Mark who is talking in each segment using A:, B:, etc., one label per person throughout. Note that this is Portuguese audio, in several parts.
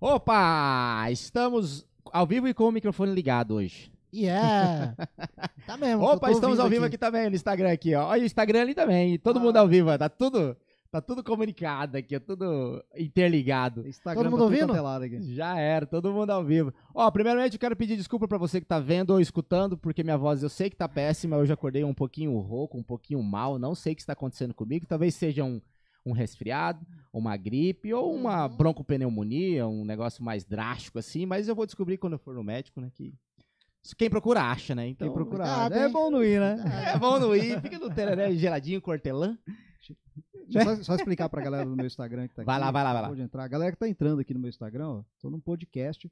A: Opa! Estamos ao vivo e com o microfone ligado hoje.
B: Yeah! Tá mesmo. eu tô
A: Opa, estamos
B: ouvindo
A: ao vivo aqui. também no Instagram aqui, ó. Olha o Instagram ali também. Todo
B: Ah.
A: mundo ao vivo, ó. tá tudo, tá tudo comunicado aqui, ó, tudo interligado.
C: Instagram
B: Todo
C: Todo
B: mundo
C: mundo
B: ouvindo?
C: aqui.
A: Já era, todo mundo ao vivo. Ó, primeiramente eu quero pedir desculpa pra você que tá vendo ou escutando, porque minha voz eu sei que tá péssima, eu já acordei um pouquinho rouco, um pouquinho mal, não sei o que está acontecendo comigo, talvez seja um, um resfriado, uma gripe ou uma
B: Uhum.
A: broncopneumonia, um negócio mais drástico assim, mas eu vou descobrir quando eu for no médico, né, que quem procura acha, né? Então,
C: Quem procurar.
B: Ah,
C: É
B: tem-
C: bom não ir, né?
A: É bom não ir, fica no tereré geladinho, cortelã.
C: Deixa eu só, só explicar pra galera do meu Instagram que tá aqui.
A: Né? Vai lá, vai lá, vai lá.
C: Pode entrar. A galera que tá entrando aqui no meu Instagram, ó, tô num podcast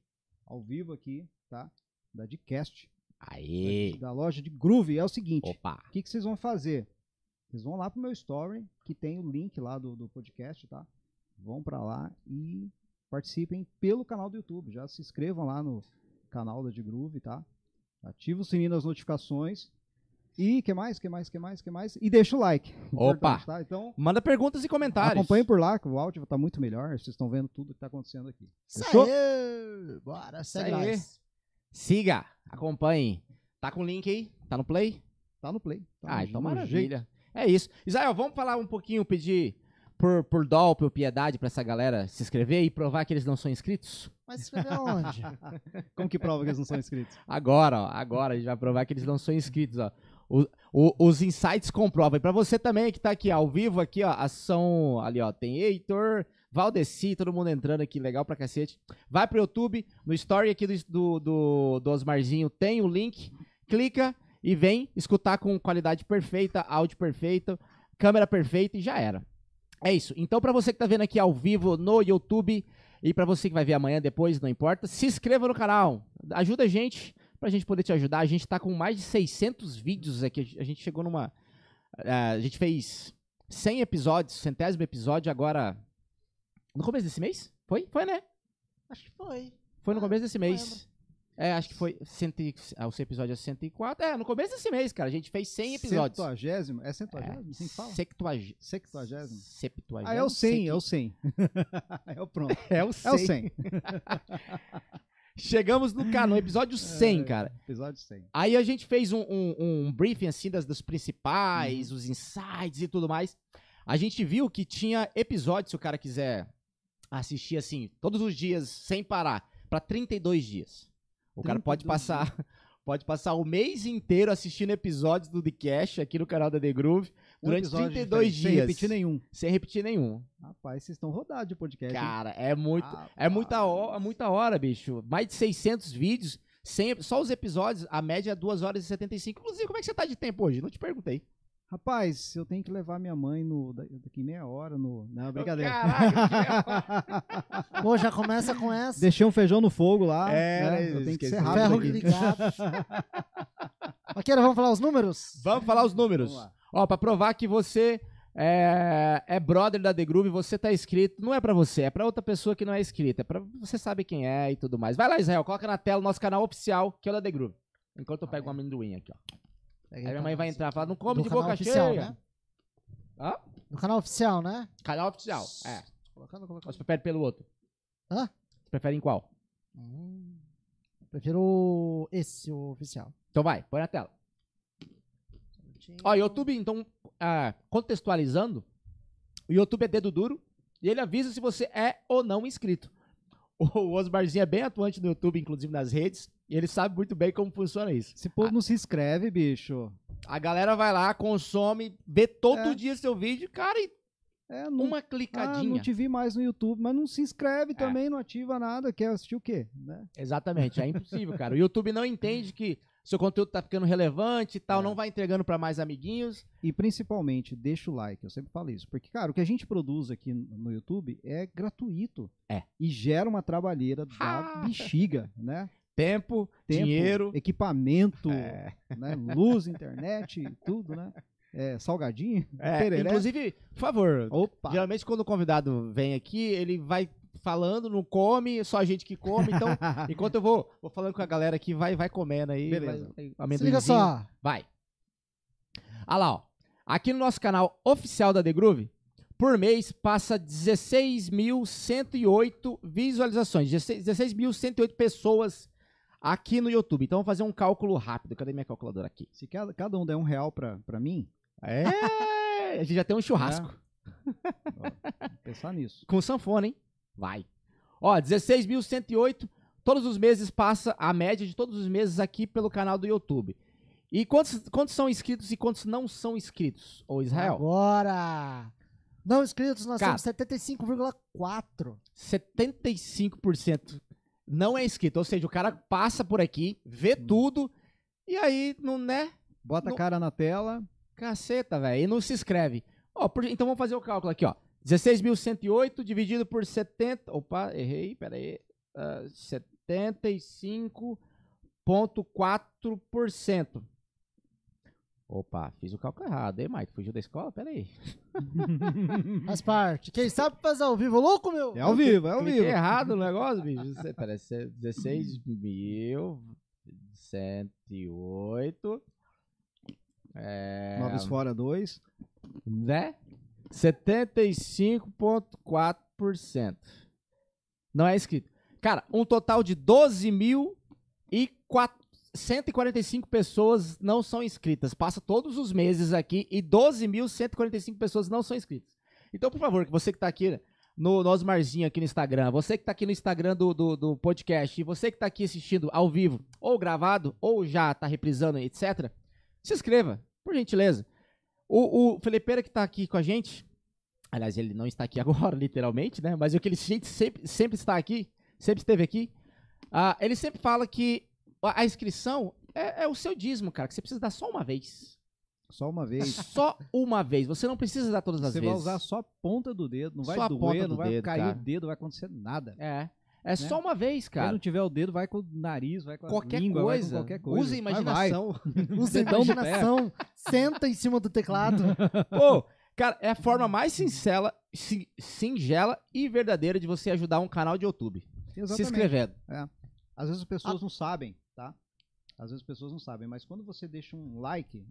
C: ao vivo aqui, tá? Da Dcast,
A: Aê!
C: da loja de Groove. É o seguinte,
A: Opa!
C: o que, que vocês vão fazer? Vocês vão lá pro meu story, que tem o link lá do, do podcast, tá? Vão pra lá e participem pelo canal do YouTube. Já se inscrevam lá no canal da de Groove, tá? Ativa o sininho das notificações. E que mais, que mais, que mais, que mais? E deixa o like.
A: Opa!
C: Importante, Tá? Então,
A: Manda perguntas e comentários.
C: acompanhem por lá, que o áudio tá muito melhor. Vocês estão vendo tudo que tá acontecendo aqui.
B: Isso
C: Fechou?
B: aí! Bora, segue
A: Isso aí.
B: nós.
A: Siga, acompanhe. Tá com o link aí? Tá no play?
C: Tá no play. Tá
A: ah,
C: no-
A: então
C: no jeito.
A: maravilha. É isso. Israel, vamos falar um pouquinho, pedir por, por dó, por piedade pra essa galera se inscrever e provar que eles não são inscritos?
B: Mas se inscrever aonde?
C: Como que prova que eles não são inscritos?
A: Agora, ó, agora a gente vai provar que eles não são inscritos, ó. O- o- os insights comprovam. E pra você também que tá aqui ao vivo, aqui, ó, ação ali, ó, tem Heitor, Valdeci, todo mundo entrando aqui, legal pra cacete. Vai pro YouTube, no story aqui do, do, do, do Osmarzinho tem o link, clica e vem escutar com qualidade perfeita, áudio perfeito, câmera perfeita e já era. É isso. Então, pra você que tá vendo aqui ao vivo no YouTube e pra você que vai ver amanhã depois, não importa, se inscreva no canal. Ajuda a gente pra gente poder te ajudar. A gente tá com mais de 600 vídeos aqui. A gente chegou numa ah, a gente fez 100 episódios, centésimo episódio agora no começo desse mês? Foi? Foi, né?
B: Acho que foi.
A: Foi no
B: Ah,
A: começo desse
B: não
A: mês. É, acho que foi. Cento, e- ah, o seu episódio é 104. É, no começo desse mês, cara. A gente fez 100 episódios.
C: Centuagésimo? É centuagésimo?
A: É,
C: Assim que fala?
A: Sectuag...
C: Sextuagésimo?
A: Septuagésimo.
C: Ah, é o 100, é o 100. é o pronto.
A: É o 100.
C: É o 100.
A: Chegamos no, cara, no episódio 100,
C: É.
A: cara.
C: Episódio 100.
A: Aí a gente fez um, um- um briefing, assim, das, dos
C: Uhum.
A: principais, os insights e tudo mais. A gente viu que tinha episódios, se o cara quiser assistir, assim, todos os dias, sem parar, pra 32 dias. O cara pode
C: 32
A: passar... Pode passar o mês inteiro assistindo episódios do The Cash aqui no canal da The Groove durante
C: Um episódio
A: 32
C: diferente,
A: dias.
C: Sem repetir nenhum.
A: Sem repetir nenhum.
C: Rapaz, vocês estão rodados de podcast. hein? Ah,
A: Cara, é muito.
C: Rapaz.
A: É muita hora, muita hora, bicho. Mais de 600 vídeos, 100, só os episódios, a média é 2 horas e 75. Inclusive, como é que você tá de tempo hoje? Não te perguntei.
C: Rapaz, eu tenho que levar minha mãe no, da- daqui meia hora no. Não, é brincadeira.
A: Caraca,
B: Pô, já começa com essa.
C: Deixei um feijão no fogo lá.
A: É,
C: né?
A: eu
C: Eu tenho que
A: esqueci.
C: ser
B: Ferro
C: rápido. Aqui.
B: ligado. Maqueira, vamos falar os números?
A: Vamos falar os números.
C: Vamos lá.
A: Ó, pra provar que você é, é brother da The Groove, você tá inscrito. Não é pra você, é pra outra pessoa que não é inscrita. É pra você sabe quem é e tudo mais. Vai lá, Israel, coloca na tela o nosso canal oficial, que é o da The Groove. Enquanto eu pego um amendoim aqui, ó. Aí minha mãe vai entrar e falar, não come
B: Do
A: de
B: canal
A: boca
B: oficial,
A: cheia.
B: né?
A: Hã?
B: No canal oficial, né?
A: Canal oficial, é.
B: Colocando,
A: Ou
B: colocando.
A: você prefere pelo outro?
B: Hã?
A: Você prefere em qual?
B: Hum, prefiro o- esse, o oficial.
A: Então vai, põe na tela. Ó, YouTube, então, ah, contextualizando, o YouTube é dedo duro e ele avisa se você é ou não inscrito. O Osmarzinho é bem atuante no YouTube, inclusive nas redes, e ele sabe muito bem como funciona isso.
C: Esse povo não se inscreve, bicho.
A: A galera vai lá, consome, vê todo
C: É.
A: dia seu vídeo, cara, e
C: É, não.
A: uma É.
C: Ah,
A: clicadinha.
C: não te vi mais no YouTube, mas não se inscreve também, não ativa nada. Quer assistir o quê? Né?
A: Exatamente, é impossível, cara. O YouTube não entende que seu conteúdo tá ficando relevante e tal,
C: É.
A: não vai entregando pra mais amiguinhos.
C: E principalmente, deixa o like, eu sempre falo isso. Porque, cara, o que a gente produz aqui no no YouTube é gratuito.
A: É.
C: E gera uma trabalheira
A: Ah!
C: da bexiga, né?
A: Tempo,
C: Tempo,
A: dinheiro.
C: equipamento,
A: É.
C: né? luz, internet, tudo, né? É, salgadinho,
A: É,
C: tereré.
A: inclusive, por favor,
C: Opa!
A: geralmente quando o convidado vem aqui, ele vai falando, não come, só a gente que come, então enquanto eu vou, vou falando com a galera aqui, vai, vai comendo aí, um
C: Beleza.
A: vai- vai-
B: Se liga só.
A: vai. Ah lá, ó. Aqui no nosso canal oficial da The Groove, por mês passa 16.108 visualizações. 16 16.108 pessoas aqui no YouTube. Então, vamos fazer um cálculo rápido. Cadê minha calculadora aqui?
C: Se cada, cada um der um real pra, pra mim,
A: É, a gente já tem um churrasco.
C: pensar nisso.
A: Com sanfona, hein? Vai. Ó, 16.108. Todos os meses passa a média de todos os meses aqui pelo canal do YouTube. E quantos, quantos são inscritos e quantos não são inscritos? Ô, Israel,
B: Agora! Não inscritos, nós
A: Cara.
B: temos 75,4.
A: 75% não é inscrito. Ou seja, o cara passa por aqui, vê tudo, e aí, não, né?
C: Bota
A: Não-
C: a cara na tela.
A: Caceta, velho. E não se inscreve. Ó, por- então vamos fazer o cálculo aqui, ó. 16.108 dividido por 70. Opa, errei, peraí. Ah, 75,4%. Opa, fiz o cálculo errado, hein, Mike? Fugiu da escola? Peraí.
B: Faz parte. Quem sabe faz ao vivo, louco, meu?
C: É ao vivo, é ao
A: Cliquei
C: vivo.
A: errado no negócio, bicho. Você- Peraí, 16.108. É...
C: Noves fora dois.
A: né? 75,4%. Não é escrito. Cara, um total de 12.145 pessoas não são inscritas. Passa todos os meses aqui e 12.145 pessoas não são inscritas. Então, por favor, que você que tá aqui no nosso Marzinho aqui no Instagram, você que tá aqui no Instagram do, do, do podcast, e você que tá aqui assistindo ao vivo, ou gravado, ou já tá reprisando, etc., se inscreva, por gentileza. O, o Felipeira que tá aqui com a gente, aliás, ele não está aqui agora, literalmente, né? Mas o que ele gente sempre, sempre está aqui, sempre esteve aqui. ah, ele sempre fala que a a inscrição é, é o seu dízimo, cara, que você precisa dar só uma vez.
C: Só uma
A: É
C: vez.
A: Só uma vez. Você não precisa dar todas as
C: Você vai
A: vezes.
C: usar só a ponta do dedo. Não vai
A: Só a ponta
C: doer,
A: do
C: não vai
A: dedo,
C: cair
A: cara.
C: o dedo, não vai acontecer nada.
A: É.
C: né?
A: É só uma vez,
C: Se
A: cara.
C: não tiver o dedo, vai com o nariz, vai com a
A: Qualquer,
C: um tipo língua, vai com
A: coisa,
C: qualquer coisa.
A: Usa a
C: Mas vai.
A: imaginação.
B: Usa a
C: Dedão do pé.
B: imaginação. Senta em cima do teclado.
A: Pô, cara, é a forma mais sincela, sin- singela e verdadeira de você ajudar um canal de YouTube. Se
C: Exatamente.
A: inscrevendo.
C: Às vezes as pessoas
A: Ah.
C: não sabem, tá? Às vezes as pessoas não sabem, mas quando você deixa um like,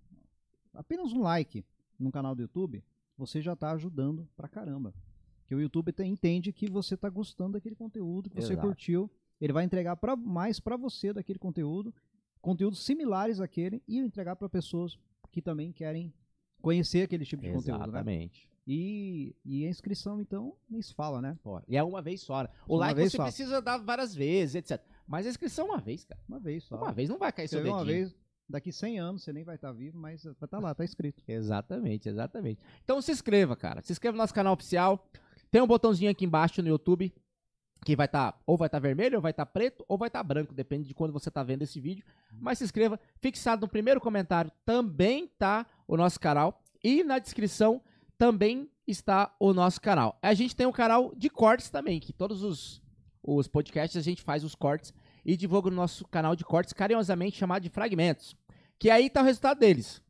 C: apenas um like no canal do YouTube, você já tá ajudando pra caramba. Que o YouTube te- entende que você tá gostando daquele conteúdo que você
A: Exato.
C: curtiu, ele vai entregar pra, mais pra você daquele conteúdo, conteúdos similares àquele e entregar pra pessoas que também querem conhecer aquele tipo de conteúdo, né?
A: Exatamente.
C: E, e a inscrição então nem se fala, né?
A: Fora. E é uma vez só. né? O
C: Uma
A: like
C: vez
A: você
C: só.
A: precisa dar várias vezes, etc. Mas a inscrição é uma vez, cara.
C: Uma vez só.
A: Uma vez não vai cair
C: Você
A: seu
C: vê
A: é dedinho.
C: uma vez, daqui 100 anos você nem vai estar vivo, mas vai estar lá, tá escrito.
A: Exatamente, exatamente. Então se inscreva, cara. Se inscreva no nosso canal oficial. Tem um botãozinho aqui embaixo no YouTube que vai estar ou vai estar vermelho, ou vai estar preto, ou vai estar branco, depende de quando você tá vendo esse vídeo. Mas se inscreva, fixado no primeiro comentário também tá o nosso canal e na descrição também está o nosso canal. A gente tem um canal de cortes também, que todos os os podcasts a gente faz os cortes e divulga o nosso canal de cortes carinhosamente chamado de Fragmentos, que aí tá o resultado deles.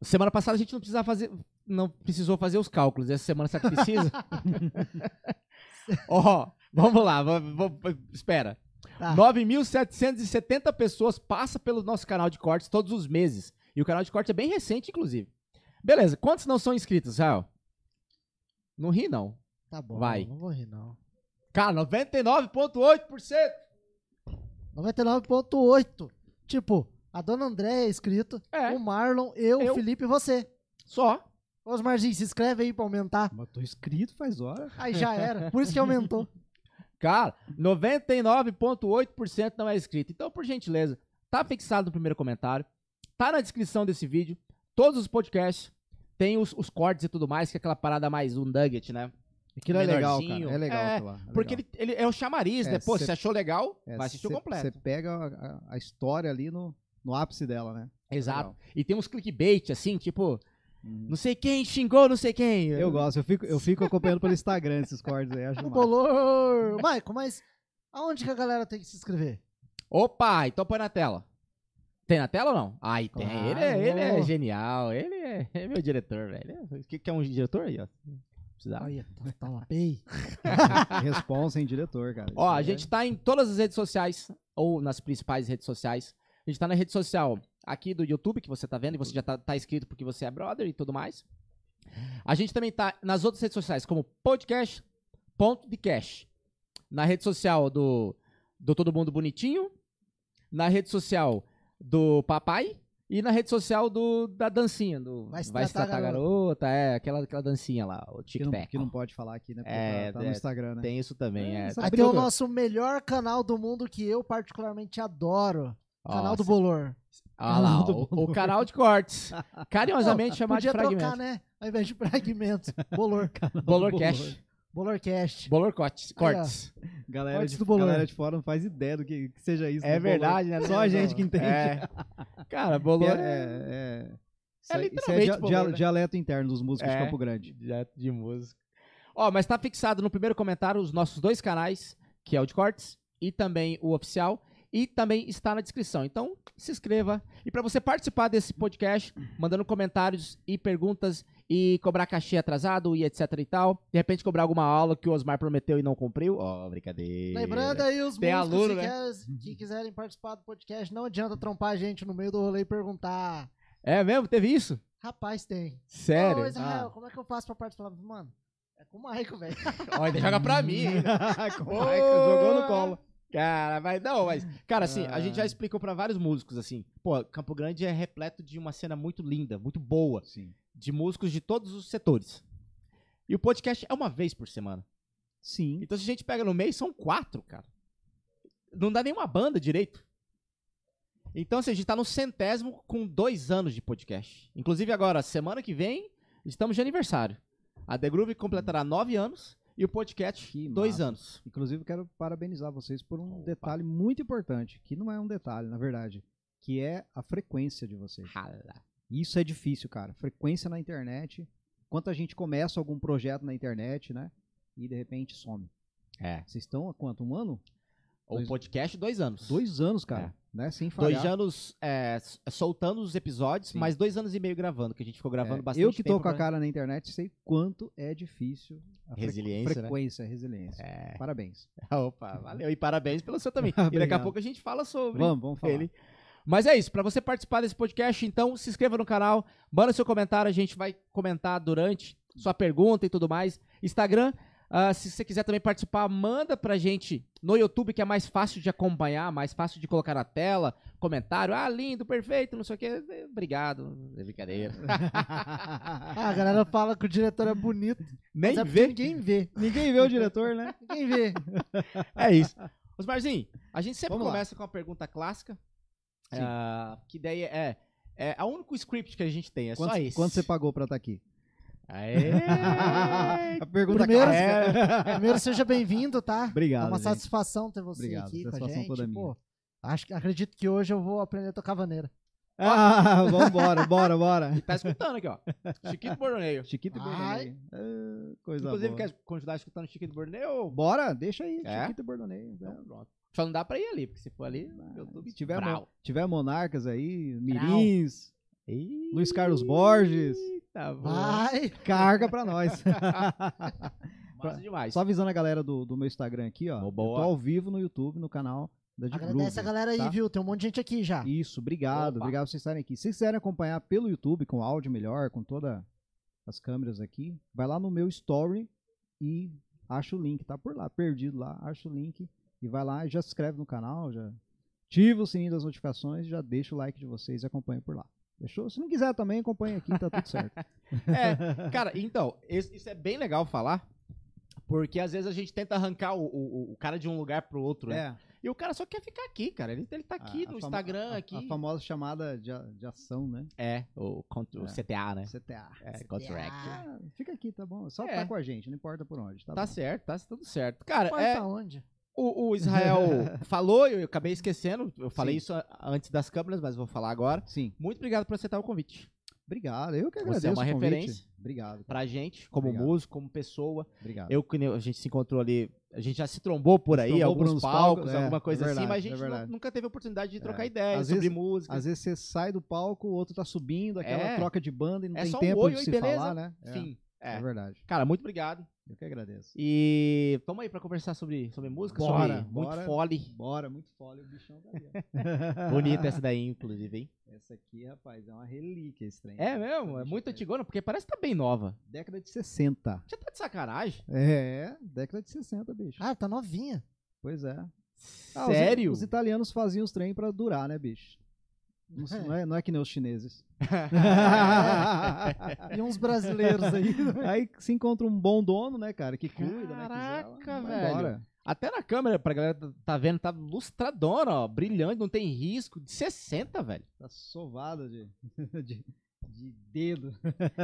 A: Semana passada a gente não precisava fazer, não precisou fazer os cálculos. Essa semana será que precisa? Ó, vamos lá, va- va- espera.
B: Tá.
A: 9.770 pessoas passam pelo nosso canal de cortes todos os meses. E o canal de cortes é bem recente, inclusive. Beleza, quantos não são inscritos, Rael? Não ri, não.
B: Tá bom,
A: Vai.
B: não vou rir, não.
A: Cara, 99,8%!
B: 99.8. Tipo, a dona Andréia é inscrito,
A: É.
B: o Marlon, eu,
A: Eu.
B: o Felipe e você.
A: Só.
B: Osmarzinho, se inscreve aí pra aumentar.
C: Mas tô escrito faz hora.
B: Aí já era. Por isso que aumentou.
A: Cara, 99,8% não é inscrito. Então, por gentileza, tá fixado no primeiro comentário, tá na descrição desse vídeo, todos os podcasts, tem os, os cortes e tudo mais, que é aquela parada mais um nugget, né?
C: Aquilo é legal, cara.
A: Menorzinho.
C: É legal
A: É,
C: aquilo lá. é legal.
A: Porque ele, ele é o chamariz,
C: É,
A: né? Pô,
C: cê-
A: você achou legal,
C: É,
A: vai assistir o
C: cê-
A: completo.
C: Você pega a, a- a história ali no, no ápice dela, né?
A: Exato.
C: Legal.
A: E tem uns clickbait, assim, tipo,
C: Uhum.
A: não sei quem xingou, não sei quem.
C: Eu gosto, eu fico, eu fico acompanhando pelo Instagram esses cortes aí, acho
B: O
C: massa.
B: bolor. Maico, mas aonde que a galera tem que se inscrever?
A: Opa, então põe na tela. Tem na tela ou não? Ai, tem.
B: Claro.
A: Ele, é, ele é genial. Ele é, é meu diretor, velho. O que, que é um diretor aí, ó? Precisava.
B: Olha, tá, tá lá. Ei.
C: Responsa em diretor, cara.
A: Ó, a
C: Isso é
A: gente tá em todas as redes sociais, ou nas principais redes sociais. A gente tá na rede social aqui do YouTube, que você tá vendo, e você já tá, tá inscrito porque você é brother e tudo mais. A gente também tá nas outras redes sociais, como podcast, ponto de cash. Na rede social do, do Todo Mundo Bonitinho, na rede social do Papai e na rede social do, da dancinha, do Vai Se Tratar, Garota. é, aquela, aquela dancinha lá, o
C: Que
A: Tic
C: não,
A: Tac.
C: que não pode falar aqui, né? Porque
A: É,
C: tá- tá no
A: é,
C: Instagram, né?
A: Tem isso também, é.
B: Aí tem o nosso melhor canal do mundo que eu particularmente adoro.
A: Ó,
B: canal do
A: cê-
B: Bolor.
A: Ah lá,
C: Canal do
A: o,
C: Bolor.
A: o canal de cortes. Carinhosamente
B: Não,
A: chamado de
B: Podia trocar,
A: fragmento.
B: né? Ao invés de fragmento. Bolor.
A: Bolor
C: Bolor.
A: Cash.
B: Bolorcast.
A: Bolor Cortes. cortes.
C: Galera
B: Antes
C: de,
B: do bolão.
C: galera de fora não faz ideia do que, que seja isso.
A: É
C: do bolão.
A: verdade, né?
C: Só a gente que entende.
A: É. Cara, Bolor é,
C: é,
A: É
C: isso aí- isso é
A: literalmente
C: dia-
A: bolão,
C: dia-
A: né?
C: dialeto interno dos músicos
A: É.
C: de Campo Grande.
A: direto de música. Ó, mas tá fixado no primeiro comentário os nossos dois canais, que é o de cortes e também o oficial. E também está na descrição. Então, se inscreva. E para você participar desse podcast, mandando comentários e perguntas e cobrar cachê atrasado e etc e tal. De repente cobrar alguma aula que o Osmar prometeu e não cumpriu. Ó, brincadeira.
B: Lembrando aí os
A: Tem
B: músicos
A: aluno,
B: que,
A: né?
B: queres- que quiserem participar do podcast, não adianta trompar a gente no meio do rolê e perguntar.
A: É mesmo? Teve isso?
B: Rapaz, tem.
A: Sério?
B: Ô, Israel, como é que eu faço pra participar? Mano, é com o Maico, velho.
A: Ah, olha, joga
C: Hum.
A: pra mim. hein?
C: Com o Michael, é jogou no colo.
A: Cara, mas não, mas. Cara, assim, a
C: Ah.
A: gente já explicou pra vários músicos, assim. Pô, Campo Grande é repleto de uma cena muito linda, muito boa,
C: Sim.
A: de músicos de todos os setores. E o podcast é uma vez por semana.
C: Sim.
A: Então, se a gente pega no mês, são quatro, cara. Não dá nenhuma banda direito. Então, assim, a gente tá no centésimo com dois anos de podcast. Inclusive, agora, semana que vem, estamos de aniversário. A The Groove completará nove anos e o podcast,
C: Que
A: dois
C: massa.
A: anos.
C: Inclusive, quero parabenizar vocês por um
A: Opa.
C: detalhe muito importante, que não é um detalhe, na verdade, que é a frequência de vocês.
A: Rala.
C: Isso é difícil, cara. Frequência na internet. Quanto a gente começa algum projeto na internet, né? E de repente some.
A: É.
C: Vocês estão há quanto? Um ano?
A: O
C: Dois-
A: podcast, dois anos.
C: Dois anos, cara. Né? Sem falhar.
A: É. Dois anos é, s- soltando os episódios,
C: Sim.
A: mas dois anos e meio gravando, que a gente ficou gravando
C: É,
A: bastante
C: Eu que tô
A: tempo né?
C: com a
A: pra-
C: cara na internet sei quanto é difícil a frequ-
A: Resiliência, né?
C: frequência, resiliência.
A: É.
C: Parabéns.
A: Opa, valeu. E parabéns pelo seu também. e daqui a
C: Obrigado.
A: pouco a gente fala sobre
C: Vamos, vamos falar.
A: ele. Mas é isso, pra você participar desse podcast, então se inscreva no canal, manda seu comentário, a gente vai comentar durante sua pergunta e tudo mais. Instagram, ah, se você quiser também participar, manda pra gente no YouTube, que é mais fácil de acompanhar, mais fácil de colocar na tela, comentário, ah, lindo, perfeito, não sei o quê, obrigado, é brincadeira.
B: Ah, a galera fala que o diretor é bonito,
A: Nem
B: mas é porque
A: vê.
B: ninguém vê.
C: Ninguém vê o diretor, né?
B: Ninguém vê.
A: É isso. Osmarzinho, a gente sempre
C: Vamos lá.
A: começa com uma pergunta clássica.
C: Sim.
A: ah, que daí é. É é o único script que a gente tem, é
C: Quanto,
A: só É. esse.
C: quanto você pagou pra estar aqui?
A: Aê!
C: a pergunta
A: Tá
B: Primeiro-
C: clássica.
B: Primeiro, seja bem-vindo, tá?
C: Obrigado,
B: É uma
C: gente.
B: satisfação ter você
C: Obrigado,
B: aqui com a
C: satisfação
B: gente.
C: toda minha.
B: Pô, acho, que- acredito que hoje eu vou aprender a tocar vaneira.
C: Ah, vambora, bora, bora.
A: tá escutando aqui, ó. Chiquito Borneio.
C: Chiquito e
B: Ai.
C: Bordonei. Ah, coisa
A: Inclusive,
C: boa.
A: quer continuar escutando Chiquito Borneio?
C: Bora, deixa aí,
A: É?
C: Chiquito e Bordonei. né?
A: Então, pronto. Só não dá pra ir ali, porque se for ali,
C: Ah,
A: no YouTube.
C: Se tiver,
A: brau.
C: mon- tiver monarcas aí, mirins,
A: Ih,
C: Luiz Carlos Borges, Ah,
A: Tá bom.
B: Vai!
C: carga pra nós.
A: Massa demais.
C: Só avisando a galera do, do meu Instagram aqui, ó.
A: Boa,
C: Eu
A: boa.
C: tô ao vivo no YouTube, no canal da De
B: Agradece a
C: Groove.
B: galera aí,
C: tá?
B: viu? Tem um monte de gente aqui já.
C: Isso, obrigado.
A: Opa.
C: Obrigado por vocês estarem aqui. Se vocês quiserem acompanhar pelo YouTube, com áudio melhor, com todas as câmeras aqui, vai lá no meu story e acha o link. Tá por lá, perdido lá. Acha o link e vai lá e já se inscreve no canal, já ativa o sininho das notificações, já deixa o like de vocês e acompanha por lá. Fechou? Se não quiser também, acompanha aqui, tá tudo certo.
A: É, cara, então, es- isso é bem legal falar, porque às vezes a gente tenta arrancar o, o- o cara de um lugar pro outro, né? E o cara só quer ficar aqui, cara. Ele, ele tá aqui
C: É. A- a
A: no
C: famo-
A: Instagram,
C: a- a-
A: aqui.
C: A famosa chamada de, a- de ação, né?
A: É, o, cont- o
C: É.
A: CTA, né?
C: CTA.
A: É,
B: CTA.
A: contract.
C: Ah, fica aqui, tá bom? Só
A: É.
C: tá com a gente, não importa por onde. Tá,
A: Tá
C: bom.
A: certo, tá tudo certo. Cara,
B: Porta
A: é,
B: onde?
A: o, o Israel falou, eu acabei esquecendo, eu falei
C: Sim.
A: isso a- antes das câmeras, mas vou falar agora.
C: Sim.
A: Muito obrigado por aceitar o convite.
C: Obrigado, eu que
A: Você
C: agradeço.
A: é uma
C: o convite.
A: referência.
C: Obrigado, cara.
A: Pra gente, como
C: Obrigado.
A: músico, como pessoa.
C: obrigado.
A: Eu, que nem- a gente se encontrou ali, a gente já se trombou por aí,
C: trombou por
A: alguns
C: uns
A: palcos,
C: palcos, é,
A: alguma
C: é
A: coisa assim,
C: verdade,
A: mas a
C: é
A: gente nu-
C: verdade. É,
A: nunca teve a oportunidade de trocar ideias
C: Às
A: sobre
C: vezes-
A: música. assim.
C: Às vezes você sai do palco, o outro tá subindo, aquela
A: É.
C: troca de banda e não
A: É
C: tem
A: só um
C: tempo
A: oi,
C: de
A: oi,
C: se
A: beleza,
C: falar, né? É.
A: Fim. É. É.
C: É verdade.
A: Cara, muito obrigado.
C: Eu que agradeço.
A: E tamo aí pra conversar sobre, sobre música,
C: Bora,
A: sobre
C: bora.
A: muito fole.
C: Bora, muito foda, o bichão tá ali.
A: Bonita essa daí, inclusive, hein?
C: Essa aqui, rapaz, é uma relíquia esse trem. né?
A: É mesmo? É
C: bicha
A: muito
C: velha.
A: antigona, porque parece que tá bem nova.
C: Década de 60.
A: Já tá de sacanagem?
C: É, década de 60, bicho.
B: Ah, tá novinha.
C: Pois é. Ah, os i-
A: Sério?
C: Os, italianos faziam os trem pra durar, né, bicho? Não, s- não é, não é que nem os chineses.
B: E uns brasileiros aí.
C: Aí se encontra um bom dono, né, cara, que cuida, né? que
A: Caraca,
C: zela, vai
A: velho.
C: embora.
A: Até na câmera, pra galera tá- tá vendo, tá lustradona, ó. Brilhante, não tem risco. De 60, velho.
C: Tá sovada de, de, de dedo.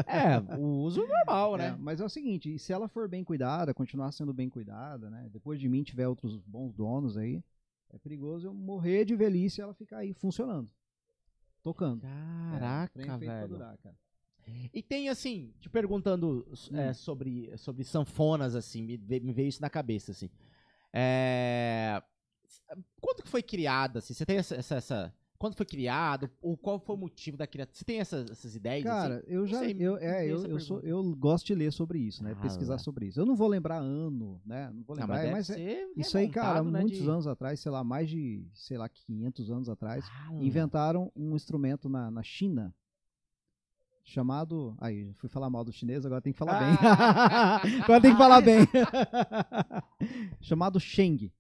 A: É, o uso normal,
C: É,
A: né?
C: mas é o seguinte, e se ela for bem cuidada, continuar sendo bem cuidada, né? Depois de mim tiver outros bons donos aí, é perigoso eu morrer de velhice e ela ficar aí funcionando. Tocando. É, trem
A: Caraca,
C: feito pra
A: velho.
C: durar, cara.
A: E tem, assim, te perguntando é,
C: Hum.
A: sobre, sobre sanfonas, assim, me, ve- me veio isso na cabeça, assim. É, Quando que foi criada, assim? Você tem essa... essa, essa- Quando foi criado? Ou qual foi o motivo da criação? Você tem essas, essas ideias, assim?
C: Cara, eu já.
A: sei,
C: eu, é,
A: tem
C: eu,
A: essa
C: eu, sou-
A: pergunta.
C: eu gosto de ler sobre isso, né?
A: Ah,
C: pesquisar
A: lá.
C: sobre isso. Eu não vou lembrar ano, né? Não vou
A: Ah,
C: lembrar. é,
A: deve
C: mas é-
A: ser
C: isso aí, cara,
A: remontado, né,
C: muitos
A: de-
C: anos atrás, sei lá, mais de, sei lá, 500 anos atrás,
A: Ah,
C: inventaram um instrumento na, na China chamado. Aí, eu fui falar mal do chinês, agora tem que falar
A: Ah.
C: bem. agora tem que falar bem. chamado Sheng.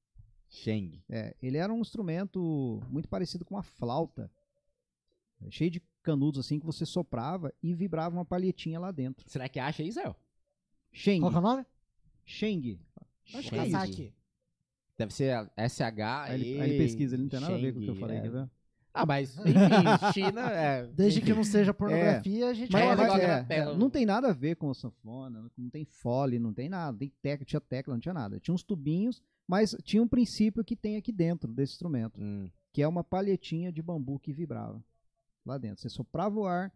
A: Sheng.
C: É, ele era um instrumento muito parecido com uma flauta, né, cheio de canudos assim que você soprava e vibrava uma palhetinha lá dentro.
A: Será que acha aí, Zé?
C: Sheng.
B: Qual que é o nome?
C: Sheng.
B: Acho
A: Sheng.
B: que é aqui.
A: Deve ser SH.
C: Aí ele, aí ele pesquisa, ele não tem nada a ver com o que eu falei, né? quer ver?
A: Ah, mas, enfim, China é.
B: Desde
A: enfim.
B: que não seja pornografia, a gente
A: Mas-
B: fala
A: mas-
B: aqui.
A: é, pega-
C: não tem nada a ver com a sanfona, não- não tem fole, não tem nada, não tem tecla, tinha tecla, não tinha nada. Tinha uns tubinhos, mas tinha um princípio que tem aqui dentro desse instrumento.
A: Hum.
C: que é uma palhetinha de bambu que vibrava lá dentro. Você soprava o ar,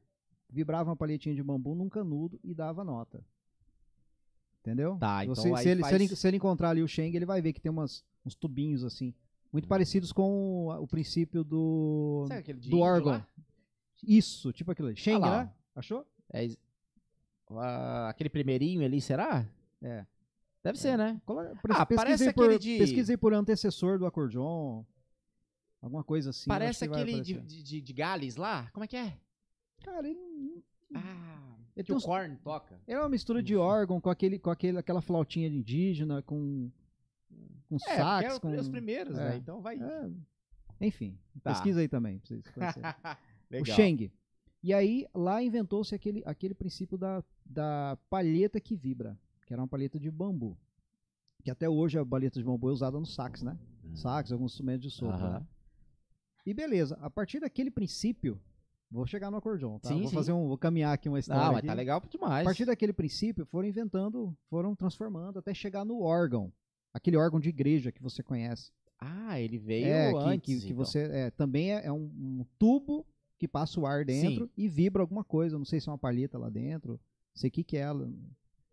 C: vibrava uma palhetinha de bambu num canudo e dava nota. Entendeu?
A: Tá, então
C: Você-
A: aí
C: se, ele, se, ele,
A: faz-
C: se ele encontrar ali o Sheng, ele vai ver que tem umas, uns tubinhos assim,
A: Hum.
C: muito parecidos com o, o princípio do.
A: Sabe aquele de
C: do
A: índio
C: órgão.
A: lá?
C: Isso, tipo aquilo ali. Sheng,
A: Ah lá,
C: né? Achou?
A: É is- Ah, aquele primeirinho ali, será?
C: É.
A: Deve ser, né?
C: Colo-
A: Ah, parece
C: pesquisei por,
A: aquele de-
C: pesquisei por antecessor do acordeon. Alguma coisa assim. eu acho
A: Parece
C: que vai
A: aquele de,
C: aparecer.
A: de, de- de Gales lá. Como é que é?
C: Cara, ele
A: Ah,
C: Ele
A: que
C: tem
A: o
C: uns-
A: Korn toca.
C: É uma mistura de órgão com, aquele, com aquele, aquela flautinha de indígena, com, com
A: É, porque é
C: sax,
A: os-
C: com...
A: os primeiros,
C: é.
A: né? Então vai.
C: É. Enfim,
A: Tá.
C: pesquisa aí também. pra vocês conhecerem. o
A: Legal.
C: Sheng. E aí, lá inventou-se aquele, aquele princípio da, da palheta que vibra, que era uma palheta de bambu. Que até hoje a palheta de bambu é usada no sax, né?
A: Hum.
C: Sax, alguns instrumentos de sopro.
A: Aham.
C: né? E beleza, a partir daquele princípio, vou chegar no acordeon, tá?
A: Sim,
C: vou
A: sim.
C: fazer um, vou caminhar aqui uma história
A: Não, mas
C: aqui.
A: tá legal demais.
C: A partir daquele princípio, foram inventando, foram transformando até chegar no órgão. Aquele órgão de igreja que você conhece.
A: Ah, ele veio
C: é, que,
A: antes.
C: que, que
A: então.
C: você. é, também é, é um, um tubo que passa o ar dentro e vibra alguma coisa. Não sei se é uma palheta lá dentro. Não sei o que, que é ela.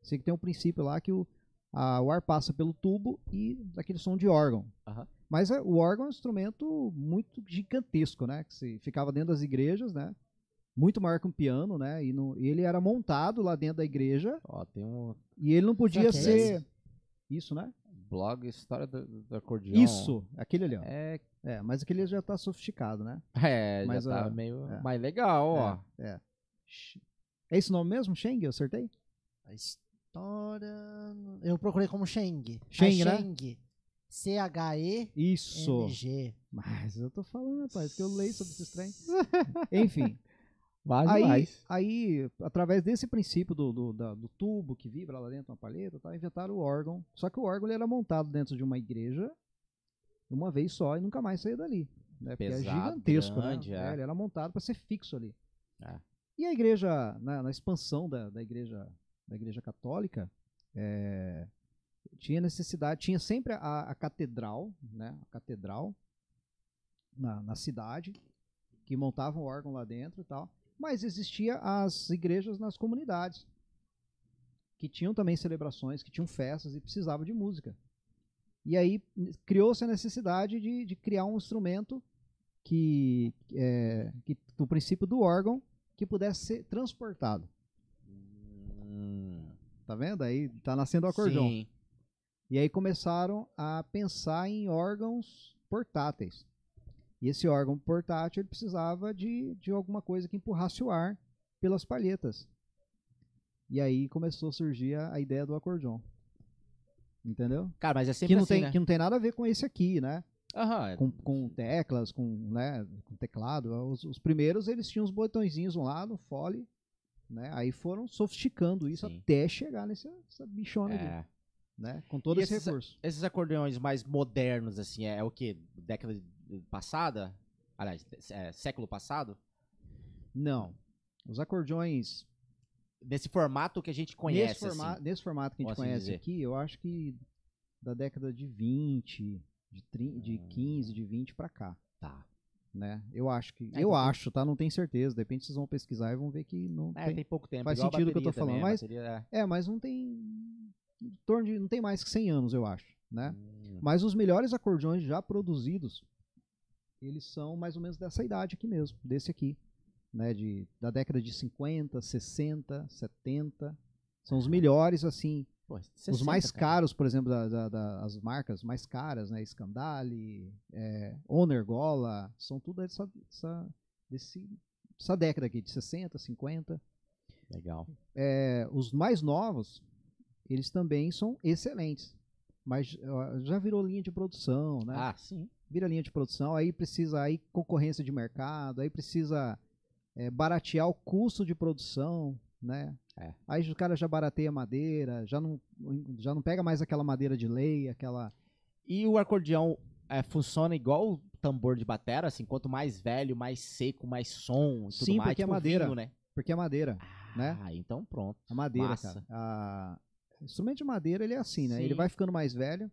C: Sei que tem um princípio lá que o, a- o ar passa pelo tubo e dá aquele som de órgão.
A: Aham.
C: Mas é, o órgão é um instrumento muito gigantesco, né? Que se ficava dentro das igrejas, né? Muito maior que um piano, né? E, não- e ele era montado lá dentro da igreja
A: Ó, tem um
C: e ele não podia
B: Será que é
C: ser. Isso, né?
A: blog História do, do Acordeon.
C: Isso, aquele ali, ó.
A: É,
C: É, mas aquele já tá sofisticado, né?
A: é
C: Mas,
A: já tá
C: ó,
A: meio.
C: é.
A: Mais legal, ó.
C: É. É esse nome mesmo, Sheng? Eu acertei?
B: A história. Eu procurei como Sheng.
C: Sheng,
B: É
C: né?
B: Sheng. C-H-E-N-G. É,
C: Isso. Mas eu tô falando, rapaz, que eu leio sobre esses trem. Enfim,
A: Mais
C: aí,
A: mais.
C: aí, através desse princípio do, do, da- do tubo que vibra lá dentro, uma palheta, e tal, inventaram o órgão. Só que o órgão ele era montado dentro de uma igreja, uma vez só, e nunca mais saiu dali. Né? Porque é
A: Pesado,
C: gigantesco,
A: grande,
C: né?
A: é.
C: ele era montado para ser fixo ali.
A: É.
C: E a igreja, na, na expansão da, da igreja da igreja católica, é, tinha necessidade, tinha sempre a, a catedral, né? A catedral na, na cidade, que montavam o órgão lá dentro e tal. Mas existia as igrejas nas comunidades, que tinham também celebrações, que tinham festas e precisavam de música. E aí n- criou-se a necessidade de, de criar um instrumento que, é, que do princípio do órgão que pudesse ser transportado.
A: Hum,
C: Tá vendo? Aí tá nascendo o acordeão.
A: Sim.
C: E aí começaram a pensar em órgãos portáteis. E esse órgão portátil ele precisava de, de alguma coisa que empurrasse o ar pelas palhetas. E aí começou a surgir a, a ideia do acordeon. Entendeu?
A: Cara, mas é sempre
C: Que não,
A: assim,
C: tem,
A: né?
C: que não tem nada a ver com esse aqui, né?
A: Aham, é-
C: Com, com teclas, com, né, com teclado. Os, os primeiros eles tinham os botõezinhos um lado, fole, né? Aí foram sofisticando isso
A: Sim.
C: até chegar nessa essa bichona aqui,
A: é.
C: né? Com todo
A: E
C: esse
A: esses-
C: recurso.
A: Esses acordeões mais modernos, assim, é, é o quê? Década de- passada? Aliás, é, século passado?
C: Não. Os acordeões
A: Nesse formato que a gente conhece,
C: nesse, forma-
A: assim.
C: nesse formato que a gente
A: posso
C: conhece
A: dizer.
C: aqui, eu acho que da década de 20, de, tri- de 15, de 20 pra
A: Ah.
C: cá,
A: Tá.
C: né? Eu acho que
A: Ah, então
C: eu
A: tem-
C: acho, tá? Não tenho certeza. De repente vocês vão pesquisar e vão ver que não
A: É, tem,
C: tem.
A: pouco tempo.
C: faz
A: igual a
C: sentido o que eu tô
A: bateria também,
C: falando,
A: a
C: mas-
A: bateria,
C: É, mas não tem em torno de não tem mais que 100 anos, eu acho,
A: é.
C: né?
A: Hum.
C: Mas os melhores acordeões já produzidos, eles são mais ou menos dessa idade aqui mesmo, desse aqui, né, de da década de 50, 60, 70. São os melhores assim
A: Pô,
C: os
A: 60,
C: mais
A: cara.
C: caros, por exemplo, da- da- da- as marcas mais caras, né? Scandale, é, Honor Gola, são tudo dessa, dessa, desse- dessa década aqui, de 60, 50.
A: Legal.
C: É, os mais novos, eles também são excelentes. Mas ó, já virou linha de produção, né?
A: Ah, sim.
C: Vira linha de produção, aí precisa aí concorrência de mercado, aí precisa é, baratear o custo de produção, né?
A: É.
C: Aí o cara já barateia a madeira, já não, já não pega mais aquela madeira de lei, aquela.
A: E o acordeão é, funciona igual o tambor de batera, assim, quanto mais velho, mais seco, mais som e tudo
C: Sim,
A: mais.
C: porque é
A: tipo
C: madeira.
A: vinho, né?
C: Porque a madeira, Né?
A: Ah, então pronto.
C: a madeira,
A: Massa.
C: cara. a- O instrumento de madeira ele é assim, né? Ele
A: Sim.
C: vai ficando mais velho.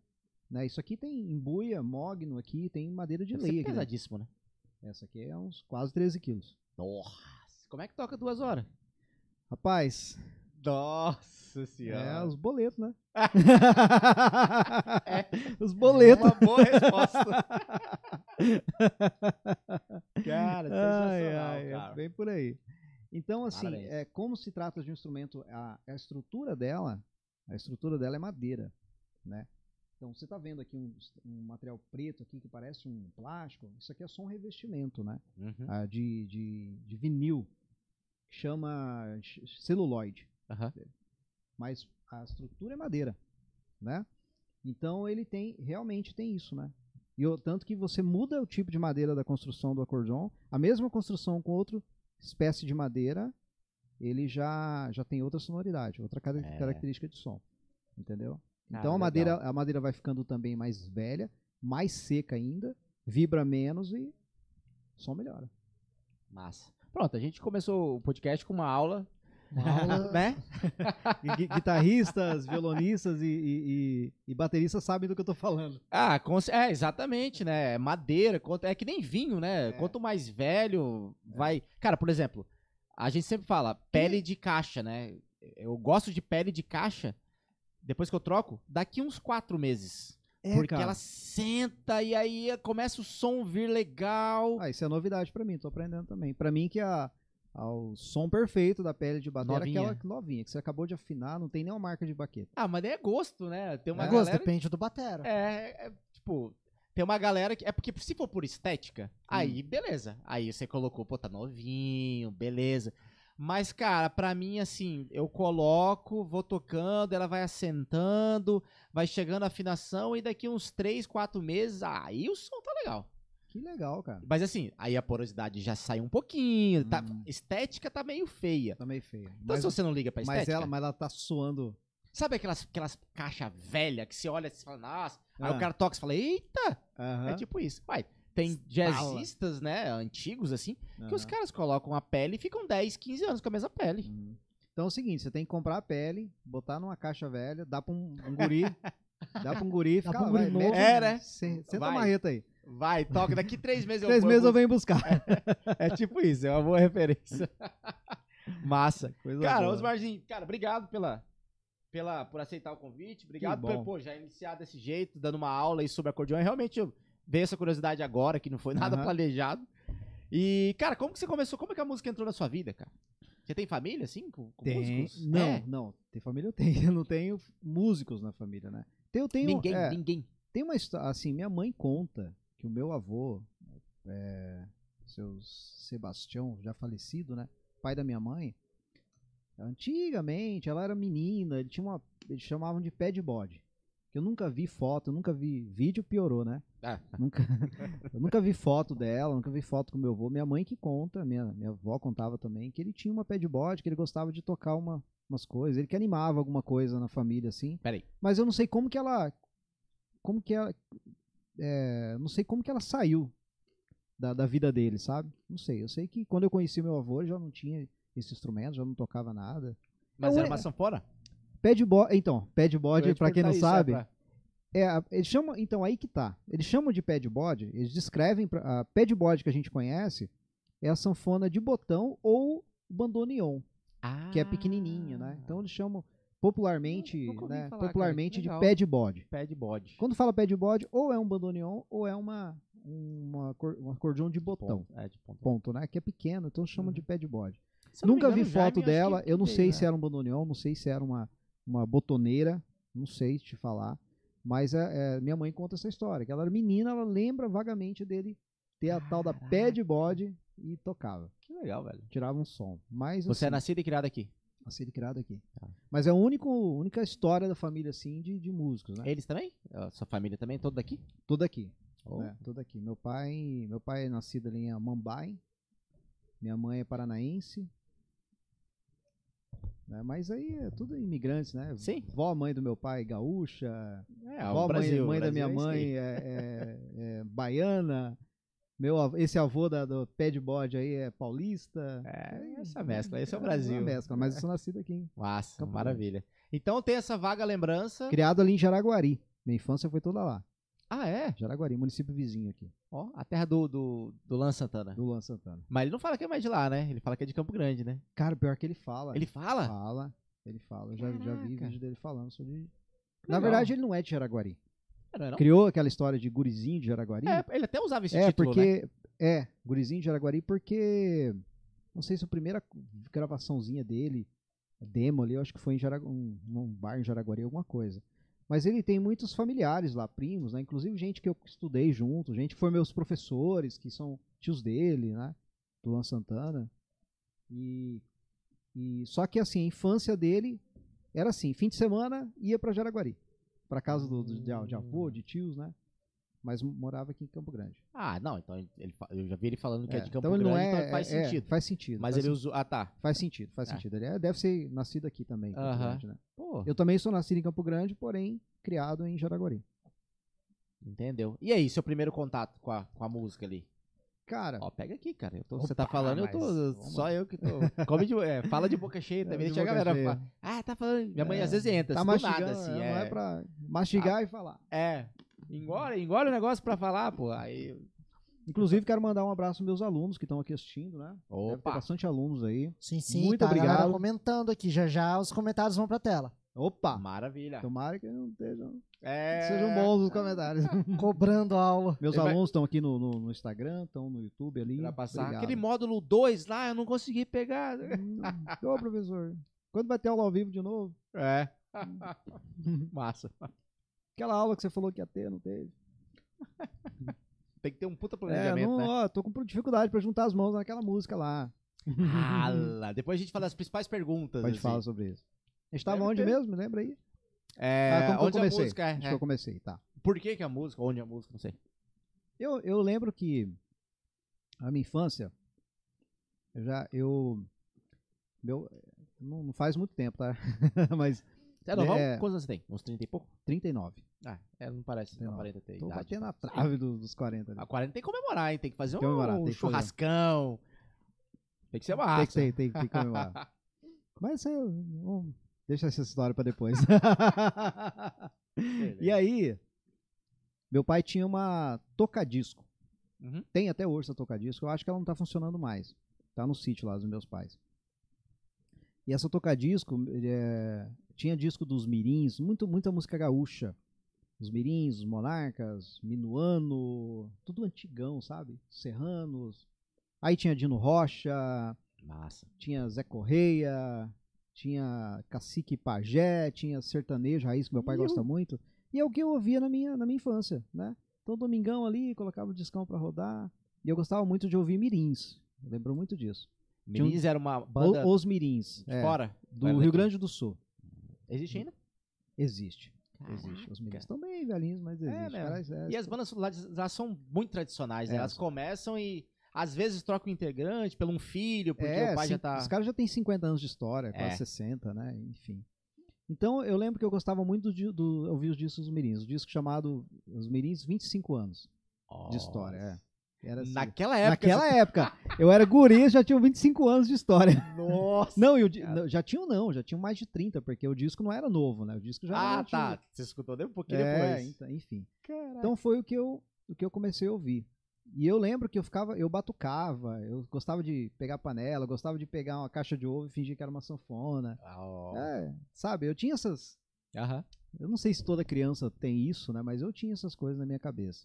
C: Né? Isso aqui tem embuia, mogno aqui, tem madeira de
A: Deve
C: lei.
A: ser
C: Aqui, né?
A: pesadíssimo, né?
C: Essa aqui é uns quase 13 quilos.
A: Nossa. Como é que toca duas horas?
C: Rapaz,
A: Nossa
C: é
A: É,
C: os boletos, né? os
A: boleto.
C: boletos.
A: Uma boa resposta. cara,
C: Ai,
A: sensacional,
C: ai, é
A: cara.
C: bem por aí. Então, assim,
A: Parabéns.
C: é, como se trata de um instrumento, a, a estrutura dela, a estrutura dela é madeira, né? Então, você está vendo aqui um, um material preto aqui que parece um plástico, isso aqui é só um revestimento, né?
A: Uhum,
C: Ah, de, de, de vinil, que chama ch- celuloide
A: aham. Ah,
C: mas a estrutura é madeira, né? Então ele tem realmente tem isso, né? E o tanto que você muda o tipo de madeira da construção do acordeon, a mesma construção com outra espécie de madeira, ele já já tem outra sonoridade, outra cara-
A: É.
C: característica de som, entendeu?
A: Ah,
C: Então
A: legal.
C: a madeira a madeira vai ficando também mais velha, mais seca ainda, vibra menos e o som melhora.
A: Massa. Pronto, a gente começou o podcast com uma aula,
B: Uma aula-
A: né?
C: E gui- guitarristas, violonistas e, e- e- e bateristas sabem do que eu tô falando.
A: Ah, com cer- é, exatamente, né? Madeira, quanto- é que nem vinho, né?
C: É.
A: Quanto mais velho, vai. Cara, por exemplo, a gente sempre fala pele de caixa, né? Eu gosto de pele de caixa, depois que eu troco, daqui uns quatro meses.
C: É,
A: porque ela senta e aí começa o som vir legal.
C: Ah, isso é novidade pra mim, tô aprendendo também. Pra mim que a, a- o som perfeito da pele de bateria
A: Novinha.
C: é aquela novinha, que você acabou de afinar, não tem nenhuma marca de baqueta.
A: Ah, mas daí é gosto, né? Tem
C: É
A: uma
B: Mas
A: galera.
B: depende do batera.
A: É, é, tipo, tem uma galera que. É porque se for por estética,
C: Hum.
A: aí beleza. Aí você colocou, pô, tá novinho, beleza. Mas, cara, pra mim, assim, eu coloco, vou tocando, ela vai assentando, vai chegando a afinação e daqui uns 3, 4 meses, aí o som tá legal.
C: Que legal, cara.
A: Mas assim, aí a porosidade já sai um pouquinho, tá,
C: Hum.
A: estética tá meio feia.
C: Tá meio feio.
A: Então
C: mas,
A: se você não liga pra
C: mas
A: estética...
C: ela, mas ela tá suando.
A: Sabe aquelas, aquelas caixas velhas que você olha e você fala, nossa... Aí
C: Ah.
A: o cara toca e fala, eita,
C: Aham,
A: é tipo isso. Uai, tem
C: Estala.
A: jazzistas, né, antigos, assim, que os
C: aham.
A: caras colocam a pele e ficam 10, 15 anos com a mesma pele.
C: Uhum. Então é o seguinte, você tem que comprar a pele, botar numa caixa velha, dá pra um, um guri, dá pra um guri, e
B: Dá
C: fica
B: pra um
C: lá,
B: guri
C: vai,
B: novo.
C: mete-
A: É, né?
C: se- Senta a
A: Vai.
C: marreta aí.
A: Vai, toca, daqui três meses eu
C: Três
A: eu
C: meses
A: vou-
C: eu venho buscar.
A: É tipo isso, é uma boa referência. Massa.
C: Coisa
A: Cara,
C: boa.
A: Osmarzinho, cara, obrigado pela, pela, por aceitar o convite, obrigado por
C: bom.
A: pô, já iniciar desse jeito, dando uma aula aí sobre acordeão. Eu Realmente eu veio essa curiosidade agora, que não foi nada
C: Aham.
A: planejado. E, cara, como que você começou? Como é que a música entrou na sua vida, cara? Você tem família, assim, com, com
C: Tem.
A: músicos?
C: Não,
A: É.
C: não. Tem família eu tenho. Eu não tenho músicos na família, né? Tem- Eu tenho.
A: ninguém,
C: é,
A: ninguém.
C: Tem uma história. Assim, minha mãe conta que o meu avô, é, seu Sebastião, já falecido, né? Pai da minha mãe. Antigamente, ela era menina, ele tinha uma. Eles chamavam de pé de bode. Que eu nunca vi foto, eu nunca vi vídeo, piorou, né?
A: Ah.
C: Nunca, eu nunca vi foto dela, nunca vi foto com meu avô. Minha mãe que conta, minha, minha avó contava também, que ele tinha uma pé de bode, que ele gostava de tocar uma, umas coisas, ele que animava alguma coisa na família, assim.
A: Peraí.
C: Mas eu não sei como que ela. Como que ela. é, não sei como que ela saiu da, da vida dele, sabe? Não sei. Eu sei que quando eu conheci meu avô, ele já não tinha esse instrumento, já não tocava nada.
A: Mas
C: É o-
A: era uma sanfona?
C: Pé de bode. Então, pé de
A: Eu ia
C: bode,
A: te
C: pra quem não
A: perguntar isso,
C: sabe.
A: é, pra-
C: É, a- eles chamam, então aí que tá. Eles chamam de pé de bode, eles descrevem pra- a pé de bode que a gente conhece é a sanfona de botão ou bandoneon, que é pequenininha, né? Então eles chamam popularmente,
D: Ah. Nunca ouvi
C: né,
D: falar, cara,
C: popularmente
D: que legal.
C: de pé de bode.
D: Pé de bode.
C: Quando fala pé de bode, ou é um bandoneon ou é uma uma cor- um acordeão de botão.
D: Ponto. É, de ponto.
C: Ponto, né? Que é pequeno, então chamam de pé de bode.
D: Se eu não me
C: Nunca vi
D: engano, o Jaime,
C: foto
D: acho que
C: dela. Eu não
D: fez,
C: sei
D: né?
C: se era um bandoneon, não sei se era uma, uma botoneira, não sei te falar. Mas é, é, minha mãe conta essa história. Que ela era menina, ela lembra vagamente dele ter a tal da pé de bode e tocava.
D: Que legal, velho.
C: Tirava um som. Mas
A: Você é
C: assim,
A: nascido e criado aqui.
C: nascido e criado aqui. Mas é a única, única história da família, assim, de, de músicos, né?
A: Eles também? A sua família também? Todo daqui?
C: Toda aqui.
A: Oh.
C: né? Toda aqui. Meu pai, meu pai é nascido ali em Mambai. Minha mãe é paranaense. né? Mas aí é tudo imigrantes, né?
A: Sim.
C: Vó, mãe do meu pai, é gaúcha.
A: É,
C: vó,
A: o Brasil.
C: mãe, mãe da
A: Brasil
C: minha
A: é isso aí.
C: mãe é, é- é baiana. Meu, av- esse avô da, do pé de bode aí é paulista.
A: É, essa mescla. Esse é o Brasil.
C: Uma mescla, mas eu sou nascido aqui. hein?
A: Massa,
C: Campo
A: maravilha. Então tem essa vaga lembrança.
C: Criado ali em Jaraguari. Minha infância foi toda lá.
A: Ah, é?
C: Jaraguari, município vizinho aqui,
A: Ó, a terra do, do, do Lan Santana.
C: do Luan Santana.
A: Mas ele não fala que é mais de lá, né? Ele fala que é de Campo Grande, né?
C: Cara, pior que ele fala.
A: Ele fala?
C: Fala, ele fala. Eu já, já vi
A: Caraca.
C: vídeo dele falando sobre.
A: Que
C: Na
A: legal.
C: verdade, ele não é de Jaraguari.
A: Não é não?
C: Criou aquela história de gurizinho de Jaraguari.
A: É, ele até usava esse
C: É,
A: título, né?
C: porque. É, gurizinho de Jaraguari, porque. Não sei se a primeira gravaçãozinha dele, a demo ali, eu acho que foi em Jaragu um, um bar em Jaraguari, alguma coisa. Mas ele tem muitos familiares lá, primos, né? Inclusive gente que eu estudei junto, gente que foi meus professores, que são tios dele, né? Do Luan Santana. E, e só que assim, a infância dele era assim, fim de semana ia pra Jaraguari, pra casa do, do- de, de avô, de tios, né? Mas morava aqui em Campo Grande.
A: Ah, não, então ele- ele fa- eu já vi ele falando que é,
C: É,
A: de Campo
C: ele
A: Grande,
C: não
A: então faz
C: é, assim
A: sentido.
C: faz sentido.
A: Mas
C: faz,
A: ele
C: sen-
A: usou. Ah, tá.
C: faz sentido, faz
A: É.
C: sentido. Ele é- deve ser nascido aqui também. em Campo
A: Aham.
C: Grande, né?
A: Pô,
C: Eu também sou nascido em Campo Grande, porém criado em Jaraguari.
A: entendeu. E aí, seu primeiro contato com a, com a música ali?
C: Cara,
A: Ó, pega aqui, cara. eu tô- você
C: Opa,
A: tá falando, eu tô.
C: mas vamos
A: Só eu que tô. Come de, é, fala de boca cheia também.
C: de
A: Deixa a
C: boca
A: galera
C: cheia.
A: falar. Ah, tá falando. Minha mãe
C: É,
A: às vezes entra,
C: tá
A: assim, do nada,
C: mastigando,
A: assim.
C: é,
A: É,
C: não é pra mastigar e falar.
A: é. Engole, engole o negócio pra falar, pô. Aí.
C: Inclusive, quero mandar um abraço aos meus alunos que estão aqui assistindo, né? Deve ter
A: Opa!
C: bastante alunos aí.
B: Sim, sim.
C: Muito
B: tá a galera
C: obrigado.
B: comentando aqui. Já já os comentários vão pra tela.
C: Opa!
A: Maravilha.
C: Tomara que não estejam,
A: É.
C: sejam bons os comentários.
B: Cobrando aula.
C: Meus
A: Ele vai-
C: alunos estão aqui no, no- no Instagram, estão no YouTube ali.
A: Pra passar.
C: Obrigado.
A: Aquele módulo 2 lá, eu não consegui pegar. né?
C: Hum, Ô, professor, quando vai ter aula ao vivo de novo?
A: É. Massa.
C: Aquela aula que você falou que ia ter, não teve.
A: Tem que ter um puta
C: É,
A: planejamento,
C: não,
A: né?
C: ó, tô com dificuldade pra juntar as mãos naquela música lá.
A: né? Ala. Depois a gente fala as principais perguntas.
C: Pode
A: assim.
C: falar sobre isso. A gente tava
A: Deve
C: onde
A: ter.
C: mesmo? Lembra aí?
A: É,
C: Ah, como que eu
A: onde a
C: comecei?
A: música é.
C: Acho
A: é.
C: que eu comecei, tá.
A: Por que, que a música? Onde a música? Não sei.
C: Eu, eu lembro que a minha infância, eu já, eu, meu, não, não faz muito tempo, tá? Mas
A: Você é novão?
C: É.
A: Quantos anos você tem? Uns 30 e pouco?
C: 39.
A: Ah, é, não parece. Não
C: Não.
A: aparenta ter
C: Tô
A: idade.
C: batendo na trave do- dos 40. ali.
A: A 40 tem que comemorar, hein? Tem que fazer um,
C: Comemorar, tem que fazer.
A: churrascão. Tem que ser uma raça.
C: Tem que ter, tem, tem que comemorar. Mas é, vamos- deixa essa história pra depois. E aí, meu pai tinha uma tocadisco.
A: Uhum.
C: Tem até hoje essa tocadisco. Eu acho que ela não tá funcionando mais. Tá no sítio lá dos meus pais. E essa tocadisco é, tinha disco dos Mirins, muito, muita música gaúcha. Os Mirins, os Monarcas, Minuano, tudo antigão, sabe? Serranos. Aí tinha Dino Rocha,
A: Massa.
C: Tinha Zé Correia, tinha Cacique Pajé, tinha sertanejo, raiz que meu pai
A: Iu.
C: gosta muito. E é o que eu ouvia na minha, na minha infância, né? Então, domingão ali, colocava o discão pra rodar. E eu gostava muito de ouvir mirins. Eu lembro muito disso. Tinha um-
A: Mirins era uma
C: O-
A: banda
C: Os mirins.
A: de
C: é,
A: fora.
C: do
A: Era
C: Rio
A: daqui.
C: Grande do Sul.
A: Existe ainda?
C: Existe. Existe.
A: Caraca.
C: Os mirins estão bem velhinhos, mas existe.
A: mesmo.
C: Caras, é,
A: E as bandas lá de- lá são muito tradicionais, né?
C: É,
A: Elas
C: são.
A: começam e às vezes trocam o integrante pelo um filho, porque
C: É,
A: o pai já
C: cin-
A: tá.
C: Os caras já têm 50 anos de história, quase
A: É.
C: 60, né? Enfim. Então eu lembro que eu gostava muito de do, eu ouvir os discos dos Mirins. O disco chamado Os Mirins 25 anos de história. é. Era assim.
A: Naquela época.
C: Naquela época. Eu era guri, já tinha 25 anos de
A: você-
C: história.
A: Nossa.
C: Não, eu, já tinha um não, já tinha mais de 30, porque o disco não era novo, né? O disco já era
A: Ah,
C: antigo.
A: tá. Você escutou de- um pouquinho
C: É,
A: depois.
C: então, enfim.
A: Caraca.
C: Então foi o que eu o que eu comecei a ouvir. E eu lembro que eu ficava, eu batucava, eu gostava de pegar panela, eu gostava de pegar uma caixa de ovo e fingir que era uma sanfona.
A: Ah, ó.
C: É, sabe, eu tinha essas,
A: Aham.
C: eu não sei se toda criança tem isso, né, mas eu tinha essas coisas na minha cabeça.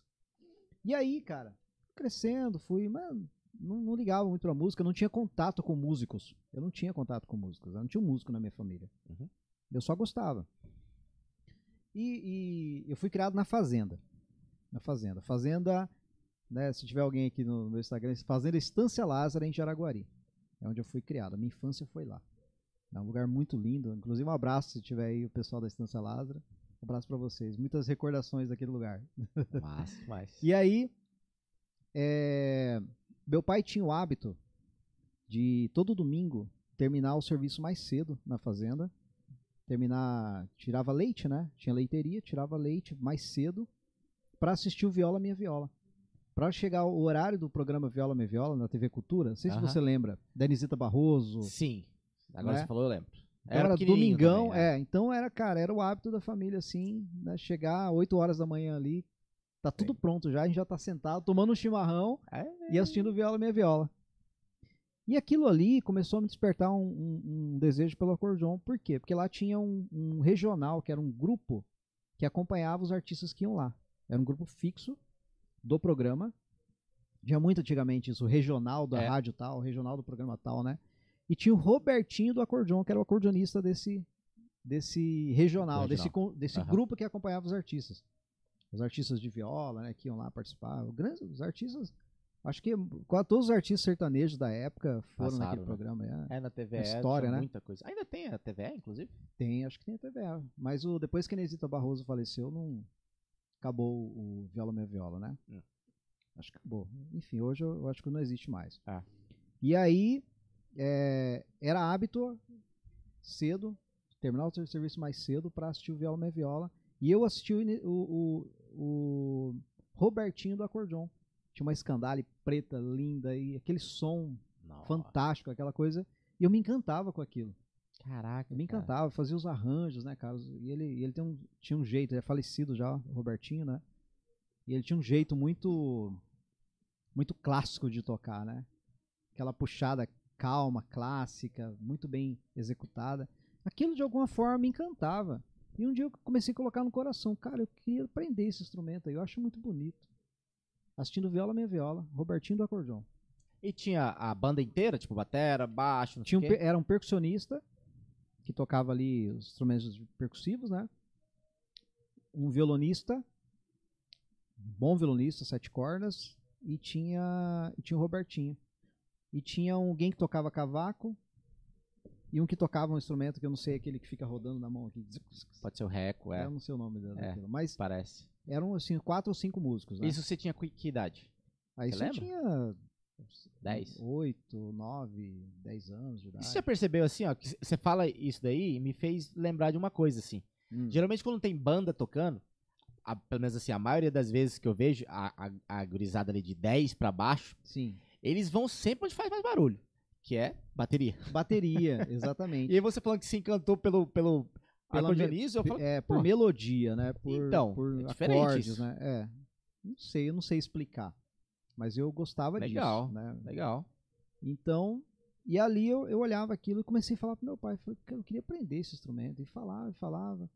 C: E aí, cara, crescendo, fui, mano, não, não ligava muito pra música, não tinha contato com músicos. Eu não tinha contato com músicos, eu não tinha um músico na minha família.
A: Uhum.
C: Eu só gostava. E, e eu fui criado na Fazenda. Na Fazenda. Fazenda, né, se tiver alguém aqui no meu Instagram, Fazenda Estância Lázaro, em Jaraguari. É onde eu fui criado. A minha infância foi lá. É um lugar muito lindo. Inclusive, um abraço se tiver aí o pessoal da Estância Lázaro. Um abraço pra vocês. Muitas recordações daquele lugar.
A: Massa demais.
C: E aí, é, meu pai tinha o hábito de todo domingo terminar o serviço mais cedo na fazenda. Terminar, tirava leite, né? Tinha leiteria, tirava leite mais cedo pra assistir o Viola Minha Viola. Pra chegar o horário do programa Viola Minha Viola na TV Cultura, não sei se
A: Aham.
C: você lembra, Denisita Barroso.
A: Sim. Agora
C: Né?
A: você falou, eu lembro.
C: Então era
A: pequenininho
C: domingão,
A: também, né?
C: é. Então era, cara, era o hábito da família, assim, né? Chegar 8 horas da manhã ali, tá tudo pronto já, a gente já tá sentado, tomando um chimarrão
A: É.
C: e assistindo Viola Minha Viola. E aquilo ali começou a me despertar um, um- um desejo pelo acordeon. Por quê? Porque lá tinha um, um regional, que era um grupo que acompanhava os artistas que iam lá. Era um grupo fixo do programa. Tinha muito antigamente isso, o regional da
A: É.
C: rádio tal, o regional do programa tal, né? E tinha o Robertinho do acordeon, que era o acordeonista desse, desse regional,
A: Regional.
C: desse, con- desse
A: Aham.
C: grupo que acompanhava os artistas. Os artistas de viola, né, que iam lá participar. O grande- os artistas, acho que quase todos os artistas sertanejos da época foram
A: Passaram,
C: naquele
A: né?
C: programa. é.
A: É na TV.
C: História, né?
A: Muita coisa. Ainda tem a TV, inclusive?
C: Tem, acho que tem a TVA. Mas o, depois que Inesita Barroso faleceu, não acabou o Viola Minha Viola, né?
A: Hum.
C: Acho que acabou. Enfim, hoje eu, eu acho que não existe mais.
A: Ah.
C: E aí, é, era hábito cedo, terminar o seu serviço mais cedo pra assistir o Viola Minha Viola. E eu assisti o, Ine- o, o, o Robertinho do Acordeon. Tinha uma escandale preta, linda, e aquele som
A: Não.
C: fantástico, aquela coisa. E eu me encantava com aquilo.
A: Caraca.
C: Eu me
A: cara.
C: encantava, fazia os arranjos, né, cara? Os- E ele, e ele tem um, tinha um jeito, ele é falecido já, o Robertinho, né? E ele tinha um jeito muito muito clássico de tocar, né? Aquela puxada calma, clássica, muito bem executada. Aquilo de alguma forma me encantava. E um dia eu comecei a colocar no coração, cara, eu queria aprender esse instrumento aí, eu acho muito bonito. Assistindo Viola Minha Viola, Robertinho do Acordeon.
A: E tinha a banda inteira, tipo batera, baixo, não
C: Tinha um
A: sei o
C: per- era um percussionista que tocava ali os instrumentos percussivos, né? Um violonista, um bom violonista, sete cordas, e tinha e tinha o Robertinho. E tinha alguém que tocava cavaco e um que tocava um instrumento que eu não sei aquele que fica rodando na mão aqui.
A: quê. Pode ser o Reco, é.
C: Eu não sei o nome dela,
A: É.
C: daquilo, mas
A: Parece.
C: eram assim quatro ou cinco músicos, né?
A: Isso você tinha com que idade?
C: Aí
A: você
C: você
A: lembra?
C: tinha
A: 10?
C: oito, nove, dez anos de
A: E
C: idade.
A: você já percebeu assim, ó, que você fala isso daí e me fez lembrar de uma coisa, assim.
C: Hum.
A: Geralmente quando tem banda tocando, a- pelo menos assim, a maioria das vezes que eu vejo a, a, a gurizada ali de 10 pra baixo,
C: Sim.
A: eles vão sempre onde faz mais barulho, que é bateria.
C: Bateria, exatamente.
A: E aí você falando que se encantou pelo, pelo
C: Pela
A: acordeonismo, eu falo,
C: É, por
A: Pô.
C: melodia, né? Por,
A: Então,
C: por
A: é diferente
C: acordes,
A: isso.
C: né? É. Não sei, eu não sei explicar. Mas eu gostava
A: Legal.
C: disso, né?
A: legal.
C: Então, e ali eu, eu olhava aquilo e comecei a falar pro meu pai, falei, "Cara, eu queria aprender esse instrumento. E falava, e falava.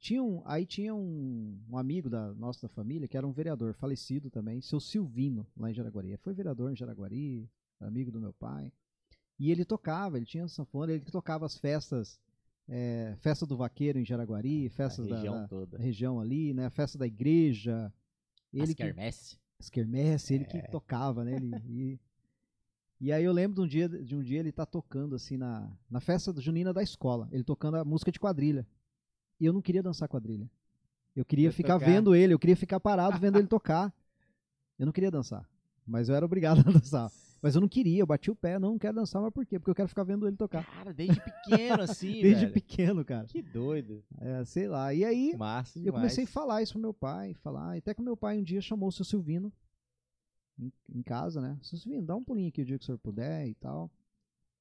C: Tinha um, aí tinha um, um amigo da nossa da família, que era um vereador, falecido também, seu Silvino, lá em Jaraguari. Ele Foi vereador em Jaraguari, amigo do meu pai. E ele tocava, ele tinha sanfona, ele que tocava as festas, é, festa do vaqueiro em Jaraguari, festas da,
A: região
C: da- da
A: toda.
C: região ali, né? Festa da igreja. Ele
A: As
C: que
A: quermesse.
C: as quermesse, ele
A: É.
C: que tocava, né? Ele, e, e aí eu lembro de um dia, de um dia ele tá tocando assim na, na festa do junina da escola, ele tocando a música de quadrilha. E eu não queria dançar quadrilha. Eu queria
A: Queria
C: ficar
A: tocar.
C: vendo ele, eu queria ficar parado vendo ele tocar. Eu não queria dançar, mas eu era obrigado a dançar. Mas eu não queria, eu bati o pé, não, não quero dançar, mas por quê? Porque eu quero ficar vendo ele tocar.
A: Cara, desde pequeno assim,
C: Desde
A: velho.
C: pequeno, cara.
A: Que doido.
C: É, sei lá. E aí,
A: Massa demais.
C: eu comecei a falar isso pro meu pai, falar, até que meu pai um dia chamou o seu Silvino em, em casa, né? Seu Silvino, dá um pulinho aqui o dia que o senhor puder e tal.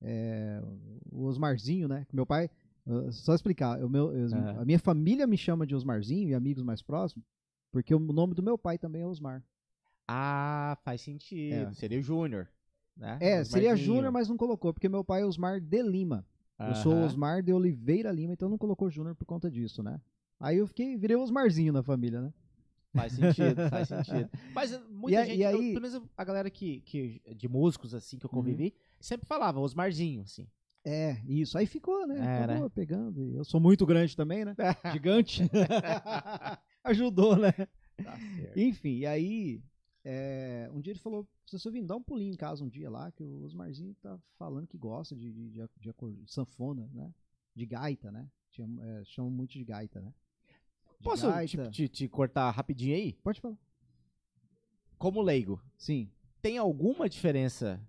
C: É, o Osmarzinho, né? Que meu pai, ah, só explicar, o meu, eu-
A: Aham.
C: a minha família me chama de Osmarzinho e amigos mais próximos, porque o nome do meu pai também é Osmar.
A: Ah, faz sentido.
C: É.
A: Seria o Júnior. Né?
C: É,
A: Os
C: seria
A: Marquinhos.
C: Júnior, mas não colocou, porque meu pai é Osmar de Lima. Eu sou
A: Aham.
C: Osmar de Oliveira Lima, então não colocou Júnior por conta disso, né? Aí eu fiquei, virei Osmarzinho na família, né?
A: Faz sentido, faz sentido. Mas eh, muita
C: E a-
A: gente,
C: e
A: eu-
C: aí-
A: pelo menos a galera que, que, de músicos, assim, que eu
C: Uhum.
A: convivi, sempre falava, Osmarzinho, assim.
C: É, isso. Aí ficou, né?
A: É,
C: Acabou pegando. E Eu sou muito grande também, né? Gigante. Ajudou, né?
A: Tá certo.
C: Enfim, e aí, é, um dia ele falou, seu Silvinho, dá um pulinho em casa um dia lá, que o Osmarzinho tá falando que gosta de, de, de, acor- de sanfona, né? De gaita, né? Chama, é, chama muito de gaita, né? tipo, De
A: Posso te,
C: gaita.
A: te- te cortar rapidinho aí?
C: Pode falar.
A: Como leigo,
C: Sim.
A: tem alguma diferença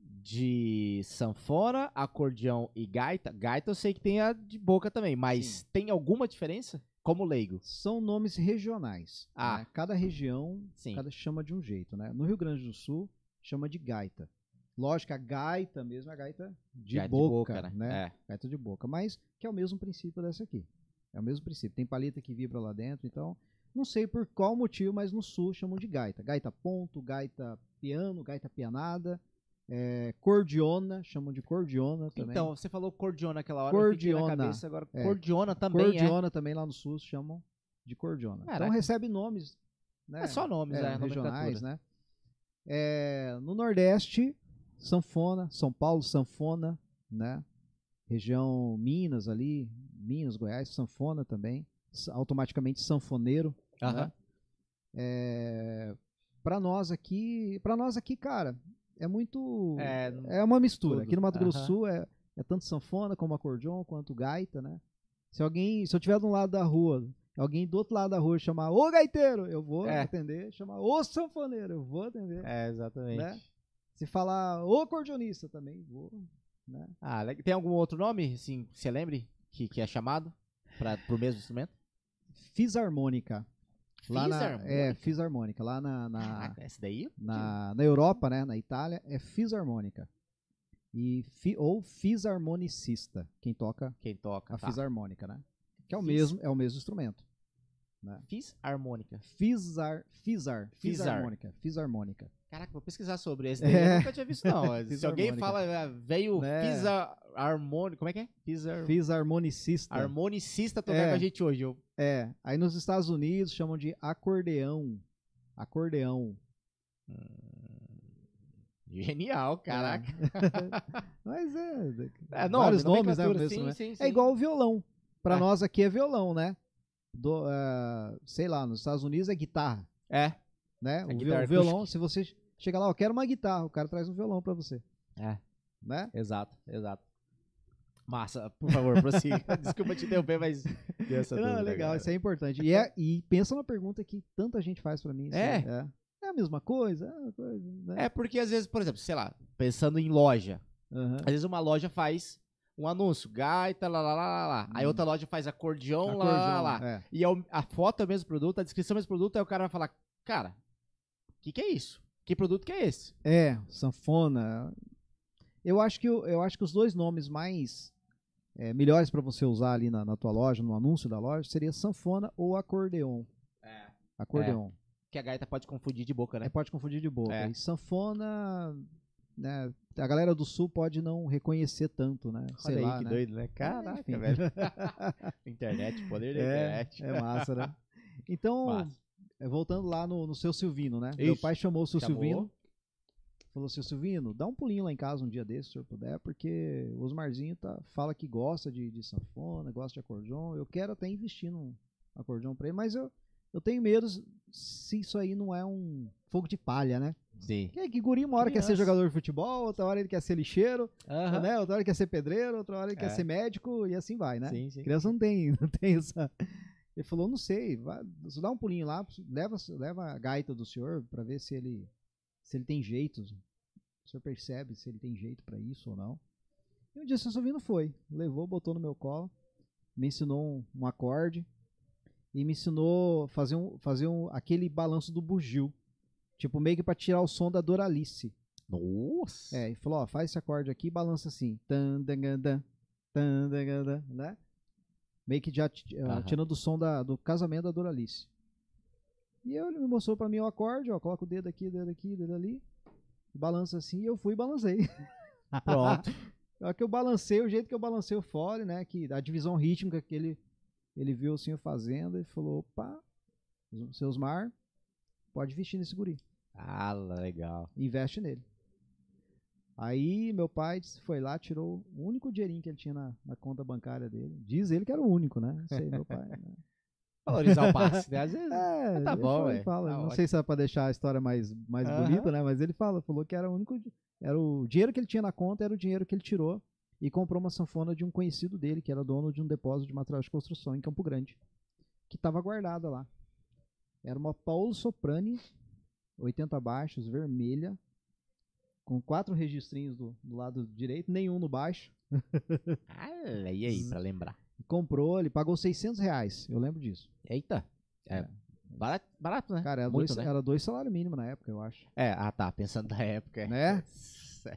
A: de sanfona, acordeão e gaita? Gaita eu sei que tem a de boca também, mas
C: Sim.
A: tem alguma diferença? Como leigo?
C: São nomes regionais.
A: Ah.
C: né? Cada região
A: Sim.
C: cada chama de um jeito, né? No Rio Grande do Sul, chama de gaita. Lógico, a gaita mesmo, é a gaita de,
A: Gaita
C: boca, né?
A: É.
C: Gaita de boca, mas que é o mesmo princípio dessa aqui. É o mesmo princípio. Tem paleta que vibra lá dentro, então não sei por qual motivo, mas no sul chamam de gaita. Gaita ponto, gaita piano, gaita pianada, é, cordiona, chamam de cordiona também.
A: Então, você falou cordiona aquela hora, eu fiquei na
C: Cordiona.
A: cabeça agora.
C: É.
A: Cordiona também é.
C: cordiona também lá no sul chamam de cordiona. Então
A: Caraca.
C: recebe nomes, né?
A: É só nomes, é,
C: é, regionais,
A: nomenclatura.
C: né? É, no Nordeste, sanfona, São Paulo, sanfona, né? Região Minas ali, Minas, Goiás, sanfona também. S- Automaticamente sanfoneiro.
A: Aham.
C: né? É, para nós aqui, para nós aqui, cara, é muito, é,
A: É,
C: uma mistura. Aqui
A: tudo,
C: no Mato Grosso do
A: aham.
C: Sul é, é tanto sanfona como acordeon quanto gaita, né? Se alguém, se eu tiver de um lado da rua, alguém do outro lado da rua chamar ô gaiteiro, eu vou
A: É.
C: atender. Chamar ô sanfoneiro, eu vou atender.
A: é, exatamente.
C: Né? Se falar ô acordeonista também, vou.
A: Ah, le- tem algum outro nome, assim, que você lembre? Que, que é chamado pra, pro mesmo instrumento?
C: Fisarmônica. Lá na, É,
A: Fisarmônica?
C: fisarmônica. Lá na, na,
A: Caraca, esse daí?
C: na, na Europa, né? Na Itália, é fisarmônica. E fi- ou fisarmonicista, quem toca
A: Quem toca,
C: a
A: tá.
C: fisarmônica, né? Que é o
A: Fis-
C: mesmo, é o mesmo instrumento.
A: Fisarmônica.
C: Fisar, fisar,
A: Fisar.
C: fisarmônica, fisarmônica.
A: Caraca, vou pesquisar sobre esse daí. Eu
C: É.
A: nunca tinha visto, não. Se alguém
C: Fisarmônica.
A: fala, ah, veio
C: Né?
A: fisarmônica... Como é que é? Fisar...
C: Fisarmonicista.
A: Harmonicista tocar
C: É.
A: com a gente hoje. Eu...
C: É, aí nos Estados Unidos chamam de acordeão. Acordeão. É.
A: Genial, caraca.
C: Mas é,
A: É,
C: vários nomes, né?
A: nomenclatura,
C: mesmo,
A: sim,
C: né?
A: sim, sim.
C: É igual o violão. Pra
A: Ah.
C: nós aqui é violão, né? Do, ah, sei lá, nos Estados Unidos é guitarra,
A: É.
C: né? O, vi-
A: guitarra
C: o violão, se você chega lá, eu quero uma guitarra, o cara traz um violão pra você.
A: É.
C: Né?
A: Exato, exato. Massa, por favor, prossiga. Desculpa te interromper, mas. deu essa
C: Não,
A: dúvida,
C: legal,
A: cara.
C: isso é importante. E, é- e pensa numa pergunta que tanta gente faz pra mim. assim,
A: É.
C: é. É a mesma coisa? É, a mesma coisa, né?
A: É porque às vezes, por exemplo, sei lá, pensando em loja.
C: Aham.
A: Às vezes uma loja faz um anúncio, gaita, lá, lá, lá, lá, lá. Aí
C: Hum.
A: outra loja faz acordeão, lá,
C: Acordeão,
A: lá, lá, lá.
C: é.
A: E é o- a foto é o mesmo produto, a descrição é o mesmo produto, aí o cara vai falar, cara, o que, que é isso? Que produto que é esse?
C: É, sanfona. Eu acho que, o- eu acho que os dois nomes mais é, melhores para você usar ali na, na tua loja, no anúncio da loja, seria sanfona ou acordeon.
A: É.
C: Acordeon.
A: Que a gaita pode confundir de boca,
C: Aí
A: né?
C: pode confundir de boca.
A: É.
C: E sanfona, né, a galera do sul pode não reconhecer tanto, né? Sei
A: Olha
C: lá,
A: aí, que
C: né?
A: doido, né? Caraca,
C: Enfim.
A: velho. internet, poder da
C: É,
A: internet.
C: é massa, né? Então,
A: Massa.
C: é, voltando lá no, no seu Silvino, né?
A: Isso.
C: Meu pai chamou o seu
A: Chamou.
C: Silvino. Falou assim, Silvino, dá um pulinho lá em casa um dia desse, se o senhor puder, porque o Osmarzinho tá, fala que gosta de, de sanfona, gosta de acordeon. Eu quero até investir num acordeon pra ele, mas eu, eu tenho medo se isso aí não é um fogo de palha, né?
A: Sim.
C: Que, que guri uma hora quer ser
B: Criança.
C: jogador de futebol, outra hora ele quer ser lixeiro,
A: Aham.
C: né? Outra hora ele quer ser pedreiro, outra hora ele
A: É.
C: quer ser médico e assim vai, né?
A: Sim, sim.
C: Criança não tem, não tem essa. Ele falou, não sei, vai, você dá um pulinho lá, leva, leva a gaita do senhor pra ver se ele se ele tem jeito. O senhor percebe se ele tem jeito pra isso ou não. E um dia o seu Silvino foi, levou, botou no meu colo, me ensinou um, um acorde e me ensinou fazer um fazer um, aquele balanço do bugio, tipo meio que pra tirar o som da Doralice.
A: Nossa.
C: É, e falou, ó, faz esse acorde aqui e balança assim. Tan, dan, gan, dan, tan, dan, gan, dan, né? Meio que já ti- eh,
A: Aham.
C: tirando o som da- do casamento da Doralice. E eu- ele me mostrou pra mim o acorde, ó, coloca o dedo aqui, dedo aqui, dedo ali. Balança assim, e eu fui e balancei.
A: Pronto.
C: Só que eu balancei, o jeito que eu balancei o fole, né? Que a divisão rítmica que ele, ele viu assim eu fazendo e falou, opa, seus mar, pode investir nesse guri
A: ah, legal.
C: investe nele. Aí meu pai disse- foi lá, tirou o único dinheirinho que ele tinha na, na conta bancária dele. Diz ele que era o único, né? Não sei, meu pai. né?
A: Valorizar o passe, né? Às vezes.
C: É,
A: tá
C: ele
A: bom,
C: fala-
A: ué,
C: ele fala,
A: tá
C: não
A: ótimo.
C: sei se é pra deixar a história mais, mais
A: Aham.
C: bonita, né? Mas ele fala, falou que era o único. di- Era o dinheiro que ele tinha na conta, era o dinheiro que ele tirou e comprou uma sanfona de um conhecido dele, que era dono de um depósito de materiais de construção em Campo Grande, que estava guardada lá. Era uma Paulo Soprani, 80 baixos, vermelha, com quatro registrinhos do, do lado direito, nenhum no baixo.
A: Ah, e aí, pra lembrar.
C: Comprou, ele pagou 600 reais, eu lembro disso.
A: Eita. É.
C: É.
A: Barato, barato, né?
C: Cara, era,
A: Muito,
C: dois,
A: né?
C: era dois salários mínimos na época, eu acho.
A: É, ah tá, pensando na época.
C: Né?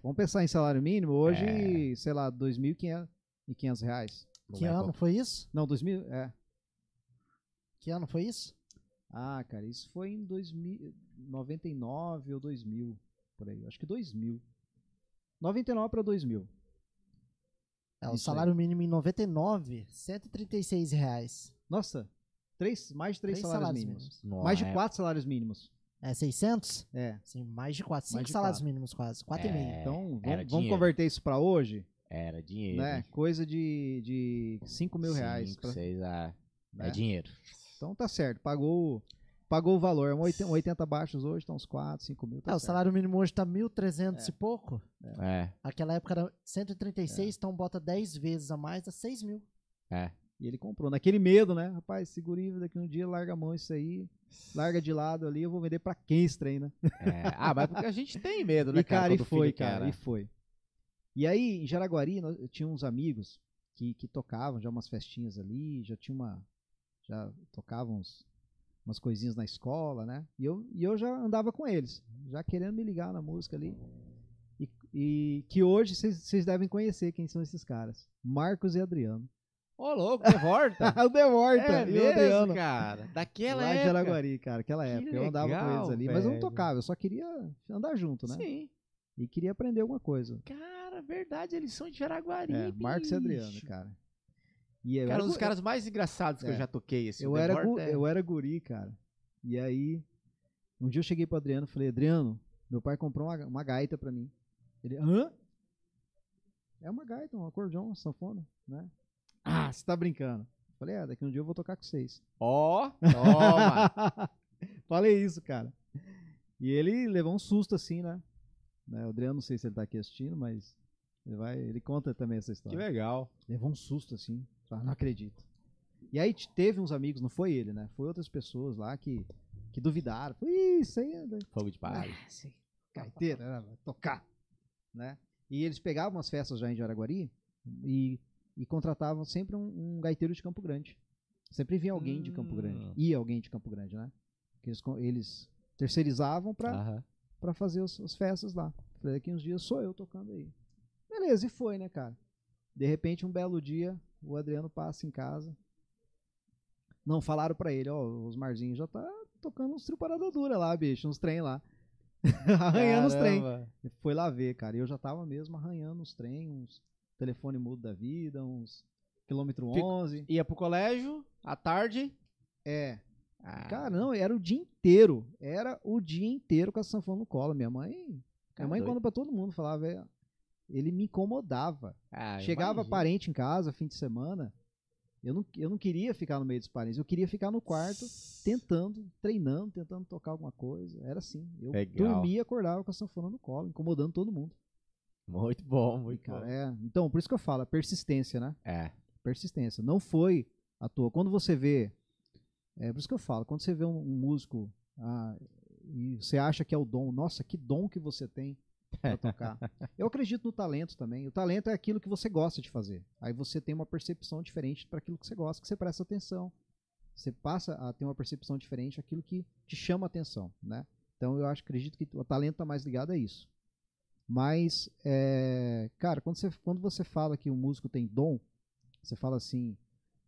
C: Vamos pensar em salário mínimo. Hoje,
A: É.
C: sei lá, 2.500 reais.
A: Não
B: Que
A: é
B: ano
A: pouco.
B: foi isso?
C: Não, 2.000, é.
B: Que ano foi isso?
C: Ah, cara, isso foi em 2000, 99 ou 2000, por aí. Acho que 2000. 99 para 2000.
B: É, o
C: Isso
B: salário mínimo em 99, R$ 136 reais.
C: Nossa, três, mais de três,
B: Três
C: salários,
B: salários
C: mínimos.
B: mínimos.
A: Não,
C: Mais de
A: é-
C: quatro salários mínimos.
B: É 600?
C: É.
B: Sim, mais de 4,
C: Mais
B: 5
C: de
B: salários
C: quatro.
B: mínimos quase, 4,5.
A: É,
C: Então,
A: era
C: vamos, vamos
A: dinheiro.
C: converter isso para hoje,
A: Era dinheiro.
C: né? Coisa de, de 5 mil reais.
A: Cinco,
C: pra-
A: seis, ah,
C: né?
A: É dinheiro.
C: Então tá certo, pagou, pagou o valor. É um 80, um 80 baixos hoje, estão uns 4, 5 mil. Tá
B: É, o
C: certo.
B: salário mínimo hoje tá 1.300 e pouco.
A: É,
B: Aquela época era 136, então bota 10 vezes a mais, dá 6 mil.
A: É,
C: E ele comprou, naquele medo, né? Rapaz, segura aí, daqui um dia larga a mão isso aí, larga de lado ali, eu vou vender pra quem esse trem, né?
A: é. Ah, mas porque a gente tem medo, né,
C: E cara, e
A: quando o
C: foi,
A: filho quer,
C: cara,
A: né?
C: e foi. E aí, em Jaraguari, nós- eu tinha uns amigos que, que tocavam já umas festinhas ali, já tinha uma. Já tocavam uns- umas coisinhas na escola, né? E eu, e eu já andava com eles, já querendo me ligar na música ali. E, e que hoje vocês vocês devem conhecer quem são esses caras. Marcos e Adriano.
A: Ô, louco, que horta.
C: o The Horta
A: é
C: e o Adriano.
A: mesmo, cara. Daquela
C: lá em
A: época.
C: Jaraguari, cara, aquela
A: Que
C: época. eu andava com
A: legal,
C: eles ali, mas eu não
A: velho.
C: tocava, eu só queria andar junto, né?
A: Sim.
C: E queria aprender alguma coisa.
A: Cara, verdade, eles são de Jaraguari,
C: É, Marcos
A: bicho.
C: e Adriano, cara. E eu
A: Cara, um
C: era,
A: dos
C: gu-
A: caras mais engraçados que eu
C: É.
A: já toquei, assim.
C: eu,
A: o The
C: era gu-
A: Horta é-
C: eu era guri, cara. E aí, um dia eu cheguei pro Adriano e falei, Adriano, meu pai comprou uma, uma gaita pra mim. Ele, hã? É uma gaita, um acordeon, uma sanfona, né? Ah, você tá brincando. Eu Falei, é, daqui um dia eu vou tocar com vocês.
A: Ó, toma.
C: Falei isso, cara. E ele levou um susto assim, né? né? O Adriano, não sei se ele tá aqui assistindo, mas ele, vai, ele conta também essa
A: que
C: história.
A: legal.
C: Levou um susto assim. Fala, não acredito. E aí te- teve uns amigos, não foi ele, né? Foi outras pessoas lá que, que duvidaram. Foi isso aí, né?
A: Fogo de palha.
C: Ah, esse gaiteiro, né? vai tocar. Né? E eles pegavam as festas já em Jaraguari e, e contratavam sempre um, um gaiteiro de Campo Grande. Sempre vinha alguém de Campo Grande.
A: Hum.
C: Ia alguém de Campo Grande, né? Que eles, co- eles terceirizavam pra,
A: Aham.
C: pra fazer os- as festas lá. Falei, daqui uns dias sou eu tocando aí. Beleza, e foi, né, cara? De repente, um belo dia, o Adriano passa em casa. Não, falaram pra ele, ó, os Marzinhos já tá tocando uns trio parada dura lá, bicho, uns trem lá. arranhando os trem.
A: Caramba.
C: Foi lá ver, cara. e Eu já tava mesmo arranhando uns trem, uns telefone mudo da vida, uns quilômetro
A: Fico-
C: 11.
A: Ia pro colégio, à tarde.
C: É,
A: Ah,
C: Cara, não, era o dia inteiro. Era o dia inteiro com a sanfona no colo. Minha mãe
A: Tá
C: Minha mãe conta pra todo mundo, falava, velho, ele me incomodava.
A: Ah,
C: Chegava
A: imagina.
C: parente em casa, fim de semana, eu não, eu não queria ficar no meio dos parentes, eu queria ficar no quarto, tentando, treinando, tentando tocar alguma coisa. Era assim, eu
A: Legal.
C: dormia e acordava com a sanfona no colo, incomodando todo mundo.
A: Muito bom,
C: E,
A: muito
C: cara, é, então, por isso que eu falo, é persistência, né?
A: bom. É.
C: persistência. Não foi à toa. Quando você vê. É por isso que eu falo, quando você vê um, um músico ah, e você acha que é o dom, nossa, que dom que você tem para tocar. eu acredito no talento também. O talento é aquilo que você gosta de fazer. Aí você tem uma percepção diferente para aquilo que você gosta, que você presta atenção. Você passa a ter uma percepção diferente daquilo que te chama a atenção, né? Então eu acho, acredito que o talento tá mais ligado a isso. Mas, é, cara, quando você, quando você fala que o músico tem dom, você fala assim,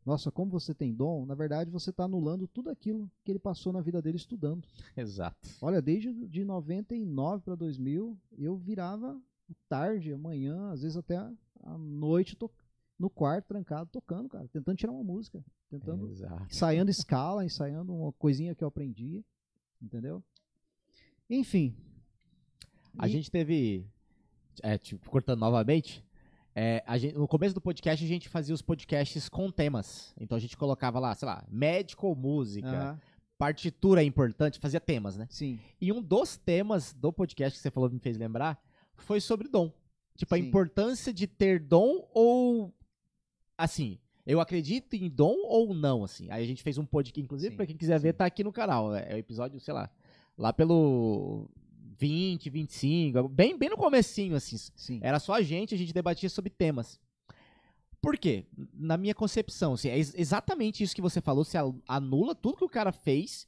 C: nossa, como você tem dom, na verdade você está anulando tudo aquilo que ele passou na vida dele estudando.
A: Exato.
C: Olha, desde o- de 99 para 2000, eu virava tarde, amanhã, às vezes até à noite, to- no quarto, trancado, tocando, cara, tentando tirar uma música, tentando
A: Exato.
C: ensaiando escala, ensaiando uma coisinha que eu aprendi, entendeu? Enfim.
A: A
C: E-
A: gente teve. É, tipo, cortando novamente. é, a gente- no começo do podcast, a gente fazia os podcasts com temas. Então a gente colocava lá, sei lá, médico ou música,
C: Aham,
A: partitura é importante, fazia temas, né?
C: ah, sim.
A: E um dos temas do podcast que você falou, me fez lembrar, foi sobre dom. Tipo, a
C: Sim.
A: importância de ter dom ou. Assim, eu acredito em dom ou não, assim. Aí a gente fez um podcast, inclusive,
C: Sim,
A: pra quem quiser ver, tá aqui no canal. É o episódio, sei lá, lá pelo 20, 25, bem, bem no comecinho, assim.
C: Sim.
A: Era só a gente, a gente debatia sobre temas. Por quê? Na minha concepção, assim, é ex- exatamente isso que você falou, você al- anula tudo que o cara fez.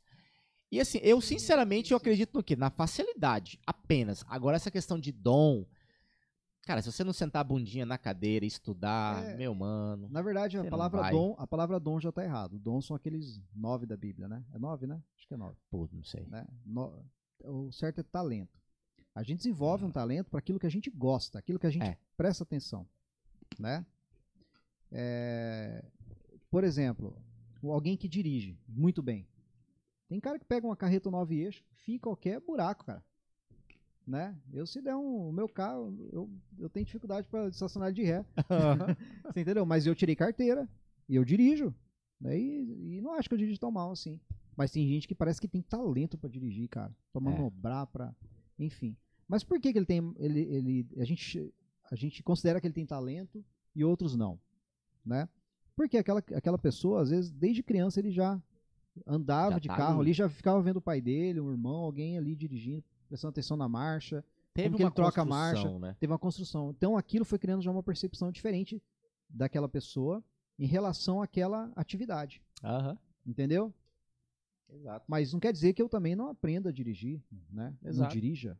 A: E assim, eu sinceramente eu acredito no quê? Na facilidade, apenas. Agora essa questão de dom. Cara, se você não sentar a bundinha na cadeira e estudar,
C: É.
A: meu mano.
C: Na verdade,
A: Você
C: a
A: não
C: palavra,
A: vai.
C: dom, a palavra dom já está errado. Dom são aqueles nove da Bíblia, né? É nove, né? Acho que é nove.
A: Pô, não sei.
C: Né? No- o certo é talento. A gente desenvolve um talento para aquilo que a gente gosta, aquilo que a gente
A: É.
C: presta atenção, né? É, por exemplo, o- alguém que dirige muito bem. Tem cara que pega uma carreta nove eixos, enfia em qualquer buraco, cara. Né? Eu se der um, o meu carro, eu, eu tenho dificuldade para estacionar de ré. Você entendeu? Mas eu tirei carteira e eu dirijo. Né? E, e não acho que eu dirijo tão mal assim. Mas tem gente que parece que tem talento pra dirigir, cara. Pra
A: É.
C: manobrar, pra. Enfim. Mas por que, que ele tem. Ele, ele, a, gente, a gente considera que ele tem talento e outros não. Né? Porque aquela, aquela pessoa, às vezes, desde criança, ele já andava
A: Já
C: de
A: tá
C: carro
A: ali.
C: ali, já ficava vendo o pai dele, o irmão, alguém ali dirigindo, prestando atenção na marcha
A: Teve
C: Como que
A: uma
C: ele troca
A: troca
C: a marcha?
A: marcha, né?
C: teve uma construção. Então aquilo foi criando já uma percepção diferente daquela pessoa em relação àquela atividade,
A: Aham.
C: entendeu?
A: Exato.
C: Mas não quer dizer que eu também não aprenda a dirigir, né? Não
A: Exato.
C: dirija,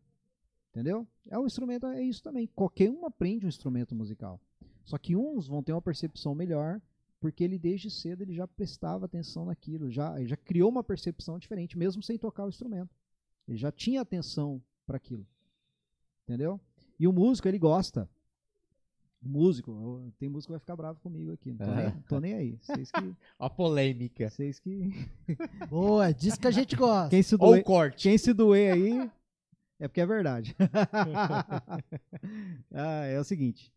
C: entendeu? É o instrumento é isso também. Qualquer um aprende um instrumento musical. Só que uns vão ter uma percepção melhor porque ele desde cedo ele já prestava atenção naquilo, já já criou uma percepção diferente mesmo sem tocar o instrumento. Ele já tinha atenção para aquilo. Entendeu? E o músico, ele gosta. O músico, eu- tem músico que vai ficar bravo comigo aqui.
A: É.
C: Não tô, nem, tô nem aí. Vocês que.
A: Ó a polêmica.
C: Vocês que.
B: Boa, diz que a gente gosta.
C: Quem se
A: Ou
C: doer,
A: o corte.
C: quem se doer aí. É porque é verdade. Ah, é o seguinte.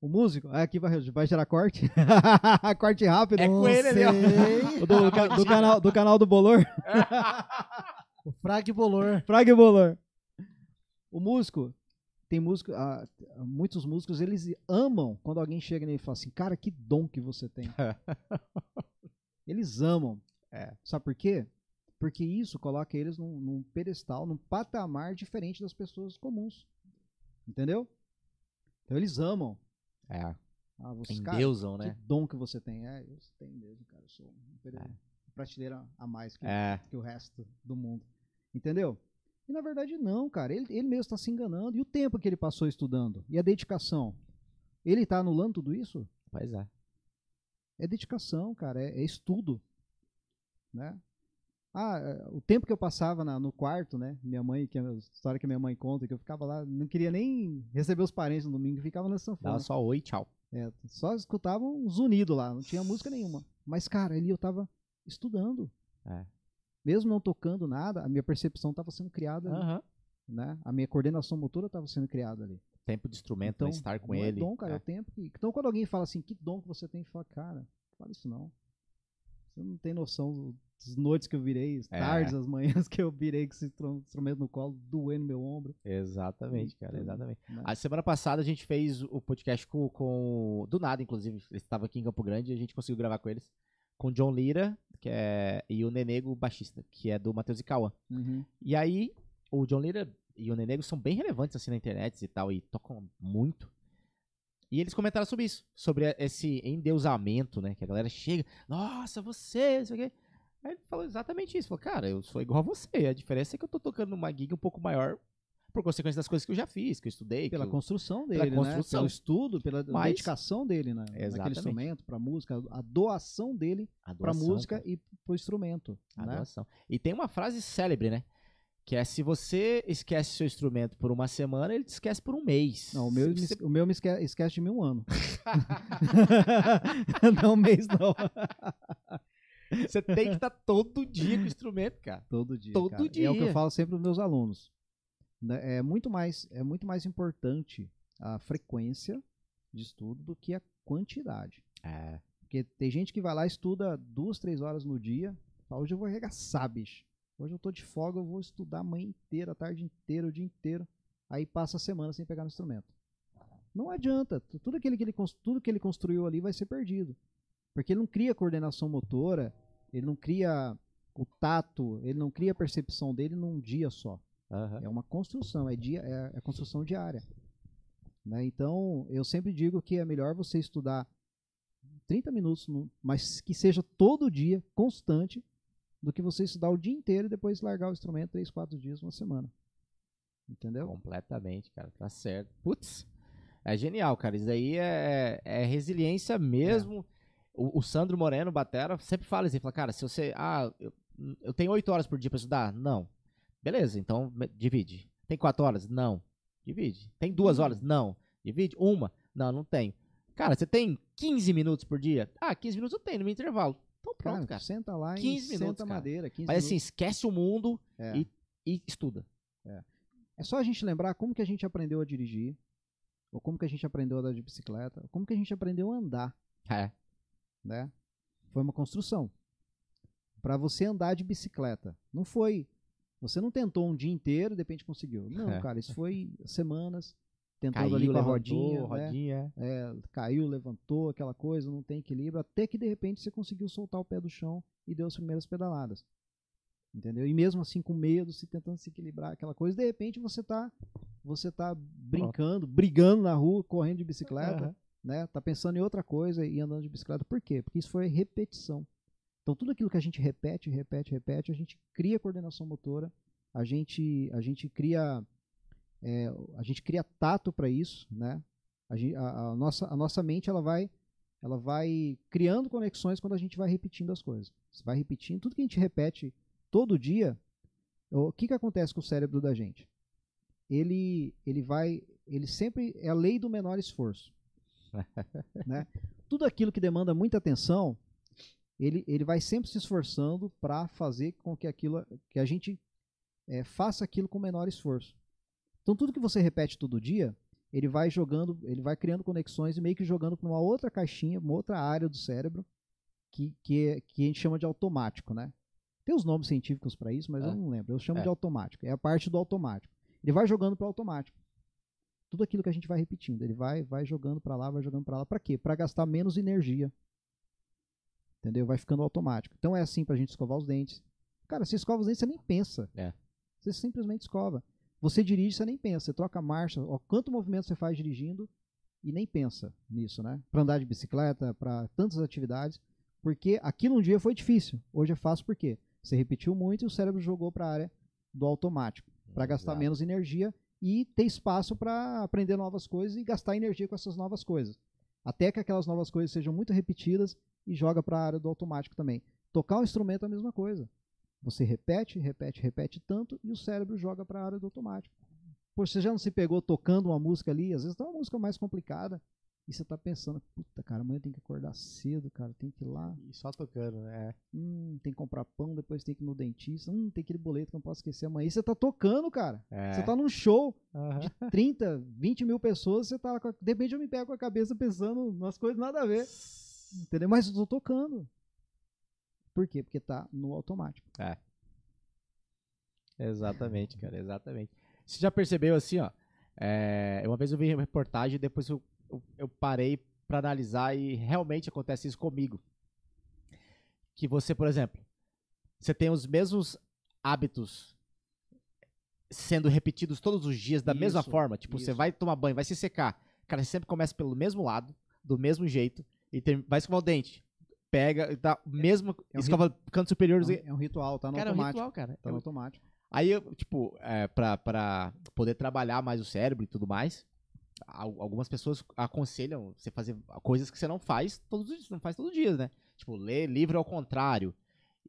C: O músico. ah, Aqui vai, vai gerar corte. corte rápido.
A: É com ele ali, ó.
B: Sei.
C: Do, do ca- do canal, do canal do Bolor.
B: O Frag Bolor.
C: Frag Bolor. O músico, tem músico, ah, muitos músicos, eles amam quando alguém chega nele e fala assim, cara, que dom que você tem. eles amam.
A: É.
C: Sabe por quê? Porque isso coloca eles num, num pedestal, num patamar diferente das pessoas comuns. Entendeu? Então eles amam.
A: É,
C: Ah, vocês,
A: em
C: cara,
A: deusão,
C: que
A: né?
C: dom que você tem. É, eu tenho mesmo, cara. Eu sou um pere- prateleira a mais que
A: É.
C: que o resto do mundo. Entendeu? E na verdade não, cara. Ele, ele mesmo está se enganando. E o tempo que ele passou estudando? E a dedicação? Ele está anulando tudo isso?
A: Pois é.
C: É dedicação, cara. É, é estudo. Né? Ah, é, o tempo que eu passava na- no quarto, né? Minha mãe, que é a história que minha mãe conta, que eu ficava lá, não queria nem receber os parentes no domingo, ficava na sanfona.
A: Dá só oi, tchau.
C: É, só escutava um zunido lá, não tinha música nenhuma. Mas, cara, ali eu tava estudando.
A: É. Ah.
C: Mesmo não tocando nada, a minha percepção tava sendo criada ali.
A: Aham.
C: né? A minha coordenação motora estava sendo criada ali.
A: Tempo de instrumento,
C: Então,
A: estar com
C: não
A: ele.
C: É dom, cara, é
A: né?
C: o tempo que... Então, quando alguém fala assim, que dom que você tem, fala, cara, não fala isso não. Você não tem noção do- das noites que eu virei, as
A: É.
C: tardes, as manhãs que eu virei com esse tru- instrumento no colo, doendo meu ombro.
A: Exatamente, cara,
C: Então,
A: exatamente.
C: né?
A: A semana passada a gente fez o podcast com, com do nada, inclusive, eles estavam aqui em Campo Grande e a gente conseguiu gravar com eles, com o John Lira, que é e o Nenego baixista, que é do Matheus e Cauã.
C: Uhum.
A: E aí, o John Lira e o Nenego são bem relevantes assim na internet e tal, e tocam muito. E eles comentaram sobre isso, sobre a- esse endeusamento, né? Que a galera chega, nossa, você, não sei o quê. Aí ele falou exatamente isso. Falou, cara, eu sou igual a você. A diferença é que eu tô tocando numa gig um pouco maior por consequência das coisas que eu já fiz, que eu estudei.
C: Pela
A: que eu-
C: construção dele,
A: pela construção.
C: né? Pelo estudo, pela
A: Mas-
C: dedicação dele né? naquele
A: Exatamente.
C: instrumento, pra música, a doação dele
A: a
C: pra
A: doação,
C: música
A: cara,
C: e pro instrumento,
A: a
C: né?
A: doação. E tem uma frase célebre, né? Que é se você esquece seu instrumento por uma semana, ele te esquece por um mês.
C: Não, o
A: Se
C: meu, me-
A: você-
C: o meu me esque- esquece, de mim um ano. não um mês, não.
A: Você tem que estar todo dia com o instrumento, cara.
C: Todo dia.
A: Todo
C: cara. E é o que
A: dia.
C: eu falo sempre para meus alunos. Né, É muito mais, é muito mais importante a frequência de estudo do que a quantidade.
A: É,
C: Porque tem gente que vai lá, estuda duas, três horas no dia. Fala, hoje eu vou arregaçar, bicho. Hoje eu tô de folga, eu vou estudar a manhã inteira, a tarde inteira, o dia inteiro. Aí passa a semana sem pegar no instrumento. Não adianta. tu- Tudo, aquele que ele, cons- tudo que ele construiu ali vai ser perdido. Porque ele não cria coordenação motora, ele não cria o tato, ele não cria a percepção dele num dia só. É uma construção, é, dia, é, é construção diária. Né? Então, eu sempre digo que é melhor você estudar 30 minutos, no- mas que seja todo dia, constante, do que você estudar o dia inteiro e depois largar o instrumento 3, 4 dias, uma semana. Entendeu?
A: Completamente, cara. Tá certo. Putz, é genial, cara. Isso daí é, é resiliência mesmo. O, o Sandro Moreno, batera, sempre fala assim, fala, cara, se você... Ah, eu, eu tenho oito horas por dia pra estudar? Não. Beleza, então me- divide. Tem quatro horas? Não. Divide. Tem duas horas? Não. Divide. Uma? Não, não tem. Cara, você tem 15 minutos por dia? Ah, 15 minutos eu tenho no meu intervalo. Então pronto, cara.
C: senta lá
A: 15
C: e senta
A: minutos,
C: a
A: cara.
C: madeira. 15
A: Mas assim,
C: minutos.
A: esquece o mundo
C: É.
A: e estuda. assim
C: É só a gente lembrar como que a gente aprendeu a dirigir, ou como que a gente aprendeu a andar de bicicleta, ou como que a gente aprendeu a andar.
A: É.
C: né? Foi uma construção. Para você andar de bicicleta, não foi. Você não tentou um dia inteiro, de repente conseguiu. Não,
A: É.
C: cara, isso foi semanas tentando
A: Caiu,
C: ali com a
A: levantou,
C: rodinha, né?
A: rodinha.
C: É, caiu, levantou, aquela coisa, não tem equilíbrio, até que de repente você conseguiu soltar o pé do chão e deu as primeiras pedaladas. Entendeu? E mesmo assim com medo, se tentando se equilibrar, aquela coisa, de repente você tá você tá brincando, brigando na rua, correndo de bicicleta,
A: Aham.
C: né? Tá pensando em outra coisa e andando de bicicleta. Por quê? Porque isso foi repetição. Então tudo aquilo que a gente repete, repete, repete, a gente cria coordenação motora, a gente a gente cria é, a gente cria tato para isso, né? A, gen- a- a nossa, a nossa mente ela vai ela vai criando conexões quando a gente vai repetindo as coisas. Você vai repetindo tudo que a gente repete todo dia. O que que acontece com o cérebro da gente? Ele ele vai ele sempre é a lei do menor esforço, né? Tudo aquilo que demanda muita atenção ele, ele vai sempre se esforçando para fazer com que aquilo que a gente eh, faça aquilo com o menor esforço. Então tudo que você repete todo dia ele vai jogando, ele vai criando conexões e meio que jogando para uma outra caixinha, uma outra área do cérebro que, que, é- que a gente chama de automático, né? Tem os nomes científicos para isso, mas
A: É.
C: eu não lembro. Eu chamo
A: É.
C: de automático. É a parte do automático. Ele vai jogando para automático. Tudo aquilo que a gente vai repetindo, ele vai vai jogando para lá, vai jogando para lá, para quê? Para gastar menos energia. Entendeu? Vai ficando automático. Então é assim pra gente escovar os dentes. Cara, você escova os dentes, você nem pensa.
A: É.
C: Você simplesmente escova. Você dirige, você nem pensa. Você troca a marcha, ó, quanto movimento você faz dirigindo e nem pensa nisso, né? Pra andar de bicicleta, pra tantas atividades. Porque aquilo um dia foi difícil. Hoje é fácil por quê? Você repetiu muito e o cérebro jogou pra área do automático. Pra gastar
A: Exato.
C: menos energia e ter espaço pra aprender novas coisas e gastar energia com essas novas coisas. Até que aquelas novas coisas sejam muito repetidas e joga pra área do automático também. Tocar um instrumento é a mesma coisa. Você repete, repete, repete tanto e o cérebro joga pra área do automático. Pô, você já não se pegou tocando uma música ali? Às vezes tá uma música mais complicada. E você tá pensando, puta, cara, amanhã tem que acordar cedo, cara, tem que ir lá,
B: E só tocando, né?
C: hum, tem que comprar pão, depois tem que ir no dentista, hum, tem aquele boleto que eu não posso esquecer amanhã. E você tá tocando, cara.
B: É.
C: Você tá num show,
B: Aham.
C: 30, 20 mil pessoas, você tá lá, com a- de repente eu me pego com a cabeça pensando nas coisas nada a ver. Entendeu? Mas eu tô tocando. Por quê? Porque tá no automático.
A: Exatamente, cara, exatamente. Você já percebeu assim, ó? é, uma vez eu vi uma reportagem e depois eu, eu, eu parei pra analisar e realmente acontece isso comigo. Que você, por exemplo, você tem os mesmos hábitos sendo repetidos todos os dias da mesma
C: Isso,
A: forma. Tipo, você
C: isso.
A: vai tomar banho, vai se secar. Cara, você sempre começa pelo mesmo lado, do mesmo jeito, e tem, vai escovar o dente. Pega e tá mesmo.
C: é um
A: escova canto superior.
C: É um, é um ritual, tá no
A: cara, é um
C: automático.
A: ritual, cara.
C: Tá
A: É
C: no
A: um
C: automático.
A: Aí, eu, tipo, é, pra, pra poder trabalhar mais o cérebro e tudo mais, al- algumas pessoas aconselham você fazer coisas que você não faz todos os dias, não faz todos os dias, né? Tipo, ler livro ao contrário.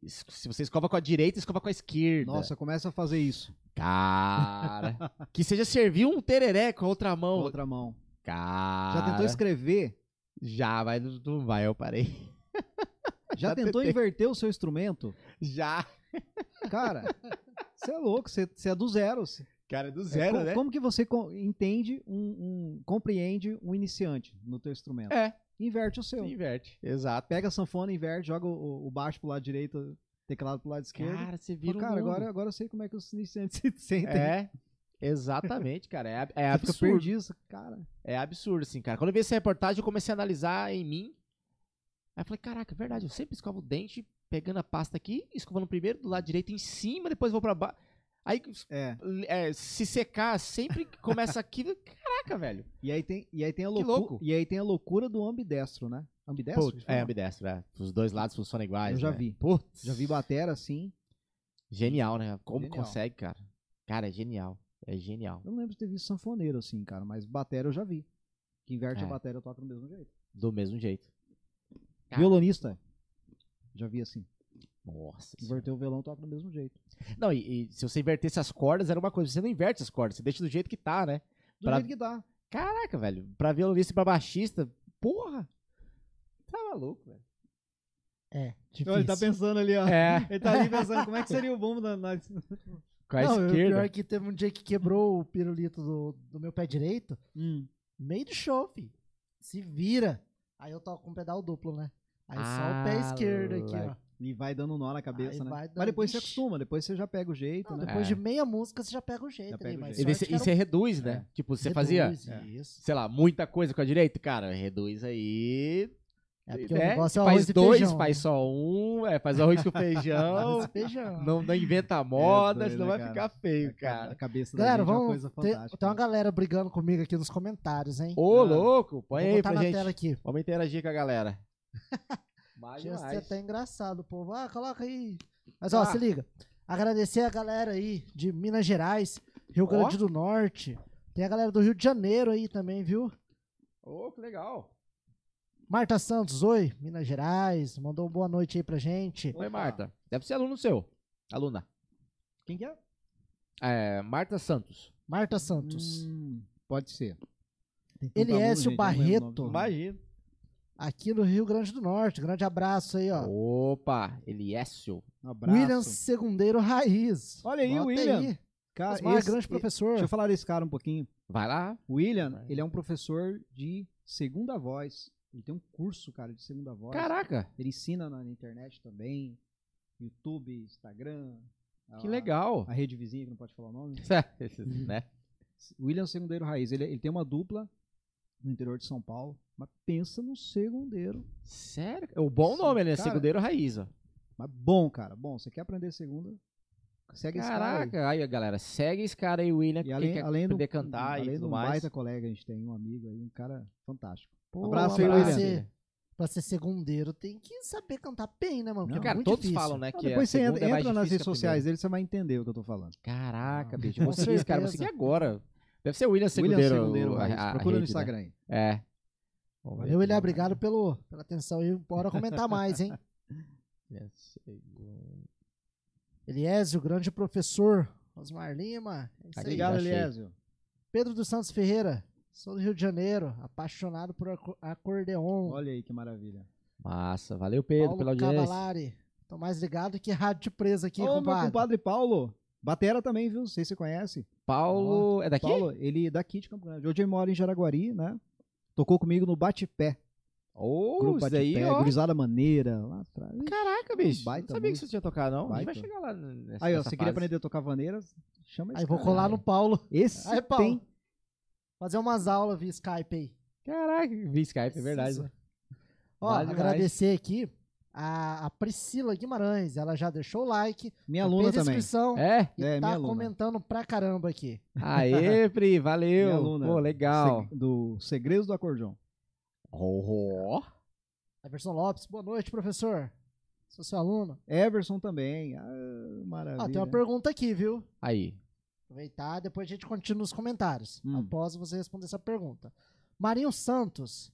A: Es- Se você escova com a direita, escova com a esquerda.
C: Nossa, começa a fazer isso.
A: Cara. que seja servir um tereré com a outra
C: Com
A: mão.
C: a outra mão.
A: Cara.
C: Já tentou escrever?
A: Já, mas não, não vai, eu parei. Ah,
C: Já
A: Já
C: tentou
A: tentei.
C: inverter o seu instrumento?
A: Já.
C: Cara, você é louco, você você é do zero. Cê-
A: Cara, do
C: é,
A: zero,
C: co-
A: né?
C: Como que você co- entende, um, um- compreende um iniciante no teu instrumento?
A: É.
C: Inverte o seu.
A: Inverte. Exato.
C: Pega a sanfona, inverte, joga o, o baixo pro lado direito, o teclado pro lado esquerdo.
A: Cara, você
C: Fala,
A: vira um
C: cara,
A: mundo.
C: agora, agora eu sei como é que os iniciantes se sentem.
A: É, exatamente, cara. É, ab- é
C: Você fica
A: absurdo.
C: perdido, cara.
A: É absurdo, assim, cara. Quando eu vi essa reportagem, eu comecei a analisar em mim. Aí eu falei, caraca, é verdade, eu sempre escovo o dente, pegando a pasta aqui, escovando primeiro do lado direito em cima, depois vou pra baixo. Aí
C: É.
A: é, se secar sempre começa aqui. Caraca, velho.
C: E aí tem, e aí tem a
A: Que
C: loucura.
A: louco.
C: E aí tem a loucura do ambidestro, né? Ambidestro? que
A: é
C: chama?
A: ambidestro, é. Os dois lados funcionam iguais.
C: Eu já
A: né?
C: vi.
A: Putz,
C: Já vi batera assim.
A: Genial, né? Como
C: Genial.
A: consegue, cara? Cara, é genial. É genial.
C: Eu não lembro de ter visto sanfoneiro assim, cara, mas batera eu já vi. Que inverte
A: É.
C: a batera toca do mesmo jeito.
A: Do mesmo jeito. Cara,
C: Violonista. Já vi assim.
A: Nossa. senhora.
C: Inverteu o violão toca do mesmo jeito.
A: Não, e, e se você invertesse as cordas, era uma coisa. Você não inverte as cordas, você deixa do jeito que tá, né?
C: Do
A: Pra-
C: jeito que dá.
A: Caraca, velho. Pra violonista e pra baixista, porra. Tá maluco, velho.
B: É, difícil.
C: Ele tá pensando ali, ó.
A: É,
C: Ele tá ali pensando como é que seria o bom da. na-
A: com a
B: não, eu-
A: esquerda.
B: pior que teve um dia que quebrou o pirulito do, do meu pé direito,
C: Hum.
B: meio do show, fi. Se vira. Aí eu toco com pedal duplo, né? Aí só o pé
A: Ah,
B: esquerdo aqui, ó.
C: E vai dando nó na cabeça,
B: Aí
C: né?
B: vai
C: Mas
B: dando-
C: depois você
B: Ixi.
C: acostuma, depois você já pega o jeito,
B: Não,
C: né?
B: Então, depois
A: É.
B: de meia música você já pega o jeito
C: Já pega
B: ali,
C: o
B: mas
A: E
C: jeito.
B: sorte
A: você,
B: que
A: e
B: era um
A: você reduz,
C: É.
A: né? Tipo, você
B: reduz,
A: fazia,
B: Isso.
A: sei lá, muita coisa com a direita. Cara, reduz aí.
B: É porque
A: né?
B: o negócio é o
A: faz
B: arroz e
A: dois,
B: feijão.
A: faz só um. É, faz arroz com
B: Arroz
A: feijão.
B: e feijão.
A: não, não
B: É
A: inventa moda,
C: doido,
A: senão
C: né,
A: vai
C: cara?
A: ficar feio,
C: A
A: cara.
C: cabeça
B: Galera,
C: da gente é uma
B: vamos.
C: coisa
B: ter-
C: fantástica.
B: tem uma galera brigando comigo aqui nos comentários, hein?
A: Ô,
C: Ah.
A: louco, põe
B: Vou
A: aí
B: botar
A: pra
B: na
A: gente.
B: tela aqui.
A: Vamos interagir com a galera.
C: Tá
A: Mais
B: Tinha sido
A: mais.
B: até engraçado, povo. Ah, coloca aí. Mas ó,
C: Tá.
A: Ah.
B: se liga. Agradecer a galera aí de Minas Gerais, Rio
A: Ó.
B: Grande do Norte. Tem a galera do Rio de Janeiro aí também, viu?
A: Ô, que legal.
B: Marta Santos, oi, Minas Gerais. Mandou uma boa noite aí pra gente.
A: Oi,
C: Opa.
A: Marta. Deve ser aluno seu. Aluna.
C: Quem que é?
A: É, Marta Santos.
B: Marta Santos.
C: Hum, pode ser. Tem tanta
B: Eliécio
C: gente, eu não lembro o nome.
B: Barreto.
A: Imagina.
B: Aqui no Rio Grande do Norte. Grande abraço aí, ó.
A: Opa, Eliécio.
C: Um abraço.
B: William Segundeiro Raiz.
C: Olha aí,
B: Bota
C: William.
B: aí.
C: Cara,
B: Osmar, é
C: esse-
B: grande
C: e-
B: professor.
C: Deixa eu falar desse cara um pouquinho.
A: Vai lá.
C: O William,
A: Vai.
C: ele é um professor de segunda voz. Ele tem um curso, cara, de segunda voz.
A: Caraca,
C: Ele ensina na na internet também. YouTube, Instagram. a-
A: que legal.
C: A rede vizinha, que não pode falar o nome.
A: né?
C: William é Segundeiro Raiz. Ele, ele tem uma dupla no interior de São Paulo. Mas pensa num segundeiro.
A: Sério? O bom nome, né?
C: Cara.
A: Segundeiro Raiz, ó.
C: Mas bom, cara. Bom, você quer aprender segunda? Segue esse cara aí.
A: Caraca. Aí, galera, segue esse cara aí, William, que
C: E além,
A: quer
C: além do,
A: aprender a cantar
C: além
A: e
C: do
A: tudo mais.
C: baita colega, a gente tem um amigo aí, um cara fantástico.
B: Pô,
C: Abraço aí,
B: pra
C: William.
B: ser- Pra ser segundeiro, tem que saber cantar bem, né, mano? Porque
C: Não,
B: é
A: Cara,
B: muito
A: todos
B: difícil.
A: falam, né,
C: Ah,
A: que
C: depois
A: a
C: você
A: segunda
C: entra,
A: é mais
C: entra
A: difícil
C: nas redes
A: que a primeira.
C: sociais dele, você vai entender o que eu tô falando.
A: Caraca,
B: Não.
A: bicho. Vou
B: Com
A: seguir esse cara, vou
B: certeza.
A: seguir agora. Deve ser o William
C: William
A: Segundeiro.
C: Segundeiro
A: o-
C: Raiz.
A: a- a rede,
C: Procura no
A: né?
C: Instagram aí.
A: É. Vamos ver
B: Valeu,
A: aqui,
B: William.
A: né?
B: Obrigado pelo, pela atenção e bora comentar mais, hein?
A: William Segundeiro.
B: Eliésio, grande professor. Osmar Lima. É isso
A: Tá
B: aí.
A: ligado.
C: Obrigado,
A: já achei.
C: Eliésio.
B: Pedro dos Santos Ferreira. Sou do Rio de Janeiro, apaixonado por aco- acordeon.
C: Olha aí que maravilha.
A: Massa, valeu Pedro
B: Paulo
A: pela audiência.
B: Cavalari. Tô mais ligado que rádio de presa aqui,
C: Ô,
B: compadre.
C: meu compadre Paulo. Batera também, viu? Não sei se você conhece.
A: Paulo, é daqui?
C: Paulo, ele é daqui de Campo Grande. Hoje ele mora em Jaraguari, né? Tocou comigo no Bate-Pé.
A: Ô,
C: Grupo
A: isso
C: Bate-Pé,
A: daí, ó.
C: Gurizada Maneira, lá atrás.
A: Caraca, bicho.
C: Baita
A: não sabia que
C: música.
A: você tinha tocado, não. A gente vai
C: Baita.
A: chegar lá nessa
C: Aí, ó,
A: nessa
C: você queria
A: fase.
C: aprender a tocar vaneiras? Chama esse
B: Aí vou
C: cara.
B: colar no Paulo.
C: Esse
B: Aí, Paulo.
C: tem...
B: Fazer umas aulas via Skype aí.
A: Caraca, vi Skype, é verdade.
B: Isso. Ó,
A: Vale demais.
B: agradecer aqui a, a Priscila Guimarães. Ela já deixou o like,
C: Minha
B: já
C: aluna
B: fez
C: também.
B: inscrição
A: É?
B: e
C: É, minha
B: tá
C: aluna.
B: comentando pra caramba aqui.
A: Aê, Pri, valeu.
C: Minha aluna.
A: Pô, legal.
C: Seg- Do Segredos do Acordeon.
A: Oh,
B: Everson Lopes, boa noite, professor. Sou seu aluno.
C: Everson também. Ah, maravilha.
B: Ó, tem uma pergunta aqui, viu?
A: Aí.
B: Aproveitar, depois a gente continua os comentários.
C: Hum.
B: Após você responder essa pergunta. Marinho Santos,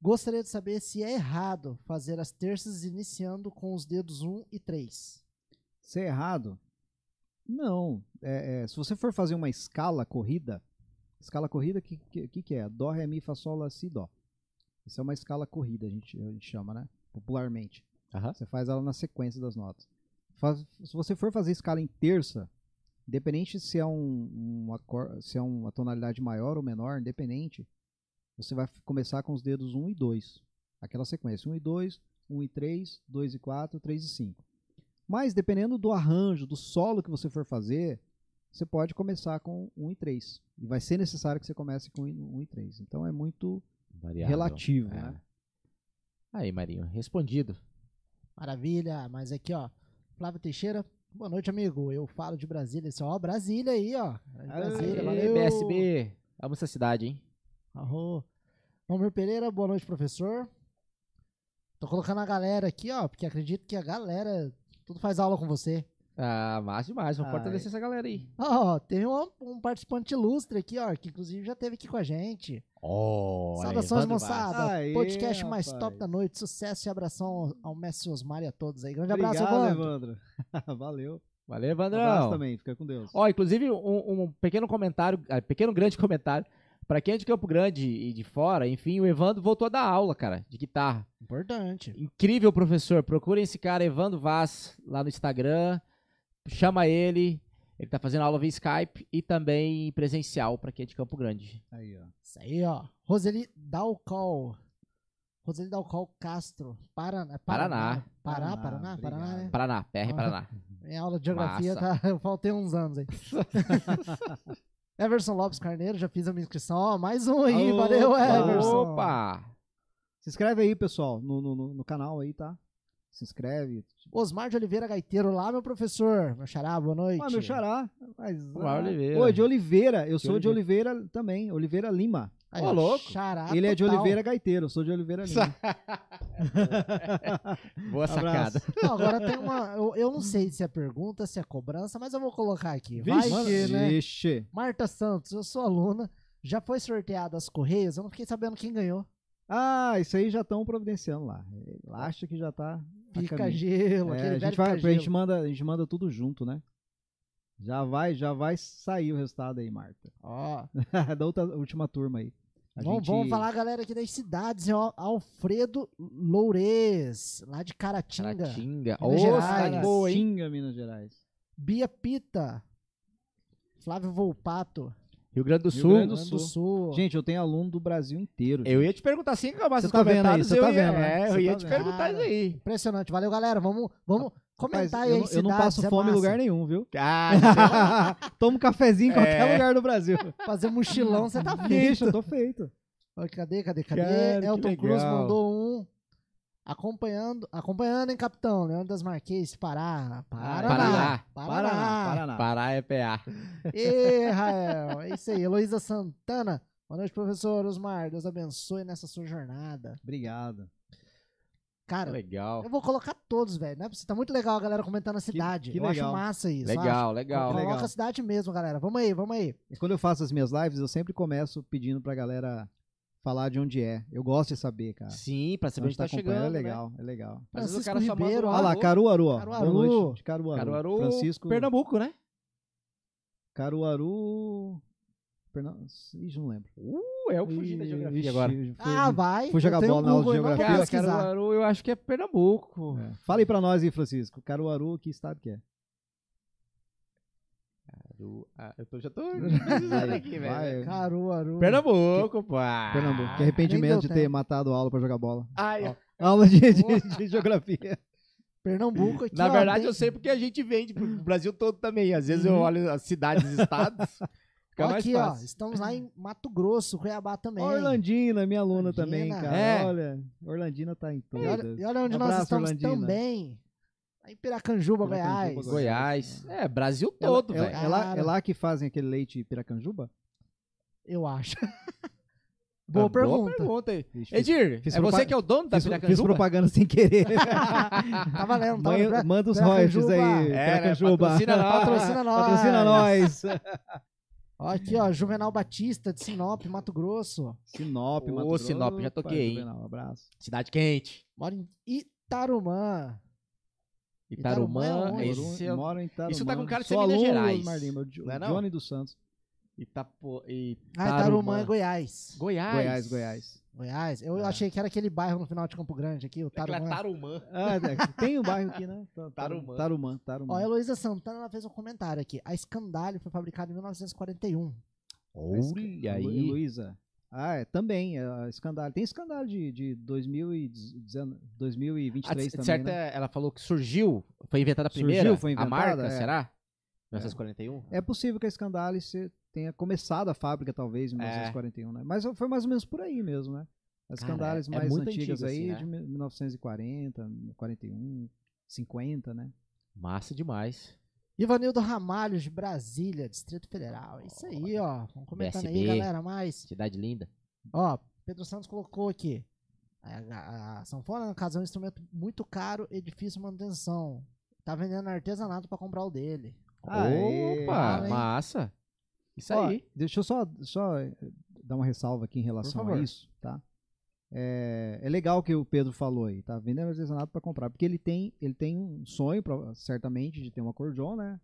B: gostaria de saber se é errado fazer as terças iniciando com os dedos 1 e 3.
C: Ser é errado? Não. É, é, se você for fazer uma escala corrida, escala corrida, o que, que, que que é? Dó, ré, mi, fá, sol, lá, si, dó. Isso é uma escala corrida, a gente, a gente chama, né? Popularmente.
A: Aham.
C: Você faz ela na sequência das notas. Faz- se você for fazer escala em terça, independente se é, um, um acor- se é uma tonalidade maior ou menor, independente, você vai f- começar com os dedos 1 e 2. Aquela sequência: 1 e 2, 1 e 3, 2 e 4, 3 e 5. Mas dependendo do arranjo, do solo que você for fazer, você pode começar com 1 e 3. E vai ser necessário que você comece com 1 e 3. Então é muito
A: Variável.
C: relativo,
A: É.
C: né?
A: Aí, Marinho, respondido.
B: Maravilha, mas aqui, ó. Flávio Teixeira, boa noite, amigo. Eu falo de Brasília. Esse, ó, Brasília aí, ó. Brasília,
A: Aê,
B: valeu.
A: BSB. Amo essa cidade, hein?
B: Arro. Romeu Pereira, boa noite, professor. Tô colocando a galera aqui, ó, porque acredito que a galera tudo faz aula com você.
A: Ah, massa demais. Vamos
C: Ai.
A: fortalecer essa galera aí.
B: Ó, tem um, um participante ilustre aqui, ó, que inclusive já esteve aqui com a gente.
A: Oh,
B: Saudações, moçada.
C: Aê,
B: Podcast mais
C: rapaz.
B: top da noite. Sucesso e abração ao- ao Messi Osmar e a todos aí. Grande
C: Obrigado,
B: abraço, mano.
C: Evandro. Valeu.
A: Valeu,
C: Abraço
A: Evandrão.
C: também, fica com Deus.
A: Ó, inclusive, um, um pequeno comentário, ah, pequeno grande comentário. Pra quem é de Campo Grande e de fora, enfim, o Evandro voltou a dar aula, cara, de guitarra.
B: Importante.
A: Incrível professor. Procurem esse cara, Evandro Vaz, lá no Instagram. Chama ele. Ele tá fazendo aula via Skype e também presencial pra quem é de Campo Grande.
C: Aí, ó.
B: Isso aí, ó. Roseli Dalcol. Roseli Dalcol Castro. Paraná.
A: Paraná.
B: Pará,
C: Paraná,
B: Paraná, Paraná, né?
C: obrigado.
A: Paraná, PR Paraná.
B: Minha É aula de geografia tá. Eu faltei uns anos aí. Everson Lopes Carneiro, já fiz a minha inscrição. Ó, mais um aí.
C: Opa!
B: Valeu, Everson.
A: Opa!
C: Se inscreve aí, pessoal, no, no- no- no canal aí, tá? Se inscreve.
B: Osmar de Oliveira Gaiteiro lá, meu professor. Meu xará, boa noite.
C: Ah, meu xará. Mas,
A: Omar
C: ah,
A: Oliveira.
C: Ô, de Oliveira. Eu sou de
A: Oliveira.
C: Oliveira também. Oliveira Lima.
B: Aí,
A: Ô,
B: ó,
A: louco.
B: Xará
C: Ele é de
B: Ah, total.
C: Oliveira Gaiteiro. Eu sou de Oliveira Lima.
A: Boa sacada.
B: Não, agora tem uma. Eu, eu não sei se é pergunta, se é cobrança, mas eu vou colocar aqui. Vai
C: Vixe,
B: que, né?
C: Vixe.
B: Marta Santos, eu sou aluna. Já foi sorteada as Correias, eu não fiquei sabendo quem ganhou.
C: Ah, isso aí já estão providenciando lá. Ele acha que já tá. a
B: Fica
C: caminho.
B: gelo,
C: É,
B: aquele
C: a,
B: velho
C: gente vai-
B: fica
C: a
B: gelo.
C: gente manda, a gente manda tudo junto, né? Já vai, já vai sair o resultado aí, Marta.
B: Ó,
C: da outra, última turma aí. A
B: vamos,
C: gente-
B: vamos falar, galera, aqui das cidades, ó. Alfredo Loures, lá de Caratinga.
A: Caratinga. Ô,
B: Minas Gerais.
A: cidade boa, hein?
C: Caratinga, Minas Gerais.
B: Bia Pita. Flávio Volpato,
A: Rio Grande do
C: Rio
A: Sul.
C: Grande
B: Rio Grande do
C: Sul.
B: Sul.
C: Gente, eu tenho aluno do Brasil inteiro.
A: Eu ia te perguntar assim que acabasse
C: Você
A: os
C: tá vendo aí,
A: comentários.
C: você
A: eu
C: tá
A: ia,
C: vendo, né?
A: é, eu
C: Você
A: ia
C: tá
A: te
C: vendo.
A: perguntar isso aí.
B: Impressionante. Valeu, galera. Vamos, vamos
C: Rapaz,
B: comentar aí.
C: eu,
B: as
C: não- eu não
B: cidades,
C: passo
B: é
C: fome em
B: massa.
C: lugar nenhum, viu?
A: Cara,
C: Toma um cafezinho em qualquer
A: É.
C: lugar do Brasil.
B: Fazer mochilão, você tá feito.
C: Vixe, eu tô feito.
B: Ó, Cadê, cadê, cadê?
A: Cara, que
B: Elton Cruz
A: legal.
B: mandou um. Acompanhando, acompanhando, hein, capitão? Leandro das Marquês, Pará. Paraná.
A: Paraná.
B: Paraná.
C: Paraná, Paraná.
A: Pará é PA.
B: Ê, Rael. É isso aí. Heloísa Santana. Boa noite, professor Osmar. Deus abençoe nessa sua jornada.
C: Obrigado.
B: Cara,
A: Legal.
B: eu vou colocar todos, velho. Não é possível. Tá muito legal a galera comentando a cidade.
C: que
B: eu
C: legal.
B: acho massa isso. acho.
A: Legal, legal.
B: Coloca
C: legal.
B: a cidade mesmo, galera. Vamos aí, vamos aí.
C: E quando eu faço as minhas lives, eu sempre começo pedindo pra galera falar de onde é. Eu gosto de saber, cara.
A: Sim, pra saber
C: Onde
A: onde tá
C: acompanhando
A: chegando.
C: É
A: né?
C: legal, é legal.
A: Às vezes o
B: Francisco
A: cara só manda um
B: Ribeiro, ah,
A: alô.
C: Olha lá, Caruaru, ó.
B: Tá Caruaru.
C: Boa noite. De Caruaru.
A: Caruaru,
C: Francisco.
A: Pernambuco, né?
C: Caruaru. Pernambuco. Ixi, não lembro.
A: Uh, eu fugi da geografia
C: Ixi,
A: agora.
C: eu fui-
B: Ah, vai.
C: Fui jogar
B: eu tenho
C: bola na
B: o
C: aula de
B: Google, eu não vou
C: geografia,
A: Cara,
B: pesquisar.
A: Caruaru, eu acho que é Pernambuco.
C: É. Fala aí pra nós aí, Francisco. Caruaru, que estado que é?
A: Caru- ah, eu tô, já tô pesquisando aqui,
C: Vai,
A: velho.
B: Caruaru.
A: Pernambuco, pá.
C: Pernambuco. Que
B: nem deu
C: arrependimento de ter
B: tempo.
C: matado a aula pra jogar bola.
A: Ai,
C: Ó, Aula de, de- de
A: Tá
C: geografia.
B: Pernambuco aqui,
A: Na
B: ó,
A: verdade,
B: tem-
A: eu sei porque a gente vende pro Brasil todo também. Às vezes eu
B: Uhum.
A: olho as cidades e estados. Fica
B: Ó,
A: é mais
B: aqui, ó.
A: fácil.
B: Estamos lá em Mato Grosso, Cuiabá também.
C: Ó, Orlandina, minha aluna
B: Orlandina.
C: também, cara.
A: É.
C: Olha, Orlandina tá em
B: E olha,
C: todas.
B: e olha onde
C: Um
B: nós
C: abraço,
B: estamos
C: Orlandina.
B: também. Lá em Piracanjuba,
C: Piracanjuba,
B: Goiás.
C: Goiás.
A: Goiás. É, Brasil
C: Ela-
A: todo,
C: ela-
A: velho.
C: é, lá,
B: Cara.
C: é lá que fazem aquele leite piracanjuba?
B: Eu acho. Ah, Boa pergunta.
A: aí.
C: Ixi, fiz-
A: Edir,
C: Fiz
A: é
C: propa-
A: você que é o dono da
C: fiz,
A: Piracanjuba?
C: fiz propaganda sem querer.
B: Tá valendo, tá
C: Mãe-
B: valendo.
C: manda os
B: Piracanjuba.
C: royalties aí,
A: É, né,
C: Piracanjuba.
A: patrocina nós.
B: Patrocina nós.
C: Patrocina nós.
B: Ó, aqui, ó, Juvenal Batista de Sinop, Mato Grosso.
C: Sinop,
A: Ô,
C: Mato Grosso.
A: Sinop, já toquei, hein?
C: Um abraço.
A: Cidade Quente.
B: Mora em Itarumã. Itarumã é
A: Itarumã,
B: onde?
A: esse é...
C: Moro em Tarumã.
A: Isso tá com cara de ser
C: Sou
A: Minas
C: aluno do
A: Gerais.
C: Osmar Lima, o Jo-
A: Não é não?
C: Johnny dos Santos.
A: Itapo... Itarumã.
B: Ah, Itarumã é Goiás.
A: Goiás.
C: Goiás, Goiás.
B: Goiás. Eu
A: Ah.
B: achei que era aquele bairro no final de Campo Grande aqui, o
A: É que lá é
B: Tarumã.
A: Tarumã.
C: Ah, é, tem um bairro aqui, né?
A: Tarumã.
C: Tarumã,
B: Ó, a
C: Tarumã.
B: Heloísa Santana ela fez um comentário aqui. A Escandalho foi fabricada em 1941.
A: Olha
C: Lu-
A: aí.
C: Luísa. Ah, é, também, é, escandalo. Tem escandalo de, de 2019,
A: A,
C: 2023 também,
A: Ah, certa,
C: né?
A: é, ela falou que surgiu, foi inventada a
C: Surgiu,
A: primeira,
C: foi
A: a marca,
C: inventada, é.
A: será? 1941?
C: É possível que a Escandale se- tenha começado a fábrica, talvez, em
A: É.
C: 1941, né? Mas foi mais ou menos por aí mesmo, né? As
A: Cara,
C: Escandales
A: é
C: mais
A: muito
C: antigas
A: antigo,
C: aí,
A: assim, né?
C: de mi- 1940, 41, 50, um, né?
A: Massa demais.
B: Ivanildo Ramalho, de Brasília, Distrito Federal. É Isso aí, ó. Vamos comentando aí,
A: BSB.
B: galera, mais.
A: Cidade linda.
B: Ó, Pedro Santos colocou aqui. A, a- a sanfona, no caso, é um instrumento muito caro e difícil manutenção. Tá vendendo artesanato pra comprar o dele.
C: Aê,
A: Opa,
B: fala, hein?
A: massa. Isso
C: Ó,
A: aí.
C: Deixa eu só, só eh, dar uma ressalva aqui em relação a
A: favor.
C: isso, tá? É, é legal o que o Pedro falou aí, tá? Vendendo artesanato para comprar, porque ele tem, ele tem um sonho, pra- certamente, de ter um acordeon, né?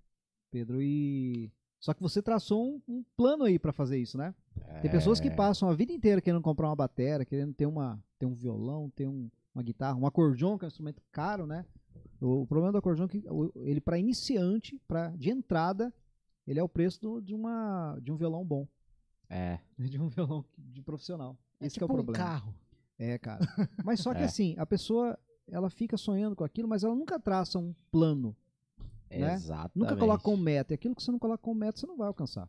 C: Pedro e só que você traçou um, um plano aí para fazer isso, né? Tem pessoas
A: É.
C: que passam a vida inteira querendo comprar uma bateria, querendo ter uma, ter um violão, ter um, uma guitarra, um acordeon, que é um instrumento caro, né? O, o problema do acordeon é que o- ele para iniciante, para de entrada, ele é o preço do- de uma de um violão bom,
A: É.
C: de um violão de profissional. Esse
B: tipo
C: que é o problema.
B: um carro.
C: É, cara. Mas só que
A: É.
C: assim, a pessoa ela fica sonhando com aquilo, mas ela nunca traça um plano, Né?
A: Exatamente.
C: nunca coloca um meta. E aquilo que você não coloca um meta, você não vai alcançar.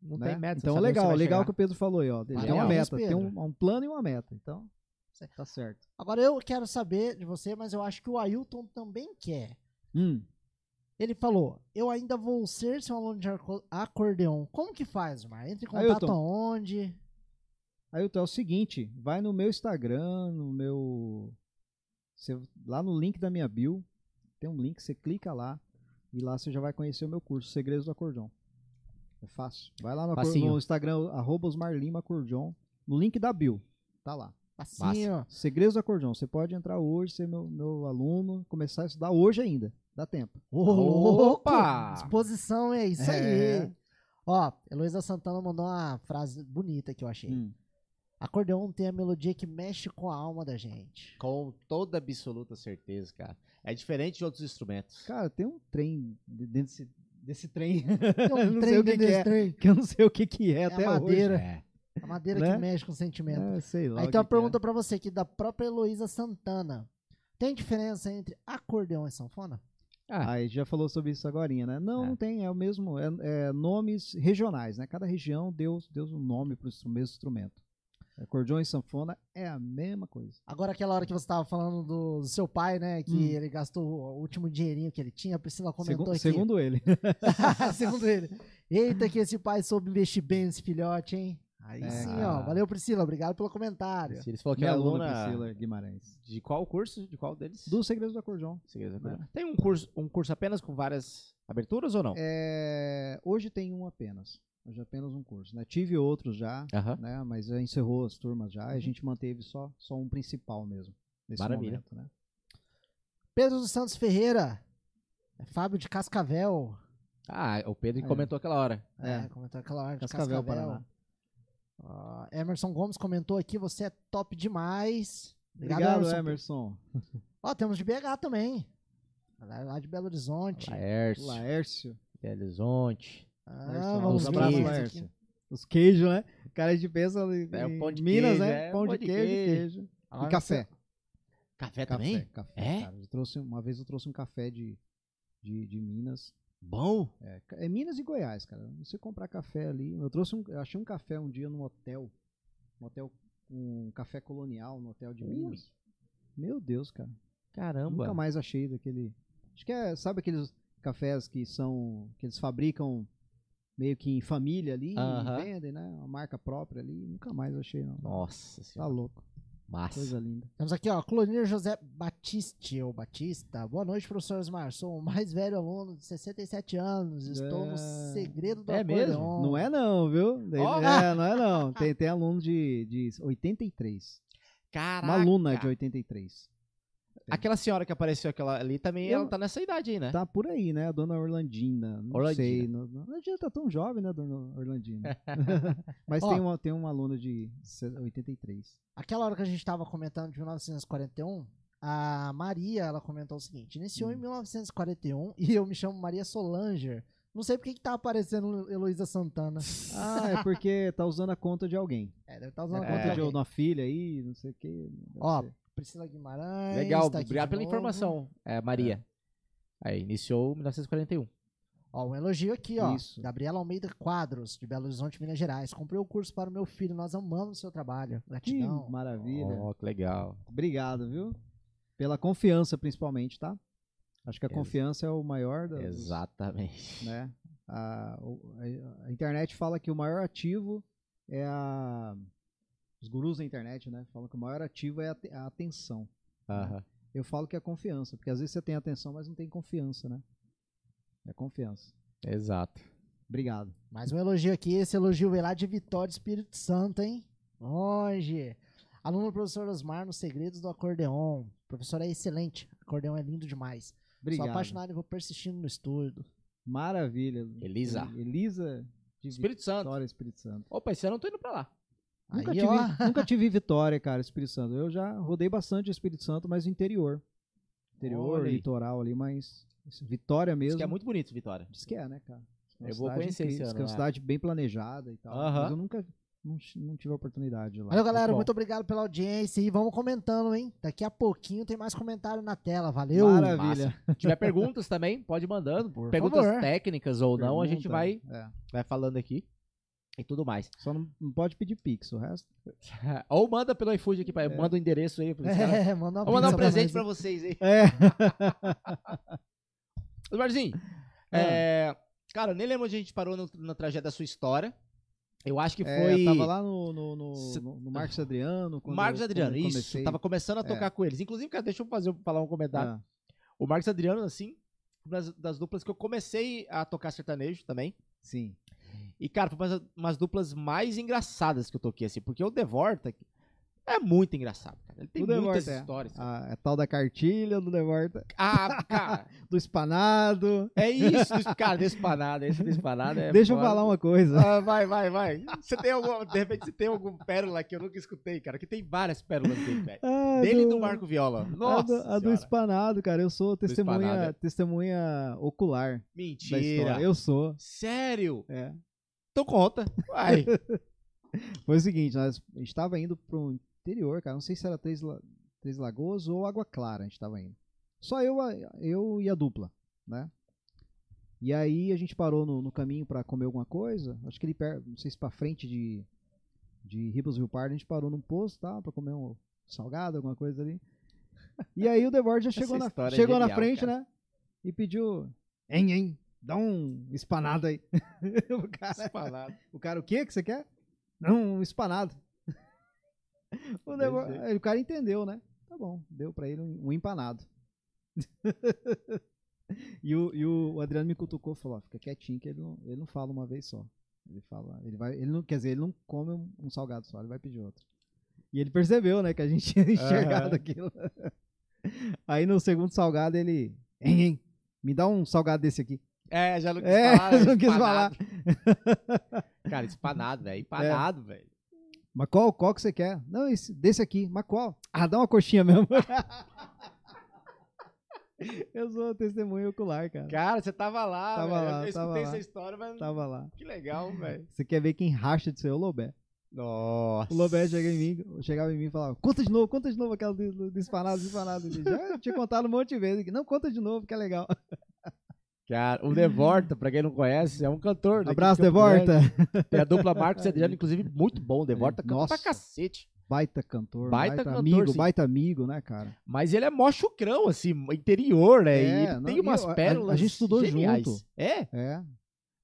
A: Não
C: né?
A: tem meta.
C: Então
A: sabe
C: é
A: onde você
C: legal,
A: vai
C: legal
A: chegar. é
C: que o Pedro falou aí, ó. Tem uma
A: Legal.
C: meta,
B: Parabéns,
C: tem um, um plano e uma meta. Então,
B: Certo.
C: tá certo.
B: Agora eu quero saber de você, mas eu acho que o Ailton também quer.
C: Hum,
B: Ele falou: Eu ainda vou ser seu aluno de arco- acordeão. Como que faz, Mar? Entre em contato
C: Ailton.
B: aonde?
C: aí então, é o seguinte, vai no meu Instagram, no meu você- lá no link da minha bio, tem um link, você clica lá e lá você já vai conhecer o meu curso Segredos do Acordeon. É fácil. Vai lá no, acor-
A: Facinho.
C: no Instagram arroba Osmar Lima Acordeon, no link da bio. Tá lá.
B: Assim, ó.
C: Segredos do Acordeon. Você pode entrar hoje, ser meu, meu aluno, começar a estudar hoje ainda. Dá tempo.
B: Ô,
A: Opa!
B: louco! Disposição é isso
C: É.
B: aí. Ó, Heloísa Santana mandou uma frase bonita que eu achei.
C: Hum.
B: Acordeon tem a melodia que mexe com a alma da gente.
A: Com toda absoluta certeza, cara. É diferente de outros instrumentos.
C: Cara, tem um trem de- dentro desse, desse trem
B: Tem
C: Eu
B: um
C: não
B: trem
C: sei
B: dentro
C: o que que
B: desse
C: é.
B: trem.
C: que eu não sei o que que é, até
B: madeira.
A: É.
B: A madeira
C: Né?
B: que mexe com o sentimento.
C: hoje. É, sei lá.
B: Aí
C: o
B: tem uma
C: que que é.
B: pergunta pra você aqui da própria Heloísa Santana. Tem diferença entre acordeon e sanfona?
A: Ah.
C: Aí já falou sobre isso agora, né? Não,
A: É.
C: não tem, é o mesmo, é, é nomes regionais, né? Cada região deu, deu um nome para o mesmo instrumento. Acordeon e sanfona é a mesma coisa.
B: Agora, aquela hora que você tava falando do, do seu pai, né? Que
C: Hum.
B: ele gastou o último dinheirinho que ele tinha. A Priscila comentou
C: Segun-
B: aqui. Ah, Segundo
C: segundo ele.
B: ele. Eita, que esse pai soube investir bem nesse filhote, hein? Aí
C: É, Ah,
B: sim,
A: cara.
B: ó. Valeu, Priscila. Obrigado pelo comentário.
A: Se eles falaram que é
C: Minha aluna
A: aluna
C: Priscila Guimarães.
A: de qual curso? De qual deles?
C: Do Segredos do Acordeon.
A: Segredos da Cordão. Tem um curso, um curso apenas com várias aberturas ou não?
C: É, hoje tem um apenas. Hoje apenas um curso, né? Tive outros já,
A: Aham.
C: né? Mas já encerrou as turmas já. e A gente manteve só, só um principal mesmo. Nesse
A: Maravilha.
C: momento, né?
B: Pedro dos Santos Ferreira. Fábio de É Cascavel.
A: Ah, o Pedro
C: É.
A: comentou aquela hora.
B: É, comentou aquela hora de
C: Cascavel,
B: Cascavel.
C: Paraná.
B: Ah, Emerson Gomes comentou aqui, você é top demais.
C: Obrigado, Emerson.
B: Ó, temos de BH também. Galera lá de Belo Horizonte.
A: Laércio,
C: Laércio.
A: Belo Horizonte.
B: Ah,
C: Laércio,
B: vamos
C: um
B: ver
C: abraço,
B: mais
C: Laércio.
B: aqui.
C: Os queijos, né? O cara a gente pensa em
A: É, o pão de
C: Minas,
A: queijo,
C: né?
A: é,
C: Pão de queijo, e queijo. E café.
A: Café também?
C: Café, café.
A: É?
C: Cara. Eu trouxe, uma vez eu trouxe um café de, de, de Minas.
A: Bom?
C: É, ca- é Minas e Goiás, cara. Não sei comprar café ali. Eu trouxe um, eu achei um café um dia num hotel. Um hotel, um café colonial, no hotel de
A: Ui.
C: Minas. Meu Deus, cara.
A: Caramba.
C: Nunca mais achei daquele. Acho que é, sabe aqueles cafés que são. que eles fabricam meio que em família ali,
A: Aham.
C: e vendem, né? Uma marca própria ali. Nunca mais achei, não.
A: Nossa
C: Tá
A: senhora.
C: louco.
A: Massa.
C: Coisa linda.
B: Temos aqui, ó, Clonir José Batiste, ou Batista. Boa noite, professor Osmar. Sou o mais velho aluno de 67 anos. Estou no
C: É.
B: segredo do
A: É
B: acordeon.
A: mesmo?
C: Não é não, viu? Tem-
A: Ó.
C: É, não é não. Tem, tem aluno de, de 83.
A: Caraca.
C: Uma aluna de 83.
A: Aquela senhora que apareceu aquela ali também,
C: Eu-
A: ela tá nessa idade aí, né?
C: Tá por aí, né? A dona Orlandina. Não
A: Orlandina.
C: sei. Não, não não adianta tão jovem, né, dona Orlandina? Mas
B: Ó.
C: tem, uma, tem uma aluna de 83.
B: Aquela hora que a gente estava comentando de 1941, a Maria, ela comentou o seguinte: iniciou
A: Hum.
B: em 1941 e eu me chamo Maria Solanger. Não sei porque que tá aparecendo Heloísa Santana.
C: Ah, é porque tá usando a conta de alguém.
B: É, deve estar
C: Na
B: usando a
C: conta
B: conta
C: de
B: de
C: uma filha aí, não sei o quê. deve
B: Ó,
C: ser.
B: Priscila Guimarães.
A: Legal,
B: tá aqui
A: obrigado
B: de
A: pela
B: novo.
A: informação, é, Maria. Aí, iniciou em 1941.
B: Ó, um elogio aqui, ó.
C: Isso.
B: Gabriela Almeida Quadros, de Belo Horizonte, Minas Gerais. Comprei o curso para o meu filho, nós amamos seu trabalho.
C: que
B: Gratidão.
C: maravilha.
A: um- Ó, que legal.
C: Obrigado, viu? Pela confiança, principalmente, tá? Acho que a
A: Ex-
C: confiança é o maior da, dos-
A: Exatamente.
C: né? A, o- a- a internet fala que o maior ativo é a. Os gurus da internet, né? Falam que o maior ativo é a, te- a atenção.
A: Aham.
C: Eu falo que é a confiança, porque às vezes você tem atenção, mas não tem confiança, né? É confiança.
A: Exato.
C: Obrigado.
B: Mais um elogio aqui. Esse elogio veio lá de Vitória Espírito Santo, hein? Longe. Aluno do professor Osmar nos Segredos do Acordeon. O professor é excelente. O acordeon é lindo demais.
C: Obrigado.
B: Sou apaixonado e vou persistindo no estudo.
C: Maravilha.
A: Elisa.
C: El- Elisa de
A: Espírito Santo.
C: é Vitória, Espírito Santo.
A: Opa, esse ano eu não tô indo pra lá.
C: Nunca,
B: Aí, ó.
C: tive, nunca tive Vitória, cara, Espírito Santo. Eu já rodei bastante o Espírito Santo, mas no interior. Interior,
A: Olha aí.
C: litoral ali, mas Vitória
A: Isso
C: mesmo.
A: que é muito bonito, Vitória.
C: Diz que é, né, cara? Diz que é uma
A: Eu vou
C: cidade
A: conhecer
C: incrível,
A: esse
C: diz
A: ano,
C: que é uma
A: é.
C: cidade bem planejada e tal.
A: Aham.
C: Mas eu nunca não, chi- não tive a oportunidade lá.
B: Valeu, galera.
A: bom.
B: Muito obrigado pela audiência. E vamos comentando, hein? Daqui a pouquinho tem mais comentário na tela. Valeu.
C: Maravilha.
A: Se tiver perguntas também, pode ir mandando.
B: Por
A: perguntas
B: favor.
A: técnicas ou não, a gente
C: Pergunta.
A: vai,
C: É.
A: vai falando aqui e tudo mais.
C: Só não, não pode pedir pix, o resto.
A: Ou manda pelo iFood aqui, pai.
C: É.
A: manda o endereço aí pra cara.
B: É, manda uma
A: Vou mandar um
B: pizza pra
A: presente
B: nós,
A: pra vocês aí.
C: É.
A: Osmarzinho,
C: Ah.
A: é, cara, eu nem lembro onde a gente parou no- na tragédia da sua história. Eu acho que
C: É,
A: foi
C: eu tava lá no, no, no,
A: Se-
C: no- no Marcos Adriano. quando
A: Marcos
C: eu-
A: Adriano,
C: quando eu
A: isso.
C: comecei. É.
A: Tava começando a tocar com eles. Inclusive, cara, deixa eu fazer, falar um comentário.
C: Ah,
A: O Marcos Adriano, assim, uma das, das duplas que eu comecei a tocar sertanejo também.
C: sim.
A: E, cara, foi umas, umas duplas mais engraçadas que eu toquei, assim. Porque o Devorta é muito engraçado, cara. Ele tem
C: O
A: muitas
C: Devorta, é.
A: histórias. cara.
C: A, a tal da cartilha do Devorta,
A: Ah, cara,
C: do espanado.
A: é isso. Cara, despanada, esse despanada é
C: Deixa eu
A: foda.
C: falar uma coisa.
A: Ah, vai, vai, vai. Você tem alguma, de repente você tem algum pérola que eu nunca escutei, cara, que tem várias pérolas dele, velho.
C: Ah,
A: Dele e do Marco Viola.
C: a do-
A: Nossa,
C: a do
A: senhora.
C: espanado, cara. Eu sou
A: Espanado, é.
C: testemunha, testemunha ocular da
A: mentira.
C: história. Eu sou.
A: Sério?
C: É.
A: Então conta. Vai.
C: Foi é o seguinte, nós a gente tava indo pro interior, cara. Não sei se era Três, La- Três Lagoas ou Água Clara a gente tava indo. Só eu, a- eu e a dupla, né? E aí a gente parou no, no caminho pra comer alguma coisa. Acho que ele perto, não sei se pra frente de, de Ribosville Park, a gente parou num posto, tá? Pra comer um salgado, alguma coisa ali. E aí o Devor já chegou, na,
A: história é
C: chegou na
A: genial,
C: frente,
A: cara.
C: né? E pediu, hein, hein, dá um espanado aí. o cara...
A: Espanado.
C: O cara, o que que você quer? Não, um espanado. o, nego-
A: Doideira.
C: aí o cara entendeu, né? Tá bom, deu pra ele um, um empanado. e o, e o, o Adriano me cutucou e falou, ó, fica quietinho que ele não, ele não fala uma vez só. Ele fala, ele vai, ele não, quer dizer, ele não come um, um salgado só, ele vai pedir outro. E ele percebeu, né, que a gente tinha enxergado
A: Aham.
C: aquilo. aí no segundo salgado ele, hein, hein, me dá um salgado desse aqui.
A: É, já não quis
C: É,
A: falar.
C: não quis É. falar.
A: espanado. Cara, espanado, velho. Empanado, velho.
C: Mas qual, qual que você quer? Não, esse, desse aqui. Mas qual? Ah, dá uma coxinha mesmo. eu sou um testemunho ocular, cara.
A: Cara, você tava lá,
C: Tava
A: velho.
C: lá,
A: eu
C: tava
A: escutei
C: lá.
A: essa história, mas
C: Tava lá.
A: que legal, velho.
C: Você quer ver quem racha de ser o Lobé.
A: Nossa.
C: O Lobé chega em mim, chegava em mim e falava, conta de novo, conta de novo aquela do, do, do espanado, do espanado. Eu Já tinha contado um monte de vezes. Não, conta de novo, que é legal.
A: Cara, o Devorta, pra quem não conhece, é um cantor. daqui de
C: Abraço,
A: Campo
C: Devorta.
A: Grande. Tem a dupla Marcos e Adriano, inclusive, muito bom. O Devorta canta
C: Nossa.
A: pra cacete.
C: Baita cantor,
A: Baita
C: baita,
A: cantor,
C: amigo,
A: sim.
C: baita amigo, né, cara?
A: Mas ele é mó chucrão, assim, interior, né?
C: É,
A: e ele
C: não,
A: tem
C: e
A: umas
C: eu- a- a-
A: pérolas.
C: a gente estudou
A: geniais.
C: junto.
A: É?
C: É.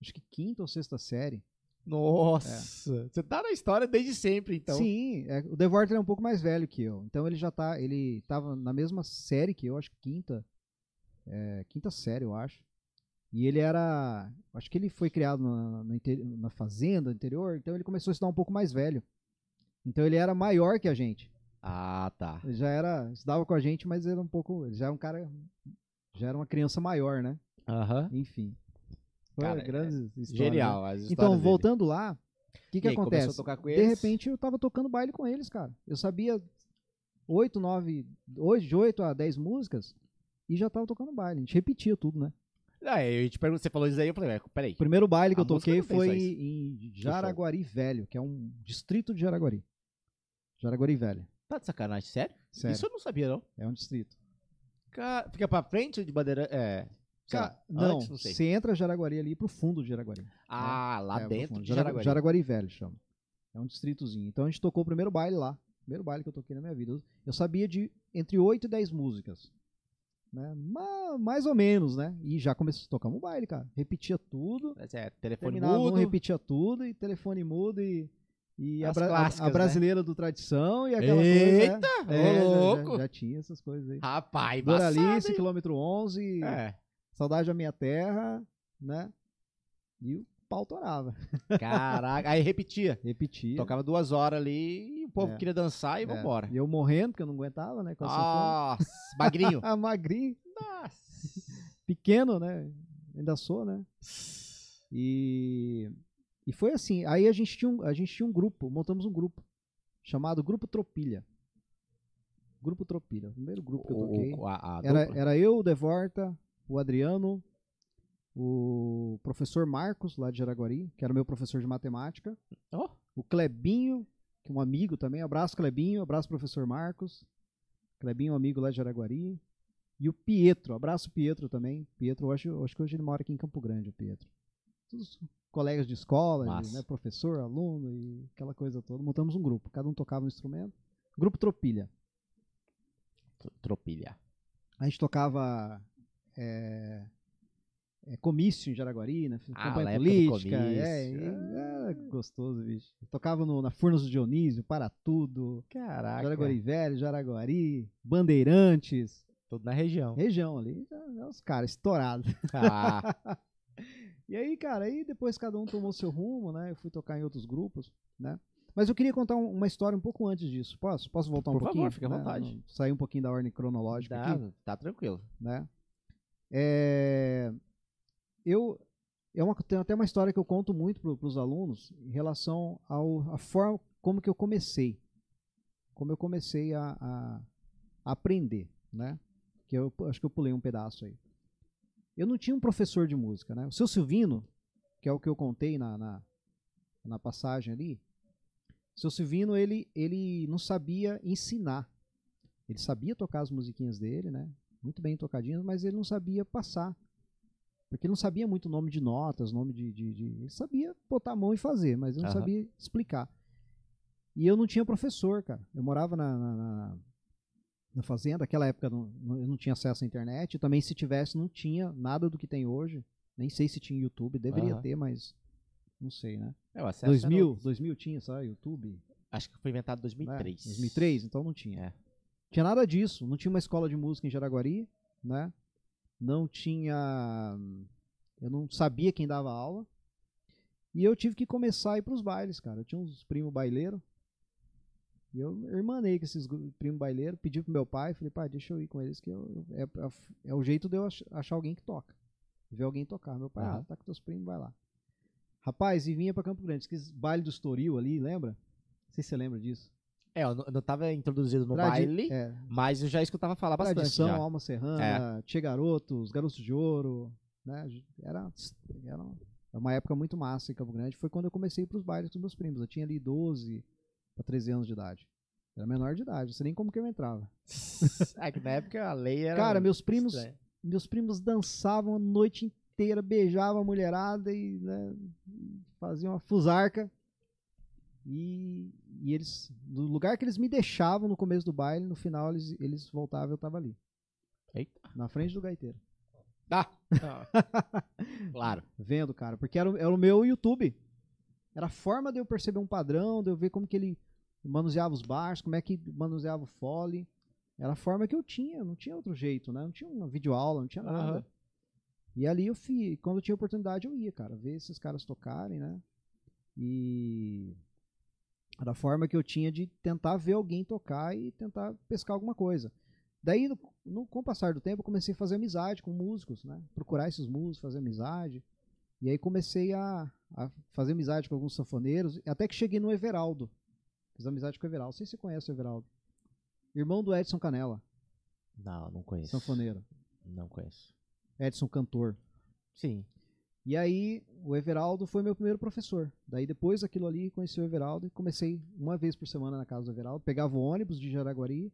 C: Acho que quinta ou sexta série.
A: Nossa. Você tá na história desde sempre, então.
C: É. Sim, é, o Devorter é um pouco mais velho que eu. Então ele já tá. Ele tava na mesma série que eu, acho que quinta. É, quinta série, eu acho. E ele era. Acho que ele foi criado na, na, inte- na fazenda interior, então ele começou a estudar um pouco mais velho. Então ele era maior que a gente.
A: Ah, tá.
C: Ele já era. Estudava com a gente, mas era um pouco. Ele já era um cara. Já era uma criança maior, né?
A: Aham.
C: Enfim. Foi
A: Cara, é
C: grandes histórias, né?
A: Genial. as histórias
C: Então,
A: dele.
C: voltando lá, o que, que
A: E aí, começou
C: acontece?
A: a tocar com
C: De
A: eles?
C: repente eu tava tocando baile com eles, cara. Eu sabia 8, 9, hoje de 8 a 10 músicas e já tava tocando baile. A gente repetia tudo, né?
A: Ah, eu te pergunto, você falou isso aí, eu falei, "Ué, peraí.
C: O primeiro baile que
A: A
C: eu toquei
A: música não tem só
C: foi
A: isso.
C: em Jaraguari Velho, que é um distrito de Jaraguari. Jaraguari Velho.
A: Tá de sacanagem, sério?
C: Sério.
A: Isso eu não sabia, não.
C: É um distrito.
A: Ca- Fica pra frente ou de bandeira. É. sei lá,
C: Cara, não,
A: antes, não sei.
C: você entra Jaraguari ali pro fundo de Jaraguari.
A: Ah, lá
C: É,
A: dentro
C: profundo.
A: de
C: Jara-
A: Jaraguari.
C: Jaraguari Velho chama. É um distritozinho. Então a gente tocou o primeiro baile lá. Primeiro baile que eu toquei na minha vida. Eu- Eu sabia de entre 8 e 10 músicas. Né? Ma- mais ou menos, né? E já começou a tocar um baile, cara. Repetia tudo.
A: Mas É, telefone
C: Terminava um,
A: mudo.
C: repetia tudo. E telefone mudo e... E a,
A: As
C: bra- a-
A: clássicas,
C: a
A: né?
C: brasileira do tradição e aquela
A: Eita,
C: coisa.
A: Ah, ô
C: né? É, já- já-
A: louco.
C: Já, tinha essas coisas aí.
A: Rapaz,
C: Doralice,
A: embaçado, hein?
C: quilômetro 11,
A: É.
C: saudade da minha terra, né? E o pau torava.
A: Caraca, aí repetia.
C: Repetia.
A: Tocava duas horas ali e o povo
C: É.
A: queria dançar e
C: É,
A: vambora.
C: E eu morrendo, porque eu não aguentava, né? Com essa fome.
A: Nossa, magrinho.
C: Ah, magrinho,
A: Nossa.
C: pequeno, né? Ainda sou, né? E, e foi assim. Aí a gente, tinha um, a gente tinha um grupo, montamos um grupo, chamado Grupo Tropilha. Grupo Tropilha, o primeiro grupo que eu toquei.
A: O- o- a- a
C: Era,
A: dupla.
C: era eu, o Devorta, o Adriano, o professor Marcos, lá de Jaraguari, que era meu professor de matemática.
A: Ó.
C: O Clebinho, que é um amigo também. Abraço, Clebinho. Abraço, professor Marcos. Clebinho, um amigo lá de Jaraguari. E o Pietro. Abraço, Pietro também. Pietro, eu acho, eu acho que hoje ele mora aqui em Campo Grande, o Pietro. Todos colegas de escola,
A: Massa.
C: de, né, professor, aluno e aquela coisa toda. Montamos um grupo. Cada um tocava um instrumento. Grupo Tropilha.
A: Tro- Tropilha.
C: A gente tocava é, é, comício em Jaraguari, né?
A: Ah,
C: campanha
A: lá é época do
C: política. É,
A: comício. Ah.
C: e- é gostoso, bicho. Tocava no- na Furnas do Dionísio, Para Tudo,
A: Caraca.
C: Jaraguari Velho, Jaraguari, Bandeirantes,
A: Tudo na região.
C: região ali. já- já Os caras estourados.
A: Ah,
C: E aí, cara, aí depois cada um tomou seu rumo, né? Eu fui tocar em outros grupos, né? Mas eu queria contar um- uma história um pouco antes disso. Posso? Posso voltar um
A: Por favor,
C: pouquinho?
A: fica à
C: né?
A: vontade.
C: Não- Sair um pouquinho da ordem cronológica
A: dá,
C: aqui.
A: tá tranquilo.
C: né? É, eu é uma, tem até uma história que eu conto muito para os alunos em relação ao a forma como que eu comecei, como eu comecei a, a aprender, né? Que eu acho que eu pulei um pedaço aí. Eu não tinha um professor de música, né? O seu Silvino, que é o que eu contei na, na, na passagem ali, o seu Silvino ele ele não sabia ensinar. Ele sabia tocar as musiquinhas dele, né? muito bem tocadinhos, mas ele não sabia passar. Porque ele não sabia muito o nome de notas, nome de, de- de- Ele sabia botar a mão e fazer, mas ele não
A: Aham.
C: sabia explicar. E eu não tinha professor, cara. Eu morava na, na- na- na fazenda, naquela época não- não- eu não tinha acesso à internet. e Também se tivesse, não tinha nada do que tem hoje. Nem sei se tinha YouTube, deveria
A: Aham.
C: ter, mas não sei, né?
A: É, o acesso era
C: 2000, 2000 tinha, sabe? YouTube.
A: Acho que foi inventado em 2003.
C: Né? 2003, então não tinha.
A: É.
C: Tinha nada disso. Não tinha uma escola de música em Jaraguari, né? Não tinha. Eu não sabia quem dava aula. E eu tive que começar a ir pros bailes, cara. Eu tinha uns primos baileiros. E eu irmanei com esses gru- primos baileiros. Pedi pro meu pai, falei, pai, deixa eu ir com eles, que eu- eu- é, é o jeito de eu ach- achar alguém que toca. ver alguém tocar. Meu pai,
A: Aham.
C: ah, tá com teus primos, vai lá. Rapaz, e vinha pra Campo Grande. Esses baile dos Toril ali, lembra? Não sei se você lembra disso.
A: É, eu não, eu não tava introduzido no
C: Tradi-
A: baile,
C: É,
A: mas eu já escutava falar bastante.
C: Tradição,
A: já. É.
C: Alma Serrana, Che Garoto, Os Garotos de Ouro, né? Era, era um, é uma época muito massa em Campo Grande. Foi quando eu comecei para os bailes dos meus primos. Eu tinha ali 12 para 13 anos de idade. Era menor de idade, não sei nem como que eu entrava.
A: é que na época a lei era. um
C: Cara, meus primos,
A: estranha.
C: meus primos dançavam a noite inteira, beijavam a mulherada e né, faziam uma fusarca. E, e eles, no lugar que eles me deixavam no começo do baile, no final eles, eles voltavam e eu tava ali,
A: Eita.
C: na frente do gaiteiro.
A: Ah, claro.
C: Vendo, cara, porque era, o- era o meu YouTube. Era a forma de eu perceber um padrão, de eu ver como que ele manuseava os baixos, como é que manuseava o fole. Era a forma que eu tinha, não tinha outro jeito, né? Não tinha uma videoaula, não tinha nada.
A: Aham.
C: E ali eu fui, quando eu tinha oportunidade eu ia, cara, ver esses caras tocarem, né? E era a forma que eu tinha de tentar ver alguém tocar e tentar pescar alguma coisa. Daí, no, no- com o passar do tempo, eu comecei a fazer amizade com músicos, né? Procurar esses músicos, fazer amizade. E aí comecei a, a fazer amizade com alguns sanfoneiros, até que cheguei no Everaldo. Fiz amizade com o Everaldo. Não sei se você conhece o Everaldo. Irmão do Edson Canela,
A: Não, não conheço.
C: sanfoneiro.
A: Não conheço.
C: Edson cantor.
A: Sim.
C: E aí, o Everaldo foi meu primeiro professor. Daí, depois daquilo ali, conheci o Everaldo e comecei uma vez por semana na casa do Everaldo. Pegava o ônibus de Jaraguari,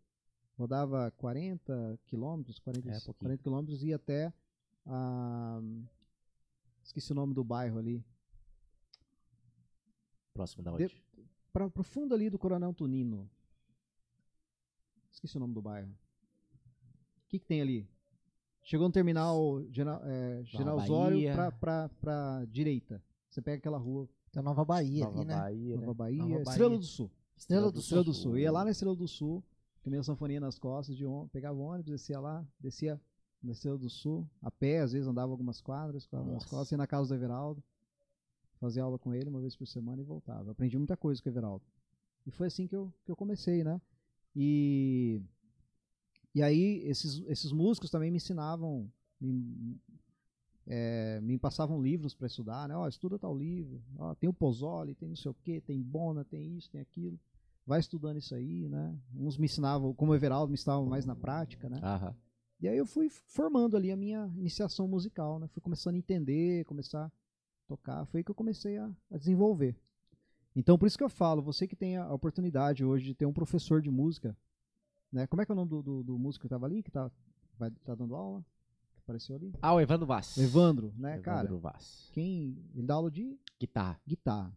C: rodava 40 quilômetros, 40,
A: É, pouquinho.
C: 40 quilômetros e ia até. ah, esqueci o nome do bairro ali.
A: Próximo da
C: De-
A: onde?
C: Para o fundo ali do Coronel Tonino. Esqueci o nome do bairro. O que, que tem ali? Chegou no terminal General, é, General
A: Bahia.
C: Osório pra, pra, pra direita. Você pega aquela rua
B: Tem Nova Bahia
A: Nova
B: ali, né?
A: Bahia, né?
C: Nova Bahia,
B: Nova Bahia.
C: Estrela do Sul.
B: Estrela do
C: Estrela
B: Sul.
C: do Sul. Ia lá na Estrela do Sul, com minha sanfoninha nas costas, de on... pegava o ônibus, descia lá, descia na Estrela do Sul, a pé, às vezes andava algumas quadras com as
A: Nossa.
C: costas, ia na casa do Everaldo, fazia aula com ele uma vez por semana e voltava. Eu aprendi muita coisa com o Everaldo. E foi assim que eu, que eu comecei, né? E, e aí, esses, esses músicos também me ensinavam, me, eh, me passavam livros para estudar, né? Ó, estuda tal livro, ó, tem o Pozzoli, tem não sei o quê, tem Bona, tem isso, tem aquilo. Vai estudando isso aí, né? Uns me ensinavam, como o Everaldo, me ensinavam mais na prática, né?
A: Aham.
C: E aí eu fui formando ali a minha iniciação musical, né? Fui começando a entender, começar a tocar. Foi aí que eu comecei a, a desenvolver. Então, por isso que eu falo, você que tem a oportunidade hoje de ter um professor de música, né? Como é que é o nome do, do, do músico que estava ali, que tá, vai, tá dando aula? Que apareceu ali?
A: Ah, o Evandro Vaz.
C: Evandro, né,
A: Evandro
C: cara?
A: Vaz. tá,
C: Quem, ele dá aula de
A: Guitarra.
C: guitarra.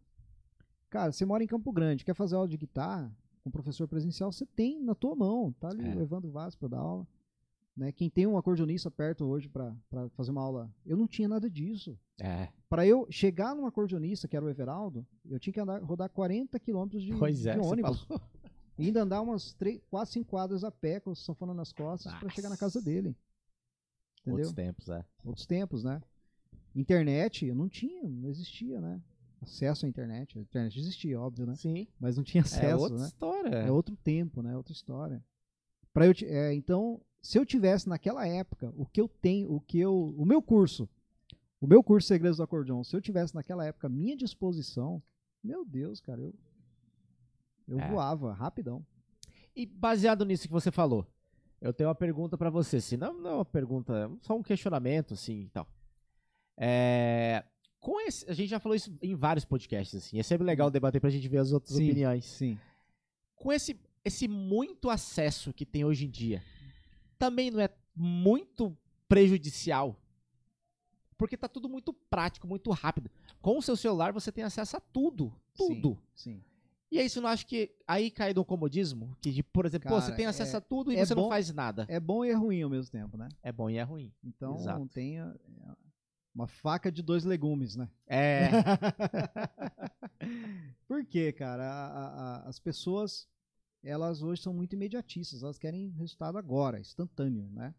C: Cara, você mora em Campo Grande, quer fazer aula de guitarra com um professor presencial, você tem na tua mão, tá ali
A: É.
C: o Evandro Vaz para dar aula. Né? Quem tem um acordeonista perto hoje para fazer uma aula, eu não tinha nada disso.
A: É.
C: Para eu chegar num acordeonista, que era o Everaldo, eu tinha que andar, rodar 40 quilômetros de,
A: Pois é,
C: de
A: você
C: ônibus.
A: falou.
C: E ainda andar umas 3, 4, 5 quadras a pé com o sanfona nas costas para
A: Nossa.
C: chegar na casa dele. Entendeu?
A: Outros tempos, é.
C: outros tempos, né? Internet, eu não tinha, não existia, né? Acesso à internet. A internet existia, óbvio, né?
A: Sim.
C: Mas não tinha
A: É
C: acesso,
A: outra
C: né?
A: história.
C: É outro tempo, né? Outra história. Para eu, ti- é, então, se eu tivesse naquela época o que eu tenho, o que eu, o meu curso, o meu curso Segredos do Acordeon, se eu tivesse naquela época à minha disposição, meu Deus, cara, eu eu
A: É.
C: voava rapidão.
A: E baseado nisso que você falou, eu tenho uma pergunta pra você. Se não, não é uma pergunta, é só um questionamento, assim, e tal. É, com esse, a gente já falou isso em vários podcasts, assim. É sempre legal debater pra gente ver as outras
C: Sim.
A: opiniões.
C: Sim.
A: Com esse, esse muito acesso que tem hoje em dia, também não é muito prejudicial? Porque tá tudo muito prático, muito rápido. Com o seu celular você tem acesso a tudo,
C: Sim.
A: tudo.
C: Sim.
A: E aí, você não acha que aí cai no comodismo? Que, de, por exemplo, pô,
C: Cara,
A: você tem acesso a tudo e
C: é
A: você
C: bom-
A: não faz nada.
C: É bom e é ruim ao mesmo tempo, né?
A: É bom e é ruim.
C: Então
A: Exato.
C: tem a- a- uma faca de dois legumes, né?
A: É.
C: Por quê, cara? A- a- a- as pessoas, elas hoje são muito imediatistas, elas querem resultado agora, instantâneo, né?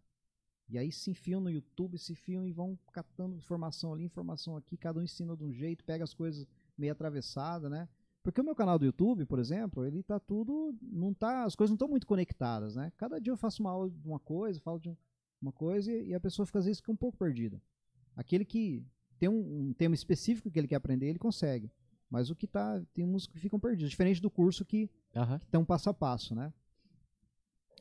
C: E aí se enfiam no YouTube, se enfiam e vão catando informação ali, informação aqui, cada um ensina de um jeito, pega as coisas meio atravessada, né? Porque o meu canal do YouTube, por exemplo, ele tá tudo, não tá, as coisas não estão muito conectadas, né? Cada dia eu faço uma aula de uma coisa, falo de um- uma coisa e a pessoa fica às vezes fica um pouco perdida. Aquele que tem um, um tema específico que ele quer aprender, ele consegue. Mas o que tá. Tem uns que ficam perdidos. Diferente do curso que
A: Aham.
C: estão passo a passo, né?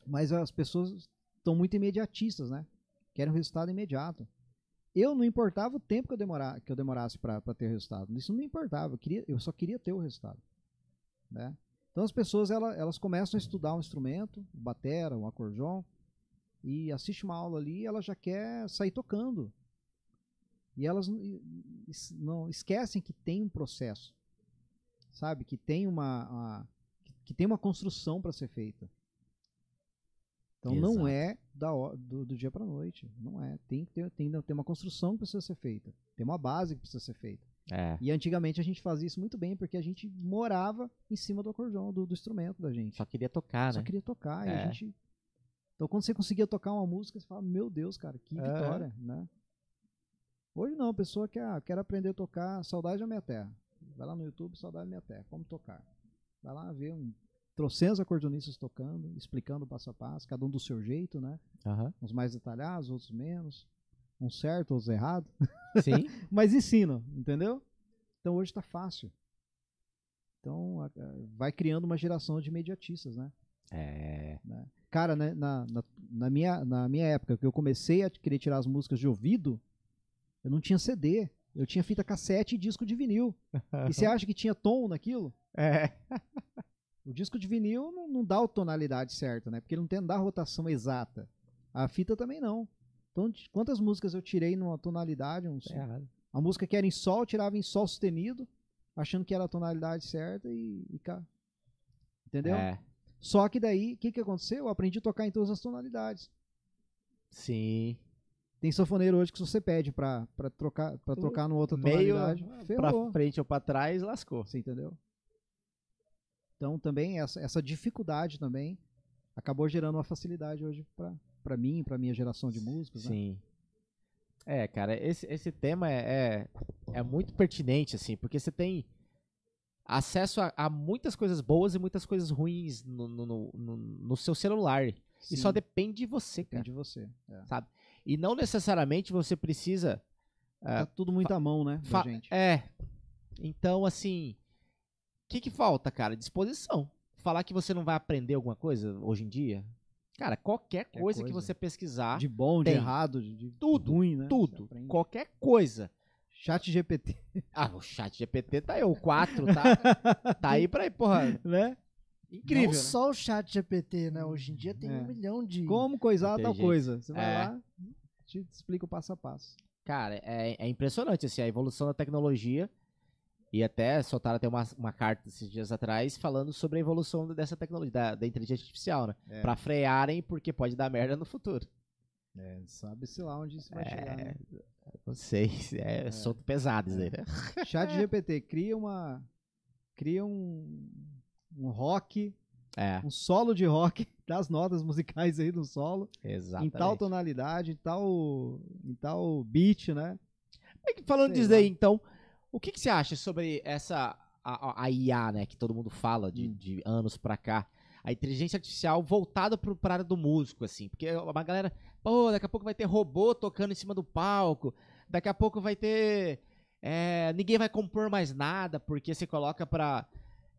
C: Mas as pessoas estão muito imediatistas, né? Querem um resultado imediato. Eu não importava o tempo que eu, demora, que eu demorasse para ter o resultado. Isso não importava. Eu, queria, eu só queria ter o resultado. Né? Então as pessoas ela- elas começam a estudar um instrumento, um batera, um acordeon, e assiste uma aula ali e ela já quer sair tocando. E elas n- es- não esquecem que tem um processo, sabe? Que tem uma, uma- que- que tem uma construção para ser feita. Então não
A: Exato.
C: é da ho- do, do dia para noite, não é. Tem que ter, tem, tem uma construção que precisa ser feita, tem uma base que precisa ser feita.
A: É.
C: E antigamente a gente fazia isso muito bem porque a gente morava em cima do acordeon, do, do instrumento da gente.
A: Só queria tocar,
C: Só
A: né?
C: queria tocar. E
A: É.
C: a gente. Então, quando você conseguia tocar uma música, você fala, meu Deus, cara, que
A: É.
C: vitória, né? Hoje não, a pessoa quer, ah, quer aprender a tocar Saudade da Minha Terra. Vai lá no YouTube, Saudade da Minha Terra, como tocar. Vai lá ver um trocentos acordeonistas tocando, explicando passo a passo, cada um do seu jeito, né?
A: Aham.
C: Uns mais detalhados, outros menos. Uns certos, outros errados
A: Sim.
C: mas ensina, entendeu? Então hoje tá fácil. Então a- a- vai criando uma geração de imediatistas, né?
A: É.
C: Cara, né, na, na, na minha, na minha época, que eu comecei a querer tirar as músicas de ouvido, eu não tinha CD. Eu tinha fita cassete e disco de vinil. E você acha que tinha tom naquilo?
A: É.
C: O disco de vinil não, não dá a tonalidade certa, né? Porque ele não tem, não dá a rotação exata. A fita também não. Então, de- quantas músicas eu tirei numa tonalidade,
B: É,
C: um, som-
A: errado.
C: a música que era em sol, eu tirava em sol sustenido, achando que era a tonalidade certa e, e cá. Entendeu?
A: É.
C: Só que daí, o que, que aconteceu? Eu aprendi a tocar em todas as tonalidades.
A: Sim.
C: Tem sanfoneiro hoje que se você pede pra, pra trocar, pra trocar numa outra
A: meio
C: tonalidade,
A: Pra
C: ferrou.
A: frente ou pra trás, lascou.
C: Você entendeu? Então também essa, essa dificuldade também acabou gerando uma facilidade hoje pra, pra mim, pra minha geração de músicos, né?
A: Sim. É, cara, esse, esse tema é, é, é muito pertinente, assim, porque você tem acesso a, a muitas coisas boas e muitas coisas ruins no, no, no, no- no seu celular. E só
C: Sim,
A: depende de você, cara.
C: depende de você. É.
A: E não necessariamente você precisa.
C: Tá tudo muito à mão, né, da
A: fa-
C: gente.
A: É. Então, assim. O que, que falta, cara? Disposição. Falar que você não vai aprender alguma coisa hoje em dia. Cara, qualquer
C: Qualquer
A: coisa que
C: coisa.
A: você pesquisar,
C: De bom, de
A: é. Tem.
C: errado, de, de
A: Tudo,
C: ruim, né? Você
A: tudo,
C: aprende.
A: qualquer coisa,
C: Chat GPT,
A: Ah, o chat GPT tá aí, o 4 tá, tá aí pra porra.
C: né?
A: Incrível.
B: Não
A: né?
B: só o chat GPT, né? Hoje em dia tem
C: É.
B: um milhão de.
C: Como coisar tal
A: Inteligente.
C: coisa. Você vai
A: É.
C: lá, te explica o passo a passo.
A: Cara, é, é impressionante assim, a evolução da tecnologia. E até soltaram até uma, uma carta esses dias atrás falando sobre a evolução dessa tecnologia, da, da inteligência artificial, né?
C: É.
A: Pra frearem, porque pode dar merda no futuro.
C: É, sabe-se lá onde
A: É.
C: isso vai chegar, né?
A: Não sei, é, é. solto pesado isso aí, né?
C: Chat GPT, cria uma... Cria um... Um rock,
A: É,
C: um solo de rock das notas musicais aí do solo,
A: exatamente.
C: em tal tonalidade, em tal, em tal beat, né?
A: Mas É que Falando
C: Sei
A: disso
C: lá.
A: aí, então, o que, que você acha sobre essa a, a- a IA, né, que todo mundo fala de,
C: Hum.
A: de anos pra cá? A inteligência artificial voltada pro, pra área do músico, assim. Porque uma galera, pô, daqui a pouco vai ter robô tocando em cima do palco, daqui a pouco vai ter. é, ninguém vai compor mais nada, porque você coloca pra.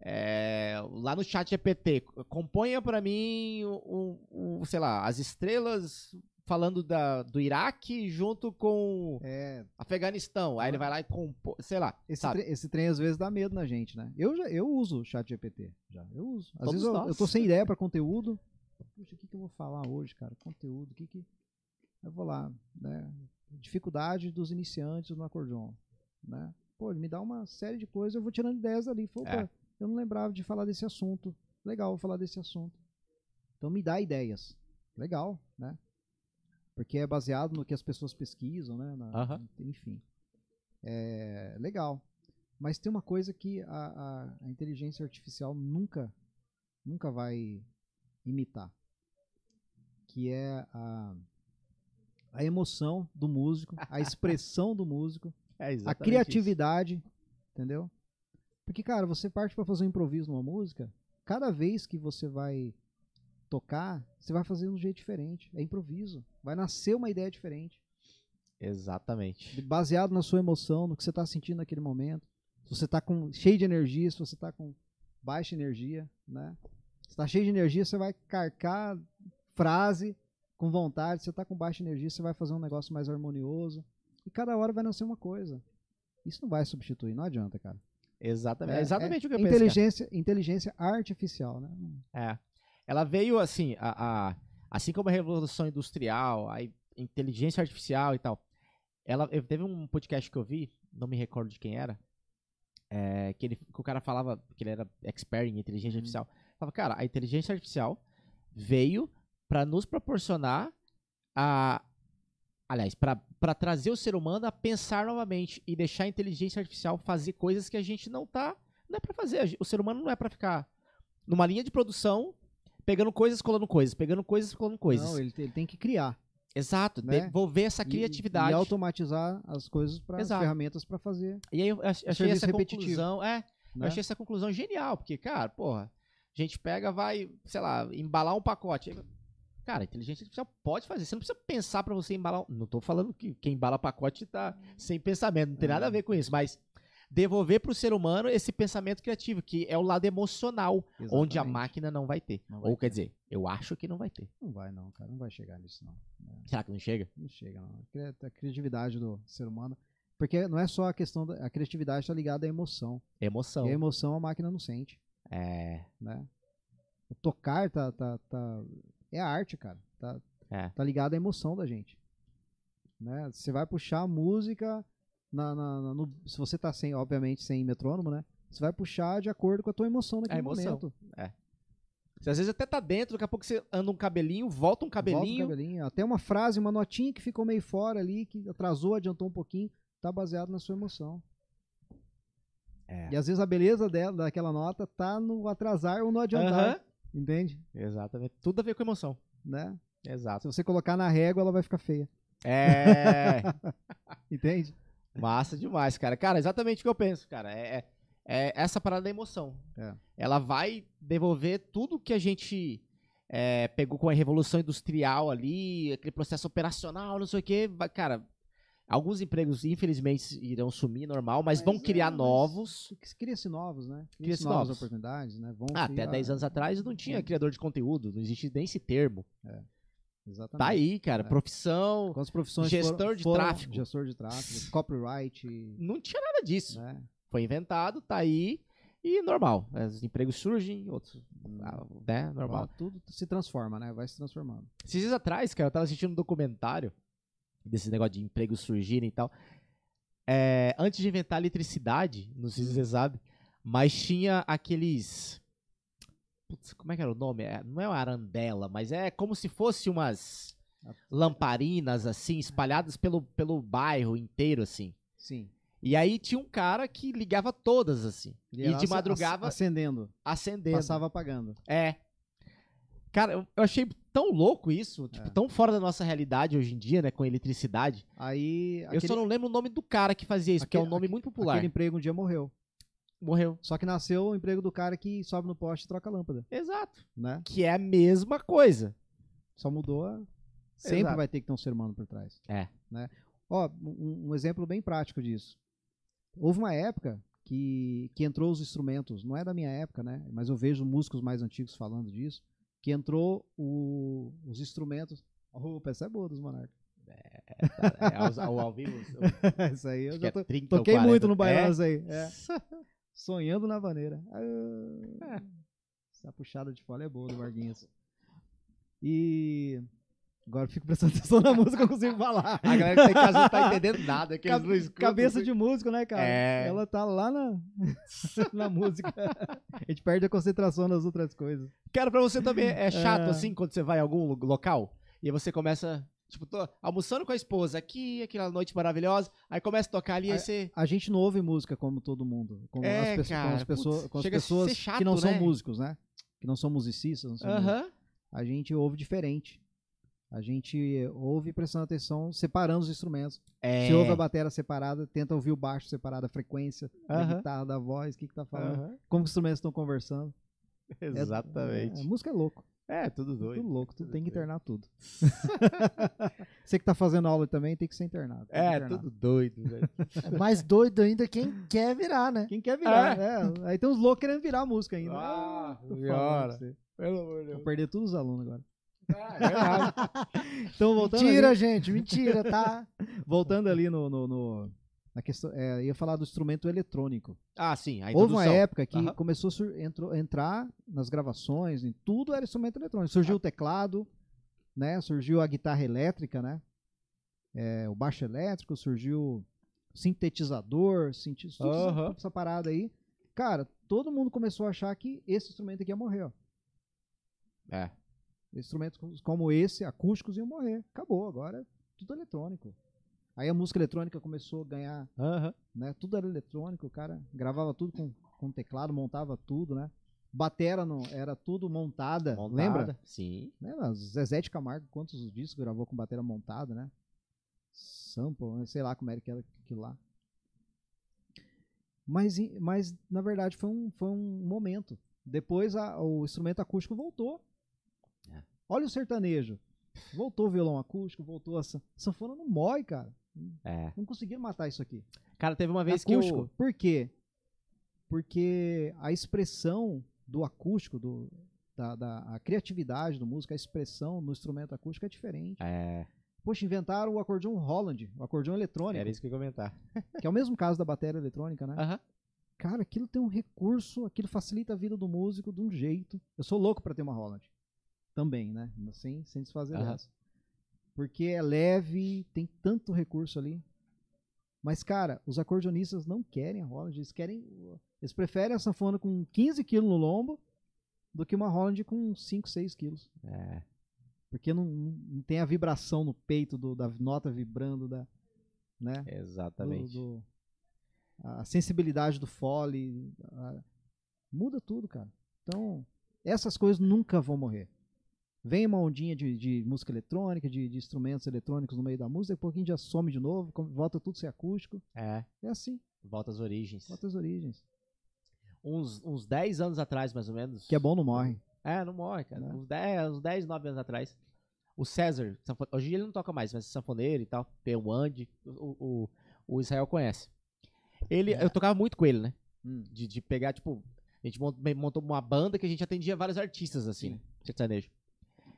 A: é, lá no chat GPT, componha pra mim, o, o- o, sei lá, as estrelas falando da, do Iraque junto com.
C: É,
A: Afeganistão. Aí ele vai lá e compõe, sei lá.
C: esse,
A: sabe?
C: tre- esse trem às vezes dá medo na gente, né? Eu, já, eu uso o chat GPT, já. Eu uso. Às
A: Todos
C: vezes eu,
A: nós.
C: eu tô sem ideia pra conteúdo. Puxa, o que, que eu vou falar hoje, cara? Conteúdo, o que que... Eu vou lá, né? Dificuldade dos iniciantes no acordeon, né? Pô, ele me dá uma série de coisas, eu vou tirando ideias ali. Fala,
A: É.
C: Opa, eu não lembrava de falar desse assunto. Legal, vou falar desse assunto. Então me dá ideias. Legal, né? Porque é baseado no que as pessoas pesquisam, né? Na-
A: Aham.
C: Enfim. É legal. Mas tem uma coisa que a, a- a inteligência artificial nunca, nunca vai imitar, que é a, a emoção do músico, a expressão do músico,
A: É
C: a
A: exatamente
C: criatividade, entendeu? Porque, cara, você parte pra fazer um improviso numa música, cada vez que você vai tocar, você vai fazer de um jeito diferente. É improviso. Vai nascer uma ideia diferente.
A: isso. Exatamente.
C: baseado na sua emoção, no que você está sentindo naquele momento. Se você está com cheio de energia, se você está com baixa energia, né? Se está cheio de energia, você vai carcar frase com vontade. Se você está com baixa energia, você vai fazer um negócio mais harmonioso. E cada hora vai nascer uma coisa. Isso não vai substituir, não adianta, cara.
A: Exatamente. É,
C: É,
A: exatamente o que eu pensei. cara.
C: Inteligência, inteligência artificial, né?
A: É. Ela veio assim, a, a- assim como a Revolução Industrial, a i- inteligência artificial e tal. Ela, eu- teve um podcast que eu vi, não me recordo de quem era, é, que, ele, que o cara falava que ele era expert em inteligência
C: Uhum.
A: artificial. Falava, cara, a inteligência artificial veio para nos proporcionar a. Aliás, para trazer o ser humano a pensar novamente e deixar a inteligência artificial fazer coisas que a gente não tá. Não é para fazer. A gen- O ser humano não é para ficar numa linha de produção, pegando coisas, colando coisas, pegando coisas, colando coisas.
C: Não, ele, te- ele tem que criar.
A: Exato,
C: né?
A: devolver essa
C: E-
A: criatividade.
C: E, automatizar as coisas para as
A: Exato.
C: ferramentas para fazer.
A: E aí eu ach- achei
C: serviço
A: essa
C: repetitivo,
A: conclusão. É, eu
C: né?
A: achei essa conclusão genial, porque, cara, porra, a gente pega, vai, sei lá, embalar um pacote. Aí, Cara, a inteligência artificial pode fazer. Você não precisa pensar pra você embalar. um- Não tô falando que quem embala pacote tá sem pensamento, não tem nada a ver com isso, mas devolver pro ser humano esse pensamento criativo, que é o lado emocional, onde a
C: Exatamente.
A: máquina não vai ter.
C: Não vai
A: Ou quer
C: ter.
A: dizer, eu acho que não vai ter.
C: Não vai não, cara. Não vai chegar nisso, não. Né?
A: Será que não chega?
C: Não chega, não. A cri- A criatividade do ser humano. Porque não é só a questão da. A criatividade está ligada à emoção.
A: Emoção.
C: E a emoção a máquina não sente.
A: É.
C: né? O tocar tá, tá, tá- é a arte, cara. Tá,
A: É.
C: tá ligado à emoção da gente. Né? Você vai puxar a música na, na- na- no- se você tá sem, obviamente, sem metrônomo, né? Você vai puxar de acordo com a tua emoção naquele
A: É emoção.
C: momento.
A: Você às vezes até tá dentro, daqui a pouco você anda um cabelinho, volta um
C: Volta
A: cabelinho.
C: o cabelinho. Até uma frase, uma notinha que ficou meio fora ali, que atrasou, adiantou um pouquinho, tá baseado na sua emoção.
A: É.
C: E às vezes a beleza dela, daquela nota tá no atrasar ou no adiantar,
A: Aham.
C: entende?
A: Exatamente. Tudo a ver com emoção.
C: Né? Se
A: Exato.
C: você colocar na régua, ela vai ficar feia.
A: É.
C: Entende?
A: massa demais, cara. Cara, exatamente o que eu penso, cara. É, é- é essa parada da emoção.
C: É.
A: Ela vai devolver tudo que a gente é, pegou com a Revolução Industrial ali, aquele processo operacional, não sei o quê. Vai- Cara, alguns empregos, infelizmente, irão sumir normal, mas,
C: Mas
A: vão
C: é,
A: criar
C: mas-
A: novos.
C: Cria-se novos, né?
A: Cria-se
C: Cria-se novas
A: novos.
C: oportunidades, né? Vão
A: Ah, até 10 anos atrás não tinha criador de conteúdo, não existe nem esse termo.
C: Exatamente.
A: Tá aí, cara,
C: É.
A: profissão.
C: Quantas profissões
A: Gestor
C: foram-
A: de
C: foram-
A: tráfego.
C: Gestor de tráfego, copyright,
A: Não tinha nada disso.
C: né?
A: Foi inventado, tá aí e normal. É, Os empregos surgem, outros. ah, Né, normal.
C: Tudo se transforma, né? Vai se transformando.
A: Esses dias atrás, cara, eu tava assistindo um documentário desse negócio de empregos surgirem e tal. É, antes de inventar a eletricidade, não sei se você sabe, mas tinha aqueles. Putz, como é que era o nome? É, não é uma arandela, mas é como se fosse umas lamparinas, assim, espalhadas pelo, pelo bairro inteiro, assim.
C: Sim.
A: E aí tinha um cara que ligava todas, assim,
C: Ele
A: E
C: ia
A: de
C: ac-
A: madrugava-
C: ac- Acendendo,
A: acendendo.
C: passava apagando.
A: É. Cara, eu eu achei tão louco isso, tipo,
C: É.
A: tão fora da nossa realidade hoje em dia, né, com eletricidade.
C: Aí,
A: eu só não lembro o nome do cara que fazia isso, que é um
C: aquele-
A: nome muito popular.
C: aquele emprego um dia morreu.
A: Morreu.
C: Só que nasceu o emprego do cara que sobe no poste e troca a lâmpada,
A: Exato.
C: né?
A: Que é a mesma coisa.
C: Só mudou a... Sempre
A: Exato.
C: vai ter que ter um ser humano por trás.
A: É.
C: Né? Ó, um, um exemplo bem prático disso. Houve uma época que, que entrou os instrumentos, não é da minha época, né? Mas eu vejo músicos mais antigos falando disso, que entrou o- os instrumentos... Opa, essa é boa dos Monarcas.
A: É, ao, ao, ao vivo.
C: Isso aí eu
A: acho que é
C: já to-
A: 30 ou
C: toquei
A: 40.
C: muito no
A: É?
C: bailão aí. é. Sonhando na vaneira. Ah, Essa puxada de folha é boa do Varguinhos. E... Agora eu fico prestando atenção na música, eu não consigo falar.
A: A galera que tá em casa não tá entendendo nada, que eles
C: Ca-
A: não escutam.
C: Cabeça de músico, né, cara?
A: É.
C: Ela tá lá na, na música. A gente perde a concentração nas outras coisas.
A: Cara, pra você também é chato
C: É.
A: assim quando você vai a algum lo- local e aí você começa, tipo, tô almoçando com a esposa aqui, aquela noite maravilhosa, aí começa a tocar ali, aí
C: Aí-
A: você.
C: A gente não ouve música como todo mundo. Como
A: É,
C: as, pesso- como as
A: cara,
C: pessoas,
A: putz,
C: com as
A: chega a ser
C: pessoas
A: chato,
C: que não são
A: né?
C: músicos, né? Que não são musicistas. Não são músicos.
A: Aham.
C: A gente ouve diferente. A gente ouve prestando atenção, separando os instrumentos.
A: É.
C: Você ouve a bateria separada, tenta ouvir o baixo separado, a frequência,
A: Aham.
C: da guitarra, da voz, o que, que tá falando,
A: Aham.
C: como que os instrumentos estão conversando. É-
A: Exatamente.
C: é- a música é louco.
A: É, tudo doido.
C: Tudo louco, tu tem que
A: doido.
C: internar tudo. Você que tá fazendo aula também tem que ser internado. tem que
A: É,
C: internar.
A: tudo doido, velho.
B: É mais doido ainda quem quer virar, né?
C: Quem quer virar, né? Aí tem uns loucos querendo virar a música ainda.
A: Ah,
C: Tô falando
A: senhora.
C: pra você.
A: Pelo amor de
C: Vou
A: Deus.
C: perder todos os alunos agora.
A: Ah, é verdade.
C: Então, voltando
B: Mentira, gente, mentira, tá?
C: ali, voltando ali no, no- no- na questão, é, eu ia falar do instrumento eletrônico.
A: ah, sim, a
C: Houve
A: introdução.
C: uma época que
A: Aham.
C: começou a sur- entrou- entrar nas gravações, em tudo era instrumento eletrônico.
A: Ah.
C: Surgiu o teclado, né? Surgiu a guitarra elétrica, né? É, o baixo elétrico, surgiu o sintetizador, sinti- tudo essa-
A: Aham.
C: essa parada aí. Cara, todo mundo começou a achar que esse instrumento aqui ia morrer, ó.
A: É.
C: Instrumentos co- como esse, acústicos, iam morrer. Acabou, agora é tudo eletrônico. Aí a música eletrônica começou a ganhar,
A: Aham.
C: né? Tudo era eletrônico, o cara gravava tudo com, com teclado, montava tudo, né? Batera não, era tudo montada,
A: Montada.
C: lembra?
A: Sim.
C: Lembra? Zezé de Camargo, quantos discos gravou com batera montada, né? Sample, né? sei lá como era que era aquilo lá. Mas, em- mas na verdade, foi um, foi um momento. Depois a- o instrumento acústico voltou.
A: É.
C: Olha o sertanejo. Voltou o violão acústico, voltou a san- sanfona não morre, cara.
A: É.
C: Não conseguiram matar isso aqui.
A: Cara, teve uma vez que
C: acústico.
A: eu...
C: Por quê? Porque a expressão do acústico, do, da, da- a criatividade do músico, a expressão no instrumento acústico é diferente.
A: É,
C: Poxa, inventaram o acordeão Holland, o acordeão eletrônico,
A: era isso que eu ia comentar.
C: que é o mesmo caso da bateria eletrônica, né?
A: Aham.
C: Cara, aquilo tem um recurso, aquilo facilita a vida do músico de um jeito. Eu sou louco pra ter uma Holland. Também, né? Sem, sem desfazer
A: Aham.
C: dessa. Porque é leve, tem tanto recurso ali. Mas, cara, os acordeonistas não querem a Holland. Eles querem. Eles preferem a sanfona com 15 quilos no lombo do que uma Holland com 5, 6 quilos.
A: É.
C: Porque não, não tem a vibração no peito do- da nota vibrando, da, né?
A: Exatamente.
C: do- do- a sensibilidade do fole. a- muda tudo, cara. Então, essas coisas nunca vão morrer. Vem uma ondinha de, de música eletrônica, de, de instrumentos eletrônicos no meio da música, daqui a pouquinho já some de novo, com- volta tudo a ser acústico.
A: É,
C: É assim,
A: volta às origens.
C: volta as origens.
A: Uns, uns 10 anos atrás, mais ou menos.
C: Que é bom, não morre.
A: É, não morre, cara.
C: Né?
A: Uns 10, uns 10, 9 anos atrás. O César, sanfo- hoje em dia ele não toca mais, mas sanfoneiro e tal. Tem o Andy, o, o, o Israel conhece. Ele, Eu tocava muito com ele, né?
C: É. Hum.
A: De, de pegar, tipo, a gente mont- me- montou uma banda que a gente atendia vários artistas, assim,
C: Sim.
A: né? Sertanejo.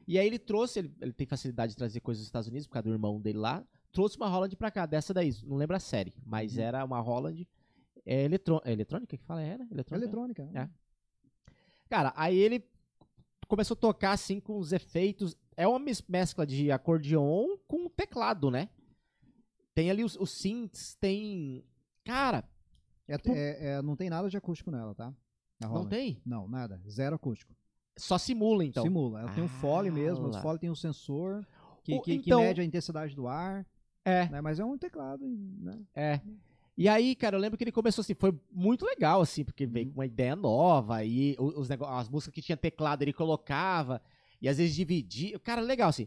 A: E aí ele trouxe, ele, ele tem facilidade de trazer coisas dos Estados Unidos, por causa do irmão dele lá. Trouxe uma Holland pra cá, dessa daí, não lembro a série, mas
C: Uhum.
A: era uma Holland é, eletrô- é eletrônica que fala, é, né?
C: É
A: Eletrônica.
C: eletrônica. né?
A: Cara, aí ele começou a tocar assim com os efeitos. É uma mes- mescla de acordeon com teclado, né? Tem ali os, os synths, tem. Cara,
C: É- é- é- não tem nada de acústico nela, tá? Na
A: não
C: Holland.
A: tem?
C: Não, nada. Zero acústico.
A: Só simula, então.
C: Simula. Ela tem um fole
A: Ah,
C: mesmo, os
A: lá.
C: fole tem um sensor que,
A: O-
C: que- que
A: então-
C: mede a intensidade do ar.
A: É.
C: né? Mas é um teclado, né?
A: É. E aí, cara, eu lembro que ele começou assim, foi muito legal, assim, porque veio
C: Uhum.
A: com uma ideia nova, e o- os nego- as músicas que tinha teclado ele colocava, e às vezes dividia. Cara, legal, assim.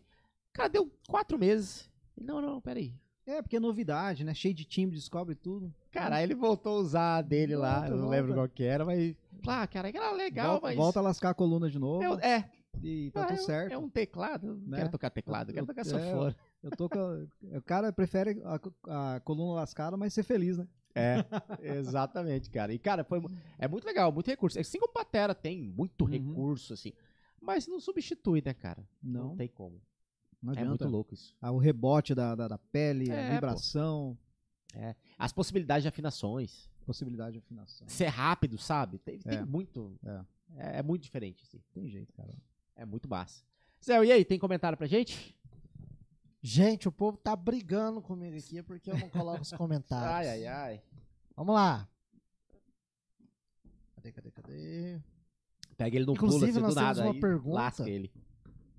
A: Cara, deu quatro meses. Não, não, peraí.
C: É, porque é novidade, né? Cheio de time, descobre tudo.
A: Cara, aí ele voltou a usar a dele lá,
C: Volta,
A: eu não
C: volta.
A: lembro qual que era, mas. Ah, cara, era legal,
C: volta,
A: mas.
C: volta a lascar a coluna de novo
A: Eu- é,
C: e tá
A: ah,
C: tudo
A: eu-
C: certo.
A: é um teclado, eu não
C: Né?
A: quero tocar teclado, eu quero tocar
C: É,
A: sanfona.
C: Eu tô com a- O cara prefere a, co- a coluna lascada, mas ser feliz, né?
A: É, exatamente, cara. E, cara, foi, mu- é muito legal, muito recurso. Assim como Patera tem muito
C: Uhum.
A: recurso, assim. Mas não substitui, né, cara?
C: Não,
A: tem como.
C: não
A: É
C: adianta.
A: muito louco isso.
C: Ah, o rebote da, da, da pele,
A: É,
C: a
A: pô.
C: vibração,
A: As possibilidades de afinações.
C: possibilidade de afinação.
A: Ser rápido, sabe? Tem, tem
C: É.
A: muito.
C: É.
A: É, é muito diferente, assim.
C: Tem jeito, cara.
A: É muito massa. Zé, e aí, tem comentário pra gente?
B: Gente, o povo tá brigando comigo aqui porque eu não coloco os comentários.
A: Ai, ai, ai.
B: Vamos lá. Cadê, cadê, cadê?
A: Pega ele no pulo,
B: Inclusive,
A: assim, do
B: nós temos
A: nada.
B: uma
A: aí
B: pergunta.
A: Lasca ele.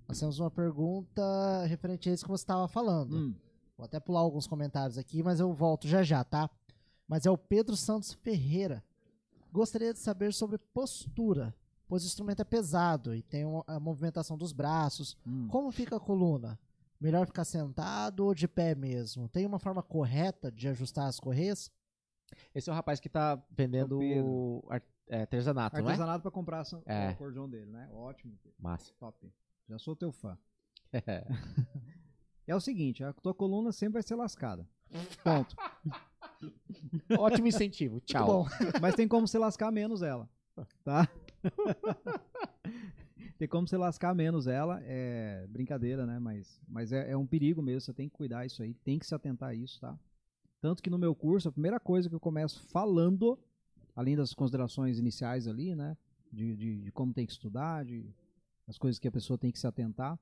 B: Nós temos uma pergunta referente a isso que você estava falando.
C: Hum,
B: Vou até pular alguns comentários aqui, mas eu volto já já, tá? Mas é o Pedro Santos Ferreira. Gostaria de saber sobre postura, pois o instrumento é pesado e tem uma- a movimentação dos braços.
C: hum.
B: Como fica a coluna? Melhor ficar sentado ou de pé mesmo? Tem uma forma correta de ajustar as correias?
A: Esse é o rapaz que tá vendendo
C: Pedro.
A: ar- é, artesanato, não é?
C: Artesanato pra comprar essa-
A: É.
C: o acordeon dele, né? Ótimo, Pedro.
A: Massa.
C: top. Já sou teu fã. É o seguinte, a tua coluna sempre vai ser lascada. Ponto.
A: Ótimo incentivo. Tchau.
B: bom.
C: Mas tem como se lascar menos ela, tá? tem como se lascar menos ela, é brincadeira, né? Mas, mas é, é um perigo mesmo, você tem que cuidar isso aí, tem que se atentar a isso, tá? Tanto que no meu curso, a primeira coisa que eu começo falando, além das considerações iniciais ali, né? De, de, de como tem que estudar, de as coisas que a pessoa tem que se atentar,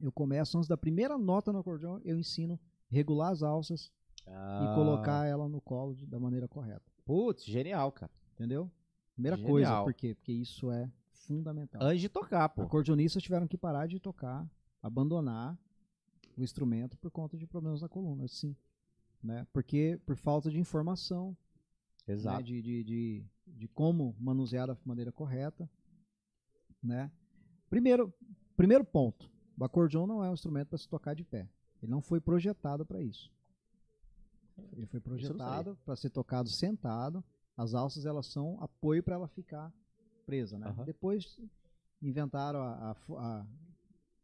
C: eu começo antes da primeira nota no acordeão, eu ensino regular as alças
A: Ah,
C: e colocar ela no colo de- da maneira correta.
A: Putz, genial, cara.
C: Entendeu? Primeira
A: Genial.
C: coisa, por quê? Porque isso é fundamental.
A: Antes de tocar, pô.
C: Acordeonistas tiveram que parar de tocar, abandonar o instrumento por conta de problemas na coluna, sim. Né? Porque por falta de informação, né,
A: Exato.
C: de, de, de, de como manusear da maneira correta. Né? Primeiro, primeiro ponto: o acordeon não é um instrumento para se tocar de pé. Ele não foi projetado para isso. Ele foi
A: não sabia.
C: projetado para ser tocado sentado. As alças elas são apoio para ela ficar presa. Né?
A: Aham.
C: Depois inventaram a, a fo- a-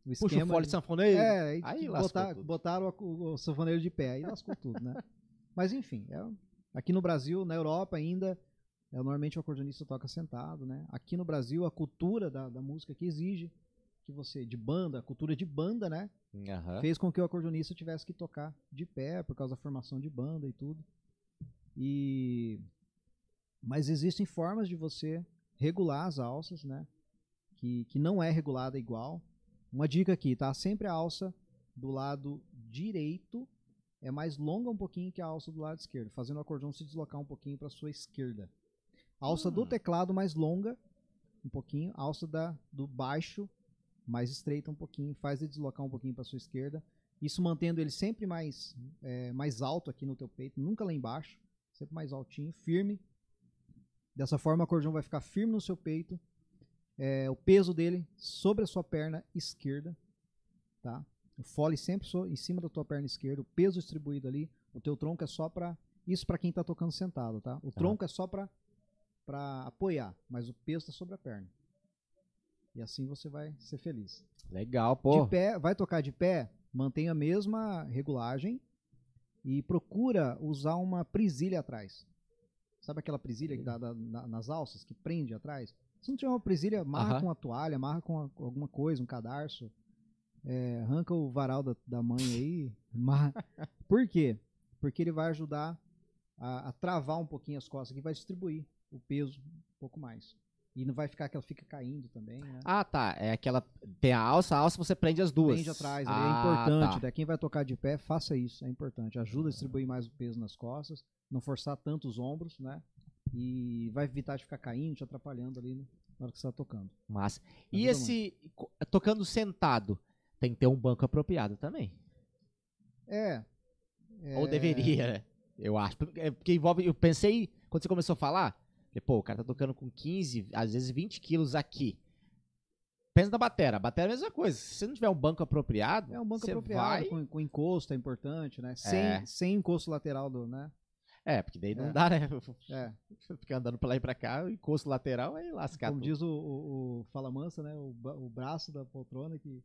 C: o
A: Puxa o
C: esquema.
A: fole
C: de-
A: sanfoneiro.
C: é, aí,
A: aí lascou
C: botar,
A: tudo.
C: botaram a- o, o sanfoneiro de pé, aí lascou tudo, né? Mas enfim, é- aqui no Brasil, na Europa ainda, é, normalmente o acordeonista toca sentado, né? Aqui no Brasil, a cultura da, da música que exige que você, de banda, a cultura de banda, né?
A: Aham.
C: Fez com que o acordeonista tivesse que tocar de pé por causa da formação de banda e tudo. E mas existem formas de você regular as alças, né? Que, que não é regulada igual. Uma dica aqui, tá? Sempre a alça do lado direito é mais longa um pouquinho que a alça do lado esquerdo, fazendo o acordeão se deslocar um pouquinho para sua esquerda. A alça do
A: Hum.
C: teclado mais longa um pouquinho, a alça da, do baixo mais estreita um pouquinho, faz ele deslocar um pouquinho para sua esquerda. Isso mantendo ele sempre mais, é, mais alto aqui no teu peito, nunca lá embaixo, sempre mais altinho, firme. Dessa forma, o acordeão vai ficar firme no seu peito, é, o peso dele sobre a sua perna esquerda, tá? O fole sempre so- em cima da tua perna esquerda, o peso distribuído ali, o teu tronco é só para isso para quem tá tocando sentado, tá? O tronco é só para para apoiar, mas o peso tá sobre a perna. E assim você vai ser feliz.
A: Legal, pô.
C: De pé, vai tocar de pé, mantenha a mesma regulagem e procura usar uma prisilha atrás. Sabe aquela prisilha que dá da- na- nas alças, que prende atrás? Se não tiver uma prisilha, amarra
A: Aham.
C: com uma toalha, amarra com a- com alguma coisa, um cadarço. É, arranca o varal da, da mãe aí. amarra. Por quê? Porque ele vai ajudar a, a travar um pouquinho as costas, que vai distribuir o peso um pouco mais. E não vai ficar que ela fica caindo também, né?
A: Ah, tá. É aquela. Tem a alça, a alça você prende as duas.
C: Prende atrás, ali,
A: Ah,
C: é importante.
A: tá.
C: Né? Quem vai tocar de pé, faça isso, é importante. Ajuda a distribuir mais o peso nas costas, não forçar tanto os ombros, né? E vai evitar de ficar caindo, te atrapalhando ali né, na hora que você tá tocando.
A: Massa. E
C: Ajuda
A: esse. co- Tocando sentado, tem que ter um banco apropriado também.
C: É,
A: Ou deveria, né? Eu acho. É Porque envolve. Eu pensei, quando você começou a falar, falei, pô, o cara tá tocando com 15, às vezes 20 quilos aqui. Pensa na batera. A batera é a mesma coisa. Se você não tiver um banco apropriado,
C: é um banco
A: você
C: apropriado,
A: vai-
C: com, com encosto é importante, né? Sem,
A: É.
C: sem encosto lateral do, né?
A: É, porque daí não
C: É.
A: dá, né?
C: É,
A: Ficar andando pra lá e pra cá, o encosto lateral é lascar
C: como
A: tudo.
C: diz o, o, o Fala Mansa, né? O, ba- o braço da poltrona que,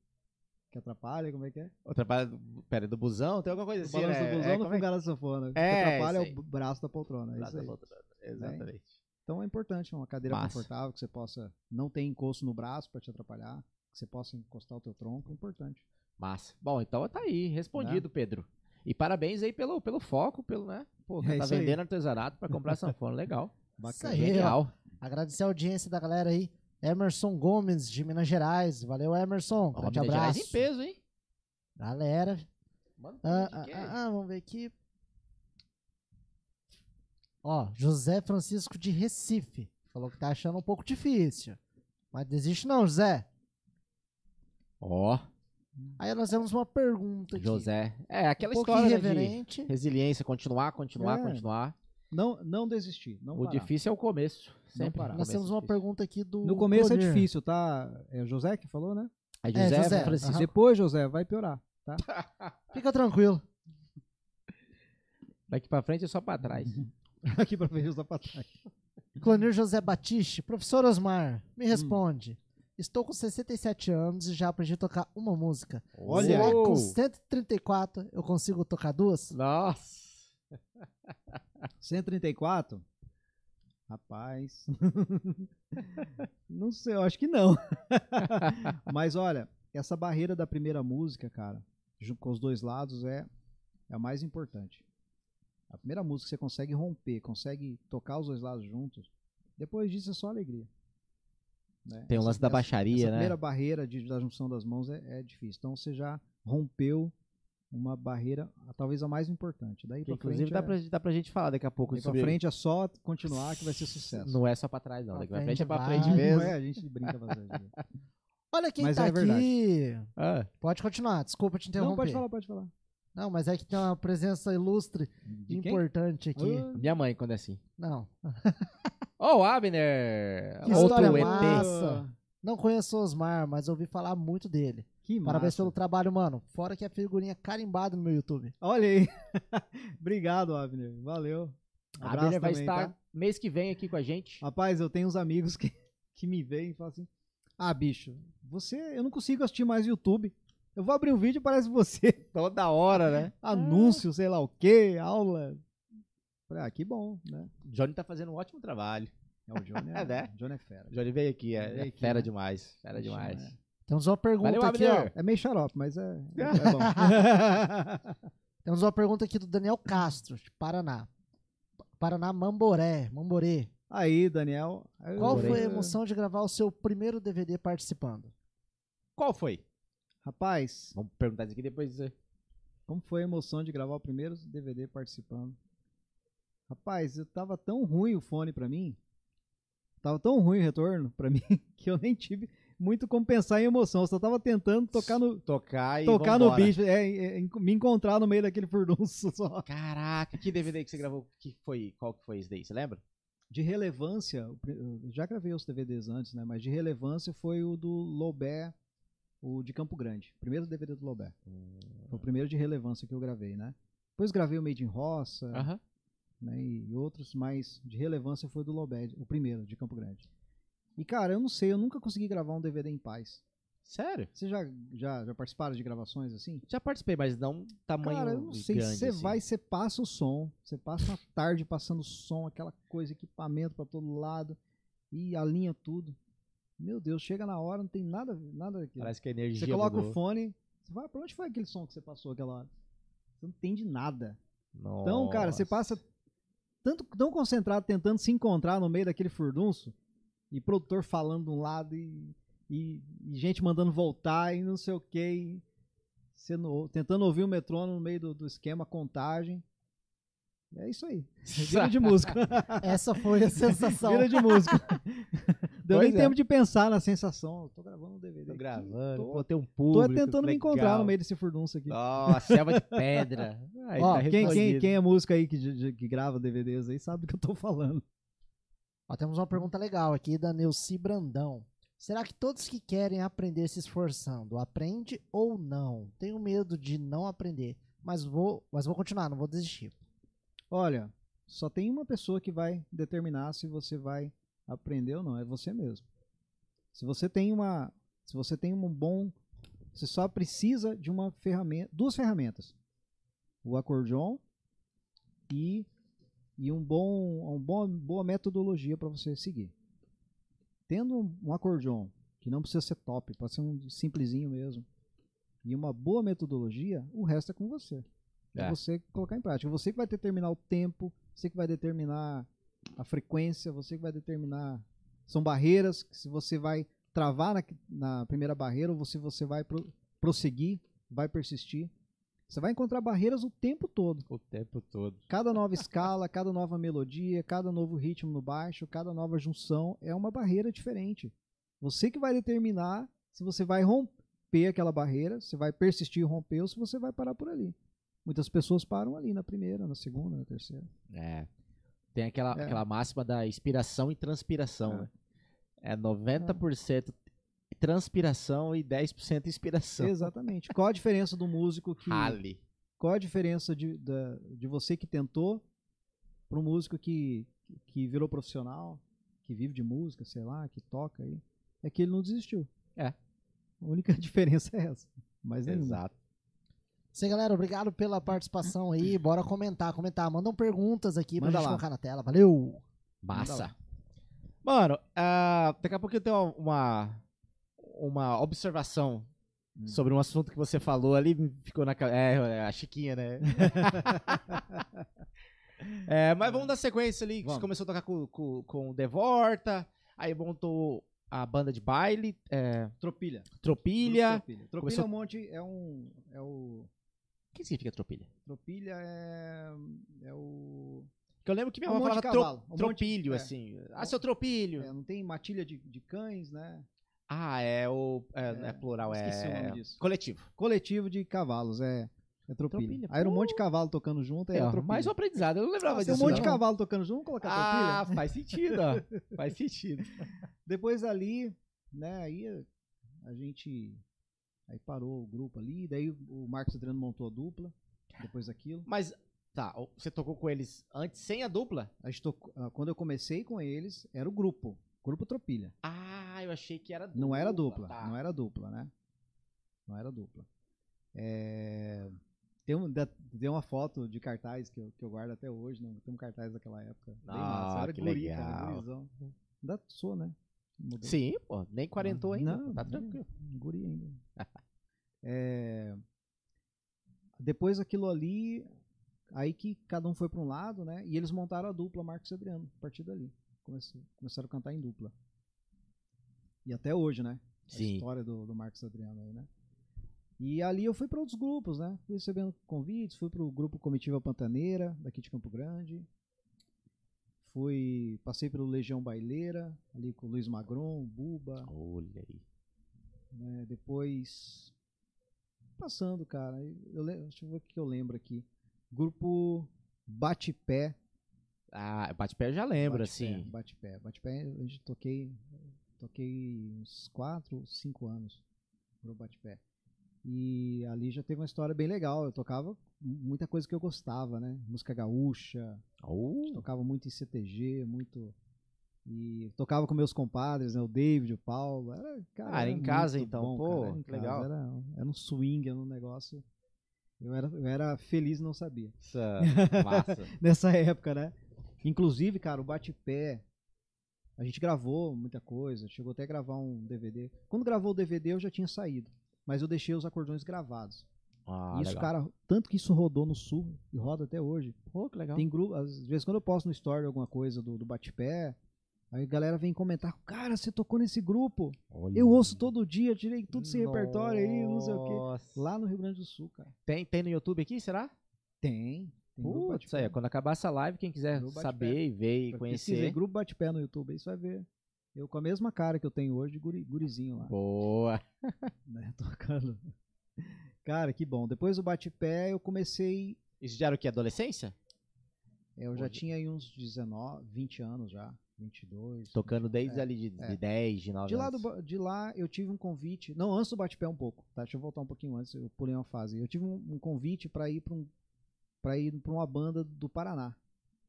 C: que atrapalha, como é que é?
A: O trabalho, do- pera, do busão, tem alguma coisa
C: O
A: assim,
C: balanço
A: né?
C: do
A: É,
C: busão não
A: como é que-
C: fungada da sanfona. O que
A: É,
C: atrapalha
A: isso aí.
C: é o braço da poltrona. é isso aí.
A: né? Exatamente.
C: Então é importante uma cadeira
A: Massa.
C: confortável que você possa não ter encosto no braço para te atrapalhar, que você possa encostar o teu tronco, é importante.
A: Massa. Bom, então tá aí, respondido,
C: Né?
A: Pedro. E parabéns aí pelo, pelo foco, pelo, né? Pô,
C: É
A: tá
C: isso aí.
A: vendendo artesanato pra comprar sanfona, legal.
C: Bacana.
B: Isso aí, ó.
A: Genial.
B: Agradecer a audiência da galera aí. Emerson Gomes, de Minas Gerais. Valeu, Emerson.
A: Ó,
B: Um Grande
A: Minas Gerais
B: abraço.
A: em peso, hein?
B: Galera.
A: Manda
B: Ah,
A: pra gente, quem é?
B: ah, ah, vamos ver aqui. Ó, José Francisco de Recife. Falou que tá achando um pouco difícil. Mas desiste não, José.
A: Ó,
B: Aí nós temos uma pergunta aqui.
A: José. É, aquela
B: um pouco
A: história né, de
B: irreverente.
A: resiliência, continuar, continuar,
C: É.
A: continuar.
C: Não, não desistir, não
A: o
C: parar.
A: difícil é o começo. Sempre
C: parar.
A: o
B: Nós
A: começo
B: temos
A: é
B: uma
A: difícil.
B: pergunta aqui do
C: No começo é
B: Clodir.
C: difícil, tá? É José que falou, né?
A: Aí
B: É,
A: José,
B: José,
A: Francisco.
B: aham.
C: assim, Depois, José, vai piorar.
B: Fica tranquilo.
A: Daqui pra frente é só pra trás.
B: Uhum.
C: Aqui para frente, só para trás.
B: Clonir José Batiste, professor Osmar,
C: Hum.
B: me responde. Estou com 67 anos e já aprendi a tocar uma música.
C: Olha
B: Será
C: aí.
B: que com 134 eu consigo tocar duas?
A: Nossa.
C: 134? Rapaz. não sei, eu acho que não. Mas olha, essa barreira da primeira música, cara, junto com os dois lados, é, é a mais importante. A primeira música você consegue romper, consegue tocar os dois lados juntos. Depois disso é só alegria. né?
A: Tem o
C: Essa-
A: lance da
C: essa- essa
A: baixaria, né?
C: primeira barreira de- da junção das mãos é, é difícil. Então você já rompeu uma barreira, a- talvez a mais importante. Daí
A: Que,
C: pra
A: inclusive,
C: frente
A: dá,
C: é-
A: pra, dá pra gente falar daqui a pouco
C: Daí pra
A: sobre...
C: frente é só continuar que vai ser sucesso.
A: Não é só pra trás, não.
B: Pra
A: Daqui pra
B: frente
A: frente é pra
B: vai.
A: frente
B: Não
C: Não
A: mesmo.
C: é, a gente brinca bastante.
B: Olha quem
C: Mas
B: tá
C: é verdade.
B: aqui.
A: Ah,
B: Pode continuar, desculpa te interromper.
C: Não, pode falar, pode falar.
B: Não, mas é que tem uma presença ilustre e
C: De quem?
B: importante aqui.
C: Ah,
A: minha mãe, quando é assim.
B: Não,
A: Ô, oh, Abner!
B: Que história
A: Outro
B: massa.
A: ET.
B: não conheço o Osmar, mas ouvi falar muito dele.
C: Que massa.
B: Parabéns pelo trabalho, mano. Fora que é figurinha carimbada no meu YouTube.
C: Olha aí. Obrigado, Abner. Valeu. Abraço
A: Abner vai
C: também,
A: estar
C: tá?
A: mês que vem aqui com a gente.
C: Rapaz, eu tenho uns amigos que, que me veem e falam assim: Ah, bicho, você, eu não consigo assistir mais YouTube. Eu vou abrir um vídeo, parece você.
A: Toda hora, né?
C: Anúncio, sei lá o quê, aula. Falei, ah, que bom, né?
A: Johnny tá fazendo um ótimo trabalho.
C: É, o Johnny é,
A: É, né?
C: o Johnny é fera.
A: Johnny veio aqui, é,
C: Veio
A: é
C: aqui,
A: fera
C: né?
A: demais. Fera
C: Ixi,
A: demais.
C: mano.
B: Temos uma pergunta
A: Valeu,
B: aqui, ó.
A: Abner!
C: É meio xarope, mas é, é bom.
B: Temos uma pergunta aqui do Daniel Castro, de Paraná. Pa- Paraná Mamboré, Mamborê.
C: Aí, Daniel. eu-
B: Qual
A: Mamboré.
B: foi a emoção de gravar o seu primeiro DVD participando?
A: Qual foi?
C: Rapaz,
A: Vamos perguntar isso aqui depois. disso aí.
C: como foi a emoção de gravar o primeiro DVD participando? Rapaz, eu tava tão ruim o fone pra mim. Tava tão ruim o retorno pra mim que eu nem tive muito como pensar em emoção. Eu só tava tentando tocar no
A: Tocar e
C: tocar no
A: vambora.
C: bicho, é, é, en- me encontrar no meio daquele furdunço só.
A: Caraca, que DVD que você gravou? Que foi, qual que foi isso daí? Você lembra?
C: De relevância, o pri- eu já gravei os DVDs antes, né? Mas de relevância foi o do Lobé, o de Campo Grande. Primeiro DVD do Lobé. Foi o primeiro de relevância que eu gravei, né? Depois gravei o Made in Roça,
A: Aham.
C: né, e outros, mas de relevância foi do Lobed, o primeiro, de Campo Grande. E, cara, eu não sei, eu nunca consegui gravar um DVD em paz.
A: Sério?
C: Vocês já, já, já participaram de gravações assim?
A: Já participei, mas não tamanho
C: Cara, eu não sei,
A: grande,
C: você
A: assim.
C: vai, você passa o som, você passa uma tarde passando som, aquela coisa, equipamento pra todo lado, e alinha tudo. Meu Deus, chega na hora, não tem nada, nada daquilo.
A: Parece que a energia
C: Você coloca
A: mudou.
C: o fone, você fala, pra onde foi aquele som que você passou aquela hora? Você não entende nada. Então, cara, você
A: Nossa.
C: passa tanto tão concentrado tentando se encontrar no meio daquele furdunço e produtor falando de um lado e, e- e gente mandando voltar e não sei o que. tentando ouvir o metrônomo no meio do, do esquema contagem. E É isso aí. Vira de músico.
B: Essa foi a sensação.
C: Vira de músico. Deu
A: Pois
C: nem
A: é.
C: tempo de pensar na sensação. Eu tô gravando um DVD.
A: Tô
C: aqui,
A: gravando,
C: Tô,
A: pô, tem um
C: tô
A: público.
C: tentando me encontrar
A: legal.
C: no meio desse furdunço aqui.
A: Nossa, selva de pedra. Aí
B: Ó,
A: tá
C: Quem, quem,
A: respondido.
C: quem é músico aí que, de- que grava DVDs aí sabe do que eu tô falando.
B: Ó, temos uma pergunta legal aqui da Neuci Brandão. Será que todos que querem aprender se esforçando, aprende ou não? Tenho medo de não aprender, mas vou, mas vou continuar, não vou desistir.
C: Olha, só tem uma pessoa que vai determinar se você vai aprender ou não, é você mesmo. Se você tem uma, se você tem um bom, você só precisa de uma ferramenta, duas ferramentas. O acordeon e e um bom, um bom boa metodologia para você seguir. Tendo um, um acordeon que não precisa ser top, pode ser um simplesinho mesmo. E uma boa metodologia, o resto é com você. É.
A: É.
C: você colocar em prática. Você que vai determinar o tempo, você que vai determinar a frequência, você que vai determinar. São barreiras, que se você vai travar na, na primeira barreira ou se você vai pro- prosseguir, vai persistir. Você vai encontrar barreiras o tempo todo.
A: O tempo todo.
C: Cada nova escala, cada nova melodia, cada novo ritmo no baixo, cada nova junção é uma barreira diferente. Você que vai determinar se você vai romper aquela barreira, se vai persistir e romper ou se você vai parar por ali. Muitas pessoas param ali na primeira, na segunda, na terceira.
A: É. Tem aquela,
C: É.
A: aquela máxima da inspiração e transpiração,
C: É.
A: né? É 90% transpiração e 10% inspiração.
C: Exatamente. Qual a diferença do músico que.
A: Rale.
C: Qual a diferença de, da- de você que tentou para um músico que, que virou profissional, que vive de música, sei lá, que toca aí, é que ele não desistiu.
A: É.
C: A única diferença é essa. Mas nenhuma.
A: Exato.
B: Isso aí, galera. Obrigado pela participação aí. Bora comentar, comentar. Mandam perguntas aqui pra
C: Manda
B: gente
C: lá.
B: colocar na tela. Valeu!
C: Manda
A: Massa. um. Mano, ah, daqui a pouco eu tenho uma, uma observação
C: Hum.
A: sobre um assunto que você falou ali, me ficou na cabeça. É, a Chiquinha, né? É, mas vamos dar sequência ali. que Você
C: Ah. Vamos.
A: começou a tocar com, com, com o Devorta, aí montou a banda de baile, é,
C: Tropilha.
A: Tropilha.
C: Grupo Tropilha.
A: Começou-
C: Tropilha é um monte, é um. É o.
A: O que significa Tropilha?
C: Tropilha é. É o.
A: Porque eu lembro que minha
C: um
A: avó
C: monte
A: falava
C: de
A: tro,
C: cavalo. um monte-
A: tropilho,
C: é,
A: assim. Ah, seu tropilho.
C: é, não tem matilha de, de cães, né?
A: Ah, é o. É,
C: É,
A: não é plural,
C: esqueci o
A: é.
C: nome disso.
A: Coletivo.
C: Coletivo de cavalos, é. É tropilha.
A: Tropilha,
C: Aí era um monte de cavalo tocando junto, aí
A: É,
C: era
A: ó,
C: tropilha.
A: mais um aprendizado. Eu não lembrava
C: Tem um
A: disso.
C: monte
A: não.
C: de cavalo tocando junto, vamos colocar tropilha?
A: Ah, faz sentido, ó. Faz sentido.
C: Depois ali, né, aí a gente aí parou o grupo ali, daí o Marcos Adriano montou a dupla, depois daquilo.
A: Mas, tá, o- você tocou com eles antes, sem a dupla?
C: A gente tocou- ah, quando eu comecei com eles, era o grupo, grupo Tropilha.
A: Ah, eu achei que era dupla.
C: Não era dupla,
A: tá.
C: não era dupla, né? Não era dupla. É, tem, um, da- tem uma foto de cartaz que eu, que eu guardo até hoje, né? tem um cartaz daquela época. Bem
A: Ah,
C: massa, eu era
A: que
C: guri, cara,
A: legal.
C: gurizão. Ainda sou, né? Mudou.
A: Sim, pô, nem quarentou ainda.
C: Não,
A: tá
C: não.
A: tranquilo.
C: Um guri ainda. É, depois aquilo ali, aí que cada um foi para um lado, né? E eles montaram a dupla Marcos e Adriano, a partir dali. Começou- começaram a cantar em dupla. E até hoje, né? A história do, do Marcos e Adriano aí, né? E ali eu fui para outros grupos, né? Fui recebendo convites, fui para o grupo Comitiva Pantaneira, daqui de Campo Grande. Fui, passei pelo Legião Baileira, ali com o Luiz Magron, o Buba,
A: Olha aí.
C: né, Depois. Passando, cara. Eu, le- deixa eu ver o que eu lembro aqui. Grupo Bate-Pé.
A: Ah, bate-pé eu já lembro,
C: Bate-Pé,
A: assim.
C: Bate-Pé. Bate-Pé, eu já toquei. Toquei uns 4, 5 anos. Grupo Bate-Pé. E ali já teve uma história bem legal. Eu tocava muita coisa que eu gostava, né? Música gaúcha.
A: Oh,
C: Tocava muito em CTG, muito. E tocava com meus compadres, né? O David, o Paulo. Era, cara,
A: Ah, era em
C: muito
A: casa, então,
C: bom,
A: pô,
C: cara, era em
A: que legal.
C: Era, era um swing, era um negócio. Eu era, eu era feliz e não sabia.
A: essa massa.
C: Nessa época, né? Inclusive, cara, o bate-pé. A gente gravou muita coisa, chegou até a gravar um DVD. Quando gravou o DVD, eu já tinha saído. Mas eu deixei os acordeões gravados.
A: Ah,
C: E isso,
A: legal.
C: cara, tanto que isso rodou no sul e roda até hoje.
A: Pô, que legal.
C: Tem grupo, às vezes quando eu posto no story alguma coisa do, do bate-pé, aí a galera vem comentar, cara, você tocou nesse grupo?
A: Olha.
C: Eu ouço todo dia, tirei todo esse repertório aí, não sei o quê.
A: Nossa.
C: Lá no Rio Grande do Sul, cara.
A: Tem, tem no YouTube aqui, será?
C: Tem. Tem grupo
A: Putz,
C: bate-pé.
A: aí, ó, quando acabar essa live, quem quiser
C: Grupo
A: saber e ver e
C: Pesquisa aí,
A: conhecer.
C: grupo bate-pé no YouTube, aí você vai ver. Eu com a mesma cara que eu tenho hoje, de guri, gurizinho lá,
A: Boa.
C: né, tocando. Cara, que bom. Depois do bate-pé, eu comecei, é,
A: Isso já era o que? Adolescência?
C: eu já
A: Hoje-
C: tinha aí uns 19, 20 anos já, 22.
A: Tocando desde ali de, de
C: é.
A: 10, de 9
C: De lá, do
A: anos.
C: ba- de lá eu tive um convite. Não, antes do bate-pé um pouco, tá? Deixa eu voltar um pouquinho antes, eu pulei uma fase. Eu tive um, um convite pra ir pra um para ir para uma banda do Paraná.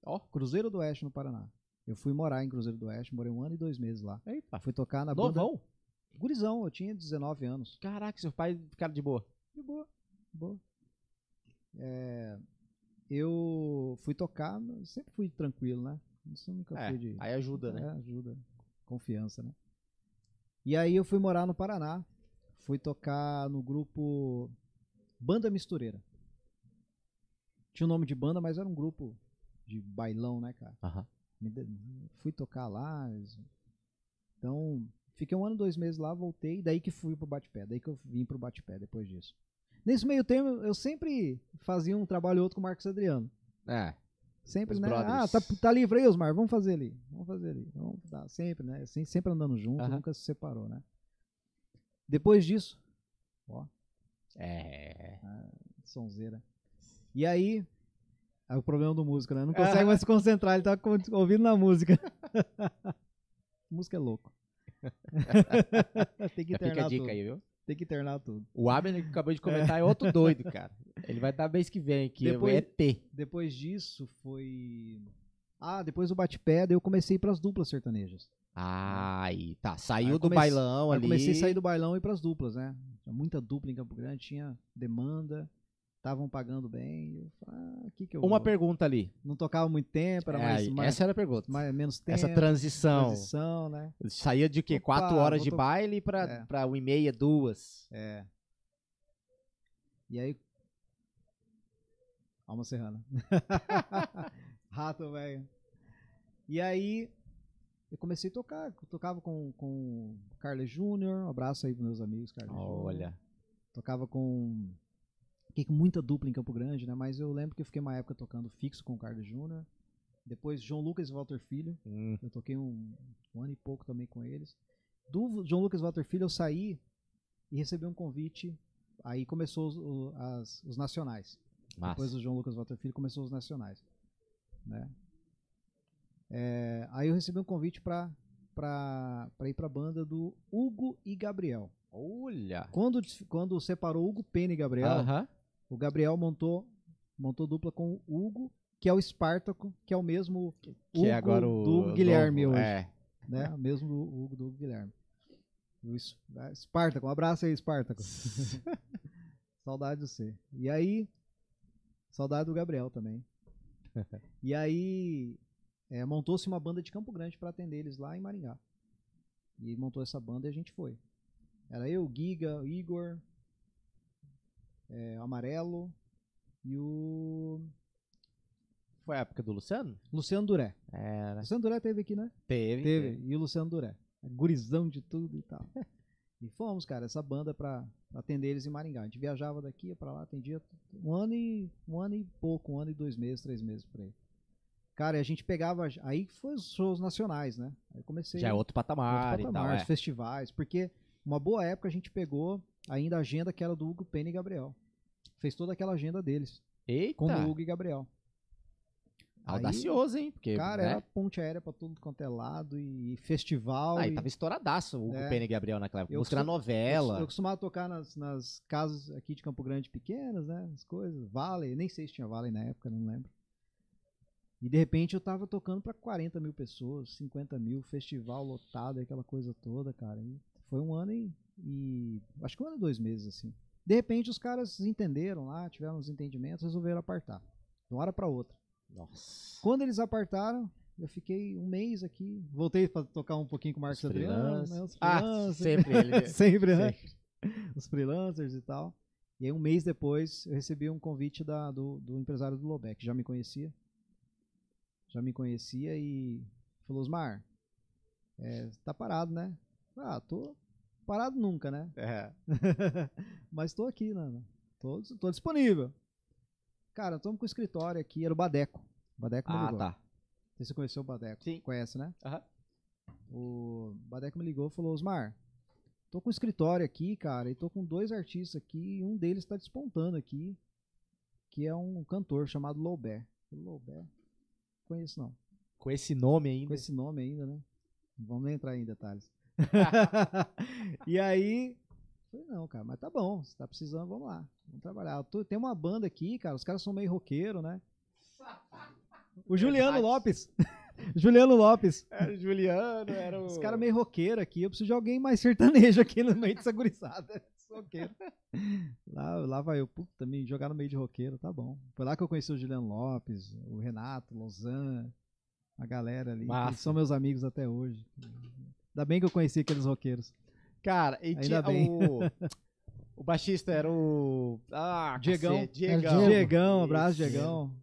A: Ó.
C: Cruzeiro do Oeste no Paraná. Eu fui morar em Cruzeiro do Oeste, morei um ano e dois meses lá.
A: Eita.
C: Fui tocar na banda
A: Novão?
C: Gurizão, eu tinha 19 anos.
A: Caraca, seu pai ficaram de boa.
C: De boa, de boa. É, eu fui tocar, mas sempre fui tranquilo, né? Isso eu nunca
A: É,
C: fui de
A: aí ajuda, né?
C: É, ajuda. Confiança, né? E aí eu fui morar no Paraná. Fui tocar no grupo Banda Mistureira. Tinha o nome de banda, mas era um grupo de bailão, né, cara?
A: Aham.
C: Me de- Fui tocar lá. mas- Então, fiquei um ano, dois meses lá, voltei. Daí que fui pro bate-pé. Daí que eu vim pro bate-pé depois disso. Nesse meio tempo, eu sempre fazia um trabalho ou outro com o Marcos Adriano.
A: É.
C: Sempre,
A: Os
C: né?
A: brothers.
C: Ah, tá, tá livre aí, Osmar? Vamos fazer ali. Vamos fazer ali. Vamos dar sempre, né? Assim, sempre andando junto,
A: Aham.
C: nunca se separou, né? Depois disso,
A: É.
C: sonzeira. E aí, é o problema do músico, né? Não consegue
A: Aham.
C: mais se concentrar, ele tá con- ouvindo na música. música é louco. Tem que
A: Já fica a
C: internar
A: dica
C: tudo.
A: aí, viu?
C: Tem que internar tudo.
A: O Abner que acabou de comentar é outro doido, é cara. Ele vai estar mês que vem aqui.
C: Depois-
A: É T.
C: Depois disso foi Ah, depois do bate-pedra eu comecei para as duplas sertanejas.
A: Ah, aí, tá. Saiu
C: eu
A: do
C: comecei-
A: bailão
C: Eu
A: ali.
C: comecei a sair do bailão e ir para as duplas, né? Tinha muita dupla em Campo Grande, tinha demanda, estavam pagando bem. Eu falei, ah, que que eu
A: Uma
C: vou?
A: pergunta ali.
C: Não tocava muito tempo, era
A: É,
C: mais,
A: aí,
C: mais,
A: essa era a pergunta.
C: mais- menos tempo.
A: essa transição.
C: transição, né?
A: Saía de quê?
C: Opa,
A: Quatro horas
C: vou
A: de
C: to-
A: baile pra,
C: É.
A: pra uma e meia, duas.
C: É. E aí. Alma Serrana. Rato, velho. E aí. Eu comecei a tocar. Eu tocava com, com o Carlos Júnior. Um abraço aí pros meus amigos,
A: um
C: Carlos
A: né?
C: Júnior.
A: Olha.
C: Tocava com. Fiquei com muita dupla em Campo Grande, né? Mas eu lembro que eu fiquei uma época tocando fixo com o Carlos Júnior. Depois João Lucas e Walter Filho.
A: Hum.
C: Eu toquei um, um ano e pouco também com eles. Do João Lucas Walter Filho, eu saí e recebi um convite. Aí começou os, o- as- os nacionais.
A: Massa.
C: Depois do João Lucas Walter Filho, começou os nacionais. Né? É, aí eu recebi um convite para ir para a banda do Hugo e Gabriel.
A: Olha.
C: Quando, des- quando separou Hugo Pena e Gabriel,
A: Aham.
C: o Gabriel montou, montou dupla com o Hugo, que é o Espartaco, que é o mesmo
A: Que é agora o.
C: do
A: novo,
C: Guilherme hoje
A: É.
C: né? O Mesmo do Hugo do Guilherme. O Es- ah, Espartaco, um abraço aí, Espartaco. saudade de você. E aí, saudade do Gabriel também. E aí, é, montou-se uma banda de Campo Grande para atender eles lá em Maringá. E montou essa banda e a gente foi. Era eu, o Giga, o Igor, é, o Amarelo e o
A: Foi a época do Luciano?
C: Luciano Duré.
A: Era.
C: Luciano Duré teve aqui, né?
A: Teve.
C: Teve. E o Luciano Duré. né, Gurizão de tudo e tal. E fomos, cara, essa banda pra atender eles em Maringá. A gente viajava daqui ia pra lá, atendia um ano e um ano e pouco, um ano e dois meses, três meses por aí. Cara, e a gente pegava. Aí que foi os shows nacionais, né? Aí eu comecei
A: Já é outro patamar,
C: outro patamar,
A: e
C: os
A: tal. é.
C: festivais, porque uma boa época a gente pegou ainda a agenda que era do Hugo Pena e Gabriel. Fez toda aquela agenda deles,
A: Eita.
C: com o Hugo e Gabriel. Aí,
A: Audacioso, hein? Porque,
C: Cara,
A: né?
C: era ponte aérea pra tudo quanto é lado e festival.
A: Aí
C: e...
A: tava estouradaço o
C: É.
A: Hugo Pena e Gabriel naquela época.
C: Eu
A: Música na
C: costu- Eu,
A: novela.
C: eu costumava tocar nas, nas casas aqui de Campo Grande pequenas, né? As coisas. Vale, nem sei se tinha vale na época, não lembro. E de repente eu tava tocando pra 40 mil pessoas, 50 mil, festival lotado, aquela coisa toda, cara. E foi um ano e, e- Acho que um ano e dois meses, assim. De repente os caras entenderam lá, tiveram uns entendimentos, resolveram apartar. De uma hora pra outra.
A: Nossa.
C: Quando eles apartaram, eu fiquei um mês aqui. Voltei pra tocar um pouquinho com o Marcos
A: Os
C: Adriano.
A: freelance.
C: né, os
A: Ah,
C: freelancers.
A: sempre ele.
C: Sempre, né?
A: Sempre.
C: Os freelancers e tal. E aí, um mês depois, eu recebi um convite da, do, do empresário do Lobeck, que já me conhecia. Já me conhecia e falou: Osmar, é, tá parado, né? Ah, tô parado nunca, né?
A: É.
C: Mas tô aqui, né? Tô, tô disponível. Cara, estamos com o escritório aqui, era o Badeco. Badeco me
A: Ah,
C: ligou.
A: tá.
C: Você conheceu o Badeco?
A: Sim.
C: Conhece, né?
A: Aham.
C: O Badeco me ligou e falou: Osmar, tô com um escritório aqui, cara, e tô com dois artistas aqui, e um deles tá despontando aqui, que é um cantor chamado Lobé. Lobé? Conheço não.
A: Com esse nome
C: Com
A: ainda.
C: esse nome ainda, né? Não vamos nem entrar em detalhes. e aí, falei, não, cara, mas tá bom, você tá precisando, vamos lá, vamos trabalhar. Eu tô- tem uma banda aqui, cara, os caras são meio roqueiro, né? O Juliano
A: Verdade.
C: Lopes. Juliano Lopes.
A: Era o Juliano, era
C: Esse cara meio roqueiro aqui, eu preciso de alguém mais sertanejo aqui no meio dessa gurizada. Roqueiro. Lá, lá vai eu, puta, me jogar no meio de roqueiro, tá bom. Foi lá que eu conheci o Juliano Lopes, o Renato, o Lozan, a galera ali.
A: Massa.
C: Que são meus amigos até hoje. Ainda bem que eu conheci aqueles roqueiros.
A: Cara, e
C: Ainda
A: tinha
C: bem.
A: o. O baixista era o. Ah,
C: Diegão.
A: cacete, Diegão.
B: Diego.
C: Diegão, um abraço,
A: Isso.
C: Diegão.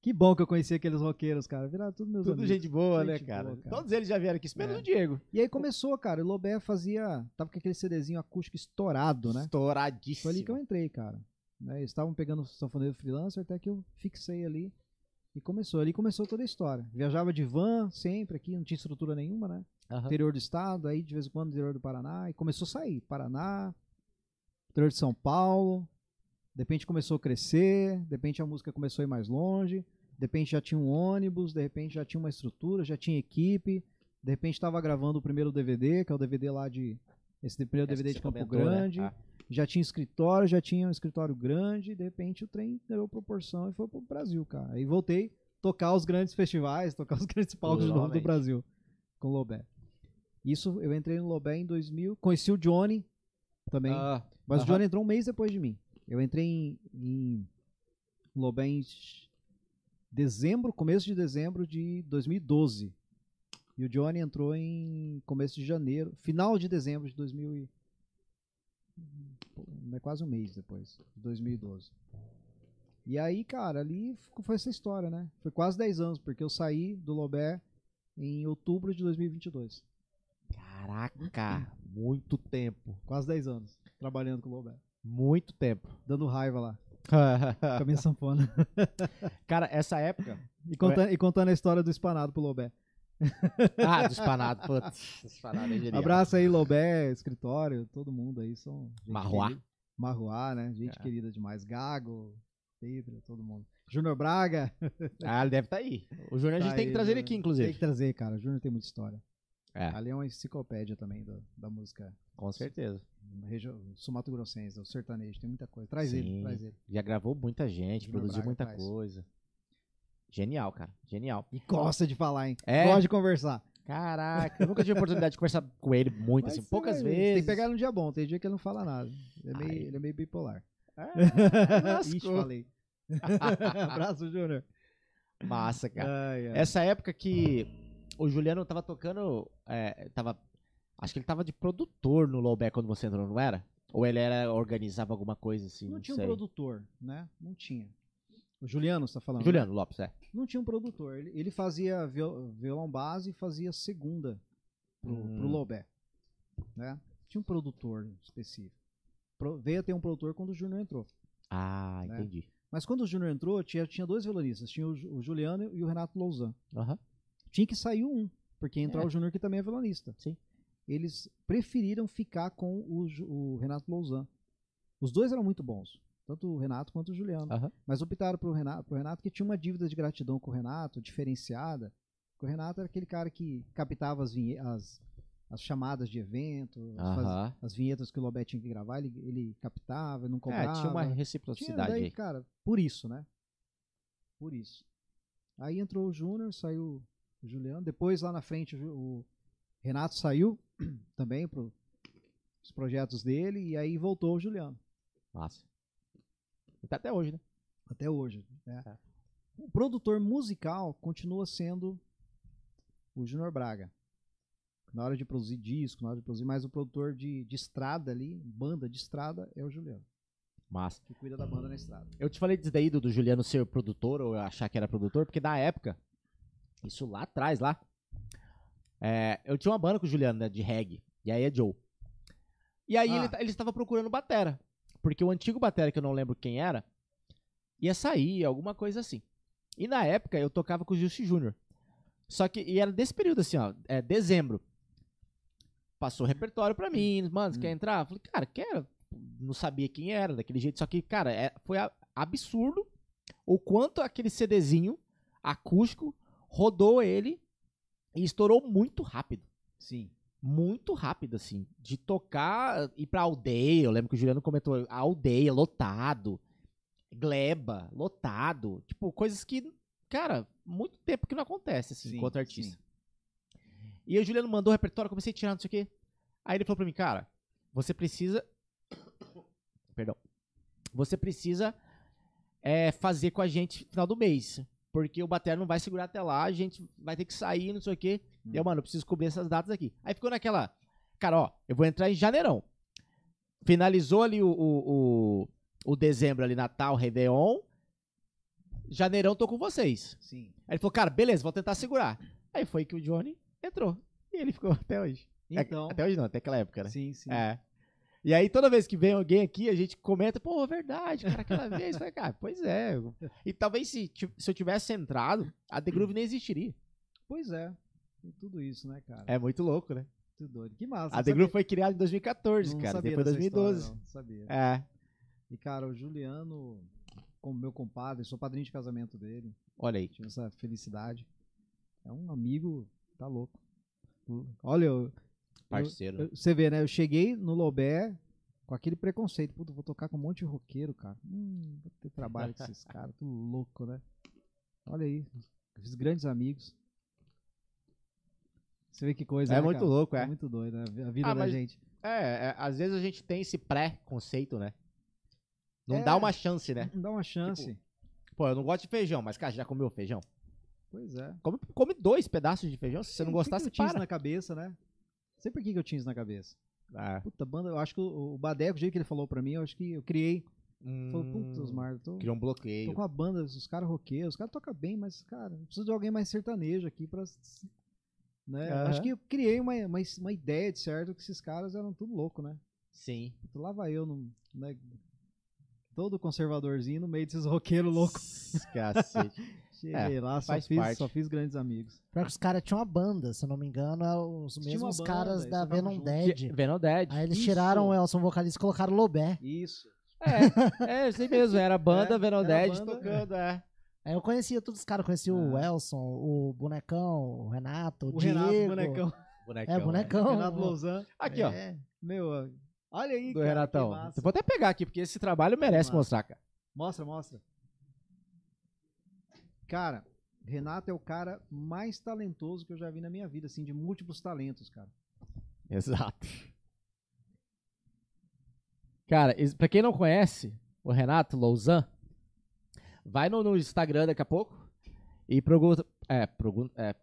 C: Que bom que eu conheci aqueles roqueiros, cara. Viraram tudo meus
A: Tudo
C: amigos.
A: gente boa,
C: Gente
A: né, cara?
C: boa, cara.
A: Todos eles já vieram aqui, menos
C: É.
A: o Diego.
C: E aí começou, cara. O Lobé fazia. Tava com aquele CDzinho acústico estourado, né?
A: Estouradíssimo.
C: Foi ali que eu entrei, cara. Né, eles estavam pegando sanfoneiro freelancer até que eu fixei ali e começou. Ali começou toda a história. Viajava de van sempre aqui, não tinha estrutura nenhuma, né?
A: Aham.
C: Interior do estado, aí de vez em quando interior do Paraná. E começou a sair. Paraná, interior de São Paulo. De repente começou a crescer, de repente a música começou a ir mais longe, de repente já tinha um ônibus, de repente já tinha uma estrutura, já tinha equipe, de repente estava gravando o primeiro DVD, que é o DVD lá de. Esse primeiro
A: Essa que
C: DVD
A: você
C: de Campo
A: comentou, né?
C: Grande
A: Ah,
C: já tinha escritório, já tinha um escritório grande, e de repente o trem deu proporção e foi pro Brasil, cara. Aí voltei, tocar os grandes festivais, tocar os grandes palcos de novo do
D: Lobé.
C: Brasil com o Lobé. Isso, eu entrei no Lobé em 2000, conheci o Johnny também,
A: Ah,
C: mas o
A: aham.
C: Johnny entrou um mês depois de mim. Eu entrei em, em Lobé em dezembro, começo de dezembro de 2012. E o Johnny entrou em começo de janeiro, final de dezembro de 2000 e... Pô, É quase um mês depois, de 2012. E aí, cara, ali ficou- foi essa história, né? Foi quase 10 anos, porque eu saí do Lobé em outubro de 2022.
A: Caraca, muito tempo.
C: Quase 10 anos trabalhando com o Lobé.
A: Muito tempo.
C: Dando raiva lá, com a minha sanfona.
A: Cara, essa época.
C: E
A: É.
C: contando, e contando a história do espanado pro Lobé.
A: Ah, do espanado. Putz, espanado é genial.
C: Abraço aí, Lobé, escritório, todo mundo aí. São gente
A: Marroá.
C: querida. Marroá, né? Gente
A: É.
C: querida demais. Gago, Pedro, todo mundo. Júnior Braga.
A: Ah, ele deve estar aí. O Júnior a gente
C: Tá
A: tem
C: aí,
A: que trazer ele
C: Júnior.
A: aqui,
C: Tem
A: inclusive.
C: que trazer, cara. Júnior tem muita história.
A: É.
C: Ali é uma enciclopédia também da, da música
A: Com certeza.
C: região sumato grossense, o sertanejo, tem muita coisa. Traz
A: Sim.
C: ele, traz ele.
A: Já gravou muita gente,
C: Júnior
A: produziu
C: Braga
A: muita
C: faz.
A: coisa. Genial, cara. Genial.
C: E gosta de falar, hein?
A: É?
C: Gosta de conversar.
A: Caraca, eu nunca tive oportunidade de conversar com ele muito,
C: Mas
A: assim,
C: você
A: poucas
C: vai ver,
A: vezes.
C: Tem que pegar num dia bom, tem dia que ele não fala nada. Ele é meio,
A: Ai. Ah,
C: ele é meio bipolar.
A: lascou.
C: Ixi, falei. Abraço, Júnior.
A: Massa, cara. é
C: Ai, ai.
A: Essa época que o Juliano tava tocando. é, tava, acho que ele tava de produtor no Lowback quando você entrou, não era? Ou ele era, organizava alguma coisa assim? Não,
C: Não tinha um
A: sei.
C: produtor, né? Não tinha. O Juliano, você tá falando? né?
A: Juliano Lopes, é.
C: Não tinha um produtor. Ele, ele fazia viol- violão base e fazia segunda pro,
A: Hum.
C: pro Lobé. Né? Tinha um produtor específico. Pro- veio a ter um produtor quando o Júnior entrou.
A: Ah,
C: Né?
A: entendi.
C: Mas quando o Júnior entrou, tinha, tinha dois violonistas. Tinha o, Ju- o Juliano e o Renato Louzan.
A: Aham.
C: Tinha que sair um, porque ia entrar
A: É.
C: o Júnior que também é violonista.
A: Sim.
C: Eles preferiram ficar com o, Ju- o Renato Louzan. Os dois eram muito bons. Tanto o Renato quanto o Juliano.
A: Aham.
C: Mas optaram pro Renato, pro Renato que tinha uma dívida de gratidão com o Renato, diferenciada. Porque o Renato era aquele cara que captava as, vinhe- as, as chamadas de evento, faz-
A: Aham.
C: as vinhetas que o Lobé tinha que gravar, ele, ele captava, não
A: É,
C: cobrava.
A: tinha uma
C: Ah, Tinha,
A: reciprocidade
C: daí,
A: aí.
C: cara, por isso, né? Por isso. Aí entrou o Júnior, saiu o Juliano. Depois, lá na frente, o Ju- o Renato saiu também para os projetos dele. E aí voltou o Juliano,
A: Massa. Tá até hoje, né?
C: até hoje. né?
A: Tá.
C: O produtor musical continua sendo o Júnior Braga. Na hora de produzir disco, na hora de produzir, mas o produtor de, de estrada ali, banda de estrada, é o Juliano,
A: Massa.
C: que cuida da banda na estrada.
A: Eu te falei disso daí do, do Juliano ser produtor ou eu achar que era produtor, porque na época, isso lá atrás, lá, é, eu tinha uma banda com o Juliano, né, de reggae, e aí é Joe. E aí
C: Ah.
A: ele, ta- ele estava procurando batera, porque o antigo batera, que eu não lembro quem era, ia sair, alguma coisa assim. E na época eu tocava com o Gilson Júnior. Só que, e era desse período assim, ó, é dezembro. Passou o repertório pra mim, mano, você
C: Hum.
A: quer entrar? Eu falei, cara, quero. Não sabia quem era daquele jeito, só que, cara, é- foi a- absurdo o quanto aquele CDzinho acústico rodou ele e estourou muito rápido
C: Sim.
A: muito rápido, assim, de tocar, ah, ir pra aldeia. Eu lembro que o Juliano comentou, a aldeia, lotado, gleba, lotado. Tipo, coisas que, cara, muito tempo que não acontece, assim,
C: Sim,
A: enquanto artista.
C: sim.
A: E aí o Juliano mandou o repertório, eu comecei a tirar, não sei o quê. Aí ele falou pra mim, cara, você precisa. Perdão. Você precisa é, fazer com a gente no final do mês. Porque o Batera não vai segurar até lá, a gente vai ter que sair, não sei o quê. E eu, mano, eu preciso cobrir essas datas aqui. Aí ficou naquela. Cara, ó, eu vou entrar em janeirão. Finalizou ali o, o, o, o dezembro ali, Natal, Réveillon. Janeirão tô com vocês.
C: Sim.
A: Aí ele falou, cara, beleza, vou tentar segurar. Aí foi que o Johnny entrou. E ele ficou até hoje.
C: Então,
A: Até hoje não, até aquela época, né?
C: Sim, sim.
A: É. E aí, toda vez que vem alguém aqui, a gente comenta, pô, é verdade, cara, aquela vez. Falei, cara, pois é. E talvez se, ti- se eu tivesse entrado, a The Groove nem existiria.
C: Pois é. Tem tudo isso, né, cara?
A: É muito louco, né?
C: Muito doido. Que massa.
A: A The
C: não sabia-
A: Group foi criada em 2014,
C: não
A: cara.
C: sabia
A: Depois
C: dessa história,
A: 2012.
C: não, não sabia.
A: É.
C: E, cara, o Juliano, como meu compadre, sou padrinho de casamento dele,
A: Olha aí.
C: tive essa felicidade. É um amigo, tá louco. Olha, eu-
A: Parceiro.
C: eu- você vê, né? Eu cheguei no Lobé com aquele preconceito. Puta, vou tocar com um monte de roqueiro, cara. Hum, vou ter trabalho com esses caras. Tô louco, né? Olha aí. Fiz grandes amigos. Você vê que coisa.
A: É
C: né,
A: muito
C: cara?
A: louco, é.
C: muito doido, né? A vida
A: Ah,
C: da
A: mas-
C: gente.
A: É, é, às vezes a gente tem esse pré-conceito, né? Não
C: É.
A: dá uma chance, né?
C: Dá uma chance.
A: Pô, eu não gosto de feijão, mas, cara, já comeu feijão?
C: Pois é.
A: Come, come dois pedaços de feijão, se você não
C: Por que
A: gostar,
C: que
A: você
C: eu tinha isso
A: para.
C: na cabeça, né? Sei por que, que eu tinha isso na cabeça.
A: Ah,
C: Puta, banda, eu acho que o, o Badeco, o jeito que ele falou pra mim, eu acho que eu criei. Falei,
A: hum,
C: puta, Osmar, eu tô,
A: Criou um
C: tô
A: bloqueio.
C: com a banda, os caras roqueiros, os caras tocam bem, mas, cara, eu preciso de alguém mais sertanejo aqui pra. s- Né? Eu
A: Aham.
C: Acho que eu criei uma, uma, uma ideia de certo que esses caras eram tudo louco, né?
A: Sim.
C: Puta, lá vai eu, num, né? todo conservadorzinho no meio desses roqueiros loucos.
A: Cacete.
C: Cheguei lá, só
A: É, faz parte.
C: fiz, só fiz grandes amigos.
B: Pior que os caras tinham uma banda, se eu não me engano, é os
C: Tinha
B: mesmos
C: uma banda,
B: caras
C: eles
B: da
C: tocavam
B: Venom
C: junto.
B: Dead.
A: Venom Dead.
B: Aí eles
C: Isso.
B: tiraram o Elson vocalista e colocaram o Lobé.
C: Isso.
A: É, é, eu sei mesmo, era a banda
C: É,
A: Venom
C: era a
A: Dead
C: banda.
A: tocando, é.
B: Aí eu conhecia todos os caras, conhecia o
C: Ah.
B: Elson, o Bonecão, o Renato, o,
C: O
B: Diego.
C: Renato, bonecão.
A: Bonecão.
B: É,
A: né?
B: bonecão.
C: Renato Louzan.
A: Aqui, ó,
B: É.
C: Meu, ó, olha aí,
A: do
C: cara, que
A: Renatão.
C: massa.
A: Vou até pegar aqui, porque esse trabalho merece
C: Massa.
A: mostrar, cara.
C: Mostra, mostra. Cara, Renato é o cara mais talentoso que eu já vi na minha vida, assim, de múltiplos talentos, cara.
A: Exato. Cara, es- pra quem não conhece o Renato Louzan, vai no, no Instagram daqui a pouco e pergunta, é, pergun- é,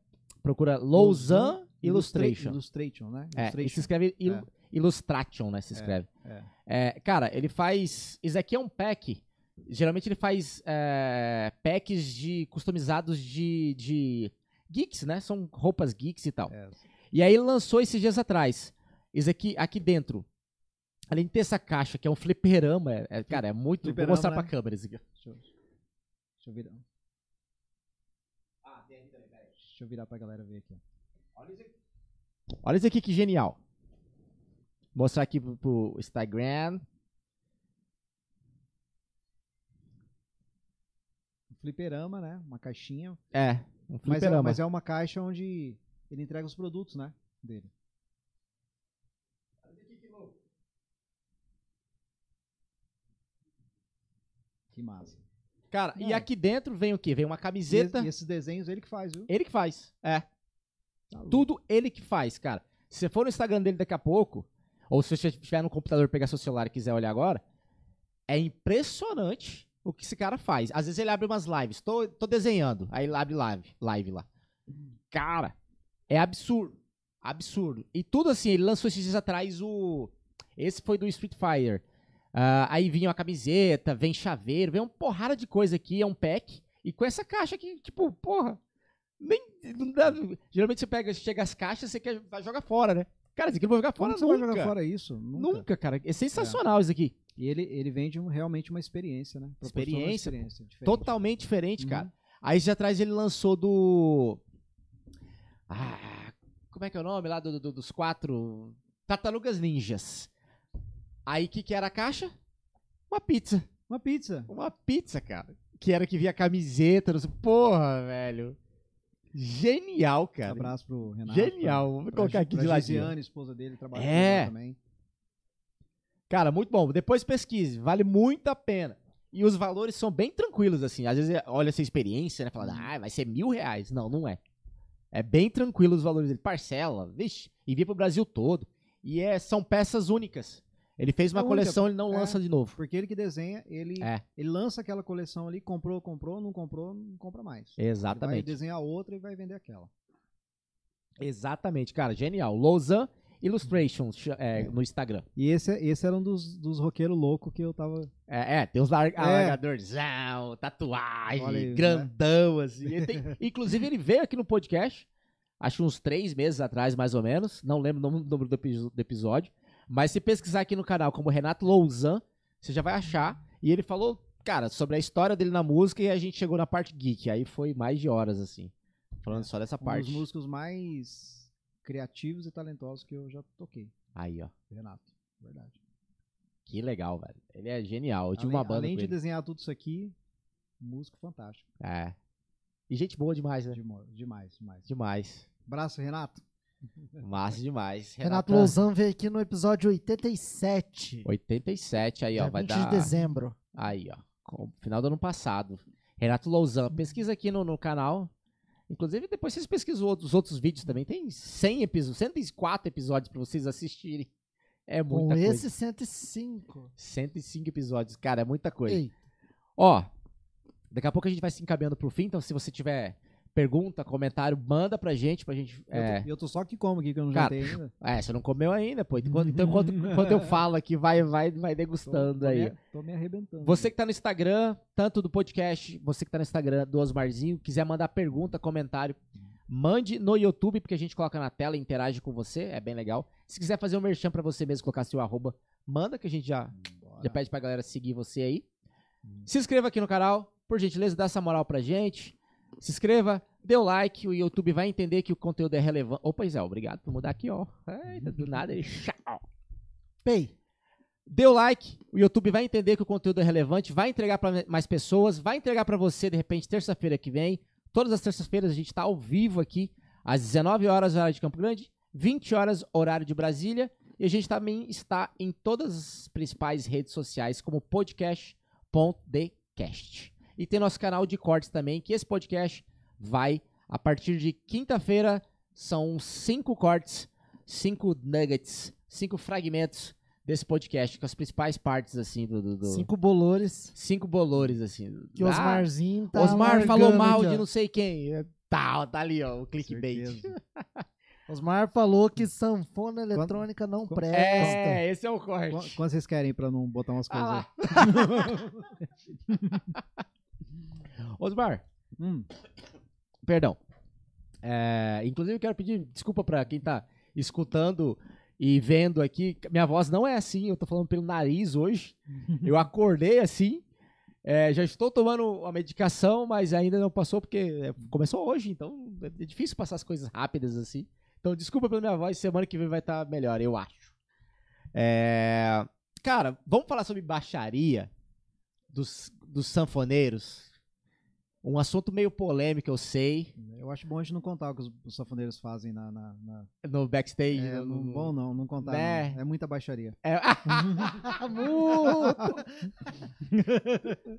A: procura Louzan
C: Illustra-
A: Illustration.
C: Illustration, né?
A: É, e se
C: Illustration.
A: escreve il-
C: É.
A: Illustration, né? Se escreve.
C: é.
A: É, cara, ele faz. Isso aqui é um pack. Geralmente ele faz é, packs de customizados de, de geeks, né? São roupas geeks e tal.
C: É.
A: E aí ele lançou esses dias atrás. Isso aqui, aqui dentro. Além de ter essa caixa, que é um fliperama. é- é, cara, é muito.
C: Fliperama,
A: vou mostrar
C: né?
A: pra câmera isso aqui.
C: Deixa eu, deixa eu virar. Deixa eu virar pra galera ver aqui.
A: Olha isso aqui que genial. Mostrar aqui pro, pro Instagram.
C: Um fliperama, né? Uma caixinha.
A: É, um
C: Mas é,
A: fliperama.
C: mas é uma caixa onde ele entrega os produtos, né? Dele. Que massa.
A: Cara, e
C: Não.
A: aqui dentro vem o quê? Vem uma
C: E es-
A: camiseta.
C: E, esses desenhos ele que faz, viu?
A: Ele que faz. É.
C: Tá louco.
A: Tudo ele que faz, cara. Se você for no Instagram dele daqui a pouco, ou se você estiver no computador, pegar seu celular e quiser olhar agora, é impressionante o que esse cara faz. Às vezes ele abre umas lives. Tô, tô desenhando. Aí ele abre live, live lá. Cara, é absurdo. Absurdo. E tudo assim, ele lançou esses dias atrás o. Esse foi do Street Fighter. Ah, aí vinha uma camiseta, vem chaveiro, vem uma porrada de coisa aqui, é um pack. E com essa caixa aqui, tipo, porra, nem. Não dá, geralmente você pega, chega as caixas, você quer vai jogar fora, né? Cara, isso aqui eu não vou jogar fora,
C: Como
A: não.
C: você
A: nunca.
C: vai jogar fora isso? Nunca.
A: Nunca. cara. É sensacional isso aqui.
C: E ele, ele vende um- realmente uma experiência, né? Proporciona uma
A: Experiência, pô.
C: experiência diferente.
A: Totalmente diferente,
C: Uhum.
A: cara. Aí de atrás ele lançou do. Ah, como é que é o nome lá do, do- dos quatro? Tartarugas Ninjas. Aí o que, que era a caixa? Uma pizza.
C: Uma pizza.
A: Uma pizza, cara. Que era que via camiseta. Não sei. Porra, velho. Genial, cara.
C: Abraço pro Renato.
A: Genial. Vou
C: Pra,
A: colocar
C: pra,
A: aqui
C: pra
A: de ladinho.
C: Gisiane, esposa dele, trabalha
A: É.
C: lá também.
A: Cara, muito bom. Depois pesquise, vale muito a pena. E os valores são bem tranquilos, assim. Às vezes olha essa experiência, né? Falando,
C: Uhum.
A: ah, vai ser mil reais. Não, não é. É bem tranquilo os valores dele. Parcela, vixe, envia pro Brasil todo. E é, são peças únicas. Ele fez uma
C: É única,
A: coleção, ele não
C: é.
A: lança de novo.
C: Porque ele que desenha, ele,
A: É.
C: ele lança aquela coleção ali, comprou, comprou, não comprou, não compra mais. Ele vai
A: Exatamente.
C: desenhar outra e vai vender aquela.
A: Exatamente, cara. Genial. Lausanne Illustrations cha- é, no Instagram.
C: E esse, esse era um dos, dos roqueiros loucos que eu tava.
A: É, é, tem uns lar- alargadorzão, tatuagem,
C: Olha isso, né?
A: grandão, assim. Ele tem- inclusive, ele veio aqui no podcast, acho uns três meses atrás, mais ou menos. Não lembro o nome- número do, epi- do episódio. Mas se pesquisar aqui no canal como Renato Louzan, você já vai achar. E ele falou, cara, sobre a história dele na música e a gente chegou na parte geek. Aí foi mais de horas, assim. Falando só dessa
C: Um
A: parte.
C: dos músicos mais criativos e talentosos que eu já toquei.
A: Aí, ó.
C: Renato, verdade.
A: Que legal, velho. Ele é genial. Eu tive
C: além,
A: uma banda
C: além
A: com
C: de
A: ele.
C: desenhar tudo isso aqui, músico fantástico.
A: É. E gente boa demais, né?
C: Demo- Demais, demais.
A: Demais.
C: Abraço, Renato.
A: Massa demais.
B: Renato
A: Renata-
B: Louzan veio aqui no episódio 87.
A: 87 aí, ó.
B: dia
A: Vai
B: 20 de
A: dar.
B: dezembro.
A: Aí, ó. com- Final do ano passado. Renato Louzan. Pesquisa aqui no, no canal. Inclusive, depois vocês pesquisam outros- os outros vídeos também. Tem 100 episódios, 104 episódios pra vocês assistirem. É
B: Com
A: muita coisa.
B: esse 105.
A: 105 episódios, cara, é muita coisa.
B: Ei,
A: Ó, daqui a pouco a gente vai se encaminhando pro fim, então se você tiver pergunta, comentário, manda pra gente, pra gente...
C: Eu
A: É,
C: tô- eu tô só que como aqui, que eu não
A: Cara,
C: jantei ainda.
A: é, você não comeu ainda, pô. Enquanto- Então enquanto, enquanto eu falo aqui, vai, vai, vai
C: Tô-
A: degustando
C: tô me-
A: aí.
C: Tô me arrebentando.
A: Você que tá no Instagram, tanto do podcast, você que tá no Instagram do Osmarzinho, quiser mandar pergunta, comentário, mande no YouTube, porque a gente coloca na tela e interage com você, é bem legal. Se quiser fazer um merchan pra você mesmo, colocar seu arroba, manda que a gente já,
C: Bora.
A: já pede pra galera seguir você aí. Se inscreva aqui no canal, por gentileza, dá essa moral pra gente. Se inscreva, dê o like, o YouTube vai entender que o conteúdo é relevante. Ô, pois é, obrigado por mudar aqui, ó. Eita, do nada ele...
B: Pei,
A: Dê o like, o YouTube vai entender que o conteúdo é relevante, vai entregar para mais pessoas, vai entregar para você de repente terça-feira que vem. Todas as terças-feiras a gente tá ao vivo aqui, às 19 horas horário de Campo Grande, 20 horas horário de Brasília, e a gente também está em todas as principais redes sociais como podcast.decast. E tem nosso canal de cortes também, que esse podcast vai a partir de quinta-feira, são cinco cortes, cinco nuggets, cinco fragmentos desse podcast, com as principais partes, assim, do. do, do- Cinco.
B: cinco bolores.
A: bolores, assim. do-
B: Que
A: Ah,
B: Osmarzinho tá.
A: Osmar falou
B: largando
A: mal
B: aqui, ó.
A: de não sei quem. É, Tá, tá ali, ó, o clickbait.
C: Certeza.
B: Osmar falou que sanfona eletrônica não
C: Quando-
B: presta.
A: É, esse é o corte.
C: Qu- Quanto vocês querem pra não botar umas coisas?
A: Ah
C: aí?
A: lá. Osmar,
C: Hum,
A: perdão. É, inclusive, eu quero pedir desculpa pra quem tá escutando e vendo aqui. Minha voz não é assim, eu tô falando pelo nariz hoje. Eu acordei assim. é, já estou tomando a medicação, mas ainda não passou porque é, começou hoje, então é difícil passar as coisas rápidas assim. Então, desculpa pela minha voz, semana que vem vai estar melhor, eu acho. É, Cara, vamos falar sobre baixaria dos, dos sanfoneiros. Um assunto meio polêmico, eu sei.
C: eu acho bom a gente não contar o que os, os safoneiros fazem na. na- na-
A: No backstage.
C: É,
A: no-
C: não-
A: no-
C: bom não, não contar.
A: Né?
C: não. É muita baixaria.
A: É... muito...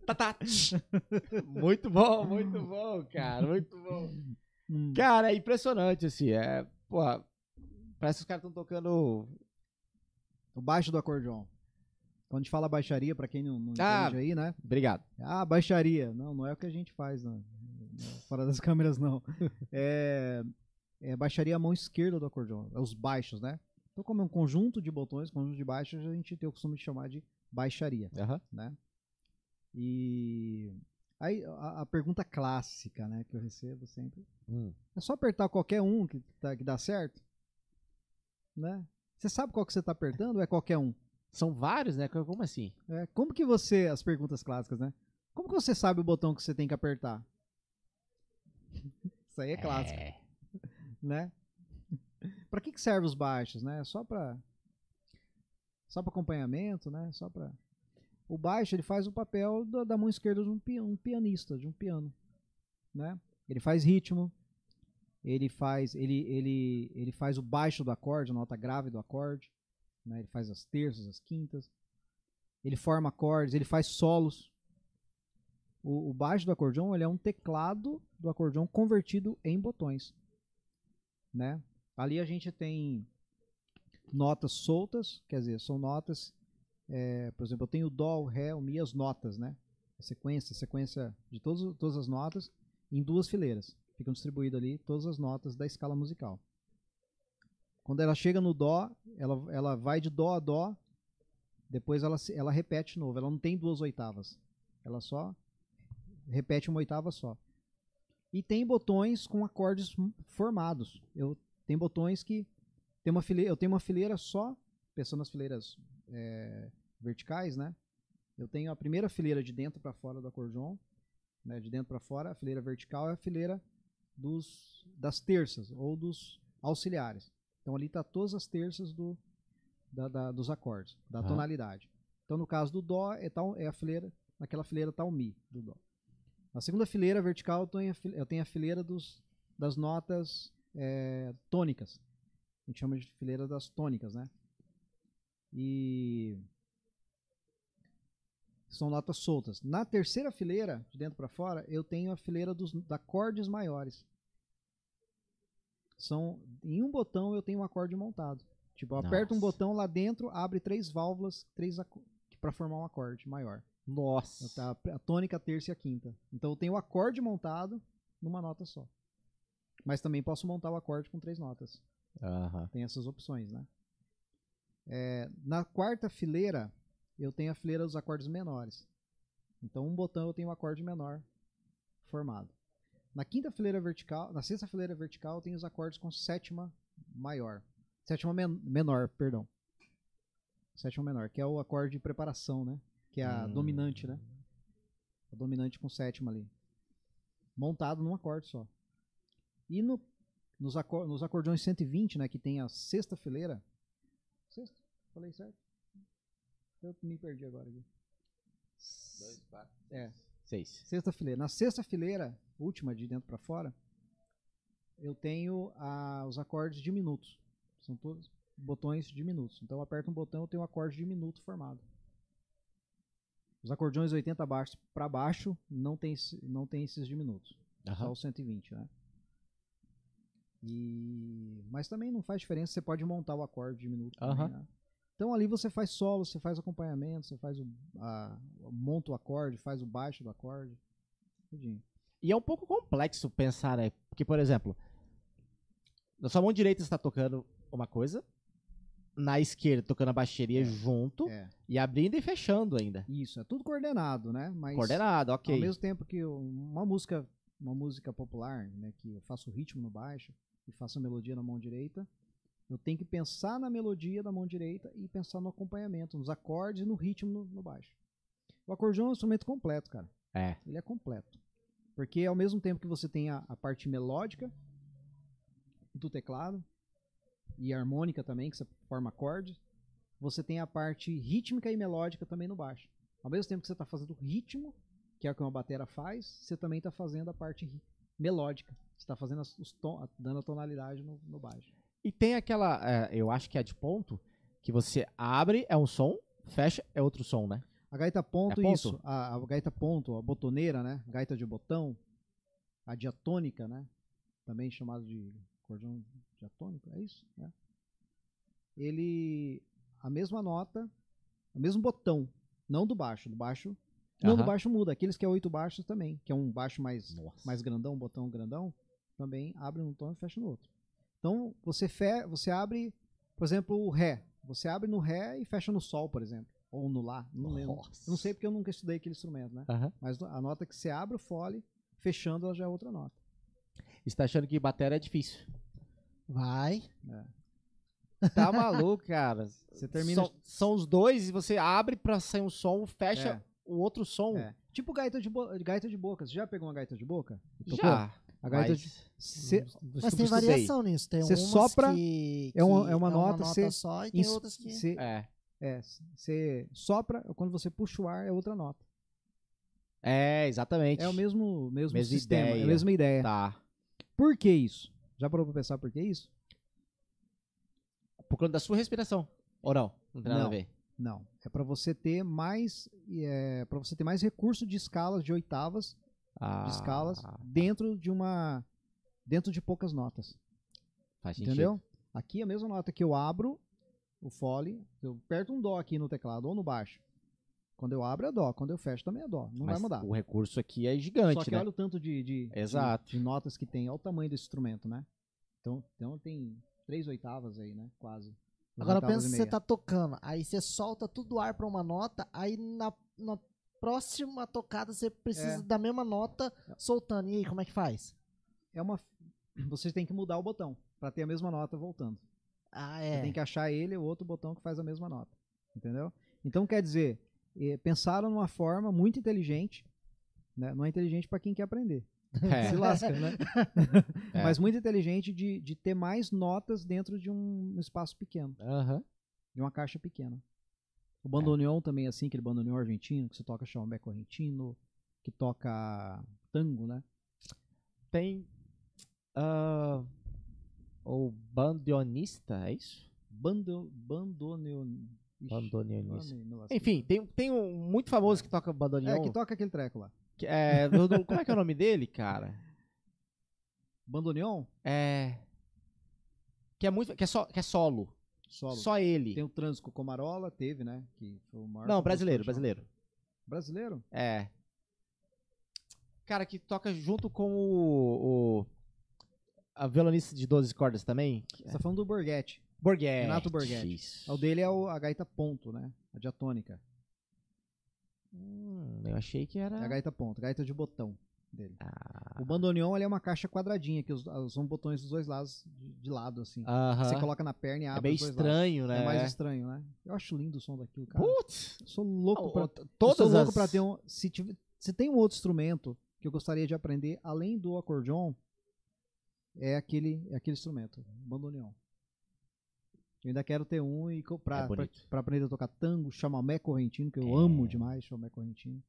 A: Tá, tá. muito bom, muito bom, cara. Muito bom.
C: Hum.
A: Cara, é impressionante, assim. É, porra, parece que os caras estão tocando.
C: O baixo do acordeon. Quando a gente fala baixaria, pra quem não, não
A: Ah.
C: entende aí, né?
A: Obrigado.
C: Ah, baixaria. Não, não é o que a gente faz né? fora das câmeras, não. É, é baixaria a mão esquerda do acordeon. É os baixos, né? Então, como é um conjunto de botões, conjunto de baixos, a gente tem o costume de chamar de baixaria.
A: Aham.
C: né? E aí a, a pergunta clássica, né, que eu recebo sempre, é só apertar qualquer um que, tá- que dá certo, né? Você sabe qual que você está apertando? ou É qualquer um.
A: São vários, né? Como assim?
C: É, como que você, as perguntas clássicas, né? Como que você sabe o botão que você tem que apertar? Isso aí é clássico,
A: É.
C: né? Para que que serve os baixos, né? Só para só para acompanhamento, né? Só para o baixo ele faz o papel da, da mão esquerda de um, pi- um pianista, de um piano, né? Ele faz ritmo, ele faz ele ele ele faz o baixo do acorde, a nota grave do acorde, né? Ele faz as terças, as quintas, ele forma acordes, ele faz solos. O, o baixo do acordeon ele é um teclado do acordeon convertido em botões, né? Ali a gente tem notas soltas, quer dizer, são notas é, por exemplo, eu tenho o Dó, o Ré, o Mi, as notas, né? A sequência, a sequência de todos, todas as notas em duas fileiras. Ficam distribuídas ali todas as notas da escala musical. Quando ela chega no Dó, ela, ela vai de Dó a Dó, depois ela, se- ela repete de novo. Ela não tem duas oitavas. Ela só repete uma oitava só. E tem botões com acordes m- formados. Eu tem botões que tem uma fileira, eu tenho uma fileira só, pensando nas fileiras é, verticais, né? Eu tenho a primeira fileira de dentro para fora do acordeon, né? De dentro para fora, a fileira vertical é a fileira dos das terças ou dos auxiliares. Então ali tá todas as terças do da- da- dos acordes, da
A: Aham.
C: tonalidade. Então no caso do dó é tal é a fileira, naquela fileira tá o mi do dó. Na segunda fileira vertical eu tenho a fil- eu tenho a fileira dos das notas eh, tônicas. A gente chama de fileira das tônicas, né? E são notas soltas. Na terceira fileira, de dentro para fora, eu tenho a fileira dos da acordes maiores. São em um botão eu tenho um acorde montado. Tipo, eu aperto um
A: Nossa.
C: botão lá dentro, abre três válvulas, três para formar um acorde maior.
A: Nossa.
C: Eu tá- A, tônica, a terça e a quinta. Então eu tenho o acorde montado numa nota só. Mas também posso montar o acorde com três notas.
A: Aham.
C: Tem essas opções, né? É, na quarta fileira, eu tenho a fileira dos acordes menores. Então, um botão eu tenho um acorde menor formado. Na quinta fileira vertical, na sexta fileira vertical, eu tenho os acordes com sétima maior. Sétima men- menor, perdão. Sétima menor, que é o acorde de preparação, né? Que é a
A: Hum.
C: dominante, né? A dominante com sétima ali. Montado num acorde só. E no nos, acor nos acordeões 120, né, que tem a sexta fileira. Sexta? Falei certo? Eu me perdi agora aqui. É.
A: Seis.
C: Sexta fileira. Na sexta fileira, última de dentro para fora, eu tenho ah, os acordes diminutos. São todos botões diminutos. Então eu aperto um botão, eu tenho um acorde diminuto formado. Os acordeões 80 abaixo para baixo não tem, esse- não tem esses diminutos. Só
A: Aham.
C: Tá o 120, né? E... Mas também não faz diferença, você pode montar o acorde diminuto. também,
A: Aham.
C: né? Então ali você faz solo, você faz acompanhamento, você faz o. a- monta o acorde, faz o baixo do acorde. Tudinho.
A: E é um pouco complexo pensar, né? Porque, por exemplo, na sua mão direita está tocando uma coisa, na esquerda tocando a baixaria
C: É.
A: junto,
C: É.
A: e abrindo e fechando ainda.
C: Isso, é tudo coordenado, né? Mas
A: Coordenado, ok.
C: ao mesmo tempo que eu- uma música, uma música popular, né? Que eu faço o ritmo no baixo e faço a melodia na mão direita. Eu tenho que pensar na melodia da mão direita e pensar no acompanhamento, nos acordes e no ritmo no- no baixo. O acordeon é um instrumento completo, cara.
A: É.
C: ele é completo. Porque ao mesmo tempo que você tem a, a parte melódica do teclado e a harmônica também, que você forma acorde, você tem a parte rítmica e melódica também no baixo. Ao mesmo tempo que você está fazendo o ritmo, que é o que uma batera faz, você também está fazendo a parte ri- melódica. Você está fazendo as- os tom, a- dando a tonalidade no, no baixo.
A: E tem aquela, é, eu acho que é de ponto, que você abre, é um som, fecha, é outro som, né?
C: A gaita ponto,
A: É ponto?
C: isso. A, a gaita ponto, a botoneira, né? Gaita de botão. A diatônica, né? Também chamado de acordeão diatônico, é isso? né? Ele. A mesma nota, o mesmo botão. Não do baixo, do baixo. Não, do
A: Aham.
C: baixo muda. Aqueles que é oito baixos também, que é um baixo mais
A: Nossa.
C: mais grandão, um botão grandão, também abre um tom e fecha no outro. Então, você, fe você abre, por exemplo, o Ré. Você abre no Ré e fecha no Sol, por exemplo. Ou no Lá, não lembro. Eu não sei porque eu nunca estudei aquele instrumento, né?
A: Aham.
C: Mas a nota que você abre o fole, fechando, ela já é outra nota.
A: Você tá achando que bateria é difícil.
B: Vai.
A: Tá maluco, cara.
C: Você termina...
A: São, são os dois e você abre pra sair um som, fecha
C: É,
A: o outro som.
C: é. Tipo gaita de, bo- gaita de boca. Você já pegou uma gaita de boca? E tocou?
A: Já.
C: A gaita
A: mas-
C: de... Cê-
B: Mas tem
A: estudei.
B: variação nisso. Tem
C: Você
B: umas
C: sopra,
B: que,
C: é uma-
B: que
C: é uma nota, você
B: só e tem
C: ins-
B: outras que...
C: cê-
A: É.
C: é, você sopra, quando você puxa o ar, é outra nota.
A: É, exatamente.
C: É o mesmo, mesmo
A: Mesma
C: sistema, é
A: ideia.
C: a mesma ideia.
A: Tá.
C: Por que isso? Já parou pra pensar por que isso?
A: Por conta da sua respiração. Ou não? Não tem nada
C: Não.
A: a ver.
C: Não. É pra você ter mais, é, para você ter mais recurso de escalas, de oitavas,
A: Ah,
C: de escalas dentro de uma, dentro de poucas notas,
A: Faz sentido.
C: entendeu? Aqui é a mesma nota que eu abro o fole, eu aperto um dó aqui no teclado ou no baixo. Quando eu abro é dó, quando eu fecho também é dó. Não vai
A: Mas
C: mudar.
A: O recurso aqui é
C: Só
A: gigante,
C: que
A: né?
C: olha o tanto de, de, de-
A: Exato.
C: de notas que tem, olha o tamanho desse instrumento, né? Então, então tem três oitavas aí, né? Quase. Duas
B: Agora
C: oitavas
B: pensa que
C: e
B: você
C: meia.
B: tá tocando, aí você solta tudo o ar pra uma nota, aí na, na próxima tocada você precisa
C: É.
B: da mesma nota soltando. E aí, como é que faz?
C: é uma. Você tem que mudar o botão pra ter a mesma nota voltando.
B: Ah,
C: Você tem
B: é.
C: que achar ele o outro botão que faz a mesma nota. Entendeu? Então quer dizer, eh, pensaram numa forma muito inteligente, né? Não é inteligente pra quem quer aprender. Se
A: É.
C: lasca, né?
A: É.
C: Mas muito inteligente de, de ter mais notas dentro de um espaço pequeno,
A: Aham.
C: de uma caixa pequena. O bandoneon também, é assim, aquele bandoneon argentino, que você toca chamamé correntino, que toca tango, né?
A: Tem. ah, o bandoneonista, é isso?
C: Bando, bandoneon, Ixi,
D: Bandoneon
C: agora
D: nisso.
C: me- me lasquei.
A: Enfim, tem, tem um muito famoso que toca bandoneon.
C: É, que toca aquele treco lá.
A: que é, do- do- como é que é o nome dele, cara?
C: Bandoneon?
A: É. Que é muito. Que é, so, que é solo.
C: Solo.
A: Só ele.
C: Tem o Transco Comarola, teve, né? Que foi o maior
A: Não,
C: compositor
A: brasileiro,
C: de chão.
A: brasileiro.
C: Brasileiro?
A: É. Cara, que toca junto com o. o a violonista de 12 cordas também.
C: Você tá falando do Borghetti.
A: Borghetti.
C: Renato Borghetti.
A: Isso.
C: O dele é o, a gaita ponto, né? A diatônica.
A: Hum, eu achei que
C: É a
A: era.
C: gaita ponto, gaita de botão dele.
A: Ah.
C: O bandoneon ele é uma caixa quadradinha, que os, ah, são botões dos dois lados, de, de lado, assim.
A: Aham.
C: Você coloca na perna e
A: É
C: abre
A: meio
C: os dois lados.
A: estranho, né?
C: É mais estranho, né? Eu acho lindo o som daquilo, cara.
A: Putz!
C: Sou louco pra...
A: Todas
C: eu sou louco
A: as...
C: pra ter um... Se, tive- se tem um outro instrumento que eu gostaria de aprender, além do acordeon, é aquele, é aquele instrumento, o bandoneon. Eu ainda quero ter um e co- pra,
A: É
C: pra,
A: bonito.
C: pra aprender a tocar tango, chamamé correntino, que eu
A: É.
C: amo demais chamamé correntino.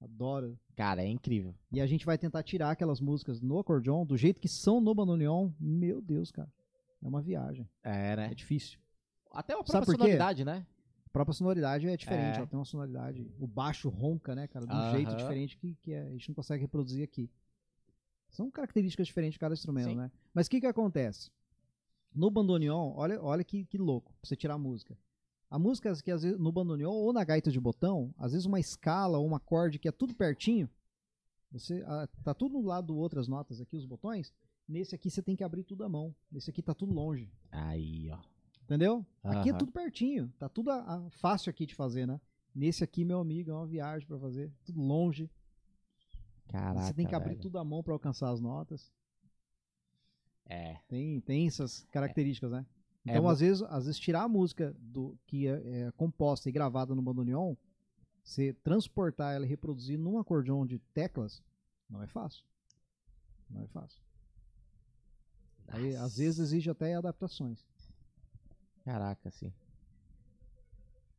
C: Adoro.
A: Cara, é incrível.
C: E a gente vai tentar tirar aquelas músicas no acordeon, do jeito que são no bandoneon. Meu Deus, cara. É uma viagem.
A: É,
C: É
A: né?
C: difícil.
A: Até uma
C: Sabe
A: própria
C: por quê?
A: sonoridade, né?
C: A própria sonoridade é diferente.
A: É.
C: Ela tem uma sonoridade. O baixo ronca, né, cara? De um
A: Aham.
C: jeito diferente que, que a gente não consegue reproduzir aqui. São características diferentes de cada instrumento,
A: Sim.
C: né? Mas o que, que acontece? No bandoneon, olha, olha que, que louco pra você tirar a música. A música que às vezes no bandoneon ou na gaita de botão, às vezes uma escala ou um acorde que é tudo pertinho, você ah, tá tudo do lado do outro as notas aqui, os botões. Nesse aqui você tem que abrir tudo à mão. Nesse aqui tá tudo longe.
A: Aí, ó.
C: Entendeu? Aqui é
A: Aham.
C: tudo pertinho, tá tudo a- a- fácil aqui de fazer, né? Nesse aqui, meu amigo, é uma viagem pra fazer, tudo longe.
A: Caraca,
C: você tem que abrir
A: velho.
C: tudo à mão pra alcançar as notas.
A: É.
C: Tem, tem essas características, né?
A: É
C: Então,
A: mu-
C: às vezes, às vezes tirar a música do que é, é composta e gravada no bandoneon, você transportar ela e reproduzir num acordeon de teclas, não é fácil. Não é fácil. Aí, às vezes exige até adaptações.
A: Caraca, sim.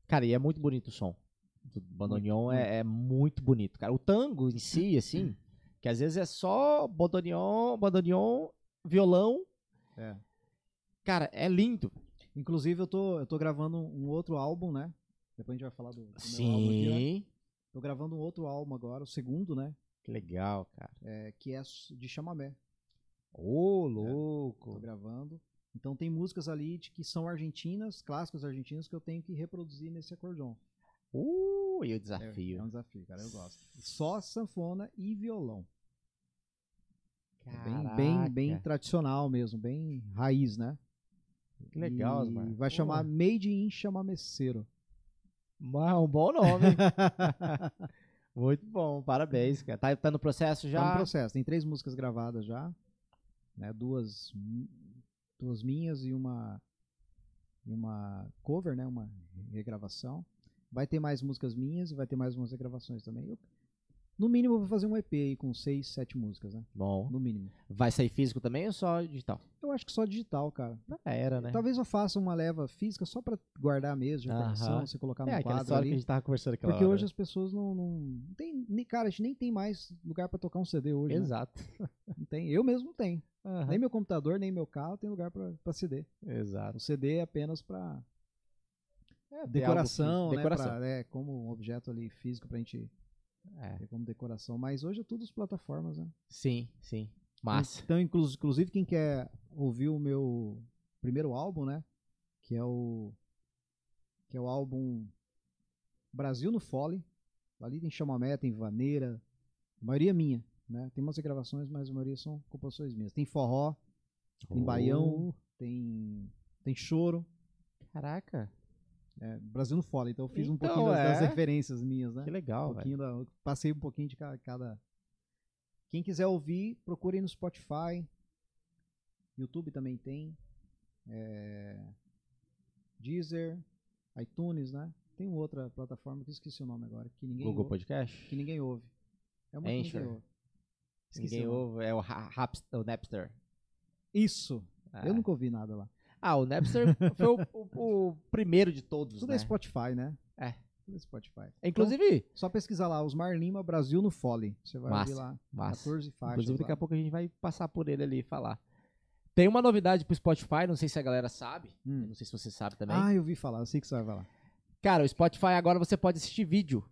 A: Cara, e é muito bonito o som. Do bandoneon é, é muito bonito, cara. O tango em si, assim, que às vezes é só bandoneon, bandoneon, violão.
C: É.
A: Cara, é lindo.
C: Inclusive, eu tô, eu tô gravando um outro álbum, né? Depois a gente vai falar do, do meu álbum aqui, né?
A: Sim.
C: Tô gravando um outro álbum agora, o segundo, né?
A: Que legal, cara.
C: É, que é s- de chamamé.
A: Ô,
C: Tô
A: louco.
C: gravando. Então tem músicas ali de que são argentinas, clássicos argentinos, que eu tenho que reproduzir nesse acordeon.
A: Uh, e o
C: É, É
A: desafio.
C: um desafio, cara, eu gosto. Só sanfona e violão. É bem, bem, bem
A: Caraca.
C: tradicional mesmo, bem raiz, né?
A: Que legal,
C: e
A: Osmar.
C: vai chamar Made in Chamameceiro.
A: Mas é um bom nome. hein? muito bom, parabéns, cara. Tá, tá no processo já?
C: Tá no processo. Tem três músicas gravadas já. Né? Duas, mi- duas minhas e uma, e uma cover, né? Uma regravação. Vai ter mais músicas minhas e vai ter mais umas regravações também. Eu- no mínimo, eu vou fazer um EP aí com seis, sete músicas, né?
A: Bom.
C: No mínimo.
A: Vai sair físico também ou só digital?
C: Eu acho que só digital, cara.
A: Já era, né?
C: Talvez eu faça uma leva física só pra guardar mesmo, de
A: Aham.
C: recordação, você colocar no
A: é, aquela
C: quadro
A: história que a
C: ali.
A: gente tava conversando aquela
C: Porque
A: hora,
C: hoje
A: né?
C: as pessoas não, não, não tem, nem- cara, a gente nem tem mais lugar pra tocar um CD hoje. né?
A: Exato.
C: Não tem, eu mesmo não tenho.
A: Aham.
C: Nem meu computador, nem meu carro tem lugar pra pra CD.
A: Exato.
C: O CD é apenas pra
A: É,
C: decoração, né?
A: Decoração.
C: pra- é, como um objeto ali físico pra gente
A: É.
C: ter como decoração. Mas hoje é tudo as plataformas, né?
A: Sim, sim. Massa.
C: Então, inclus- inclusive, quem quer ouvir o meu primeiro álbum, né? Que é o. Que é o álbum Brasil no Fole. Ali tem chamamé, tem vaneira. A maioria é minha, né? Tem umas gravações, mas a maioria são composições minhas. Tem forró, tem baião, tem. Tem choro.
A: Oh. Caraca,
C: É, Brasil no Fole, então eu fiz um
A: Então,
C: pouquinho das, das
A: é.
C: referências minhas, né?
A: que
C: um
A: legal, velho.
C: pouquinho da- eu passei um pouquinho de ca- cada, Quem quiser ouvir, procurem no Spotify. YouTube também tem. é, Deezer, iTunes, né? Tem outra plataforma que eu esqueci o nome agora, que ninguém,
A: Google
C: ouve,
A: Podcast?
C: que ninguém ouve. É uma que
A: Anchor.
C: ninguém ouve. Esqueci
A: Ninguém
C: o nome.
A: ouve. É o, Ra- Raps- o Napster.
C: Isso!
A: Ah.
C: Eu nunca ouvi nada lá.
A: Ah, o Napster foi o, o- o primeiro de todos,
C: Tudo
A: né?
C: é Spotify, né?
A: É.
C: Tudo é Spotify.
A: Inclusive,
C: Só pesquisar lá, Osmar Lima, Brasil no Fole. Você vai
A: Massa.
C: ouvir lá.
A: massa.
C: 14 faixas.
A: Inclusive, daqui
C: lá.
A: a pouco a gente vai passar por ele ali e falar. Tem uma novidade pro Spotify, não sei se a galera sabe.
C: Hum.
A: Não sei se você sabe também.
C: Ah, eu vi falar, eu sei que você vai falar.
A: Cara, o Spotify agora você pode assistir vídeo.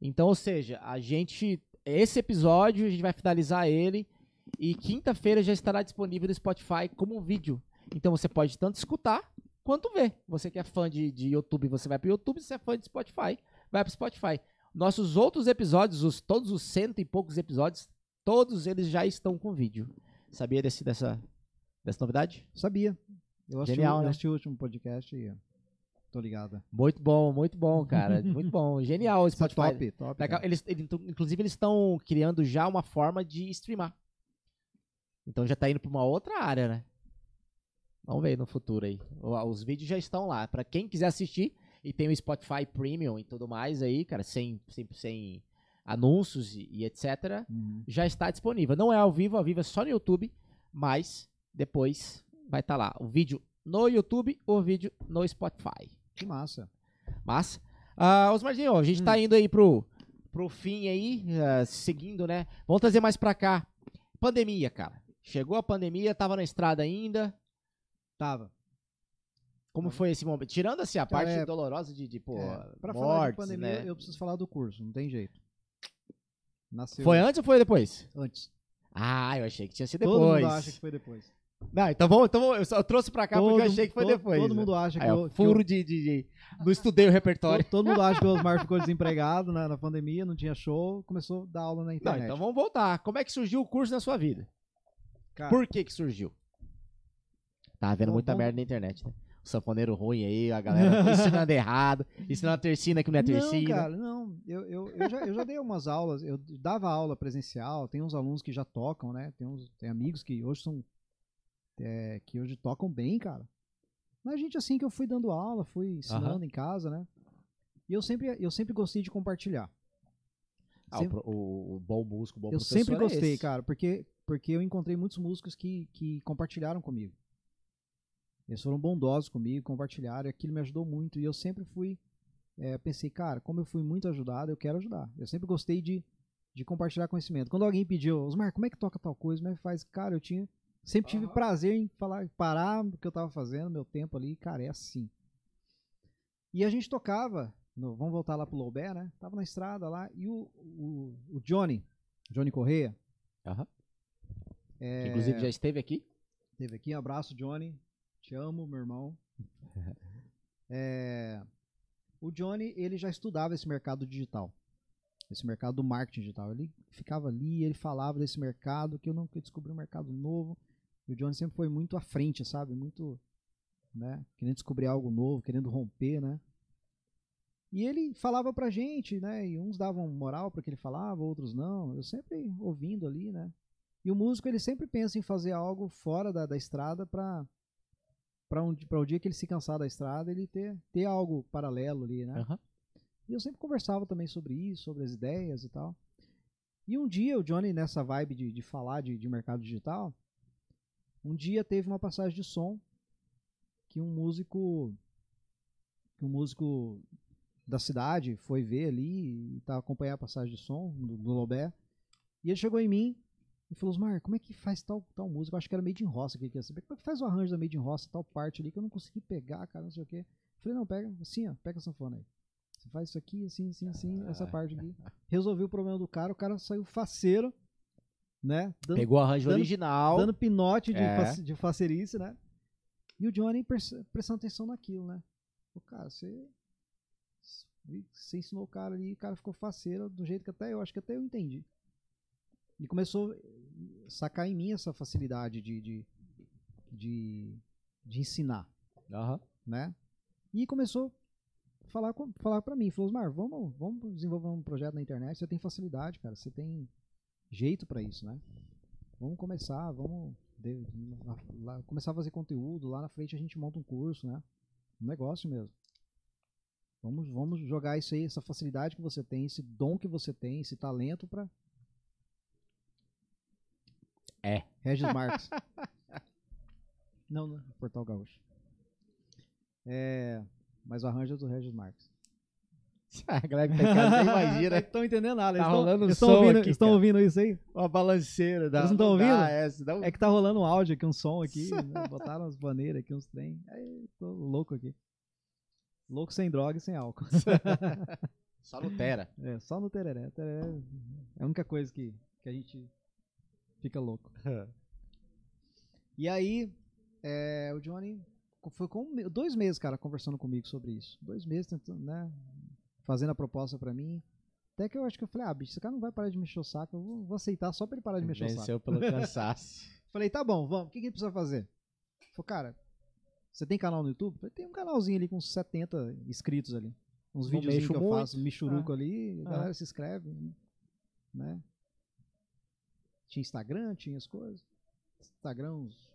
A: Então, ou seja, a gente. Esse episódio, a gente vai finalizar ele. E quinta-feira já estará disponível no Spotify como vídeo. Então você pode tanto escutar quanto ver. Você que é fã de, de YouTube, você vai pro YouTube. Se você é fã de Spotify, vai pro Spotify. Nossos outros episódios, os, todos os cento e poucos episódios, todos eles já estão com vídeo. Sabia desse, dessa, dessa novidade?
C: Sabia. Eu assisti,
A: Genial,
C: eu
A: né?
C: assisti o último podcast e tô ligada.
A: Muito bom, muito bom, cara. muito bom. Genial o Spotify.
C: é Top, top.
A: Daqui a-
C: cara.
A: eles- ele- tu- inclusive, eles estão criando já uma forma de streamar. Então já tá indo pra uma outra área, né? Vamos ver no futuro aí. O- Os vídeos já estão lá. Pra quem quiser assistir e tem o Spotify Premium e tudo mais aí, cara, sem, sem, sem anúncios e, e etc.,
C: Uhum.
A: já está disponível. Não é ao vivo, ao vivo é só no YouTube, mas depois vai estar lá. O vídeo no YouTube, o vídeo no Spotify.
C: Que massa.
A: Mas, ah, Osmarzinho, a gente
C: Hum.
A: tá indo aí pro, pro fim aí, ah, seguindo, né? Vamos trazer mais pra cá. Pandemia, cara. Chegou a pandemia, tava na estrada ainda.
C: Tava.
A: Como foi esse momento? Tirando assim a parte
C: é-
A: dolorosa de, de pô,
C: É, pra falar de
A: mortes,
C: pandemia,
A: né?
C: eu preciso falar do curso, não tem jeito. Nasceu
A: Foi antes ou foi depois?
C: antes.
A: Ah, eu achei que tinha sido
C: Todo
A: depois.
C: mundo acha que foi depois.
A: Não, então vamos, então vamos- eu, só, eu trouxe pra cá porque eu
C: Todo-
A: achei que foi
C: todo-
A: depois. né?
C: Todo mundo acha que,
A: Aí, ó,
C: eu, que eu-
A: furo de, de, de- Não estudei o repertório.
C: Todo, todo mundo acha que o Osmar ficou desempregado na, na pandemia, não tinha show, começou a dar aula na
A: Não,
C: internet.
A: então vamos voltar. Como é que surgiu o curso na sua vida?
C: Cara,
A: Por que que surgiu? Tá havendo
C: Bom,
A: muita
C: bom.
A: merda na internet, né? O sanfoneiro ruim aí, a galera ensinando errado, ensinando tercina que não é
C: não,
A: tercina.
C: cara, não. Eu, eu, eu, já, eu já dei umas aulas, eu dava aula presencial, tem uns alunos que já tocam, né? Tem, uns, tem amigos que hoje são. é, que hoje tocam bem, cara. Mas, gente, assim que eu fui dando aula, fui ensinando em casa, né? E eu sempre, eu sempre gostei de compartilhar.
A: Ah, o,
C: Sempre-
A: pro- o- o bom músico, o bom
C: eu
A: professor
C: sempre
A: é
C: gostei,
A: esse.
C: cara, porque, porque eu encontrei muitos músicos que, que compartilharam comigo. Eles foram bondosos comigo, compartilharam, e aquilo me ajudou muito. E eu sempre fui, eh, pensei, cara, como eu fui muito ajudado, eu quero ajudar. Eu sempre gostei de, de compartilhar conhecimento. Quando alguém pediu, Osmar, como é que toca tal coisa? Como é que faz? Cara, eu tinha, sempre tive
A: Aham.
C: prazer em falar, parar o que eu tava fazendo, meu tempo ali, cara, é assim. E a gente tocava, no- vamos voltar lá pro Lobé, né? Tava na estrada lá, e o, o, o Johnny, Johnny Correia,
A: Aham. Que,
C: É.
A: inclusive já esteve aqui.
C: Teve aqui, um abraço, Johnny. Te amo, meu irmão. É, o Johnny, ele já estudava esse mercado digital. Esse mercado do marketing digital. Ele ficava ali, ele falava desse mercado, que eu não que eu descobri um mercado novo. E o Johnny sempre foi muito à frente, sabe? Muito, né? Querendo descobrir algo novo, querendo romper, né? E ele falava pra gente, né? E uns davam moral para que ele falava, outros não. Eu sempre ouvindo ali, né? E o músico ele sempre pensa em fazer algo fora da, da estrada para para um, di- pra o dia que ele se cansar da estrada ele ter, ter algo paralelo ali, né?
A: Aham.
C: E eu sempre conversava também sobre isso, sobre as ideias e tal. E um dia o Johnny nessa vibe de, de falar de, de mercado digital, um dia teve uma passagem de som que um músico que um músico da cidade foi ver ali e tá acompanhar a passagem de som do, do Lobé. E ele chegou em mim e falou, Osmar, como é que faz tal, tal música? Eu acho que era Made in Roça que ele queria saber. Como é que faz o arranjo da Made in Roça, tal parte ali que eu não consegui pegar, cara, não sei o quê. Eu falei, não, pega assim, ó, pega a sanfona aí. Você faz isso aqui, assim, assim, assim, essa parte aqui. Resolvi o problema do cara, o cara saiu faceiro, né? Dando
A: Pegou o arranjo
C: dando-
A: original.
C: dando pinote de,
A: É.
C: fac- de facerice, né? E o Johnny presta- prestando atenção naquilo, né? Pô, cara, você. Você ensinou o cara ali, o cara ficou faceiro do jeito que até eu acho que até eu entendi. E começou a sacar em mim essa facilidade de, de, de, de ensinar
A: Aham.
C: né? E começou a falar, com, falar pra mim, falou, Osmar, vamos, vamos desenvolver um projeto na internet, você tem facilidade, cara, você tem jeito pra isso, né? Vamos começar, vamos de- lá- lá- começar a fazer conteúdo, lá na frente a gente monta um curso, né? Um negócio mesmo. Vamos, vamos jogar isso aí, essa facilidade que você tem, esse dom que você tem, esse talento pra...
A: É.
C: Regis Marques. não, não, Portal Gaúcho. É, mas o arranjo é do Regis Marques.
A: A galera que tá em casa nem imagina.
C: Estão entendendo nada.
A: Tá
C: eles tão-
A: rolando um
C: eles tão
A: som
C: ouvindo,
A: aqui,
C: eles tão
A: cara.
C: ouvindo isso aí?
A: Uma balanceira. Da,
C: Vocês não tão
A: dá
C: ouvindo?
A: essa, dá um-
C: É que tá rolando um áudio aqui, um som aqui. né? Botaram as baneiras aqui, uns trem. Aí, tô louco aqui. Louco sem droga e sem álcool.
A: Só Lutera.
C: É, só no tereré. Tereré é a única coisa que, que a gente fica louco. e aí, é, o Johnny co- foi com um me- dois meses, cara, conversando comigo sobre isso. Dois meses tentando, né? Fazendo a proposta pra mim. Até que eu acho que eu falei, ah, bicho, esse cara não vai parar de mexer o saco, eu vou, vou aceitar só pra ele parar de mexer o saco.
A: Venceu pelo cansaço.
C: Falei, tá bom, vamos, o que, que precisa fazer? Ele Falou, cara, você tem canal no YouTube? Falei, tem um canalzinho ali com uns 70 inscritos ali. Uns
A: Não
C: videozinhos
A: mexo
C: que eu
A: muito.
C: faço, michuruco ali, a
A: Ah.
C: galera se inscreve, né? Tinha Instagram, tinha as coisas. Instagram, uns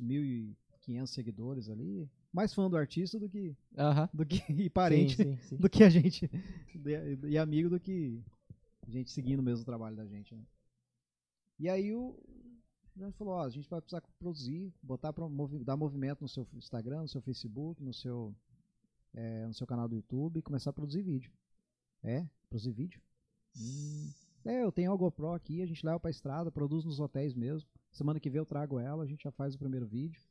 C: mil, 1.500 seguidores ali. Mais fã do artista do que,
A: Aham.
C: do que e parente
B: Sim, sim, sim.
C: do que a gente. de- E amigo do que a gente seguindo mesmo o trabalho da gente, né? E aí o Jorge falou, ó, a gente vai precisar produzir, botar pra, um movi- dar movimento no seu Instagram, no seu Facebook, no seu, eh, no seu canal do YouTube e começar a produzir vídeo. É? Produzir vídeo? Hum. É, eu tenho a GoPro aqui, a gente leva pra estrada, produz nos hotéis mesmo. Semana que vem eu trago ela, a gente já faz o primeiro vídeo.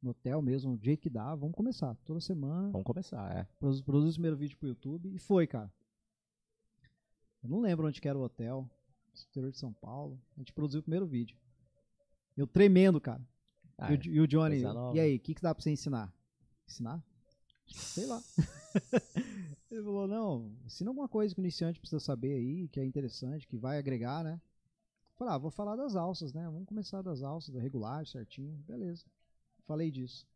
C: No hotel mesmo, do jeito que dá, vamos começar. Toda semana
A: Vamos começar, é.
C: Produ- Produz o primeiro vídeo pro YouTube e foi, cara. Eu não lembro onde que era o hotel, exterior de São Paulo. A gente produziu o primeiro vídeo. Eu tremendo, cara.
A: Ah,
C: e, o, Jo- e o Johnny,
A: coisa nova.
C: e aí, o que, que dá pra você ensinar? Ensinar? Sei lá. Ele falou, não, ensina alguma coisa que o iniciante precisa saber aí, que é interessante, que vai agregar, né? Falei, ah, vou falar das alças, né? Vamos começar das alças, da regulagem, certinho. Beleza. Falei disso.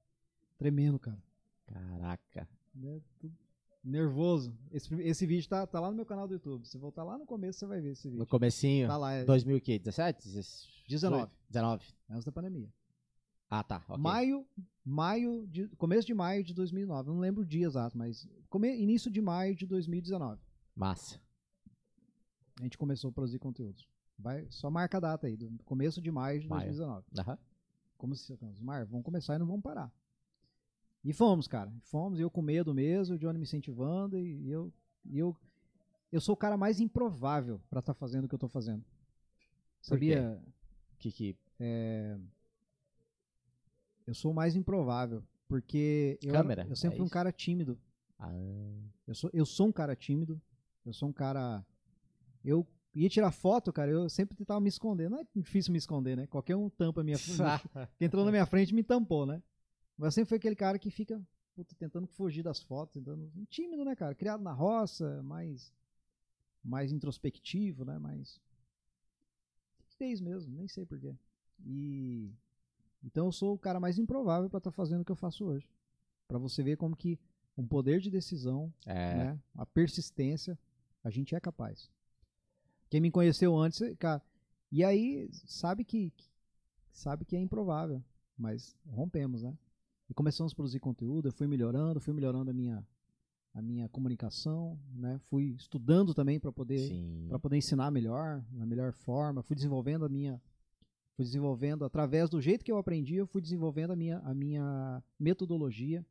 C: Tremendo, cara
A: Caraca.
C: né, tudo nervoso. Esse, prime- esse vídeo tá, tá lá no meu canal do YouTube. Se voltar lá no começo, você vai ver esse
A: No
C: vídeo.
A: comecinho,
C: Tá lá, é
A: 2017?
C: 19.
A: 19.
C: antes da pandemia.
A: Ah, tá. ok.
C: Maio, maio de, começo de maio de 2009. Eu não lembro o dia exato, mas come, início de maio de 2019.
A: Massa.
C: A gente começou a produzir conteúdos. Vai, só marca a data aí, do começo de maio de
A: Maio.
C: 2019.
A: Aham.
C: Como se os mar, vamos começar e não vamos parar. E fomos, cara. Fomos, eu com medo mesmo, o Johnny me incentivando, e eu. e eu, eu sou o cara mais improvável pra estar fazendo o que eu tô fazendo.
A: Por quê?
C: Sabia?
A: Que que.
C: Eu sou o mais improvável. Porque eu,
A: Câmera,
C: era- eu sempre
A: é
C: fui um
A: isso?
C: cara tímido.
A: Ah,
C: Eu sou, eu sou um cara tímido. Eu sou um cara. Eu ia tirar foto, cara, eu sempre tentava me esconder. Não é difícil me esconder, né? Qualquer um tampa
A: É,
C: a minha. que entrou na minha frente me tampou, né? Mas eu sempre foi aquele cara que fica puta, tentando fugir das fotos, tentando. Tímido, né, cara? Criado na roça, mais. mais introspectivo, né? Mais. Fez mesmo, nem sei porquê. E. Então eu sou o cara mais improvável pra estar fazendo o que eu faço hoje. Pra você ver como que um poder de decisão
A: é.
C: né? A persistência, a gente é capaz. Quem me conheceu antes, cara, e aí sabe que sabe que é improvável, mas rompemos, né? E começamos a produzir conteúdo, eu fui melhorando, fui melhorando a minha a minha comunicação, né? Fui estudando também para poder
A: Sim.
C: para poder ensinar melhor, na melhor forma. Fui desenvolvendo a minha, fui desenvolvendo através do jeito que eu aprendi, eu fui desenvolvendo a minha, a minha metodologia,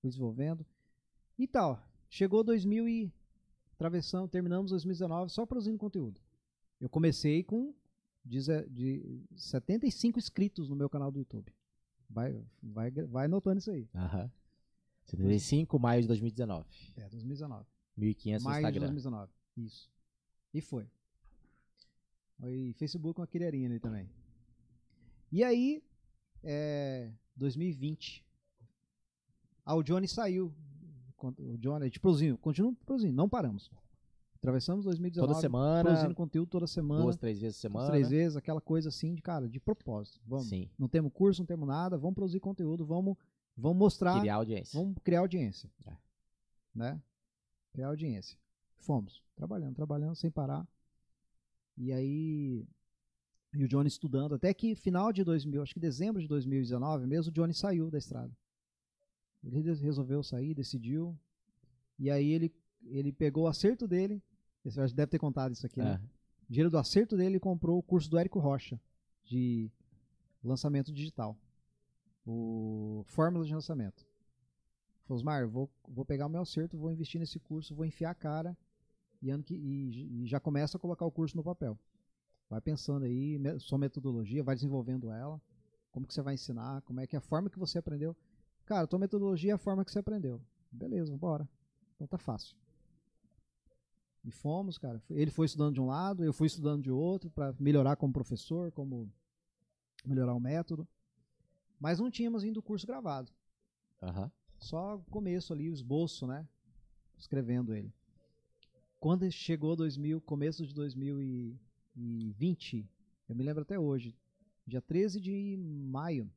C: fui desenvolvendo e tal. Chegou 2000 e travessão, terminamos 2019 só produzindo conteúdo. Eu comecei com deze- de 75 inscritos no meu canal do YouTube. Vai, vai, vai anotando isso aí.
A: Aham. 75 de maio de 2019.
C: É, 2019.
A: 1500 no
C: maio de
A: Instagram.
C: 2019. Isso. E foi. E Facebook é uma querelinha ali também. E aí, é, 2020. Ah, o Johnny saiu. Quando- O Johnny, a gente produziu, continua produzindo, não paramos. Atravessamos 2019.
A: Toda semana,
C: Produzindo conteúdo toda semana.
A: duas, três vezes por semana.
C: duas, um três vezes, aquela coisa assim, de cara, de propósito. Vamos.
A: Sim.
C: Não temos curso, não temos nada, vamos produzir conteúdo, vamos, vamos mostrar
A: Criar audiência.
C: Tá. Vamos criar audiência.
A: É.
C: Né? Criar audiência. Fomos. Trabalhando, trabalhando sem parar. E aí. E o Johnny estudando. Até que final de 2000, acho que dezembro de 2019 mesmo, o Johnny saiu da estrada. Ele des- resolveu sair, decidiu. E aí ele, ele pegou o acerto dele. Você acho que deve ter contado isso aqui, né?
A: Ah,
C: O dinheiro do acerto dele ele comprou o curso do Érico Rocha de lançamento digital. O Fórmula de lançamento. Falou, Osmar, eu vou, vou pegar o meu acerto, vou investir nesse curso, vou enfiar a cara e, ano que, e, e já começa a colocar o curso no papel. Vai pensando aí, me- sua metodologia, vai desenvolvendo ela, como que você vai ensinar, como é que é a forma que você aprendeu. Cara, tua metodologia é a forma que você aprendeu. Beleza, bora. Então tá fácil. E fomos, cara. Ele foi estudando de um lado, eu fui estudando de outro para melhorar como professor, como melhorar o método. Mas não tínhamos ainda o curso gravado.
A: Ah, Aham.
C: Só o começo ali, o esboço, né? Escrevendo ele. Quando chegou 2000, começo de 2020, eu me lembro até hoje, dia 13 de maio,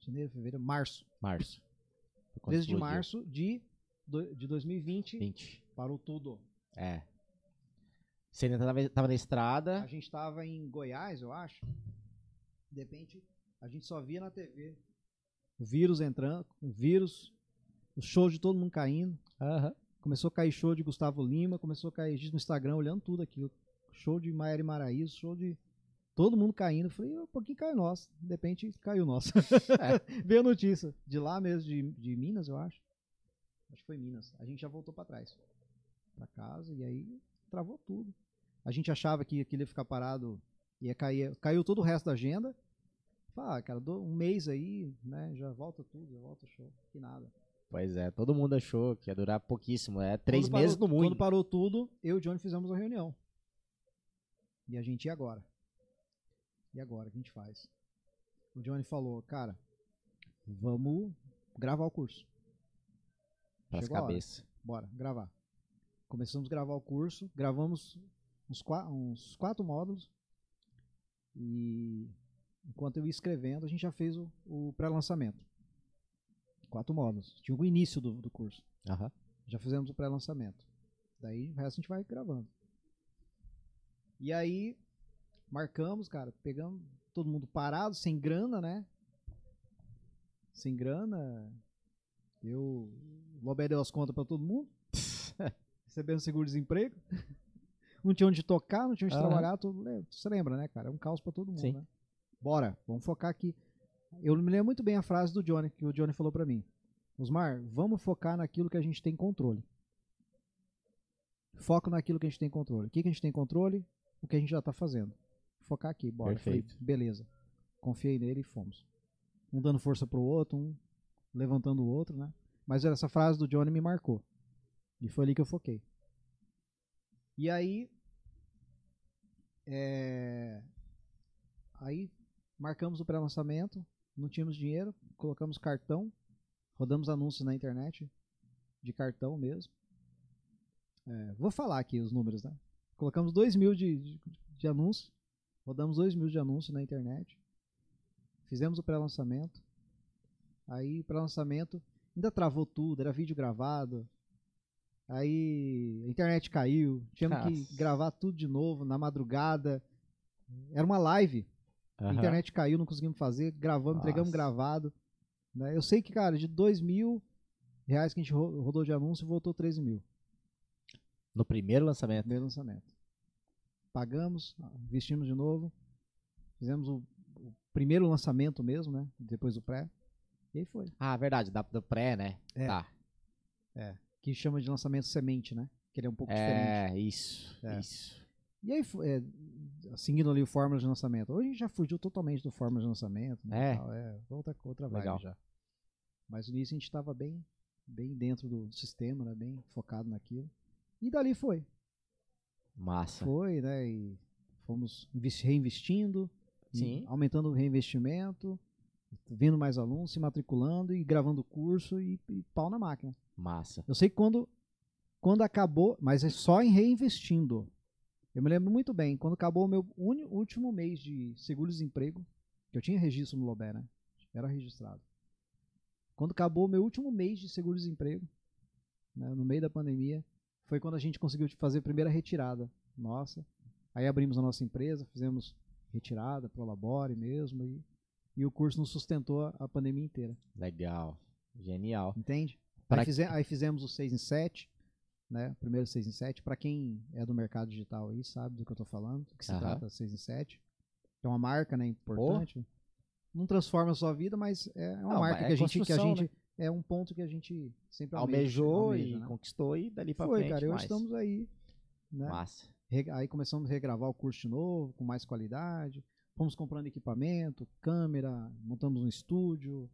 C: janeiro, fevereiro, março.
A: Março. Foi quando
C: 13 de
A: explodiu.
C: março de, do- de 2020,
A: 20.
C: parou tudo.
A: É. Você ainda tava, tava na
C: A
A: estrada.
C: gente estava em Goiás, eu acho. De repente, a gente só via na TV o vírus entrando, o vírus, o show de todo mundo caindo.
A: Aham.
C: Começou a cair show de Gustavo Lima, começou a cair gente no Instagram olhando tudo aquilo. Show de Maiara e Maraíso, show de todo mundo caindo. Eu Falei, um pouquinho caiu nosso. De repente, caiu nosso. Veio a notícia. De lá mesmo, de, de Minas, eu acho. Acho que foi Minas. A gente já voltou pra trás. Pra casa, e aí travou tudo. A gente achava que aquilo ia ficar parado, ia cair. Caiu todo o resto da agenda. Fala, ah, cara, dou um mês aí, né? Já volta tudo, já volta o show. Que nada.
A: Pois é, todo mundo achou que ia durar pouquíssimo. É três
C: Quando
A: meses
C: parou,
A: no mundo.
C: Quando parou tudo, eu e o Johnny fizemos uma reunião. E a gente, e agora? E agora, o que a gente faz? O Johnny falou, cara, vamos gravar o curso.
A: Pras
C: Chegou a hora.
A: cabeças.
C: Bora, gravar. Começamos a gravar o curso, gravamos uns, qua- uns quatro módulos. E enquanto eu ia escrevendo, a gente já fez o, o pré-lançamento. Quatro módulos. Tinha o início do, do curso.
A: Aham.
C: Já fizemos o pré-lançamento. Daí o resto a gente vai gravando. E aí, marcamos, cara, pegamos todo mundo parado, sem grana, né? Sem grana. Eu. O Lobé deu as contas pra todo mundo. Recebendo seguro-desemprego. Não tinha onde tocar, não tinha onde
A: Aham.
C: trabalhar. Tudo, le- você lembra, né, cara? É um caos pra todo mundo,
A: Sim.
C: né? Bora, vamos focar aqui. Eu me lembro muito bem a frase do Johnny, que o Johnny falou pra mim. Osmar, vamos focar naquilo que a gente tem controle. Foco naquilo que a gente tem controle. O que, que a gente tem controle? O que a gente já tá fazendo. Focar aqui, bora. Falei,
A: Perfeito.
C: beleza. Confiei nele e fomos. Um dando força pro outro, um levantando o outro, né? Mas essa frase do Johnny me marcou. E foi ali que eu foquei. E aí. é, Aí marcamos o pré-lançamento, não tínhamos dinheiro, colocamos cartão, rodamos anúncios na internet, de cartão mesmo. É, vou falar aqui os números, né? Colocamos 2 mil de, de, de anúncio, rodamos 2 mil de anúncio na internet, fizemos o pré-lançamento, aí pré-lançamento ainda travou tudo, era vídeo gravado, aí a internet caiu, tivemos
A: Nossa.
C: que gravar tudo de novo na madrugada, era uma live, a
A: Aham.
C: internet caiu, não conseguimos fazer, gravamos, entregamos
A: Nossa.
C: gravado. né? Eu sei que, cara, de 2 mil reais que a gente ro- rodou de anúncio, voltou 13 mil.
A: No primeiro lançamento.
C: Primeiro lançamento. Pagamos, vestimos de novo, fizemos o, o primeiro lançamento mesmo, né? Depois do pré. E aí foi.
A: Ah, verdade, da, do pré, né?
C: É.
A: Tá.
C: Que chama de lançamento semente, né? Que ele é um pouco diferente.
A: É, isso.
C: É.
A: Isso.
C: E aí, fo- é, seguindo ali o fórmula de lançamento. Hoje a gente já fugiu totalmente do fórmula de lançamento. Né,
A: É.
C: e tal, é outra, outra vibe
A: Legal.
C: já. Mas no início a gente estava bem, bem dentro do sistema, né, bem focado naquilo. E dali foi.
A: Massa.
C: Foi, né? E fomos invis- reinvestindo, e
A: Sim.
C: aumentando o reinvestimento, vendo mais alunos, se matriculando e gravando curso e, e pau na máquina.
A: Massa.
C: Eu sei que quando, quando acabou, mas é só em reinvestindo. Eu me lembro muito bem, quando acabou o meu uni- último mês de seguro-desemprego, que eu tinha registro no Lobé, né? Era registrado. Quando acabou o meu último mês de seguro-desemprego, né, no meio da pandemia, foi quando a gente conseguiu fazer a primeira retirada nossa. Aí abrimos a nossa empresa, fizemos retirada, Prolabore mesmo, e, e o curso nos sustentou a- a pandemia inteira.
A: Legal. Genial.
C: Entende?
A: Pra-
C: Aí, fize- aí fizemos o 6 em 7, né? Primeiro 6 em 7. Pra quem é do mercado digital aí, sabe do que eu tô falando, do que se
A: Aham.
C: trata 6 em 7. É uma marca, né? Importante. Não transforma a sua vida, mas é uma
A: Não,
C: marca
A: é
C: que a gente. Que a
A: construção, né?
C: gente É um ponto que a gente sempre almeja,
A: Almejou
C: almeja,
A: e
C: né?
A: conquistou e dali pra
C: Foi,
A: frente.
C: cara. e Hoje
A: mais.
C: estamos aí. Né?
A: Massa.
C: Re- Aí começamos a regravar o curso de novo, com mais qualidade. Fomos comprando equipamento, câmera, montamos um estúdio,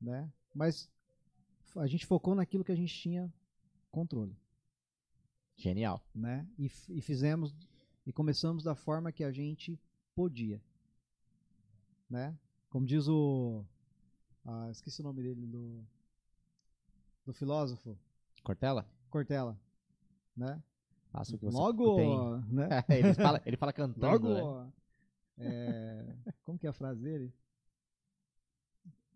C: né? Mas a gente focou naquilo que a gente tinha controle,
A: Genial.
C: né? E, f- e fizemos e começamos da forma que a gente podia, né? Como diz o ah, esqueci o nome dele do do filósofo
A: Cortella,
C: Cortella, né?
A: faça o que você
C: Logo,
A: tem.
C: né?
A: ele, fala, ele fala cantando,
C: Logo,
A: né?
C: é, como que é a frase dele?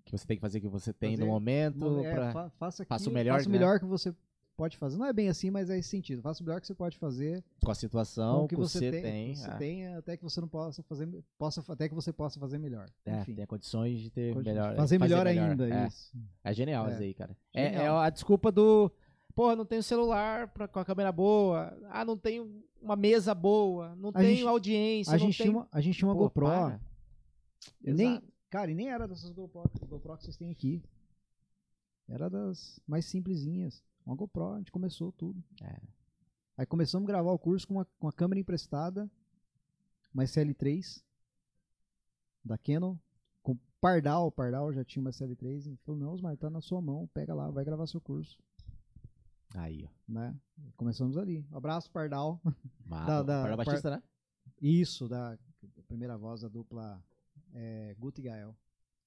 A: Que você tem que fazer o que você tem no
C: Fazer-
A: momento.
C: É,
A: pra-
C: fa-
A: faça o
C: faça, aquilo-
A: melhor,
C: faça o
A: né?
C: melhor que você pode fazer. Não é bem assim, mas é esse sentido. Faça o melhor que você pode fazer
A: com a situação
C: com o que você, tem, que você
A: ah,
C: tem, até que você não possa fazer, possa até que você possa fazer melhor.
A: é,
C: Enfim,
A: tenha condições de ter
C: fazer
A: melhor.
C: fazer melhor ainda
A: É,
C: isso.
A: é genial
C: É.
A: isso aí, cara. É, é
C: Genial.
A: a desculpa do. Porra, não tenho celular pra, com a câmera boa. Ah, não tenho uma mesa boa. Não
C: A
A: tenho
C: gente-
A: audiência.
C: A
A: não
C: gente, tinha
A: tenho...
C: uma, a gente tinha uma
A: Pô,
C: GoPro.
A: para.
C: Nem,
A: Exato.
C: cara, e nem era dessas GoPro, GoPro que vocês têm aqui. Era das mais simplesinhas. Uma GoPro, a gente começou tudo.
A: É.
C: Aí começamos a gravar o curso com uma, com uma câmera emprestada, uma SL3 da Canon, com Pardal. Pardal já tinha uma SL3. E falou: Não, Osmar, tá na sua mão, pega lá, vai gravar seu curso.
A: Aí, ó.
C: Né? Começamos ali. abraço, Pardal.
A: Mas,
C: Da- da-
A: Barão Batista, né?
C: Isso, da da primeira voz da dupla é, Guto e Gael.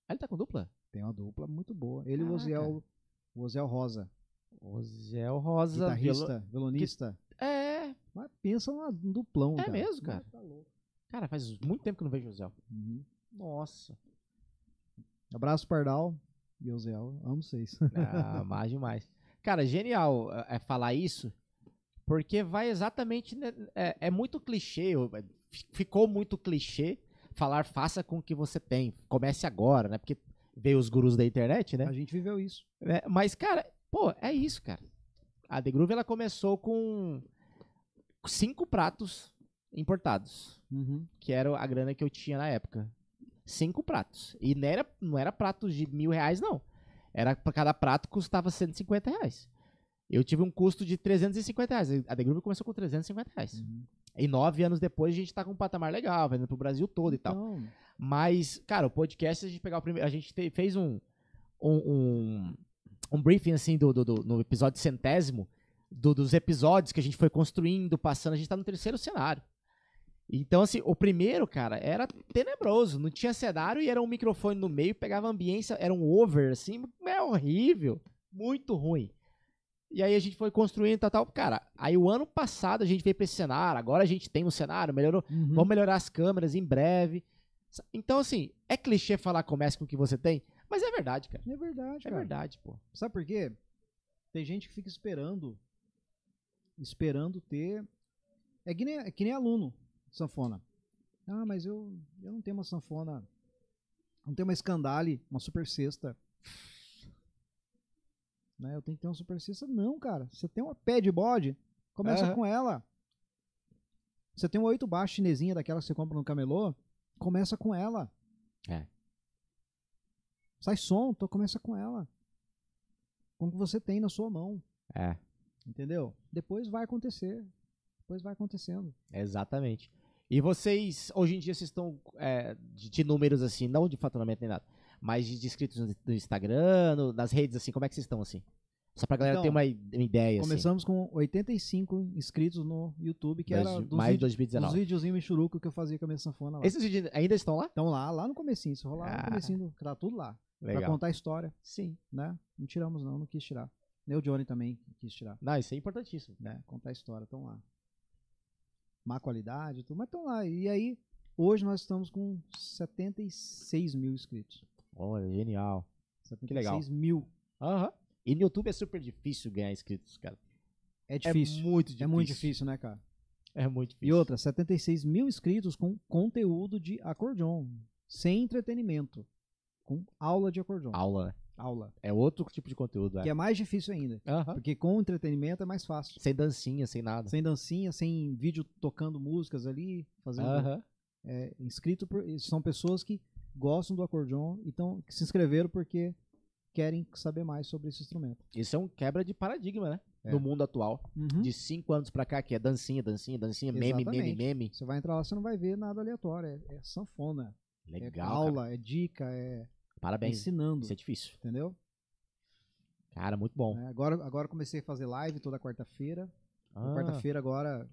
A: Ah, ele tá com dupla?
C: Tem uma dupla muito boa. Ele e o
A: Caraca.
C: Oziel, o Oziel Rosa,
A: Ozel Rosa.
C: guitarrista,
A: violo-
C: violonista.
A: É,
C: Mas pensa num num duplão,
A: É
C: cara.
A: mesmo, cara?
C: Mas tá louco.
A: cara, faz muito tempo que eu não vejo o Ozel.
C: Uhum.
A: Nossa.
C: Abraço, Pardal e Oziel. Amo vocês.
A: Ah, mais demais. Cara, genial é, é, falar isso, porque vai exatamente. né, É, é muito clichê, eu- é, fi- ficou muito clichê falar faça com o que você tem, comece agora, né? Porque veio os gurus da internet, né?
C: A gente viveu isso.
A: É, Mas, cara, pô, é isso, cara. A The Groove ela começou com cinco pratos importados, que era a grana que eu tinha na época. Cinco pratos. E não era, não era pratos de mil reais, não. Era pra cada prato custava 150 reais. Eu tive um custo de 350 reais. A The Groove começou com 350 reais.
C: Uhum.
A: E nove anos depois a gente tá com um patamar legal, vendendo pro Brasil todo e tal.
C: Então,
A: Mas, cara, o podcast, a gente pegar o primeiro. A gente te- fez um, um, um, um briefing, assim, do, do, do- no episódio centésimo, do- dos episódios que a gente foi construindo, passando. A gente tá no terceiro cenário. Então, assim, o primeiro, cara, era tenebroso. Não tinha cenário e era um microfone no meio, pegava a ambiência, era um over, assim, é horrível. Muito ruim. E aí a gente foi construindo tal, tal. Cara, aí o ano passado a gente veio pra esse cenário, agora a gente tem um cenário, melhorou.
C: uhum.
A: Vamos melhorar as câmeras em breve. Sa- Então, assim, é clichê falar comece com o que você tem, mas é verdade, cara.
C: É verdade,
A: É
C: cara.
A: verdade, pô.
C: Sabe por quê? Tem gente que fica esperando, esperando ter. É que nem, é que nem aluno, de sanfona. Ah, mas eu, eu não tenho uma sanfona. Não tenho uma escandale, uma super cesta. Né? Eu tenho que ter uma super cesta. Não, cara. Você tem uma pé de bode, começa
A: Aham.
C: com ela. Você tem uma oito baixo chinesinha daquela que você compra no camelô, começa com ela.
A: É.
C: Sai som, então começa com ela. Com o que você tem na sua mão,
A: É,
C: entendeu? Depois vai acontecer. Depois vai acontecendo.
A: exatamente. E vocês, hoje em dia, vocês estão é, de, de números assim, não de faturamento nem nada, mas de, de inscritos no, no Instagram, no- nas redes, assim, como é que vocês estão, assim? Só pra galera
C: Então,
A: ter uma, i- uma ideia, assim.
C: Começamos com 85 inscritos no YouTube, que
A: Dois-
C: era dos,
A: mais de
C: vídeo- dos
A: 2019.
C: videozinhos Michuruco que eu fazia com a minha sanfona lá.
A: Esses vídeos ainda estão lá?
C: Então lá, lá no comecinho, isso rolar lá
A: Ah.
C: no comecinho, do- tá tudo lá. Pra
A: Legal.
C: contar a história,
A: Sim.
C: né? Não tiramos não, não quis tirar. Nem o Johnny também quis tirar,
A: Não, isso é importantíssimo.
C: né? Contar a história, estão lá. Má qualidade, e tudo, mas estão lá. E aí, hoje nós estamos com 76 mil inscritos.
A: Olha, genial.
C: 76
A: legal.
C: mil.
A: Aham. E no YouTube é super difícil ganhar inscritos, cara.
C: É difícil.
A: É muito difícil.
C: É muito difícil, né, cara?
A: É muito
C: E
A: difícil.
C: outra, 76 mil inscritos com conteúdo de acordeon. Sem entretenimento. Com aula de acordeon.
A: Aula, né?
C: Aula.
A: É outro tipo de conteúdo,
C: Que
A: é.
C: é mais difícil ainda.
A: Aham.
C: Porque com entretenimento é mais fácil.
A: Sem dancinha, sem nada.
C: Sem dancinha, sem vídeo tocando músicas ali, fazendo.
A: Aham.
C: é, inscrito por- são pessoas que gostam do acordeon, então que se inscreveram porque querem saber mais sobre esse instrumento.
A: Isso é um quebra de paradigma, né?
C: É.
A: No mundo atual.
C: Uhum.
A: De cinco anos pra cá, que é dancinha, dancinha, dancinha, meme, meme,
C: Exatamente.
A: meme.
C: Você vai entrar lá, você não vai ver nada aleatório. É, é sanfona, é
A: Legal.
C: aula, é dica, é
A: cara. Parabéns.
C: ensinando,
A: Isso é difícil.
C: entendeu?
A: Cara, muito bom.
C: né? Agora, agora comecei a fazer live toda quarta-feira. Na
A: Ah,
C: Quarta-feira agora,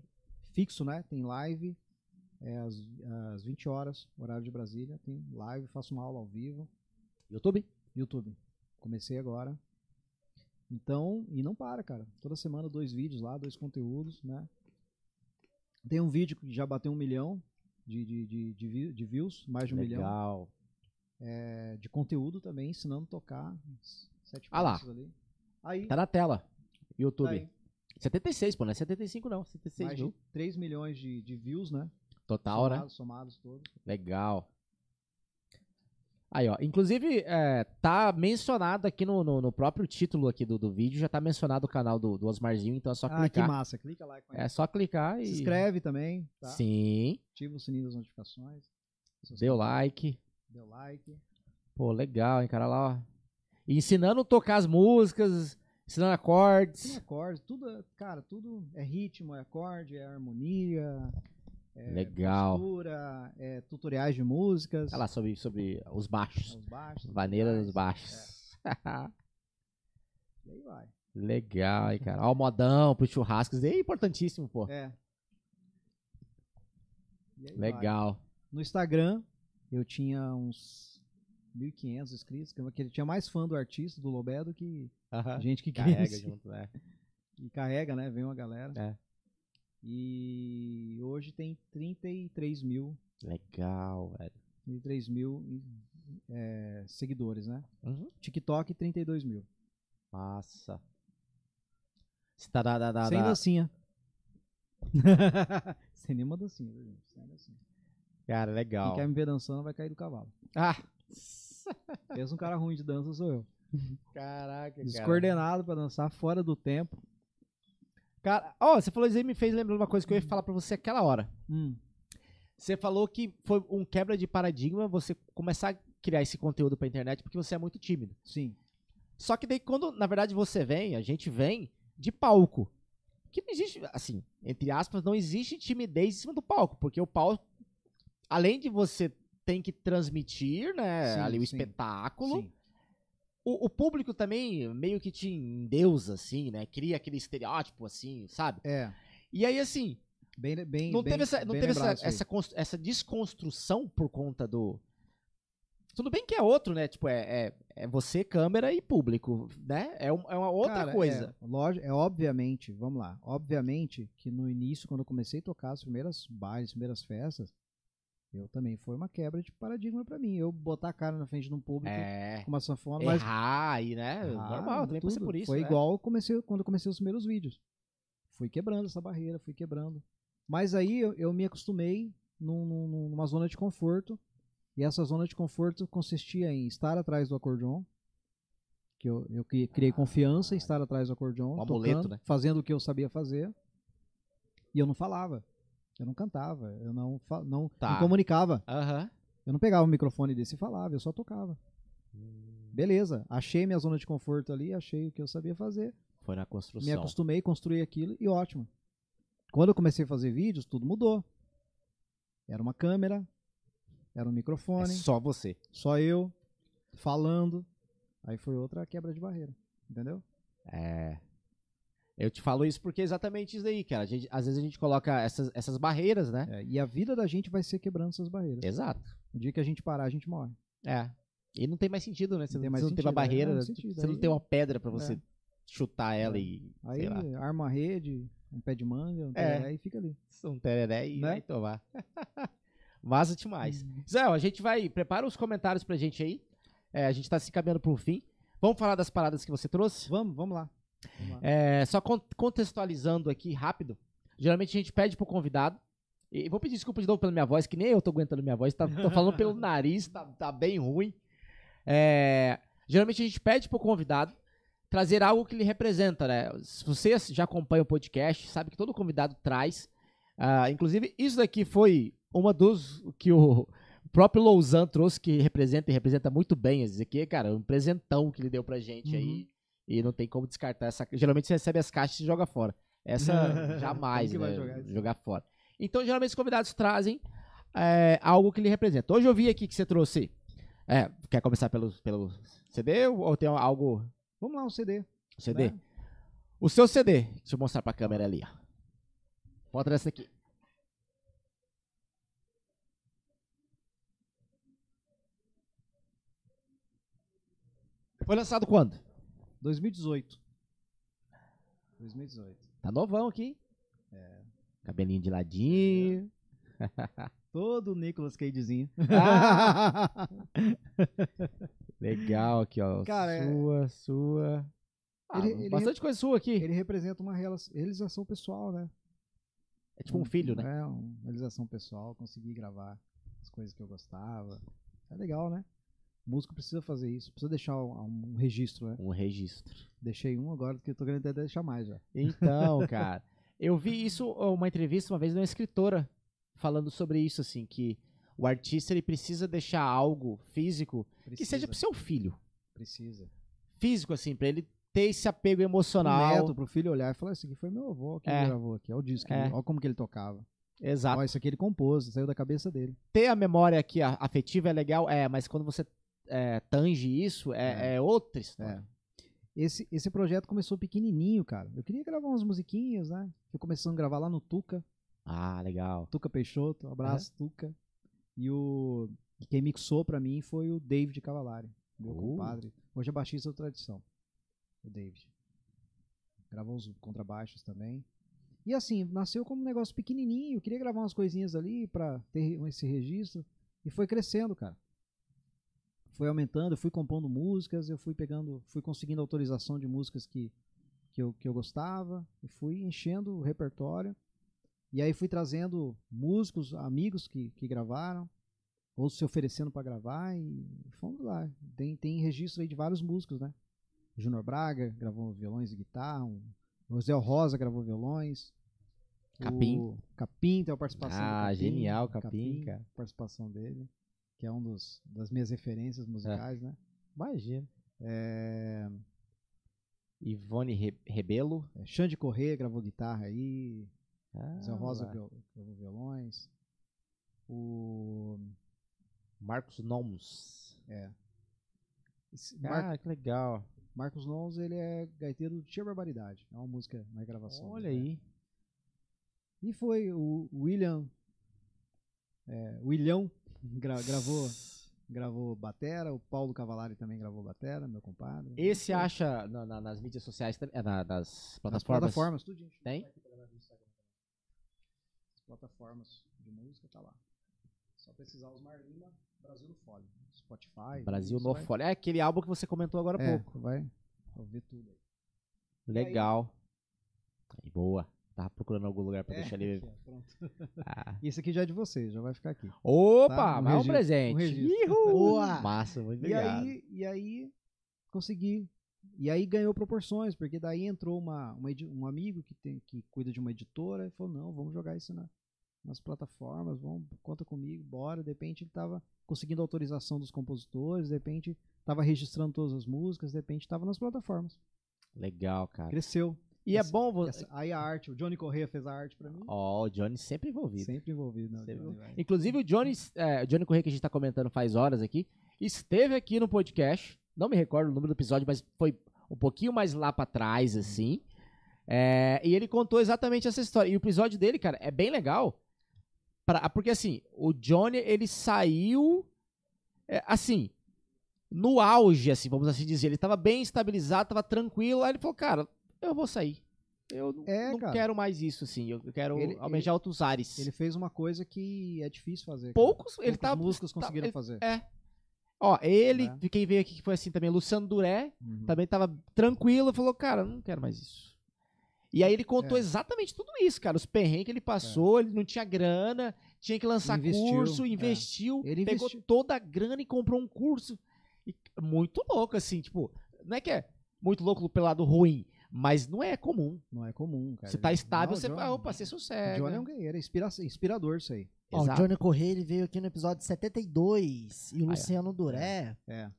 C: fixo, né? Tem live é, às, às 20 horas, horário de Brasília. Tem live, faço uma aula ao vivo.
A: YouTube?
C: YouTube. Comecei agora. Então, e não para, cara. Toda semana dois vídeos lá, dois conteúdos, né? Tem um vídeo que já bateu um milhão de, de, de, de vi- de views, mais de um milhão.
A: Legal.
C: É, de conteúdo também, ensinando a tocar. uns Sete
A: Ah lá.
C: passos ali. Aí,
A: Tá na tela.
C: tá
A: YouTube.
C: aí.
A: 76, pô, não é 75 não, 76
C: mais de um
A: mil.
C: 3 milhões de, de views, né?
A: Total, né?
C: somados, somados todos.
A: Legal. Aí, ó. Inclusive, é, tá mencionado aqui no, no, no próprio título aqui do, do vídeo, já tá mencionado o canal do, do Osmarzinho, então é só
C: Ah, que
A: clicar.
C: massa. Clica lá. e conhece.
A: é só clicar e.
C: Se inscreve também, tá?
A: Sim,
C: Ativa o sininho das notificações. Se
A: deu
C: inscreve,
A: like.
C: Deu like.
A: Pô, legal, hein, cara lá, ó. E ensinando a tocar as músicas, ensinando
C: Tudo é
A: acordes.
C: acorde, tudo é, cara, tudo é ritmo, é acorde, é harmonia, É,
A: legal.
C: postura, é tutoriais de músicas, é
A: Olha lá sobre, sobre os baixos.
C: os baixos, é.
A: Vaneira dos
C: tutoriais,
A: baixos.
C: é, e aí vai.
A: Legal, hein, cara. Ó, o modão pro churrasco. Isso aí é importantíssimo, pô.
C: É. E aí vai.
A: Legal.
C: No Instagram, eu tinha uns 1.500 inscritos, que eu- que ele tinha mais fã do artista, do Lobé, do que gente que queria
A: Carrega
C: seguir.
A: junto, né?
C: E carrega, né? Vem uma galera.
A: É.
C: E hoje tem 33 mil,
A: Legal, velho.
C: 33 mil é, seguidores, né?
A: Uhum.
C: TikTok, 32 mil.
A: Massa. Você tá da, da, da,
C: Sem
A: da-
C: dancinha. Sem nenhuma dancinha. viu, gente? Sem dancinha.
A: Cara,
C: Quem
A: legal.
C: quer me ver dançando vai cair do cavalo.
A: Ah!
C: Pensa um cara ruim de dança sou eu.
A: Caraca,
C: Descoordenado pra dançar, fora do tempo.
A: Cara, ó, você falou isso aí me fez lembrar uma coisa que eu ia falar pra você aquela hora.
C: Hum,
A: Você falou que foi um quebra de paradigma você começar a criar esse conteúdo pra internet porque você é muito tímido.
C: sim.
A: Só que daí quando, na verdade, você vem, a gente vem de palco. Que não existe, assim, entre aspas, não existe timidez em cima do palco, porque o palco, além de você tem que transmitir, né,
C: Sim,
A: ali o
C: sim.
A: espetáculo,
C: sim.
A: o, o público também meio que te endeusa, assim, né, cria aquele estereótipo, assim, sabe?
C: É.
A: E aí, assim,
C: Bem, bem,
A: não
C: bem-
A: teve essa, não
C: bem
A: teve
C: lembrado
A: essa,
C: isso aí.
A: essa cons- essa desconstrução por conta do. Tudo bem que é outro, né? Tipo, é, é, é você, câmera e público, né? É, um- é uma outra
C: Cara,
A: coisa.
C: É, lógi- é obviamente, vamos lá, obviamente que no início, quando eu comecei a tocar as primeiras bailes, as primeiras festas, eu também foi uma quebra de paradigma pra mim. Eu botar a cara na frente de um público
A: É.
C: com uma sanfona, mas
A: Errar e, né? Normal,
C: Ah,
A: também passei
C: tudo.
A: por isso.
C: Foi
A: né?
C: igual eu comecei, quando eu comecei os primeiros vídeos. Fui quebrando essa barreira, fui quebrando. Mas aí eu, eu me acostumei num- num- numa zona de conforto. E essa zona de conforto consistia em estar atrás do acordeon. Que eu, eu cri- criei confiança em estar atrás do acordeon.
A: Um
C: tocando,
A: Ah, amuleto, né?
C: Fazendo o que eu sabia fazer. E eu não falava. Eu não cantava. Eu não, fa- não,
A: Tá.
C: não comunicava.
A: Aham.
C: Eu não pegava o microfone desse e falava. Eu só tocava.
A: Hum.
C: Beleza, achei minha zona de conforto ali, achei o que eu sabia fazer,
A: Foi na
C: me
A: construção.
C: acostumei, construí aquilo e ótimo. Quando eu comecei a fazer vídeos, tudo mudou. Era uma câmera, era um
A: É
C: microfone,
A: só você.
C: só eu falando. Aí foi outra quebra de barreira, entendeu?
A: É. Eu te falo isso porque é exatamente isso daí, cara. A gente- às vezes a gente coloca essas, essas barreiras, né?
C: É, e a vida da gente vai ser quebrando essas barreiras.
A: Exato.
C: O dia que a gente parar, a gente morre.
A: É. E não tem mais sentido, né? Você,
C: Não
A: não,
C: tem mais
A: você não tem uma
C: sentido, é,
A: barreira,
C: não
A: né?
C: tem sentido,
A: você não
C: aí-
A: tem uma pedra pra você chutar ela
C: É.
A: e.
C: Aí
A: sei lá.
C: arma a rede, um pé de manga, um
A: É.
C: pé aí fica ali.
A: um tereré e
C: Né? Uhum.
A: vai tomar. Massa demais. Zé, ó, a gente vai. Prepara os comentários pra gente aí. É, a gente tá se caminhando pro fim. Vamos falar das paradas que você trouxe?
C: Vamos, vamos lá. Vamos lá.
A: É, só con- contextualizando aqui rápido. Geralmente a gente pede pro convidado. E vou pedir desculpa de novo pela minha voz, que nem eu tô aguentando minha voz. Tá, tô falando pelo nariz, tá, tá bem ruim. É, geralmente a gente pede pro convidado trazer algo que ele representa, né? Se você já acompanha o podcast, sabe que todo convidado traz. Ah, inclusive, isso daqui foi uma dos que o próprio Louzan trouxe, que representa e representa muito bem. Esse aqui, cara, um presentão que ele deu pra gente aí.
C: Uhum.
A: E não tem como descartar essa. Geralmente você recebe as caixas e joga fora. Essa jamais,
C: Quem que
A: né?
C: vai
A: Jogar,
C: jogar isso?
A: fora. Então, geralmente os convidados trazem é, algo que ele representa. eh, Hoje eu vi aqui que você trouxe. É, quer começar pelo, pelo CD ou tem algo
C: Vamos lá, um CD.
A: CD.
C: né?
A: O seu CD. Deixa eu mostrar pra câmera ali, ó. Bota nessa aqui. Foi lançado quando?
C: 2018. 2018.
A: Tá novão aqui, hein? Cabelinho de ladinho.
C: Todo o Nicolas Cagezinho.
A: Ah! Legal aqui, ó.
C: Cara, é-
A: sua, sua. Ah,
C: Ele- ele-
A: bastante coisa sua aqui.
C: Ele representa uma reala- realização pessoal, né?
A: é tipo um filho, né?
C: É, uma realização pessoal, consegui gravar as coisas que eu gostava. É legal, né? Músico precisa fazer isso, precisa deixar um, um registro, né?
A: Um registro.
C: Deixei um agora que eu tô querendo até deixar mais já.
A: Então, cara, eu vi isso, ó, uma entrevista uma vez de uma escritora falando sobre isso, assim, que o artista ele precisa deixar algo físico
C: Precisa,
A: que seja pro seu filho.
C: precisa.
A: Físico, assim, pra ele ter esse apego
C: Pro
A: emocional.
C: neto, pro filho olhar e falar, isso aqui foi meu avô que
A: É.
C: gravou aqui. Olha o disco,
A: É.
C: olha como que ele tocava.
A: Exato.
C: Ó, isso aqui ele compôs, saiu da cabeça dele.
A: Ter a memória aqui a- afetiva é legal, é, mas quando você é, tange isso, é, é outra história.
C: Esse, esse projeto começou pequenininho, cara. Eu queria gravar umas musiquinhas, né? Fui começando a gravar lá no Tuca.
A: Ah, legal.
C: Tuca Peixoto, um abraço, Tuca. E o e quem mixou pra mim foi o David Cavalari, meu
A: Uh.
C: compadre. Hoje é baixista da tradição, o David. Gravou uns contrabaixos também. E assim, nasceu como um negócio pequenininho, eu queria gravar umas coisinhas ali pra ter esse registro e foi crescendo, cara. Foi aumentando, eu fui compondo músicas, eu fui pegando, fui conseguindo autorização de músicas que que eu, que eu gostava e fui enchendo o repertório. E aí fui trazendo músicos, amigos que, que gravaram, ou se oferecendo para gravar, e fomos lá. Tem, tem registro aí de vários músicos, né? Júnior Braga gravou violões e guitarra, um, José Rosa gravou violões.
A: Capim.
C: O Capim tem a participação do
A: Ah,
C: Capim,
A: genial, Capim, cara.
C: Participação dele, que é um dos, das minhas referências musicais, né?
A: É. Imagina.
C: É,
A: Ivone Re- Rebelo.
C: é, Xande Corrêa gravou guitarra aí,
A: Ah,
C: Zé Rosa
A: lá.
C: viol- gravou violões. O
A: Marcos Nomus.
C: esse Mar-
A: Ah, que legal.
C: Marcos Nons, ele é gaiteiro do Tia Barbaridade. É uma música na gravação.
A: Olha
C: dele, né?
A: aí.
C: E foi o William. É, o Ilhão gra- gravou, gravou Batera. O Paulo Cavalari também gravou Batera, meu compadre.
A: Esse acha na- na- nas mídias sociais, tam- é, na- nas
C: Nas
A: plataformas.
C: plataformas, tudinho.
A: Tem?
C: As plataformas de música tá lá. Só precisar os Marlina, Brasil no Fole. Spotify.
A: Brasil
C: tudo
A: no
C: isso,
A: Folha. É aquele álbum que você comentou agora há
C: vai- É,
A: pouco.
C: vai ouvir tudo aí.
A: Legal. Tá Aí, boa. Tava procurando algum lugar pra
C: É,
A: deixar ele.
C: aqui, ó, pronto.
A: Ah.
C: Isso aqui já é de vocês, já vai ficar aqui.
A: Opa,
C: Tá,
A: mais um
C: um registro, um
A: presente.
C: registro.
A: Ihu!
B: Boa.
A: Massa, muito
C: E
A: obrigado.
C: aí, e aí consegui. E aí ganhou proporções, porque daí entrou uma, uma edi- um amigo que, tem, que cuida de uma editora e falou, não, vamos jogar isso na- nas plataformas, vamos, conta comigo, bora. De repente ele tava conseguindo autorização dos compositores, de repente tava registrando todas as músicas, de repente tava nas plataformas.
A: Legal, cara.
C: Cresceu.
A: E é
C: Essa-
A: bom você.
C: Essa- aí a arte, o Johnny Corrêa fez a arte pra mim.
A: Ó, o Johnny sempre envolvido.
C: Sempre envolvido. Não,
A: Sempre
C: Johnny, vai.
A: Inclusive, o Johnny, é, o Johnny Corrêa, que a gente tá comentando faz horas aqui, esteve aqui no podcast. Não me recordo o número do episódio, mas foi um pouquinho mais lá pra trás, assim. É, e ele contou exatamente essa história. E o episódio dele, cara, é bem legal. Pra- porque, assim, o Johnny, ele saiu. é, assim. No auge, assim, vamos assim dizer. Ele tava bem estabilizado, tava tranquilo. Aí ele falou, cara, eu vou sair. Eu não,
C: É,
A: não
C: cara.
A: quero mais isso, assim. Eu quero
C: Ele-
A: almejar outros ares.
C: Ele fez uma coisa que é difícil fazer. cara.
A: Poucos, ele
C: Poucos
A: tá
C: músicos
A: tá-
C: conseguiram
A: ele-
C: fazer.
A: é. Ó, ele,
C: Né?
A: de quem veio aqui que foi assim também, Luciano Duré,
C: Uhum.
A: também tava tranquilo, falou, cara, não quero mais isso. E aí ele contou
C: É.
A: exatamente tudo isso, cara. Os perrengues que ele passou, ele não tinha grana, tinha que lançar
C: Investiu,
A: curso,
C: é.
A: investiu,
C: Ele
A: pegou
C: investiu.
A: toda a grana e comprou um curso. E muito louco, assim, tipo, não é que é muito louco pelo lado ruim, mas não é comum.
C: Não é comum, cara.
A: você tá
C: Ele-
A: estável,
C: Não,
A: você
C: John-
A: fala, opa, você né? sossega.
C: Johnny é um guerreiro, é inspira inspirador isso aí.
B: Ó, o
A: Exato.
B: Johnny Corrêa ele veio aqui no episódio 72 e o
A: ó.
B: Luciano Duré
C: É,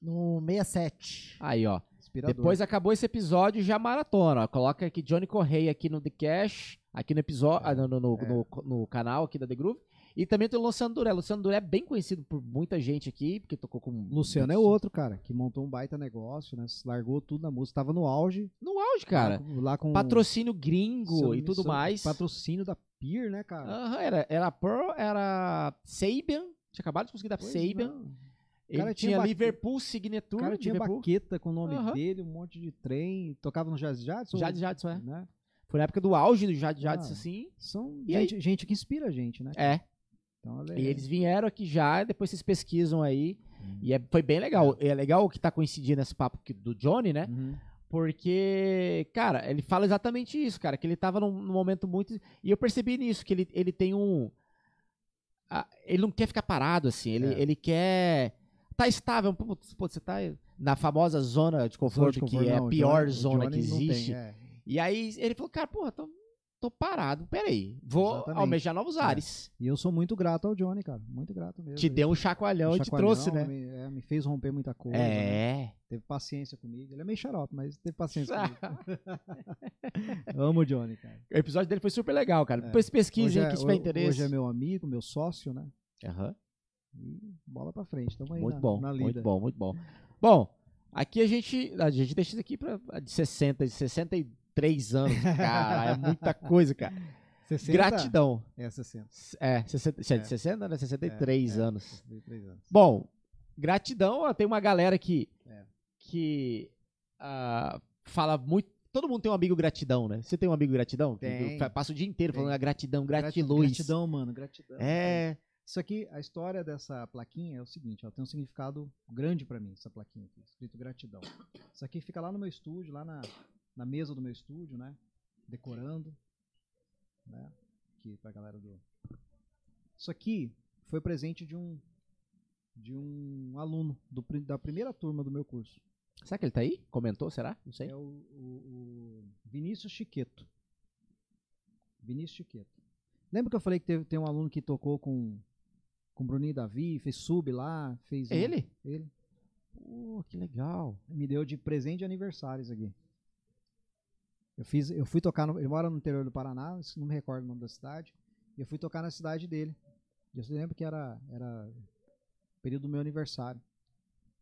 B: no 67.
A: Aí, ó.
C: inspirador.
A: Depois é acabou esse episódio, já maratona. ó. Coloca aqui Johnny Correia aqui no The Cash, aqui no episódio, ah, no, no- no-
C: é.
A: no- no canal aqui da The Groove. E também tem o Luciano Duré. Luciano Duré é bem conhecido por muita gente aqui, porque tocou com.
C: Luciano é outro, cara, que montou um baita negócio, né? Largou tudo na música. Tava no auge.
A: No auge, cara.
C: Lá com, lá Ah, com-
A: Patrocínio
C: se eu não
A: gringo e
C: me
A: tudo
C: engano,
A: mais. Ah,
C: Patrocínio da Peer, né, cara?
A: Aham, era, era Pearl, era Sabian. Tinha acabado de conseguir da
C: Pois
A: Sabian.
C: não. O
A: Ele
C: cara tinha
A: tinha
C: ba-
A: Liverpool Signature.
C: cara tinha
A: Liverpool.
C: baqueta com o nome
A: Aham.
C: dele, um monte de trem. Tocava no Jazz Jadson.
A: Jade Jadson, é.
C: Né?
A: Foi na época do auge do Jade Jadson,
C: Ah.
A: assim.
C: São
A: E
C: gente, gente que inspira a gente, né?
A: É.
C: Então, ela é- Uhum.
A: E eles vieram aqui já, depois vocês pesquisam aí. E é- foi bem legal. É legal que tá coincidindo esse papo que- do Johnny, né?
C: Uhum.
A: Porque, cara, ele fala exatamente isso, cara, que ele tava num, num momento muito. E eu percebi nisso, que ele, ele tem um. ah, ele não quer ficar parado, assim, ele,
C: É.
A: ele quer. Tá estável, pô, pô, você tá na famosa zona de conforto,
C: Zona de conforto,
A: que é
C: não,
A: a
C: o
A: pior
C: Johnny- o
A: zona que
C: Johnny não tem,
A: existe.
C: é.
A: E aí ele falou, cara, porra, tô, tô parado, peraí, vou
C: Exatamente.
A: almejar novos
C: É.
A: ares.
C: E eu sou muito grato ao Johnny, cara. Muito grato mesmo.
A: Te
C: Ele-
A: deu um chacoalhão
C: um
A: e te
C: chacoalhão,
A: trouxe, né?
C: Me, é, me fez romper muita coisa. né?
A: É.
C: Teve paciência comigo. Ele é meio xarope, mas teve paciência comigo. Amo o Johnny, cara.
A: O episódio dele foi super legal, cara.
C: É.
A: Depois pesquisem
C: Hoje é-
A: que tiver
C: ho-
A: interesse.
C: Hoje é meu amigo, meu sócio, né?
A: Aham.
C: E bola pra frente. Tamo aí
A: Muito
C: na,
A: bom,
C: na lida.
A: muito bom, muito bom. Bom, aqui a gente, a gente deixa isso aqui pra, de 60, de 63 anos. Cara, é muita coisa, cara.
C: 60,
A: Gratidão.
C: É, 60.
A: É, 60, se é de
C: É.
A: 60, né? 63
C: É, é.
A: anos.
C: 63 anos.
A: Bom, gratidão. ó, Tem uma galera que,
C: É.
A: que ah, fala muito. Todo mundo tem um amigo gratidão, né? Você tem um amigo gratidão? Que
C: Tem.
A: fa- Passa o dia inteiro
C: Tem.
A: falando ah, gratidão,
C: Grati-
A: gratiluz.
C: Gratidão, mano. Gratidão.
A: É,
C: Isso aqui, a história dessa plaquinha é o seguinte, ela tem um significado grande pra mim, essa plaquinha aqui, escrito gratidão. Isso aqui fica lá no meu estúdio, lá na, na mesa do meu estúdio, né? Decorando, né? Aqui pra galera do... Isso aqui foi presente de um de um aluno do, pri- da primeira turma do meu curso.
A: será que ele tá aí? Comentou, será? Não sei.
C: É o, o- o Vinícius Chiqueto. Vinícius Chiqueto. Lembra que eu falei que teve, tem um aluno que tocou com com o Bruninho Davi, fez sub lá, fez...
A: É ele?
C: Ele.
A: Pô, que legal.
C: Me deu de presente de aniversários aqui. Eu fiz, eu fui tocar, no, ele mora no interior do Paraná, se não me recordo o nome da cidade, e eu fui tocar na cidade dele. E Eu lembro que era, era período do meu aniversário.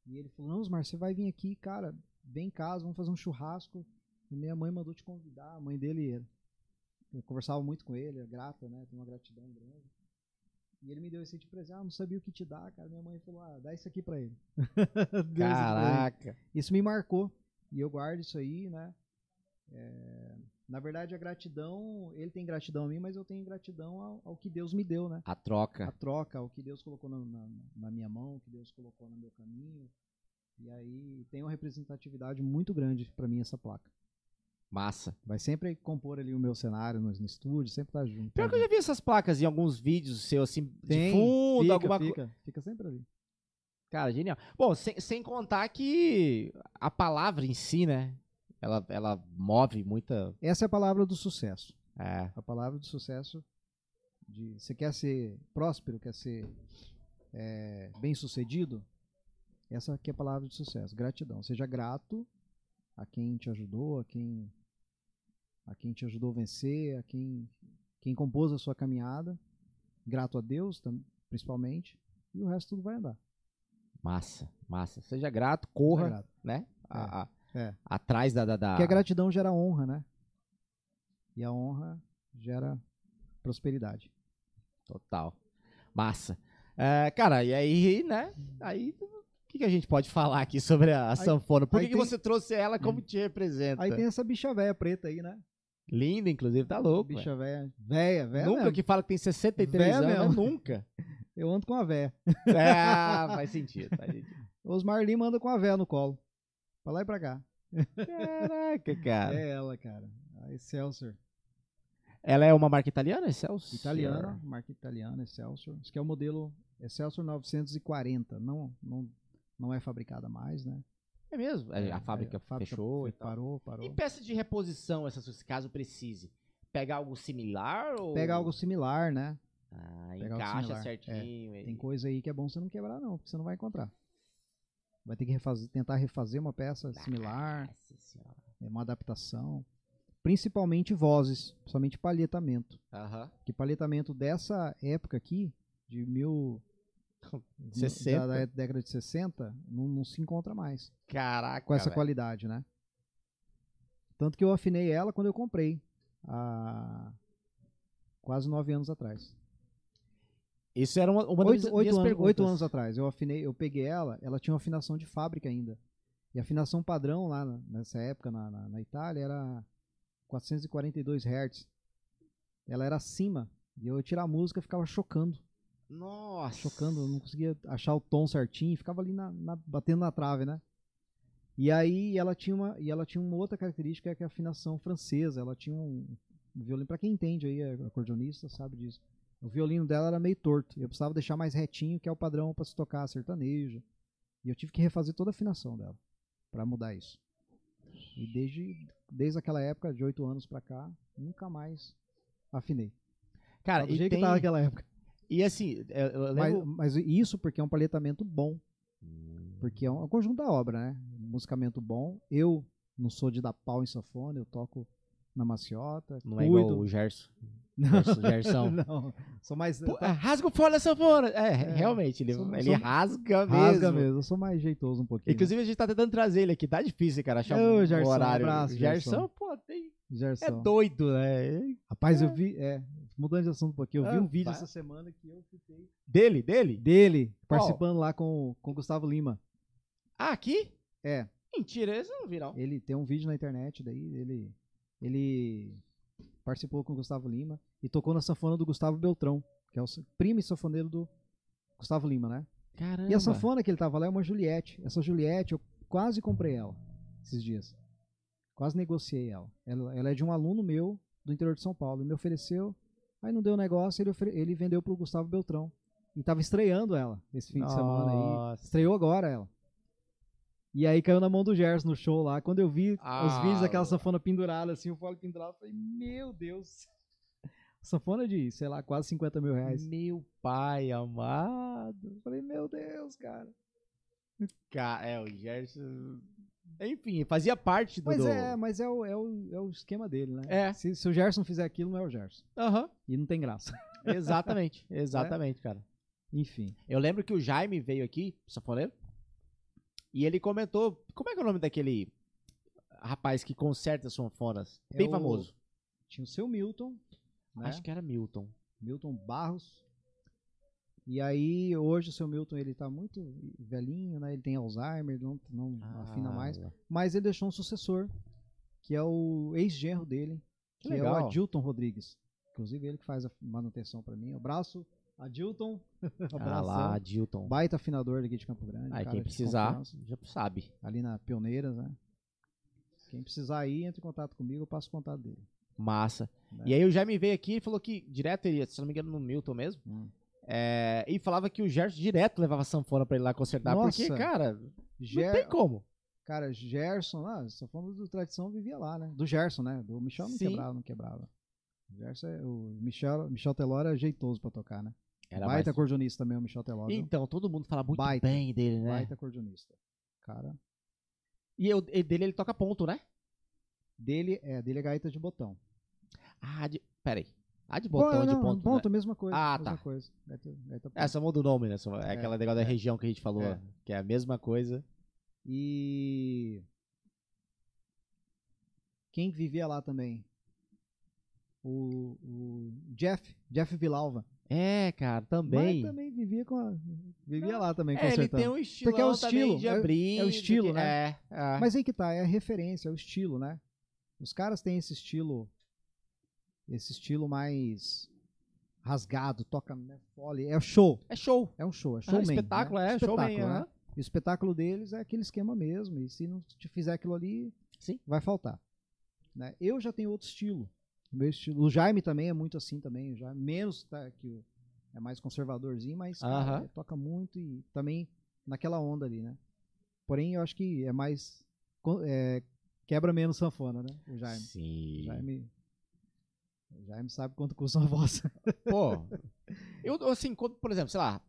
C: E ele falou, não, Osmar, você vai vir aqui, cara, vem em casa, vamos fazer um churrasco. E minha mãe mandou te convidar, a mãe dele, eu conversava muito com ele, é grata, né, tem uma gratidão grande. E ele me deu esse de presente, ah, não sabia o que te dar, cara. Minha mãe falou, ah, dá isso aqui pra ele. Deu esse de presente.
A: Caraca.
C: Isso me marcou. E eu guardo isso aí, né? É, na verdade, a gratidão, ele tem gratidão a mim, mas eu tenho gratidão ao, ao que Deus me deu, né?
A: A
C: A
A: troca.
C: troca, ao que Deus colocou na, na- na minha mão, o que Deus colocou no meu caminho. E aí tem uma representatividade muito grande pra mim essa placa.
A: Massa.
C: Vai sempre compor ali o meu cenário no, no estúdio, sempre tá junto.
A: Pior que eu já vi essas placas em alguns vídeos seus, assim, de
C: Tem,
A: fundo,
C: fica,
A: alguma coisa.
C: fica, fica sempre ali.
A: Cara, genial. Bom, sem, sem contar que a palavra em si, né? Ela, ela move muita.
C: Essa é a palavra do sucesso.
A: É.
C: a palavra de sucesso de você quer ser próspero quer ser bem sucedido essa aqui é a palavra de sucesso gratidão seja grato a quem te ajudou a quem a quem te ajudou a vencer a quem quem compôs a sua caminhada grato a Deus tam- principalmente e o resto tudo vai andar
A: Massa, massa. Seja grato, corra,
C: Seja grato.
A: né? A- a-
C: É.
A: Atrás da. da, da...
C: porque a gratidão gera honra né e a honra gera prosperidade
A: Total. Massa. É, cara, e aí, né? Aí. O que, que a gente pode falar aqui sobre a, a sanfona? Por
C: aí
A: que, que
C: tem- Hum.
A: você trouxe ela como te representa?
C: aí tem essa bicha velha preta aí né
A: Linda, inclusive, tá louco.
C: Bicha véia. Véia,
A: velho.
C: véia
A: Nunca
C: é mesmo.
A: que fala que tem 63
C: Véia
A: anos, mas
C: mesmo.
A: nunca.
C: Eu ando com a véia.
A: ah, faz sentido, faz sentido.
C: Osmar Lima anda com a véia no colo. Pra lá e pra cá.
A: Caraca, cara.
C: É ela, cara. A Excelsior.
A: Ela é uma marca italiana, Celso?
C: Italiana, marca italiana, Excelsior. Isso aqui é o modelo Excelsior 940. Não, não, não é fabricada mais, né?
A: É mesmo? A, a fábrica
C: a
A: fechou e tal.
C: Parou, parou.
A: E peça de reposição, essas, se caso precise? Pega algo similar ou...
C: Pega algo similar, né?
A: Ah,
C: Pega algo
A: encaixa
C: similar, é.
A: certinho. e-
C: Tem coisa aí que é bom você não quebrar, não, porque você não vai encontrar. Vai ter que refazer- tentar refazer uma
A: Ah,
C: peça similar.
A: Nossa senhora.
C: É uma adaptação. Principalmente vozes, principalmente palhetamento.
A: Aham.
C: Que palhetamento dessa época aqui de mil.
A: 60.
C: Da, da década de 60, não, não se encontra mais
A: Caraca,
C: com essa
A: velho.
C: qualidade, né? Tanto que eu afinei ela quando eu comprei, há quase nove anos atrás.
A: Isso era uma, uma das
C: Oito,
A: minhas
C: oito, anos,
A: perguntas.
C: oito anos atrás, eu afinei, eu peguei ela, ela tinha uma afinação de fábrica ainda. E a afinação padrão lá na- nessa época na, na, na Itália era 442 Hz. Ela era acima. E eu ia tirar a música e ficava chocando.
A: Nossa.
C: chocando, eu não conseguia achar o tom certinho, ficava ali na, na- batendo na trave, né? E aí ela tinha uma e ela tinha uma outra característica que é a afinação francesa, ela tinha um, um violino para quem entende aí, é acordeonista, sabe disso. O violino dela era meio torto, eu precisava deixar mais retinho, que é o padrão para se tocar sertanejo. E eu tive que refazer toda a afinação dela para mudar isso. E desde desde aquela época, de oito anos pra cá, nunca mais afinei.
A: Cara,
C: Tá do
A: e,
C: jeito
A: tem-
C: que tava naquela época.
A: e assim, eu, eu
C: Mas,
A: lembro...
C: mas isso porque é um palhetamento bom.
A: Hum.
C: Porque é um, é um conjunto da obra, né? Um Musicamento bom. Eu não sou de dar pau em sanfona, eu toco na maciota.
A: Não é
C: cuido.
A: igual o Gerson. Gerson, Gerson.
C: Não, tá sou mais.
A: Pô, ah, rasga o fora da sanfona. É, realmente, ele,
C: Som-
A: ele
C: som-
A: rasga mesmo.
C: rasga mesmo. eu sou mais jeitoso um pouquinho.
A: Inclusive, a gente tá tentando trazer ele aqui. Tá difícil, cara, achar
C: Ô,
A: um
C: Gerson,
A: horário.
C: abraço,
A: Gerson,
C: Gerson.
A: pô, tem-
C: né? Gerson.
A: é doido, né?
C: Rapaz, eu vi. É, mudando de assunto um pouquinho, eu vi
A: Ah,
C: um vídeo
A: vai.
C: essa semana que eu fiquei.
A: Dele, dele?
C: Dele, participando lá com, com o Gustavo Lima.
A: Ah, aqui?
C: É.
A: Mentira, eles não viram.
C: Ele tem um vídeo na internet daí, ele ele participou com o Gustavo Lima e tocou na sanfona do Gustavo Beltrão, que é o sa- primo e sanfoneiro do Gustavo Lima, né?
A: Caramba.
C: E a sanfona que ele tava lá é uma Juliette. Essa Juliette eu quase comprei ela esses dias. Quase negociei ela. Ela, ela é de um aluno meu do interior de São Paulo, ele me ofereceu, aí não deu negócio, ele ofere- ele vendeu pro Gustavo Beltrão. E tava estreando ela esse fim de semana aí.
A: Nossa.
C: Estreou agora ela. E aí caiu na mão do Gerson no show lá. Quando eu vi
A: Ah,
C: os vídeos daquela
A: mano.
C: sanfona pendurada, assim, o fole pendurado, eu falei, meu Deus. Sanfona de, sei lá, quase 50 mil reais.
A: Meu pai amado.
C: Eu falei, meu Deus, cara.
A: Cara, é, o Gerson. Enfim, fazia parte do.
C: Mas
A: do-
C: é, mas é o, é o, é o esquema dele, né?
A: É.
C: Se, se o Gerson fizer aquilo, não é o Gerson.
A: Aham.
C: E não tem graça.
A: Exatamente,
C: É.
A: exatamente, cara.
C: Enfim.
A: Eu lembro que o Jaime veio aqui, safoneiro, e ele comentou. Como é que é o nome daquele rapaz que conserta sanfonas?
C: É
A: Bem
C: o-
A: famoso.
C: Tinha o seu Milton, né?
A: Acho que era Milton.
C: Milton Barros. E aí, hoje o seu Milton, ele tá muito velhinho, né? Ele tem Alzheimer, não, não afina mais.
A: Ah,
C: mas ele deixou um sucessor, que é o ex-genro dele,
A: Que
C: que, é
A: legal.
C: o Adilton Rodrigues. Inclusive ele que faz a manutenção pra mim. Abraço, Adilton.
A: Ah
C: Abração.
A: lá, Dilton.
C: Baita afinador daqui de Campo Grande.
A: Aí
C: cara
A: quem
C: de
A: precisar,
C: confiança,
A: já sabe.
C: Ali na Pioneiras, né? Quem precisar aí, entra em contato comigo, eu passo o contato dele.
A: Massa.
C: Né?
A: E aí o Jaime veio aqui e falou que direto, ele, se não me engano, no Milton mesmo.
C: Hum.
A: é, e falava que o Gerson direto levava sanfona pra ele lá consertar. Porque,
C: Nossa.
A: cara, não
C: Ger-
A: tem como.
C: Cara, Gerson, ah, só falando do tradição vivia lá, né? Do Gerson, né? Do Michel não
A: Sim.
C: quebrava, não quebrava. O Gerson é, o Michel, Michel Teló era jeitoso pra tocar, né?
A: Era
C: Baita
A: mais-
C: acordeonista também, o Michel Teló. viu?
A: Então, todo mundo fala muito
C: Baita.
A: bem dele, né?
C: Baita acordeonista. Cara,
A: E eu, e dele ele toca ponto, né?
C: dele é, dele é gaita de botão.
A: Ah, de. Peraí. Ah, de botão de
C: Bom, não,
A: ponto. né?
C: ponto, mesma coisa.
A: Ah,
C: mesma
A: tá.
C: Coisa. Gaita, gaita ponto.
A: É, só muda o nome, né? Só- É,
C: É,
A: aquela negócio da região que a gente falou,
C: É.
A: que é a mesma coisa.
C: E quem vivia lá também? O, o Jeff, Jeff Vilalva.
A: É, cara,
C: Mas
A: também.
C: também vivia com a, vivia lá também
A: É, ele tem
C: consertando.
A: um estilo
C: Porque é o estilo,
A: de
C: é o- é o
A: abrir. do
C: estilo,
A: que-
C: né?
A: É, é.
C: Mas aí que tá, é a referência, é o estilo, né? Os caras têm esse estilo esse estilo mais rasgado, toca né, fole, é o show.
A: é show.
C: É um show, é
A: Ah,
C: showman.
A: espetáculo,
C: né?
A: é, showman,
C: Espetáculo,
A: aham.
C: E o espetáculo deles é aquele esquema mesmo. E se não te fizer aquilo ali,
A: Sim.
C: vai faltar. né? Eu já tenho outro estilo. O meu estilo. O Jaime também é muito assim também. Já menos tá, que o, é mais conservadorzinho, mas cara,
A: Aham.
C: ele toca muito e também naquela onda ali, né? Porém, eu acho que é mais co- é, quebra menos sanfona, né? O Jaime. O
A: Sim.
C: Jaime, o Jaime sabe quanto custa uma voz.
A: Pô, eu, assim, quando, por exemplo, sei lá,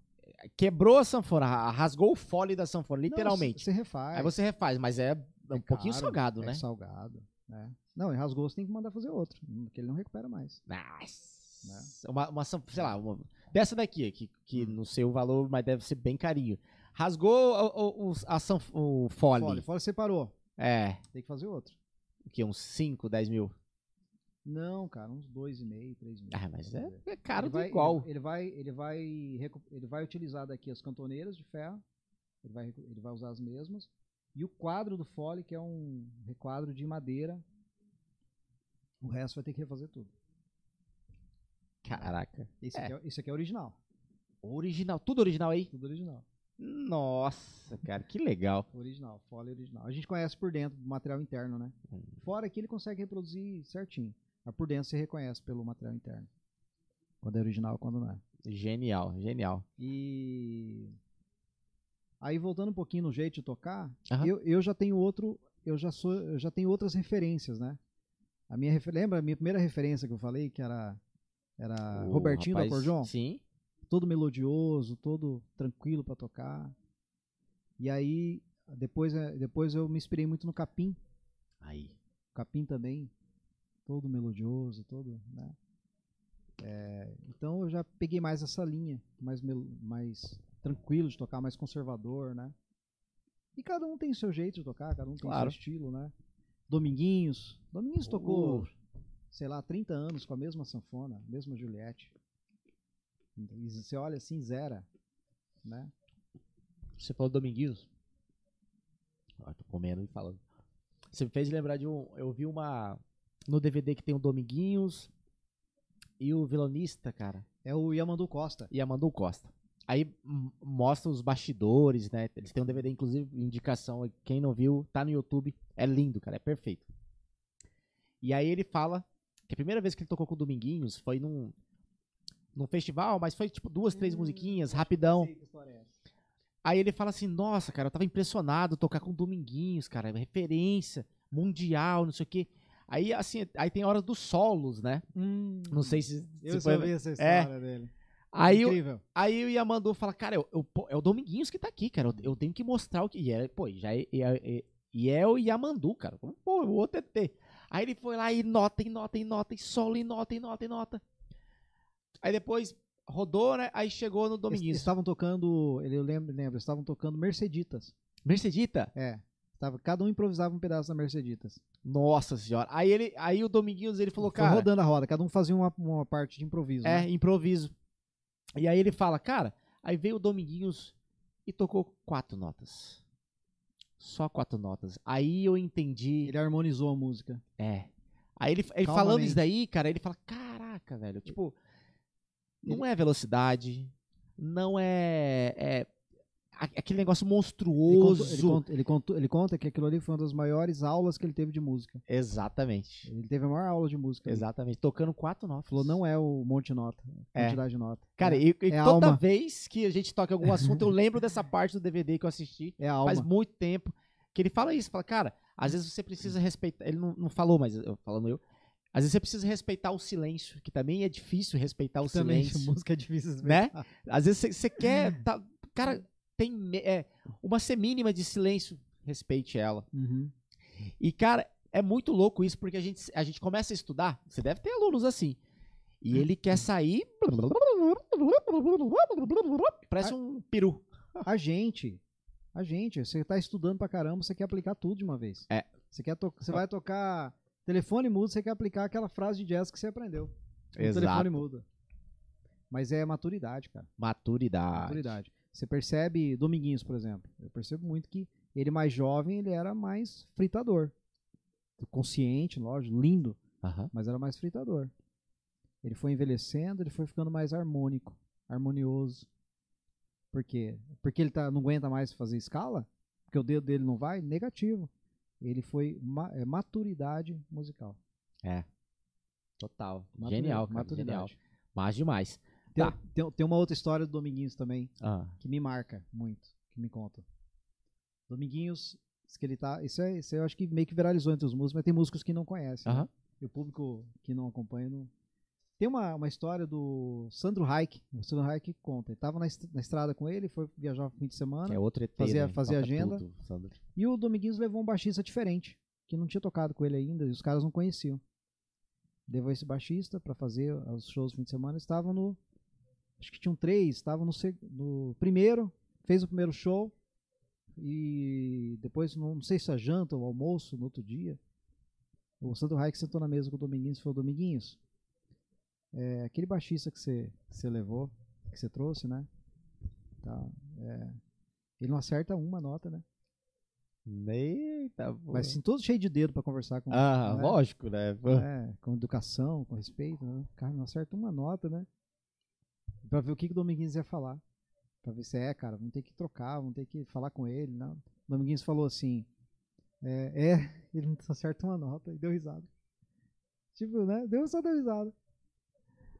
A: quebrou a sanfona, ra- rasgou o fole da sanfona, literalmente.
C: Você refaz.
A: Aí você refaz, mas é um pouquinho
C: caro,
A: salgado,
C: é
A: né?
C: salgado, né? Hum. Não, e rasgou, você tem que mandar fazer outro, que ele não recupera mais.
A: Nossa. Uma, uma, sam- sei lá, uma- dessa daqui, que, que não sei o valor, mas deve ser bem carinho. Rasgou o, o, o, a sanf- o fole.
C: Fole, fole separou.
A: É,
C: Tem que fazer outro.
A: o que? Uns 5, 10 mil.
C: Não, cara, uns 2,5, 3 mil.
A: Ah, mas é,
C: Ele
A: é caro do
C: vai-
A: igual.
C: Ele, ele vai, ele vai, recu- ele vai utilizar daqui as cantoneiras de ferro. Ele vai, recu- ele vai usar as mesmas. E o quadro do fole, que é um requadro de madeira. O resto vai ter que refazer tudo.
A: Caraca.
C: Esse,
A: É.
C: aqui, é, esse aqui é original.
A: Original, tudo original aí?
C: Tudo original.
A: Nossa, cara, que legal.
C: Original, fole original. A gente conhece por dentro do material interno, né?
A: Hum.
C: Fora que ele consegue reproduzir certinho. Mas por dentro você reconhece pelo material interno. Quando é original, quando não é.
A: Genial, genial.
C: E aí voltando um pouquinho no jeito de tocar,
A: Aham.
C: eu, eu já tenho outro, eu já sou, eu já tenho outras referências, né? A minha refer- lembra a minha primeira referência que eu falei que era era
A: O
C: Ah, Robertinho
A: rapaz-
C: da Corjon,
A: Sim.
C: todo melodioso, todo tranquilo para tocar. E aí depois eh, depois eu me inspirei muito no Capim,
A: Aí.
C: Capim também, todo melodioso, todo, né? É, então eu já peguei mais essa linha, mais, mel- mais tranquilo de tocar, mais conservador, né? E cada um tem o seu jeito de tocar, cada um tem
A: Claro.
C: o seu estilo, né? Dominguinhos, Dominguinhos tocou,
A: Uh.
C: sei lá, 30 anos com a mesma sanfona, a mesma Juliette. E você olha assim, zera, né?
A: Você falou Dominguinhos? Ah, tô comendo e falando. Você me fez lembrar de um. Eu vi uma. No DVD que tem o Dominguinhos e o violonista, cara.
C: É o Yamandu Costa.
A: E a Mandu Costa. Aí m- mostra os bastidores, né? Eles têm um DVD, inclusive, indicação. Quem não viu, tá no YouTube. É lindo, cara. É perfeito. E aí ele fala que a primeira vez que ele tocou com o Dominguinhos foi num. Num festival, mas foi tipo duas, três
C: Hum,
A: musiquinhas, rapidão.
C: Sei que história é essa.
A: Aí ele fala assim: Nossa, cara, eu tava impressionado tocar com o Dominguinhos, cara, é referência mundial, não sei o quê. Aí, assim, aí tem horas dos solos, né? Não sei se.
C: Hum. eu
A: se
C: só vi essa história dele.
A: Aí, o,
C: Incrível.
A: aí o Yamandu fala: Cara, eu, eu- pô, é o Dominguinhos que tá aqui, cara, eu, eu tenho que mostrar o que. E é, pô, já é, é- é- e é o Yamandu, cara. Como, Pô, o outro é T. Aí ele foi lá e nota, e nota, e nota, e solo, e nota, e nota, e nota. Aí depois rodou, né? Aí chegou no
C: Eles
A: Dominguinhos.
C: estavam tocando, ele- eu lembro, lembro, eles estavam tocando Merceditas.
A: Mercedita?
C: É. Tava, cada um improvisava um pedaço da Merceditas.
A: Nossa senhora. Aí, ele, aí o Dominguinhos ele falou,
C: Foi
A: cara,
C: rodando a roda, cada um fazia uma, uma parte de improviso. né?
A: é, improviso. E aí ele fala, cara, aí veio o Dominguinhos e tocou quatro notas. Só quatro notas. Aí eu entendi.
C: Ele harmonizou a música.
A: É. Aí ele, ele
C: Calmamente.
A: falando isso daí, cara, ele fala, caraca, velho, tipo, não é velocidade, não é, é a- aquele negócio
C: Ele contou-
A: monstruoso.
C: Ele, conta, ele, contou- ele conta que aquilo ali foi uma das maiores aulas que ele teve de música.
A: Exatamente.
C: Ele teve a maior aula de música. Ele
A: Exatamente. Tocando quatro notas.
C: Falou, não é o monte de nota, a
A: É.
C: quantidade de nota.
A: Cara,
C: é,
A: e, e
C: é a
A: toda
C: alma.
A: vez que a gente toca algum assunto, eu lembro dessa parte do DVD que eu assisti
C: é a alma.
A: faz muito tempo. Que ele fala isso, fala, cara, às vezes você precisa respeitar. Ele não, não falou, mas eu falando eu. Às vezes você precisa respeitar o silêncio, que também é difícil respeitar o
C: Também,
A: silêncio.
C: música é difícil.
A: Né? Às vezes você, você quer. tá- cara, tem me- é, uma semínima de silêncio, respeite ela.
C: Uhum.
A: E, cara, é muito louco isso, porque a gente, a gente começa a estudar, você deve ter alunos assim. E ele quer sair.
C: Ah.
A: Parece um peru.
C: A gente, a gente, você tá estudando pra caramba, você quer aplicar tudo de uma vez.
A: É.
C: Você, quer to- você vai tocar telefone mudo, você quer aplicar aquela frase de jazz que você aprendeu. No telefone mudo. Mas é maturidade, cara.
A: Maturidade.
C: Maturidade. Você percebe, Dominguinhos, por exemplo. Eu percebo muito que ele mais jovem, ele era mais fritador. Consciente, lógico, lindo,
A: Aham.
C: mas era mais fritador. Ele foi envelhecendo, ele foi ficando mais harmônico, harmonioso. Por quê? Porque ele tá, não aguenta mais fazer escala? Porque o dedo dele não vai? Negativo. Ele foi ma- é, maturidade musical.
A: Total.
C: Maturi-
A: É. genial, cara. Genial.
C: maturidade.
A: Mas demais.
C: Tem,
A: Tá.
C: tem- tem uma outra história do Dominguinhos também,
A: Ah,
C: que me marca muito, que me conta. Dominguinhos, diz que ele tá. Isso, é, isso eu acho que meio que viralizou entre os músicos, mas tem músicos que não conhecem. né?
A: Aham.
C: E o público que não acompanha não. Tem uma, uma história do Sandro Reich. O Sandro Reich conta. Ele tava na, est- na estrada com ele, foi viajar no fim de semana.
A: é outro ET,
C: Fazer-
A: né?
C: fazer
A: Toca
C: agenda.
A: tudo, Sandro.
C: E o Dominguinhos levou um baixista diferente, que não tinha tocado com ele ainda, e os caras não conheciam. levou esse baixista para fazer os shows no fim de semana. Estavam no. Acho que tinham três, estavam no, seg- no primeiro, fez o primeiro show. E depois, não, não sei se a janta ou almoço no outro dia. O Sandro Hayek sentou na mesa com o Dominguinhos e falou: Dominguinhos, é, aquele baixista que você que você levou, que você trouxe, né? Tá, é, ele não acerta uma nota, né?
A: Eita, pô.
C: Mas assim, todo cheio de dedo pra conversar com
A: Ah,
C: né?
A: lógico, né? pô.
C: É, com educação, com respeito, né? Cara, não acerta uma nota, né? Pra ver o que, que o Dominguinhos ia falar. Pra ver se é, cara, vamos ter que trocar, vamos ter que falar com ele. Não. O Dominguinhos falou assim: é, é, ele não acerta uma nota, e deu risada. Tipo, né? Deu só deu risada.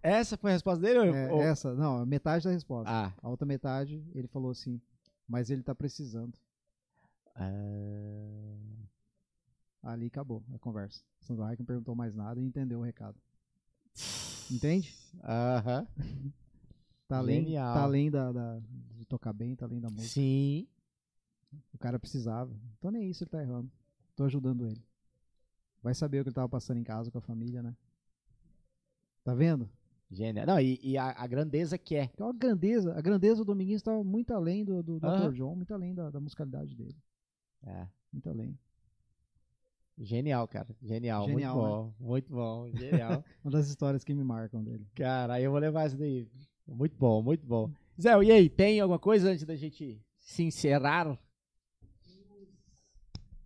A: Essa foi a resposta dele? ou-
C: É,
A: ou-
C: Essa, não, metade da resposta.
A: Ah.
C: A outra metade, ele falou assim: mas ele tá precisando.
A: Ah.
C: Ali acabou a conversa. Sandro Hayek não perguntou mais nada e entendeu o recado. Entende?
A: Aham.
C: Tá além,
A: Genial.
C: tá além da, da- de tocar bem, tá além da música.
A: Sim.
C: O cara precisava. Então nem isso ele tá errando. Tô ajudando ele. Vai saber o que ele tava passando em casa com a família, né? Tá vendo?
A: Genial. Não, e, e a, a grandeza que é.
C: Então a grandeza, a grandeza do Dominguinhos estava muito além do, do, do
A: Aham.
C: Dr. John, muito além da, da musicalidade dele.
A: É.
C: Muito além.
A: Genial, cara. Genial.
C: Genial, né?
A: muito bom. Muito bom. Genial.
C: Uma das histórias que me marcam dele.
A: cara, aí eu vou levar isso daí. Muito bom, muito bom. Zé, e aí, tem alguma coisa antes da gente se encerrar?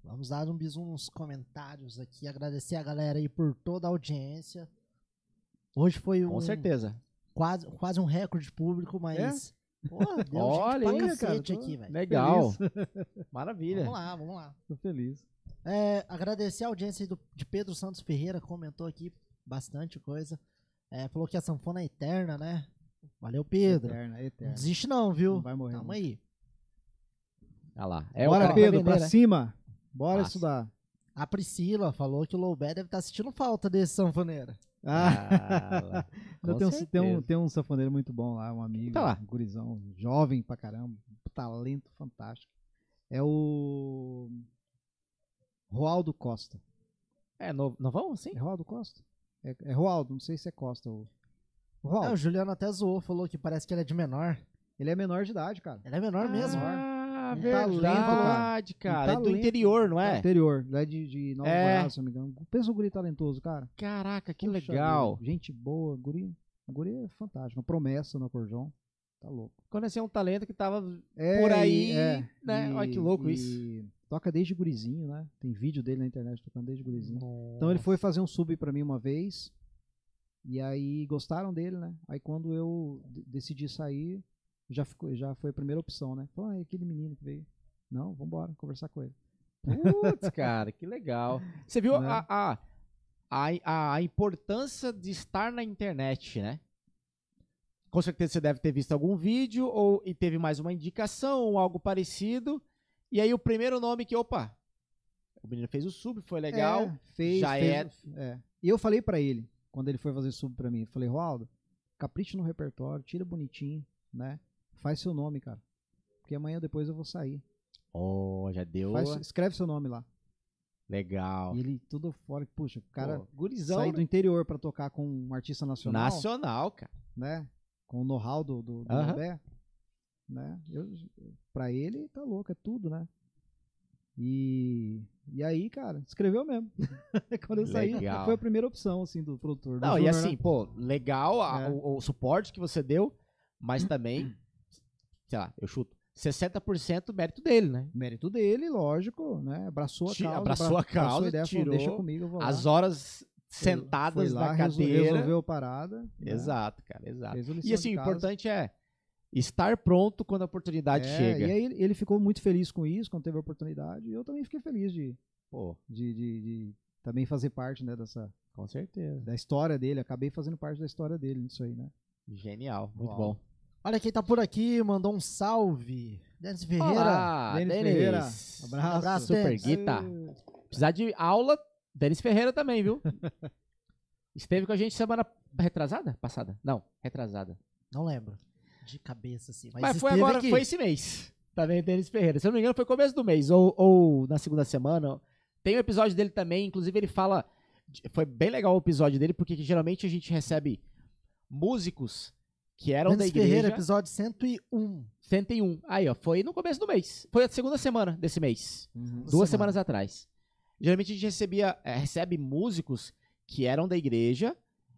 B: Vamos dar um bisu nos comentários aqui, agradecer a galera aí por toda a audiência. Hoje foi um
A: Com certeza.
B: quase, quase um recorde público, mas porra, deu
A: Olha
B: gente
A: aí,
B: pra cacete
C: É? cara, tô-
B: aqui, velho.
A: Legal.
C: Feliz.
A: Maravilha.
B: Vamos lá, vamos lá.
C: Tô feliz.
B: É, agradecer a audiência aí do, de Pedro Santos Ferreira, que comentou aqui bastante coisa. É, falou que a sanfona é eterna, né? Valeu, Pedro.
C: Eterna,
B: Não
C: eterna.
B: desiste não,
C: Não
B: viu?
C: vai morrer.
B: Tamo
C: não.
B: aí.
A: Olha lá. É
C: Bora,
A: o
C: Pedro, pra
A: Peneira.
C: cima. Bora
A: Massa.
C: estudar.
B: A Priscila falou que o Loubé deve estar sentindo falta desse sanfoneiro.
C: Ah,
A: Ah, lá.
C: eu
A: com
C: tenho um, tem, um,
A: certeza.
C: tem um sanfoneiro muito bom lá, um amigo,
A: Tá lá.
C: um gurizão, jovem pra caramba, um talento fantástico. É o Roaldo Costa.
A: É, no- não vamos assim?
C: É Roaldo Costa? É, é Roaldo, não sei se é Costa. O... o
B: Ah,
C: Roaldo,
B: o Juliano até zoou, falou que parece que ele é de menor.
C: ele é menor de idade, cara.
B: Ele é menor mesmo.
A: Ah,
B: Um
A: verdade,
C: talento,
A: cara.
C: Um
A: é do
C: talento.
A: interior, não é?
C: Interior, lá de, de Nova
A: É.
C: Morada, se não me engano. Pensa um guri talentoso, cara.
A: Caraca, que
C: Puxa
A: legal.
C: vida, gente boa, guri. Guri é fantástico. Uma promessa no acordeon. Tá louco.
A: Conhecer um talento que tava
C: É,
A: por
C: e-
A: aí,
C: é,
A: né?
C: e-
A: Olha que louco
C: e
A: isso.
C: Toca desde gurizinho, né? Tem vídeo dele na internet tocando desde gurizinho. Então ele foi fazer um sub pra mim uma vez. E aí gostaram dele, né? Aí quando eu de- decidi sair, já, ficou, já foi a primeira opção, né? Falou, ah, é aquele menino que veio. Não, vambora, conversar com ele.
A: Putz, cara, que legal. Você viu
C: Né?
A: a, a, a, a importância de estar na internet, né? Com certeza você deve ter visto algum vídeo ou e teve mais uma indicação ou algo parecido. E aí o primeiro nome que, opa, o menino fez o sub, foi legal.
C: É, fez,
A: já
C: fez- é. E eu falei pra ele, quando ele foi fazer sub pra mim, eu falei, Roaldo, capricha no repertório, tira bonitinho, né? Faz seu nome, cara. Porque amanhã depois eu vou sair.
A: Oh, já deu.
C: Faz- escreve seu nome lá.
A: Legal.
C: E ele tudo fora, que, puxa, o cara
A: Pô, gurizão
C: sair
A: né?
C: do interior pra tocar com um artista nacional,
A: nacional, cara.
C: né? Com o know-how do, do, do
A: Aham.
C: Lambé, né? Eu, pra ele, tá louco, é tudo, né? E, e aí, cara, escreveu mesmo. Quando eu saí,
A: Legal.
C: foi a primeira opção, assim, do produtor. do
A: Não, e
C: Júnior,
A: assim,
C: né?
A: pô, legal a-
C: É.
A: o, o suporte que você deu, mas também, sei lá, eu chuto, 60% mérito dele, né?
C: Mérito dele, lógico, né? Abraçou a
A: Ti-
C: causa.
A: abraçou
C: abra-
A: a causa,
C: abraçou ideia, falou,
A: tirou
C: Deixa comigo, eu vou lá.
A: As horas
C: Foi-
A: sentadas
C: foi lá,
A: na
C: resol-
A: cadeira.
C: Resolveu a parada. né?
A: Exato, cara, exato.
C: Fez a lição
A: E assim,
C: de
A: o
C: casa.
A: importante é estar pronto quando a oportunidade
C: É,
A: chega.
C: E aí ele ficou muito feliz com isso, quando teve a oportunidade. E eu também fiquei feliz de,
A: Pô,
C: de, de- de também fazer parte né, dessa,
A: com certeza.
C: da história dele. Acabei fazendo parte da história dele nisso aí, né?
A: Genial, muito
C: Uau.
A: bom.
B: Olha quem tá por aqui, mandou um salve. Denis Ferreira.
A: Olá,
C: Denis
A: Denis.
C: Ferreira,
B: Um
C: abraço.
B: abraço,
A: Super
B: Denis.
A: Guita.
C: Ah,
A: Precisar de aula, Denis Ferreira também, viu? Esteve com a gente semana retrasada? Passada? Não, retrasada.
B: Não lembro. De cabeça, assim. Mas,
A: Mas, foi
B: esteve
A: agora,
B: aqui.
A: foi esse mês. Também o Denis Ferreira. Se eu não me engano, foi começo do mês, ou, ou na segunda semana. Tem um episódio dele também, inclusive ele fala Foi bem legal o episódio dele, porque geralmente a gente recebe músicos que eram
B: Mendes
A: da igreja.
B: Ferreira, episódio 101.
A: 101. Aí, ó, foi no começo do mês. Foi a segunda semana desse mês. Duas
B: Semana.
A: semanas atrás. Geralmente a gente recebia, eh, recebe músicos que eram da igreja,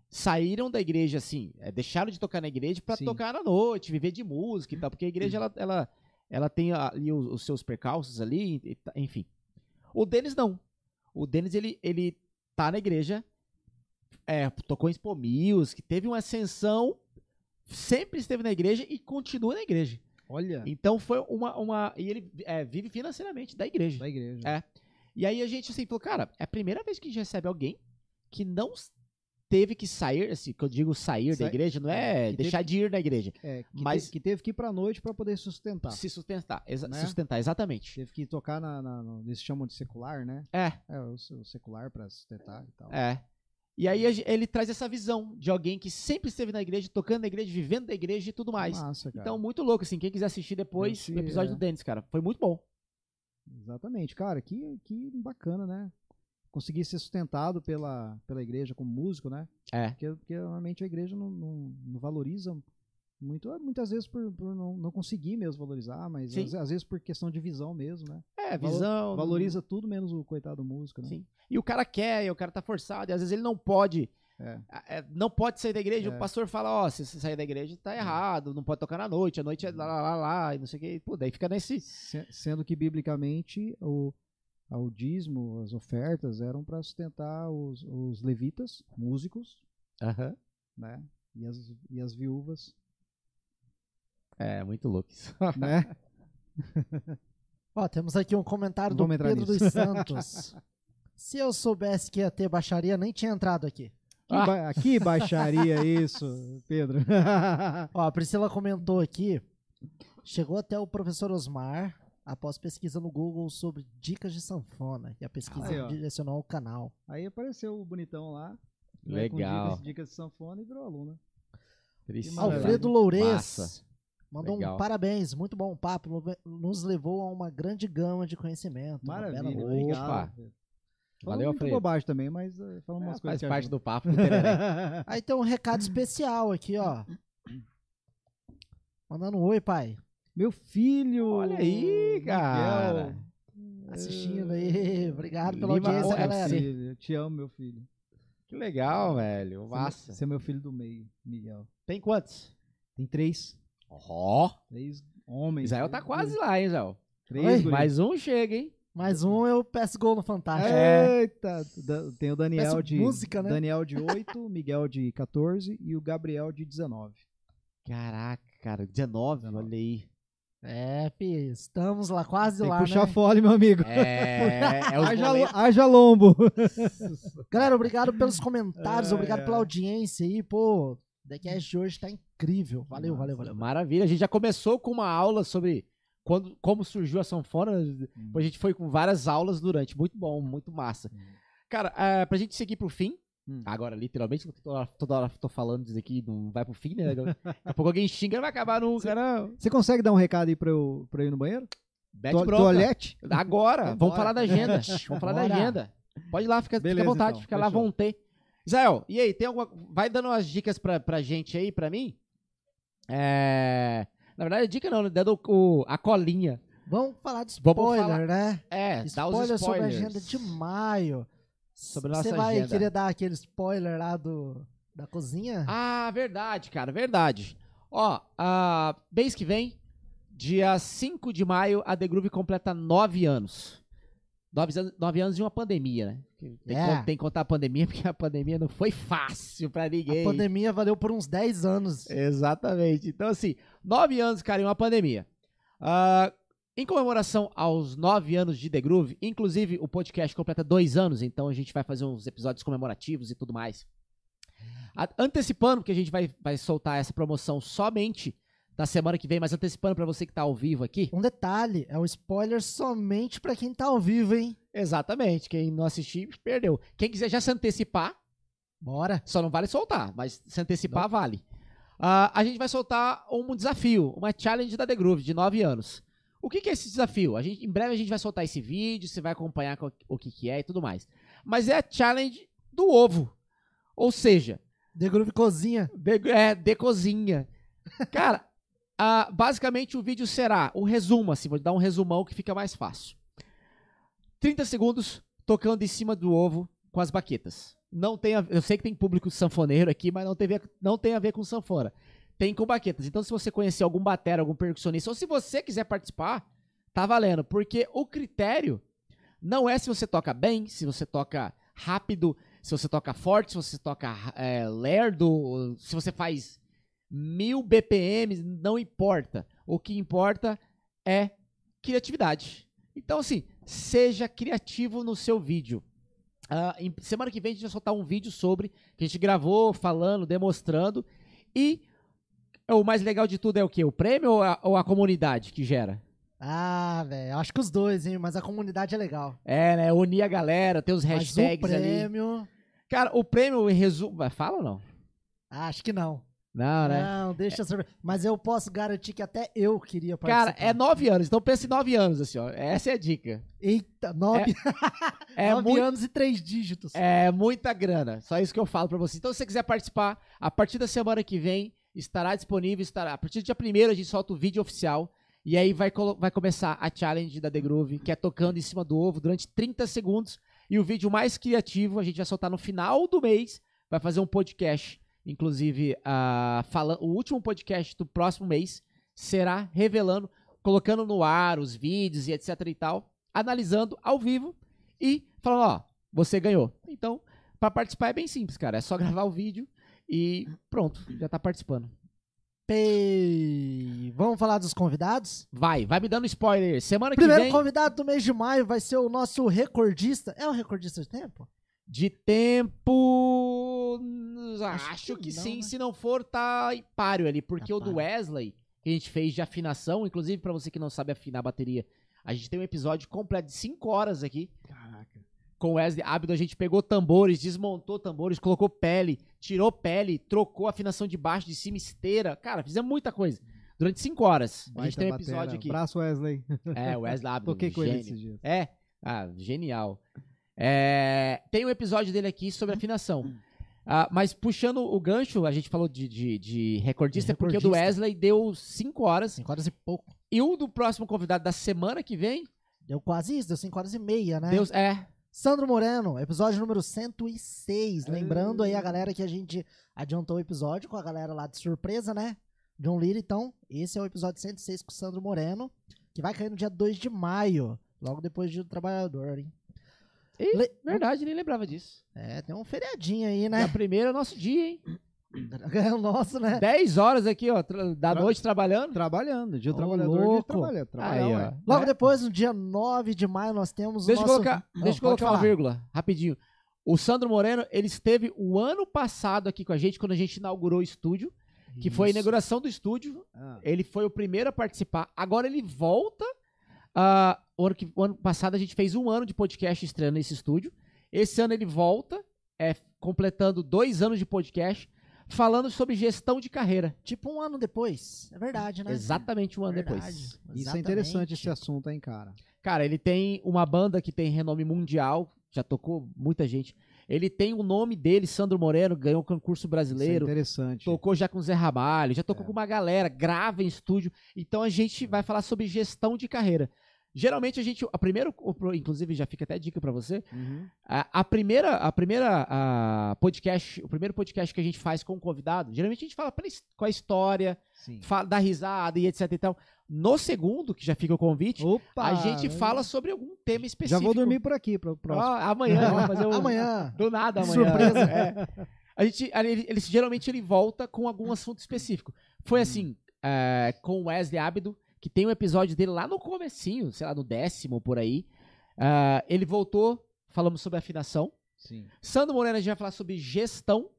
A: saíram da igreja, assim, eh, deixaram de tocar na igreja pra
C: Sim.
A: tocar na noite, viver de música e tal, porque a igreja, ela, ela, ela tem ali os, os seus percalços ali, e ta- enfim. O Denis não. O Denis, ele, ele tá na igreja, eh, tocou em Expo Music, teve uma ascensão, sempre esteve na igreja e continua na igreja.
C: Olha,
A: Então foi uma. uma e ele é, vive financeiramente da igreja.
C: da igreja.
A: É. E aí a gente assim falou, cara, é a primeira vez que a gente recebe alguém que não s- teve que sair, assim, que eu digo sair da
C: Sai-
A: igreja, não é
C: que
A: deixar de ir na igreja.
C: É, que,
A: Mas-
C: te- que teve que ir pra noite pra poder sustentar.
A: Se sustentar, exa-
C: Tá. Né?
A: se sustentar, exatamente.
C: Teve que tocar na, na, no- eles chamam de secular, né?
A: É,
C: É, o, se- o secular pra sustentar e tal.
A: é. E aí a ge- ele traz essa visão de alguém que sempre esteve na igreja, tocando na igreja, vivendo da igreja e tudo mais.
C: Massa, cara.
A: então, muito louco, assim. Quem quiser assistir depois
C: Esse,
A: o episódio
C: é.
A: do Dennis, cara, foi muito bom.
C: Exatamente, cara, que, que bacana, né? Conseguir ser sustentado pela, pela igreja como músico, né?
A: É.
C: Porque, porque normalmente a igreja não, não, não valoriza muito, muitas vezes por, por não, não conseguir mesmo valorizar, mas
A: Sim.
C: às, às vezes por questão de visão mesmo, né?
A: É,
C: Valo-
A: visão.
C: Valoriza tudo menos o coitado músico, né?
A: Sim. E o cara quer, e o cara tá forçado, e às vezes ele não pode.
C: É.
A: Ah, é, Não pode sair da igreja,
C: É.
A: o pastor fala, ó, se você sair da igreja tá errado, não pode tocar na noite, a noite
C: Uhum.
A: é lá, lá, lá, lá, e não sei o que, e, pô, daí fica nesse...
C: Se- sendo que biblicamente o, o dízimo, as ofertas eram para sustentar os, os levitas, músicos, né? E as, e as viúvas,
A: É, muito louco isso.
C: né?
B: Ó, temos aqui um comentário
C: Vamos
B: do
C: entrar
B: Pedro
C: nisso.
B: dos Santos. Se eu soubesse que ia ter baixaria, nem tinha entrado aqui.
C: Que, ba- que baixaria isso, Pedro?
B: Ó, a Priscila comentou aqui. Chegou até o professor Osmar após pesquisa no Google sobre dicas de sanfona. E a pesquisa
C: Aí, ó.
B: direcionou ao canal.
C: Aí apareceu o bonitão lá. né, Com
A: Legal.
C: dicas, dicas de sanfona e virou aluna.
A: Triste.
C: Maravilha.
B: Alfredo Loures
A: Massa.
B: mandou
A: Legal.
B: um parabéns, muito bom papo. no- Nos levou a uma grande gama de conhecimento. uma bela
C: Maravilha.
B: noite.
C: obrigado.
A: Tá Opa.
C: Pedro. Falou
A: Valeu,
C: muita
A: Alfredo.
C: bobagem também, mas eh, falou umas
A: É,
C: coisas
A: faz
C: que
A: parte
C: ajudam.
A: do papo né? do tereré.
B: Aí tem um recado especial aqui, ó. Mandando um oi, pai.
C: Meu filho! é
A: Olha aí, cara.
C: Miguel.
B: Assistindo aí. Obrigado pela
A: Lima
B: audiência,
A: OFC.
B: galera.
C: Filho, eu te amo, meu filho.
A: Que legal, velho.
C: Você é meu-
A: Massa.
C: Você é meu filho do meio, Miguel.
A: Tem quantos?
C: Tem três.
A: Ó,
C: Três homens.
A: Israel tá quase lá, hein, Israel.
C: Três
B: Oi?
C: guri.
A: Mais um chega, hein?
B: Mais um eu peço gol no
C: É.
B: Fantástico.
A: É.
C: Eita! da- Tem o Daniel
B: Parece
C: de.
B: música, né?
C: Daniel de 8, Miguel de 14 e o Gabriel de 19.
A: Caraca, cara, 19, olha aí.
B: É, fi, estamos lá, quase
C: Tem que
B: lá,
C: puxar
B: né?
C: fole, meu amigo.
A: É, é os
C: haja,
A: boletos.
C: haja lombo.
B: Galera, obrigado pelos comentários,
C: Ai,
B: obrigado
A: É,
C: ai.
B: pela audiência aí, pô. O The
A: Hum.
B: Cast de hoje tá incrível. Valeu, valeu, valeu.
A: Maravilha. A gente já começou com uma aula sobre quando, como surgiu a sanfona. né? Depois a gente foi com várias aulas durante. Muito bom, muito massa.
C: Hum.
A: Cara, é, pra gente seguir pro fim,
C: Hum.
A: agora literalmente, porque toda hora, toda hora tô falando isso aqui, não vai pro fim, né? Daqui a pouco alguém xinga, não vai acabar nunca, não.
C: Você consegue dar um recado aí pra eu, pra eu ir no banheiro?
A: Bete
C: To-
A: bronca.
C: Toalete?
A: Agora, vamos
C: Vambora.
A: falar da agenda. Vamos falar da
B: Bora.
A: agenda. Pode ir lá, fica, fica
C: Beleza,
A: à vontade,
C: então.
A: fica lá,
C: Fechou.
A: vão ter. Israel, e aí, tem alguma. Vai dando umas dicas pra, pra gente aí, pra mim? É. Na verdade, dica não, né? Dando o, a colinha.
B: Vamos falar de
A: Vamos
B: spoiler,
A: falar-
B: né?
A: É, dá os
B: spoiler
A: spoilers.
B: sobre a agenda de maio.
A: Sobre a nossa
B: Você vai
A: agenda.
B: querer dar aquele spoiler lá do, da cozinha?
A: Ah, verdade, cara, verdade. Ó, a mês que vem, dia 5 de maio, a The Groove completa nove anos. Nove anos, nove anos de uma pandemia, né? Tem, que
B: É.
A: con- tem que contar a pandemia, porque a pandemia não foi fácil pra ninguém.
B: a pandemia valeu por uns 10 anos.
A: É. Exatamente. Então, assim, nove anos, cara, em uma pandemia. Ah, em comemoração aos nove anos de The Groove, inclusive o podcast completa dois anos, então a gente vai fazer uns episódios comemorativos e tudo mais. A- Antecipando, porque a gente vai, vai soltar essa promoção somente na semana que vem, mas antecipando pra você que tá ao vivo aqui.
B: Um detalhe, é um spoiler somente pra quem tá ao vivo, hein?
A: Exatamente, quem não assistir perdeu. Quem quiser já se antecipar,
B: Bora.
A: Só não vale soltar, mas se antecipar, vale. Ah, a gente vai soltar um desafio, uma challenge da The Groove de 9 anos. O que, que é esse desafio? A gente, em breve a gente vai soltar esse vídeo, você vai acompanhar co- o que, que é e tudo mais. Mas é a challenge do do ovo. Ou seja,
B: The Groove Cozinha.
A: de, é, de cozinha. Cara, ah, basicamente o vídeo será o resumo, assim, vou dar um resumão que fica mais fácil. 30 segundos tocando em cima do ovo com as baquetas. Não tem a- eu sei que tem público sanfoneiro aqui, mas não tem, a ver- não tem a ver com sanfona. Tem com baquetas. Então, se você conhecer algum batera, algum percussionista, ou se você quiser participar, tá valendo. Porque o critério não é se você toca bem, se você toca rápido, se você toca forte, se você toca é, lerdo, se você faz mil BPMs, não importa. O que importa é criatividade. Então, assim, seja criativo no seu vídeo. Ah, em- semana que vem a gente vai soltar um vídeo sobre, que a gente gravou, falando, demonstrando. E o mais legal de tudo é o quê? O prêmio ou a- ou a comunidade que gera?
B: Ah, velho. Acho que os dois, hein? Mas a comunidade é legal.
A: É, né? Unir a galera, ter os hashtags
B: mas o
A: ali.
B: prêmio.
A: Cara, o prêmio em resumo. Fala ou não?
B: Acho que não.
A: Não, né?
B: Não, deixa eu saber. Mas eu posso garantir que até eu queria
A: Cara,
B: participar.
A: é nove anos, então pensa em nove anos, assim, ó. Essa é a dica.
B: Eita, nove,
A: É,
B: nove
A: mui-
B: anos e três dígitos.
A: é muita grana. Só isso que eu falo pra você. Então, se você quiser participar, a partir da semana que vem estará disponível, estará. A partir do dia primeiro a gente solta o vídeo oficial. E aí vai, colo- vai começar a challenge da The Groove, que é tocando em cima do ovo durante 30 segundos. E o vídeo mais criativo a gente vai soltar no final do mês. Vai fazer um podcast. Inclusive, ah, fala, o último podcast do próximo mês será revelando, colocando no ar os vídeos e etc e tal. Analisando ao vivo e falando, ó, você ganhou. Então, pra participar é bem simples, cara. É só gravar o vídeo e pronto, já tá participando.
B: Pei. Vamos falar dos convidados?
A: Vai, vai me dando spoiler. Semana que
B: Primeiro
A: vem,
B: convidado do mês de maio vai ser o nosso recordista. É o recordista de tempo?
A: de tempo. Acho,
B: Acho
A: que,
B: que não,
A: sim.
B: né?
A: Se não for, tá em páreo ali. Porque
B: Tá
A: o do
B: páreo.
A: Wesley, que a gente fez de afinação, inclusive pra você que não sabe afinar a bateria, a gente tem um episódio completo de 5 horas aqui.
C: Caraca.
A: com o Wesley Abdo, a gente pegou tambores, desmontou tambores, colocou pele, tirou pele, trocou a afinação de baixo, de cima, esteira. Cara, fizemos muita coisa. Durante cinco horas. a gente
C: Baita né?
A: tem um
C: batera.
A: episódio aqui.
C: Abraço, Wesley.
A: É, o Wesley Abdo,
C: Toquei com ele
A: gênio.
C: esses dias.
A: É, ah, genial. É, tem um episódio dele aqui sobre afinação. Ah, mas puxando o gancho, a gente falou de, de- de recordista,
B: De
A: porque o do
B: recordista.
A: Wesley deu cinco horas.
B: Cinco horas e pouco.
A: E o do próximo convidado da semana que vem,
B: Deu quase isso, deu cinco horas e meia, né?
A: Deus é
B: Sandro Moreno, episódio número 106. Lembrando aí a galera que a gente adiantou o episódio com a galera lá de surpresa, né? John Lear, então, esse é o episódio 106 com o Sandro Moreno, que vai cair no dia 2 de maio, logo depois de O Trabalhador, hein?
A: Ih,
B: Le-
A: verdade, nem lembrava disso.
B: É, tem um feriadinho aí,
A: Na
B: né?
A: primeira é o nosso dia, hein?
B: É o nosso, né?
A: 10 horas aqui, ó, tra- da
C: Tra-
A: noite trabalhando.
C: Trabalhando, dia
B: Ô,
C: trabalhador, dia
B: louco.
C: trabalha. trabalhar,
A: Aí, ó.
C: ué.
B: Logo
A: É.
B: depois, no dia 9 de maio, nós temos
A: Deixa
B: o
A: eu
B: nosso...
A: colocar,
B: Não,
A: deixa eu
B: pode
A: colocar uma
B: falar.
A: vírgula, rapidinho. O Sandro Moreno, ele esteve o ano passado aqui com a gente, quando a gente inaugurou o estúdio, que foi a
B: Isso.
A: inauguração do estúdio.
C: Ah,
A: Ele foi o primeiro a participar. Agora ele volta. ah, o, ano que- o ano passado a gente fez um ano de podcast estreando nesse estúdio. Esse ano ele volta, é, completando dois anos de podcast, falando sobre gestão de carreira.
B: Tipo um ano depois. É verdade, né?
A: Exatamente um ano
B: Verdade.
A: depois.
C: Isso é
B: Exatamente.
C: interessante esse assunto, hein, cara. é
A: Cara, ele tem uma banda que tem renome mundial, já tocou muita gente. Ele tem o nome dele, Sandro Moreno, ganhou o concurso brasileiro,
C: Isso é interessante.
A: tocou já com o Zé Ramalho, já tocou
C: É.
A: com uma galera, grava em estúdio. Então a gente vai falar sobre gestão de carreira. Geralmente a gente, a primeiro, inclusive já fica até dica pra você,
C: Uhum.
A: a, a primeira, a primeira a podcast, o primeiro podcast que a gente faz com o convidado, geralmente a gente fala pra ele com a história,
C: Sim.
A: fala, dá risada e etc e tal. No segundo, que já fica o convite,
C: Opa!
A: a gente
C: eu-
A: fala sobre algum tema
C: Já
A: específico.
C: vou dormir por aqui, pro próximo.
A: Ah, amanhã, vamos fazer um...
B: Amanhã.
A: Do nada amanhã.
B: Surpresa.
A: É. A gente, ali, ele, ele- geralmente ele volta com algum assunto específico.
C: Hum.
A: Foi assim, é, com o Wesley Abdo, que tem um episódio dele lá no comecinho, sei lá, no décimo, por aí. Ah, ele voltou, falamos sobre afinação.
C: Sim.
A: Sandro Moreno a gente vai falar sobre gestão.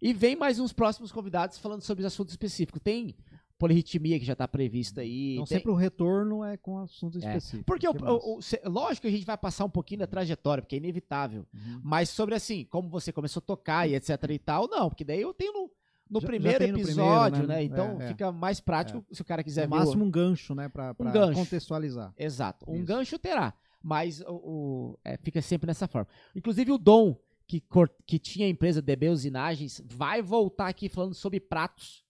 A: E vem mais uns próximos convidados falando sobre assuntos específicos. Tem polirritmia que já tá prevista aí.
C: Então
A: tem-
C: sempre o retorno é com
A: É.
C: assunto específico.
A: Porque, o-
C: Que massa.
A: o- o- cê- lógico que a gente vai passar um pouquinho da trajetória, porque é inevitável.
C: Uhum.
A: Mas sobre assim, como você começou a tocar e etc e tal, não, porque daí eu tenho no, no
C: Já- já
A: primeiro
C: tem no primeiro,
A: episódio,
C: né?
A: né?
C: É,
A: Então
C: é.
A: fica mais prático se o cara quiser
C: no
A: ver. o-
C: máximo um gancho, né, pra, pra
A: é, gancho.
C: contextualizar.
A: Exato. Um
C: Isso.
A: gancho terá, mas o, o- é, fica sempre nessa forma. Inclusive o Dom, que, cor- que tinha a empresa DB Usinagens, vai voltar aqui falando sobre pratos.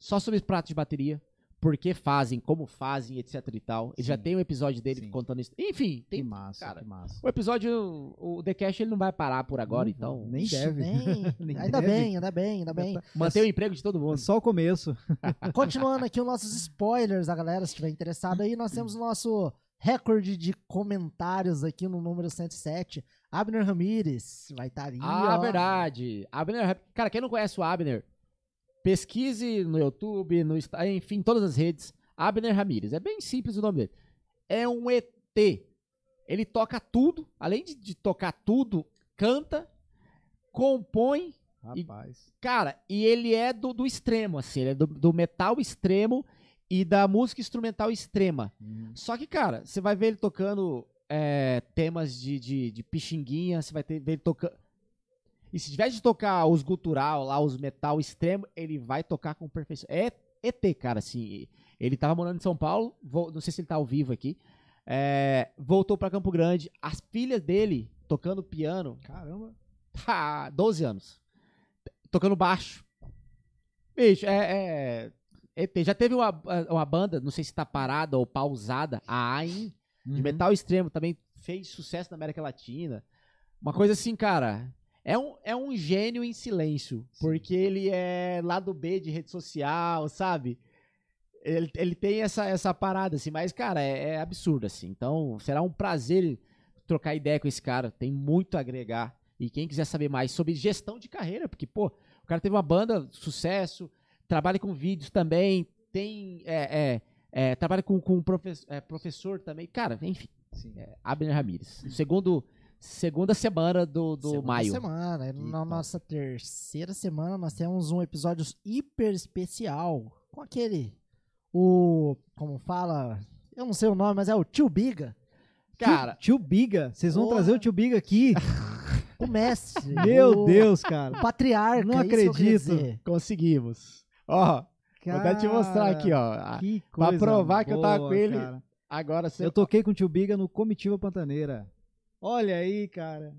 A: Só sobre pratos de bateria. Por que fazem, como fazem, etc e tal. Ele já
C: Sim.
A: tem um episódio dele
C: Sim.
A: contando isso. Enfim,
C: Que
A: tem.
C: massa,
A: cara,
C: que massa.
A: O episódio, o The Cash, ele não vai parar por agora,
C: Não,
A: então.
C: Uhum. Nem
B: Ixi,
C: deve.
B: nem.
C: Nem
B: ainda
C: deve.
B: bem, ainda bem, ainda bem. Ah,
A: Manter o emprego de todo
C: É
A: mundo.
C: só o começo.
B: Continuando aqui os nossos spoilers, a galera, se estiver interessada aí, nós temos o nosso recorde de comentários aqui no número 107. Abner Ramírez vai estar ali.
A: Ah,
B: ó.
A: verdade. Abner, Rap- cara, quem não conhece o Abner, pesquise no YouTube, no Insta- enfim, em todas as redes. Abner Ramírez. É bem simples o nome dele. É um ET. Ele toca tudo, além de, de tocar tudo, canta, compõe.
C: Rapaz.
A: Cara, e ele é do, do extremo, assim, ele é do, do metal extremo e da música instrumental extrema.
C: Hum.
A: Só que, cara, você vai ver ele tocando é, temas de, de, de pixinguinha, você vai ter, ver ele tocando. E se tiver de tocar os gutural lá, os metal extremo, ele vai tocar com perfeição. É ET, cara, assim. Ele tava morando em São Paulo, vo- não sei se ele tá ao vivo aqui. é, voltou pra Campo Grande. As filhas dele tocando piano,
C: Caramba.
A: tá, 12 anos. Tocando baixo. Bicho, é. é- ET. Já teve uma, uma banda, não sei se tá parada ou pausada, a AIM,
B: Uhum.
A: de metal extremo, também fez sucesso na América Latina. Uma coisa assim, cara. É um, é um gênio em silêncio, porque ele é lado B de rede social, sabe? Ele, ele tem essa, essa parada, assim, mas, cara, é, é absurdo, assim. Então, será um prazer trocar ideia com esse cara. Tem muito a agregar. E quem quiser saber mais sobre gestão de carreira, porque, pô, o cara teve uma banda, sucesso, trabalha com vídeos também, tem. É, é, é, trabalha com, com profe- é, professor também. Cara, enfim, é
C: Sim.
A: Abner Ramírez. Segundo, segunda semana do, do
B: Segunda
A: maio.
B: semana. E Na
A: Eita.
B: nossa terceira semana, nós temos um episódio hiper especial com aquele. O. Como fala? Eu não sei o nome, mas é o Tio Biga,
A: Cara,
C: Tio Biga. Vocês vão
B: Porra.
C: trazer o tio Biga aqui.
B: o mestre.
C: Meu
B: o-
C: Deus, cara.
B: O patriarca. é
C: Não
B: isso que eu queria
C: acredito.
B: dizer.
A: conseguimos. Ó, vou até te mostrar aqui, ó. a-
C: Que
A: pra
C: coisa
A: provar que eu tava
C: boa,
A: com ele,
C: cara.
A: Agora você.
C: Eu toquei com o tio Biga no Comitiva Pantaneira. Olha aí, cara.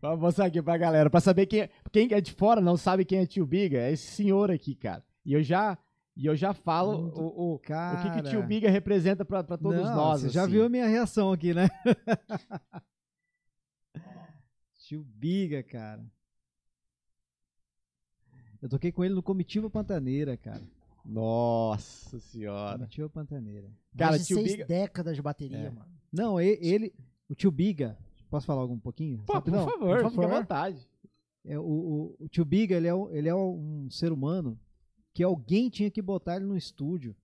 A: Vou mostrar aqui pra galera, pra saber quem, quem é de fora não sabe quem é tio Biga, é esse senhor aqui, cara. E eu já, e eu já falo
C: Muito
A: o, o, o que,
C: Cara.
A: que o tio Biga representa pra, pra todos
C: Não,
A: nós.
C: Você já
A: assim.
C: viu a minha reação aqui, né? Tio Biga, cara. Eu toquei com ele no Comitiva Pantaneira, cara.
A: Nossa senhora.
C: Comitiva Pantaneira.
A: Cara,
B: Mais de
A: tio
B: seis
A: Biga.
B: décadas de bateria,
C: É.
B: mano.
C: Não, e- ele. O tio Biga. Posso falar algum pouquinho?
A: Pô, por
C: Rapidão?
A: favor,
C: Por
A: fica à
C: favor.
A: vontade.
C: É, o, o, o tio Biga, ele é, um- ele é um ser humano que alguém tinha que botar ele no estúdio,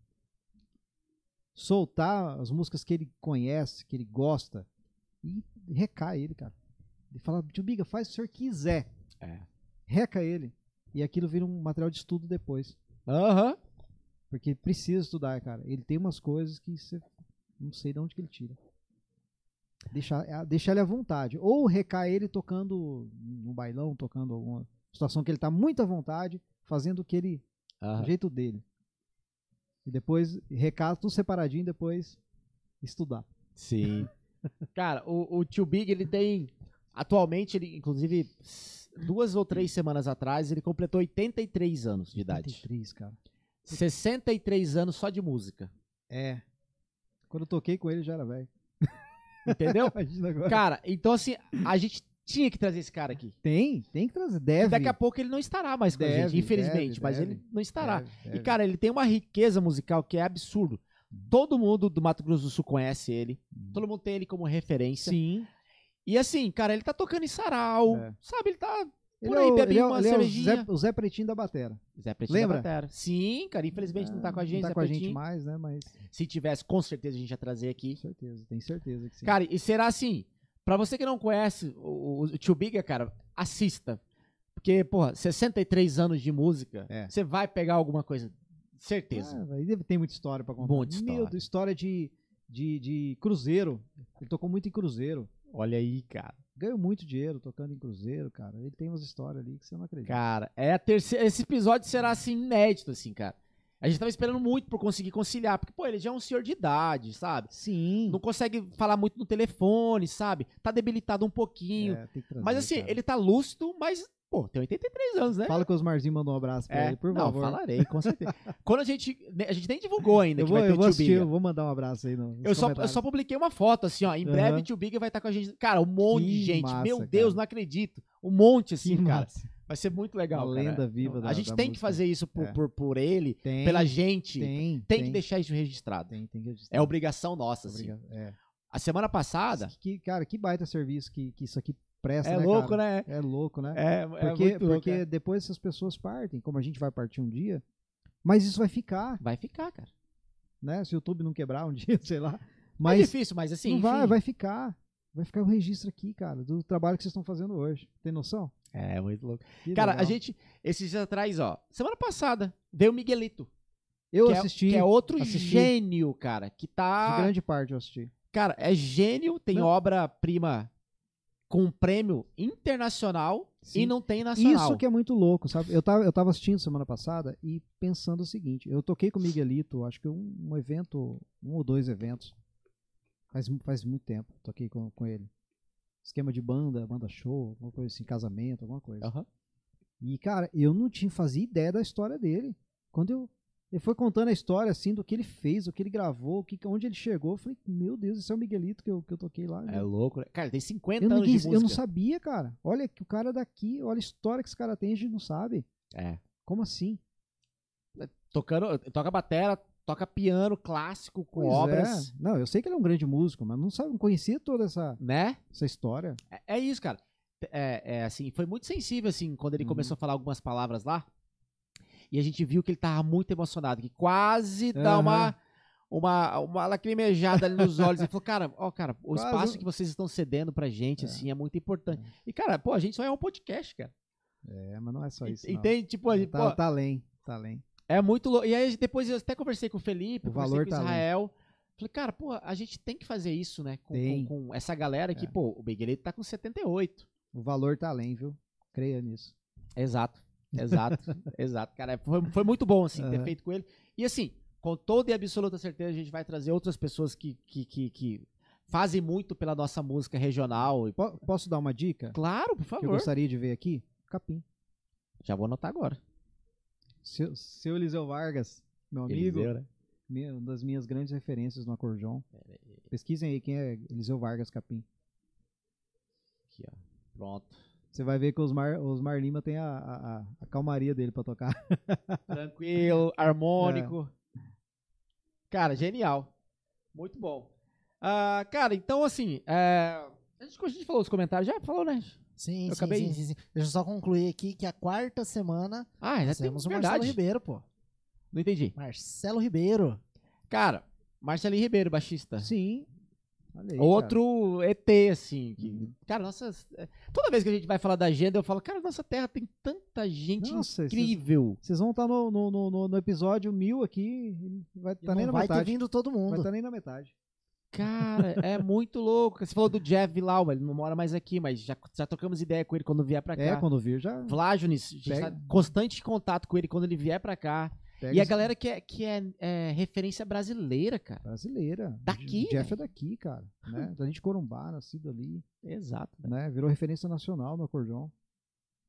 C: soltar as músicas que ele conhece, que ele gosta, e recar ele, cara. Ele fala, tio Biga, faz o que o senhor quiser.
A: É.
C: Reca ele. E aquilo vira um material de estudo depois.
A: Aham.
C: Porque ele precisa estudar, cara. Ele tem umas coisas que você não sei de onde que ele tira. Deixar, é, deixar ele à vontade. Ou recar ele tocando no bailão, tocando alguma situação que ele tá muito à vontade, fazendo o que ele.
A: aham.
C: do jeito dele. E depois recar tudo separadinho e depois estudar.
A: Sim. Cara, o, o tio Big, ele tem. Atualmente, ele, inclusive, s- duas ou três semanas atrás, ele completou 83 anos de idade.
C: 83, cara.
A: 63 anos só de música.
C: É. Quando eu toquei com ele já era velho.
A: Entendeu?
C: Imagina agora.
A: Cara, então assim, a gente tinha que trazer esse cara aqui.
C: Tem, tem que trazer.
A: E
C: Deve.
A: daqui a pouco ele não estará mais com a
C: Deve,
A: gente, infelizmente,
C: deve,
A: mas
C: deve,
A: ele não estará.
C: Deve, deve.
A: E cara, ele tem uma riqueza musical que é absurdo. Todo mundo do Mato Grosso do Sul conhece ele. Todo mundo tem ele como referência.
C: sim.
A: E assim, cara, ele tá tocando em sarau,
C: É.
A: sabe? Ele tá.
C: Ele
A: Por
C: é
A: aí,
C: o-
A: bebe
C: ele é o-
A: uma
C: ele é o
A: cervejinha.
C: Zé- o Zé Pretinho da Batera.
A: Zé Pretinho
C: Lembra?
A: da Batera. Sim, cara, infelizmente não tá com a gente,
C: Não tá
A: Zé
C: com a gente
A: Pretinho.
C: mais, né? Mas
A: Se tivesse, com certeza a gente ia trazer aqui.
C: com certeza, tem certeza que sim.
A: Cara, e será assim, pra você que não conhece o, o- o Tio Biga, cara, assista. Porque, porra, 63 anos de música,
C: É.
A: você vai pegar alguma coisa, certeza.
C: Ah, velho, deve ter muita história pra contar.
A: Muita
C: Meu
A: história.
C: Deus, história de, de, de cruzeiro. Ele tocou muito em cruzeiro.
A: Olha aí, cara.
C: Ganhou muito dinheiro tocando em cruzeiro, cara. Ele tem umas histórias ali que você não acredita.
A: Cara, é a terceira, esse episódio será assim inédito assim, cara. A gente tava esperando muito por conseguir conciliar, porque, pô, ele já é um senhor de idade, sabe?
B: Sim.
A: Não consegue falar muito no telefone, sabe? Tá debilitado um pouquinho.
C: É, tem que trazer,
A: mas assim,
C: cara.
A: ele tá lúcido, mas, pô, tem 83 anos, né? É.
C: Fala que o Osmarzinho mandou um abraço pra ele, por
A: não,
C: favor.
A: falarei, com certeza. Quando a gente. né, A gente nem divulgou ainda
C: eu
A: que
C: vou,
A: vai ter
C: eu vou
A: Tio
C: assistir,
A: Biga.
C: eu vou mandar um abraço aí. No, nos
A: Eu só, eu
C: comentários.
A: só publiquei uma foto, assim, ó. Em
C: Aham.
A: breve o tio Big vai estar com a gente. Cara, um monte de
C: Que
A: gente.
C: massa,
A: Meu
C: cara.
A: Deus, não acredito. Um monte, assim,
C: Que
A: cara.
C: massa.
A: Vai ser muito legal,
C: Uma
A: cara.
C: lenda viva da-
A: A gente
C: da
A: tem que
C: música.
A: fazer isso por,
C: É.
A: por, por ele,
C: Tem,
A: pela gente. Tem,
C: Tem,
A: que deixar isso registrado.
C: Tem, tem que registrar.
A: É obrigação nossa, assim.
C: Obrigado. É.
A: A semana passada.
C: Que, cara, que baita serviço que, que isso aqui presta,
A: É
C: né,
A: louco,
C: cara?
A: né?
C: É louco, né?
A: É, é
C: porque
A: muito louco,
C: porque
A: né?
C: depois essas pessoas partem, como a gente vai partir um dia, mas isso vai ficar,
A: Vai ficar, cara.
C: né? Se o YouTube não quebrar um dia, sei lá.
A: é
C: Mas
A: difícil, mas assim.
C: não vai,
A: enfim.
C: vai ficar. Vai ficar o registro aqui, cara, do trabalho que vocês estão fazendo hoje. Tem noção?
A: É muito louco.
C: Que
A: Cara,
C: legal.
A: a gente. Esses dias atrás, ó. Semana passada, veio o Miguelito.
C: eu
A: que é-
C: assisti,
A: que é outro
C: assisti.
A: gênio, cara. Que tá.
C: de grande parte eu assisti.
A: Cara, é gênio, tem
C: Não.
A: obra-prima com um prêmio internacional
C: Sim.
A: e não tem nacional.
C: Isso que é muito louco, sabe? Eu tava, eu tava assistindo semana passada e pensando o seguinte: eu toquei com o Miguelito, acho que um, um evento, um ou dois eventos. Faz, mu- faz muito tempo que toquei com, com ele. Esquema de banda, banda show, alguma coisa assim, casamento, alguma coisa.
A: Aham.
C: E, cara, eu não tinha fazia ideia da história dele. Quando eu. Ele foi contando a história, assim, do que ele fez, o que ele gravou, o que, onde ele chegou. Eu falei, meu Deus, esse é o Miguelito que eu, que eu toquei lá.
A: É louco, né? Cara, tem 50
C: Uhum. Eu,
A: anos
C: ninguém,
A: de
C: eu
A: música.
C: não sabia, cara. Olha que o cara daqui, olha a história que esse cara tem, a gente não sabe.
A: É.
C: Como assim?
A: Tocando, toca batera, toca piano clássico com
C: Pois
A: obras,
C: é. Não, eu sei que ele é um grande músico, mas não, sabe, não conhecia toda essa,
A: né?
C: essa história.
A: É, é isso, cara. É, é, assim, foi muito sensível, assim, quando ele
C: Uhum.
A: começou a falar algumas palavras lá. E a gente viu que ele tava muito emocionado, que quase dá
C: Aham.
A: uma, uma, uma lacrimejada ali nos olhos. Ele falou, cara, ó, cara, o
C: Quase
A: espaço
C: um-
A: que vocês estão cedendo pra gente,
C: É.
A: assim, é muito importante. E, cara, pô, a gente só é um podcast, cara.
C: É, mas não é só isso. não.
A: Entende? Tipo, a gente,
C: tá,
A: pô,
C: tá além, tá além.
A: é muito louco. E aí depois eu até conversei com o Felipe,
C: O
A: conversei
C: valor
A: com o
C: tá ali.
A: Israel. Falei, cara, pô, a gente tem que fazer isso, né? Com,
C: Tem. É.
A: com- com essa galera que, pô, o Miguelito tá com 78.
C: O valor tá além, viu? Creia nisso.
A: Exato, exato, exato. Cara, foi, foi muito bom, assim, ter
C: Aham.
A: feito com ele. E assim, com toda e absoluta certeza, a gente vai trazer outras pessoas que, que, que, que fazem muito pela nossa música regional. E-
C: Po- posso dar uma dica?
A: Claro, por
C: que eu
A: favor.
C: gostaria de ver aqui? Capim.
A: Já vou anotar agora.
C: Seu, seu Eliseu Vargas, meu amigo,
A: Eliseu, né?
C: meu- uma das minhas grandes referências no acordeon. Pesquisem aí quem é Eliseu Vargas Capim.
A: Aqui, ó. Pronto.
C: Você vai ver que os Mar, Osmar Lima tem a, a- a- a calmaria dele pra tocar.
A: Tranquilo, harmônico. É. Cara, genial. Muito bom. Ah, cara, então assim, é, a, gente, a gente falou os comentários, já falou, né? Eu
B: Sim, sim,
A: acabei-
B: sim, sim, sim. Deixa eu só concluir aqui que a quarta semana
A: Ah, já temos
B: nós temos o Marcelo
A: verdade.
B: Ribeiro, pô.
A: Não entendi.
B: Marcelo Ribeiro.
A: Cara, Marcelinho Ribeiro, baixista.
C: Sim. Uhum. Olha aí,
A: Outro ET, assim. que- Cara, nossa. é, Toda vez que a gente vai falar da agenda, eu falo, cara, nossa terra tem tanta gente
C: cara. Nossa, esses-
A: incrível.
C: Vocês vão estar no, no, no- no- no episódio mil aqui. e Vai tá
B: não
C: nem na
B: vai ter
C: metade.
B: vindo todo mundo.
C: Vai estar nem na metade.
A: Cara, é muito louco. Você falou do Jeff Vilau, ele não mora mais aqui, mas já, já tocamos ideia com ele quando vier pra cá.
C: É, quando vir já.
A: Vlágenes, a gente
C: Pega-
A: tá em constante contato com ele quando ele vier pra cá.
C: Pega
A: E a
C: essa-
A: galera que é, que é, é, referência brasileira, cara.
C: Brasileira.
A: Daqui,
C: O Jeff é daqui, cara. Né? Da gente de Corumbá, nascido ali.
A: Exato,
C: Né? Virou referência nacional no acordeon.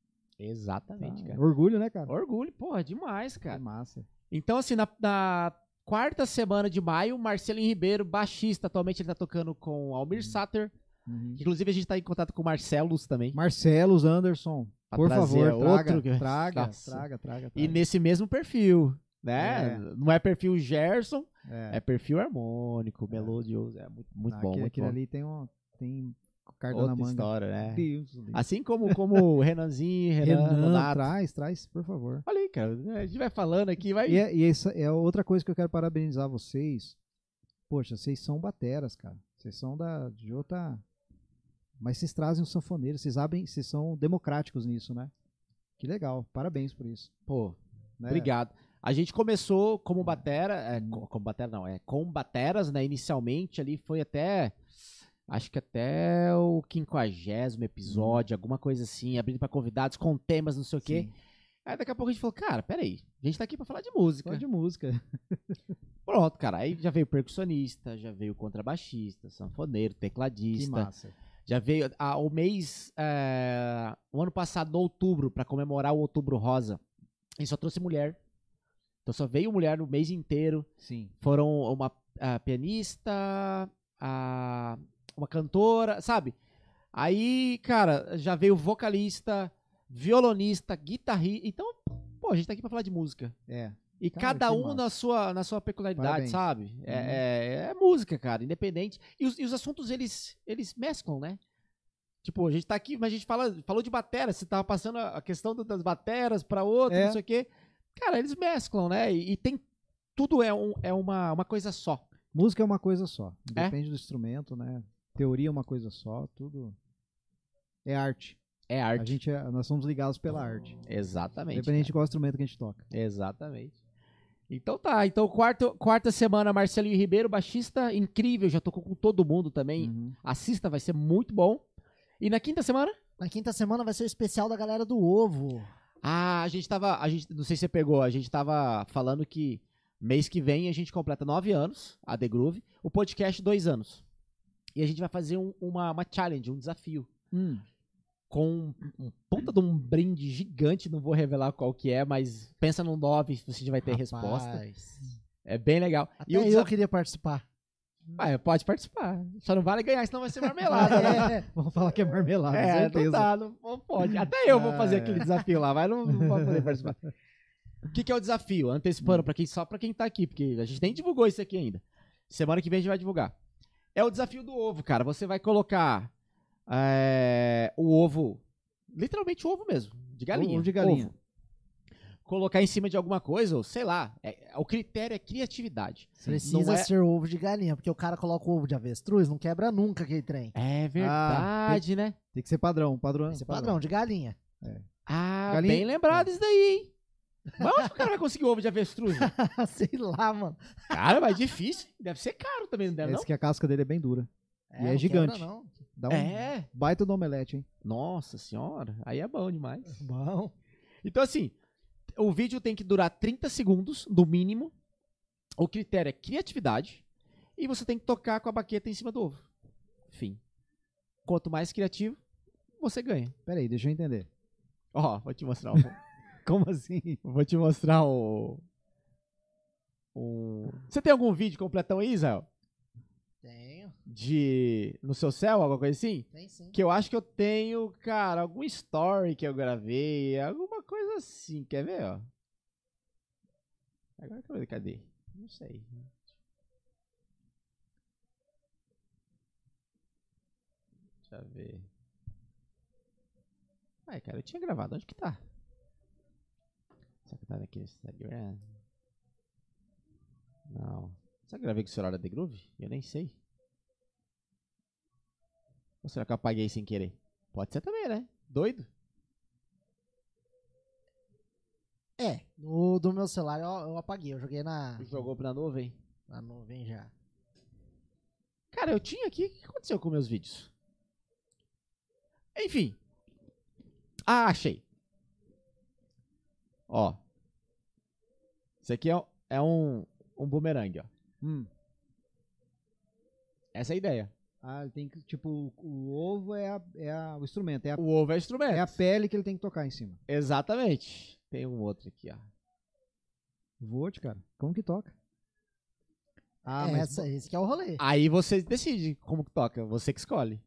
C: Tá?
A: Exatamente, cara.
C: Orgulho, né, cara?
A: Orgulho, porra, demais,
C: Que
A: cara.
C: massa.
A: Então, assim, na, na quarta semana de maio, Marcelinho Ribeiro, baixista, atualmente ele tá tocando com Almir Sater.
C: Uhum.
A: Inclusive, a gente tá em contato com o Marcelos também.
C: Marcelos Anderson.
A: Pra
C: por
A: trazer
C: favor, traga,
A: outro que-
C: traga,
A: Nossa.
C: traga, traga, traga.
A: E nesse mesmo perfil, né?
C: É.
A: Não é perfil Gerson,
C: É.
A: é, perfil harmônico, melodioso. É muito, muito
C: Ah,
A: bom,
C: aquele,
A: muito
C: aquele
A: bom.
C: ali tem um. Tem carta
A: Outra
C: na manga.
A: história, né?
C: Deus, do livro.
A: Assim como, como o Renanzinho, Renan,
C: Renan,
A: Renan
C: traz, traz, por favor.
A: Olha aí, cara. A gente vai falando aqui, vai.
C: E, é- e essa é outra coisa que eu quero parabenizar vocês. Poxa, vocês são bateras, cara. Vocês são da de outra. Mas vocês trazem um sanfoneiro, vocês abrem, vocês são democráticos nisso, né? Que legal, parabéns por isso.
A: Pô,
C: né? Uhum.
A: Obrigado. A gente começou como batera, é, co- como batera não, é com bateras, né? Inicialmente ali foi até, acho que até o quinquagésimo episódio, alguma coisa assim, abrindo pra convidados com temas, não sei o quê.
C: Uhum. Sim.
A: Aí Aí daqui a pouco a gente falou, cara, peraí, a gente tá aqui pra falar de música.
C: Só de música.
A: Pronto, cara. Aí já veio percussionista, já veio contrabaixista, sanfoneiro,
C: Que
A: tecladista.
C: massa.
A: Já veio ah, o mês, eh, o ano passado, outubro, pra comemorar o Outubro Rosa. E só trouxe mulher. Então só veio mulher no mês inteiro.
C: Sim.
A: Foram uma ah, pianista, ah, uma cantora, sabe? Aí, cara, já veio vocalista, violonista, guitarrista. Então, pô, a gente tá aqui pra falar de música.
C: É.
A: E
C: Cara,
A: cada
C: que
A: um na sua, na sua peculiaridade,
C: Parabéns. Uhum.
A: sabe? É, é- é música, cara, independente. E os, e os assuntos, eles, eles mesclam, né? Tipo, a gente tá aqui, mas a gente fala, falou de bateras, você tava passando a a questão do- das bateras pra outra,
C: É.
A: não sei o quê. Cara, eles mesclam, né? E, e tem. Tudo é, um, é uma, uma coisa só.
C: Música é uma coisa só.
A: É?
C: Depende do instrumento, né? Teoria é uma coisa só, tudo. É arte.
A: É
C: A
A: arte.
C: gente é- nós somos ligados pela arte.
A: Exatamente. né?
C: Independente de qual instrumento que a gente toca.
A: cara. Exatamente. Então tá, então quarto, quarta semana, Marcelinho Ribeiro, baixista, incrível, já tocou com todo mundo também.
C: Uhum.
A: Assista, vai ser muito bom. E na quinta semana?
B: Na quinta semana vai ser o especial da galera do ovo.
A: Ah, a gente tava. A gente, não sei se você pegou, a gente tava falando que mês que vem a gente completa nove anos, a The Groove, o podcast dois anos. E a gente vai fazer um- uma, uma challenge, um desafio.
C: Hum.
A: Com um ponta de um brinde gigante, não vou revelar qual que é, mas pensa no nove, você já vai ter
B: Rapaz,
A: resposta. É bem legal.
B: Até
A: E o
B: eu
A: desafio-
B: queria participar.
A: Ah, pode participar. Só não vale ganhar, senão vai ser marmelada, né?
B: É,
C: Vamos falar que é marmelada,
A: É, não
C: certeza.
A: dá, não, não pode. Até eu vou fazer aquele desafio lá, mas não, não vou poder participar. É. O que, que é o desafio? Antecipando, pra quem, só pra quem tá aqui, porque a gente nem divulgou isso aqui ainda. Semana que vem a gente vai divulgar. É o desafio do ovo, cara. Você vai colocar é, o ovo, literalmente o ovo mesmo, de galinha.
C: Ovo de galinha.
A: ovo. Colocar em cima de alguma coisa, ou sei lá. é- o critério é criatividade.
B: precisa
A: Não é-
B: ser ovo de galinha, porque o cara coloca o ovo de avestruz, não quebra nunca aquele trem.
A: É verdade,
C: verdade,
A: né?
C: Tem que ser padrão, padrão.
B: Esse é padrão de galinha.
A: Ah,
C: Galinha-
A: bem lembrado isso daí, hein? Mas onde que o cara vai conseguir ovo de avestruz? né?
B: Sei lá, mano.
A: Cara, mas difícil. Deve ser caro também, né? não deve
C: Esse que a casca dele é bem dura. E é
B: não
C: gigante.
B: Quebra, não.
C: Dá
A: não?
C: um
A: É.
C: baita do omelete, hein?
A: Nossa senhora, aí é bom demais.
B: Bom.
A: Então, assim, o vídeo tem que durar 30 segundos, no mínimo. O critério é criatividade. E você tem que tocar com a baqueta em cima do ovo. Fim. Quanto mais criativo, você ganha.
C: Peraí, deixa eu entender.
A: Ó, vou te mostrar um.
C: Como assim?
A: Vou te mostrar o. o... Você tem algum vídeo completão aí, Israel?
B: Tenho,
A: De. No seu céu, alguma coisa assim?
B: tem sim.
A: Que eu acho que eu tenho, cara, algum story que eu gravei, alguma coisa assim. Quer ver, ó? Agora cadê? Cadê? Não sei. Deixa eu ver. Ai, cara, eu tinha gravado. Onde que tá? Será que tá aqui no Instagram? Não. Será que eu gravei com o celular da The Groove? Eu nem sei. Ou será que eu apaguei sem querer? Pode ser também, né? Doido?
B: É, no do meu celular eu, eu apaguei, eu joguei na,
A: Jogou pra nuvem.
B: na nuvem já.
A: Cara, eu tinha aqui. O que aconteceu com meus vídeos? Enfim. Ah, achei. Ó. Isso aqui é, um- é um, um bumerangue, ó.
C: Hum.
A: Essa é a ideia.
C: Ah, ele tem que. Tipo, o ovo é, a- é a- o instrumento, é a,
A: O ovo é instrumento.
C: é a pele que ele tem que tocar em cima.
A: Exatamente. Tem um outro aqui, ó.
C: Vote, cara. Como que toca? Ah,
B: é,
C: mas.
B: essa, esse que é o rolê.
A: Aí você decide como que toca. Você que escolhe.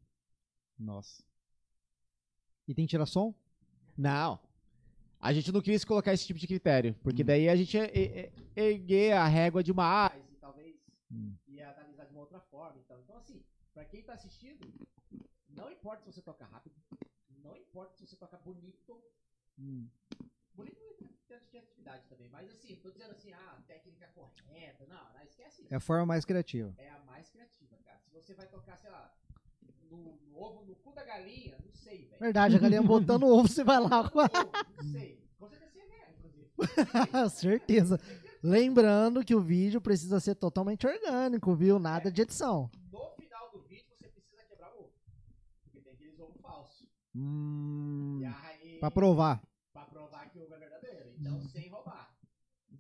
C: Nossa. E tem que tirar som?
A: Não. A gente não quis colocar esse tipo de critério, porque
C: Hum.
A: daí a gente ia e- e- erguer a régua de uma área, e talvez
C: Hum.
A: ia analisar de uma outra forma. Então, então assim, pra quem tá assistindo, não importa se você toca rápido, não importa se você toca bonito.
C: Hum.
A: Bonito é tanto de atividade também, mas assim, tô dizendo assim, ah, técnica correta, não, não esquece isso
C: É a forma mais criativa.
A: é a mais criativa, cara. Se você vai tocar, sei lá, no, no ovo, no cu da galinha, não sei, velho.
B: Verdade, a galinha botando ovo, você vai lá. com a-
A: Ovo, Não sei. Com certeza é real, inclusive.
B: Certeza. Lembrando que o vídeo precisa ser totalmente orgânico, viu? Nada de edição.
A: No final do vídeo, você precisa quebrar o ovo. Porque tem aqueles ovos falsos.
C: Hum.
A: E aí,
C: Pra Hum. provar.
A: pra provar que o ovo é verdadeiro. Então, sem roubar.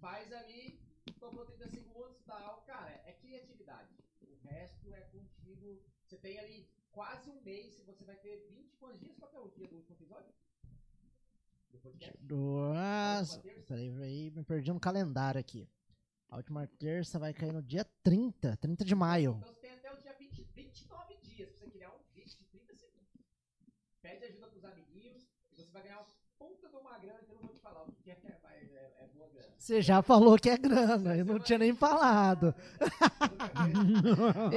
A: Faz ali, tocou 30 segundos e tal. Cara, é criatividade. O resto é contigo. Você tem ali quase um mês, você vai ter 20 quantos dias? Qual que é o dia do último episódio? Do podcast?
B: Nossa, peraí, peraí, me perdi no calendário aqui. A última terça vai cair no dia 30, 30 de maio.
A: Então você tem até o dia 20, 29 dias pra você criar um vídeo de 30 segundos. Pede ajuda pros amiguinhos e você vai ganhar uma puta de uma grana que eu não vou te falar o que é, mas é, é boa grana.
B: Você já falou que é grana, eu não tinha nem falado.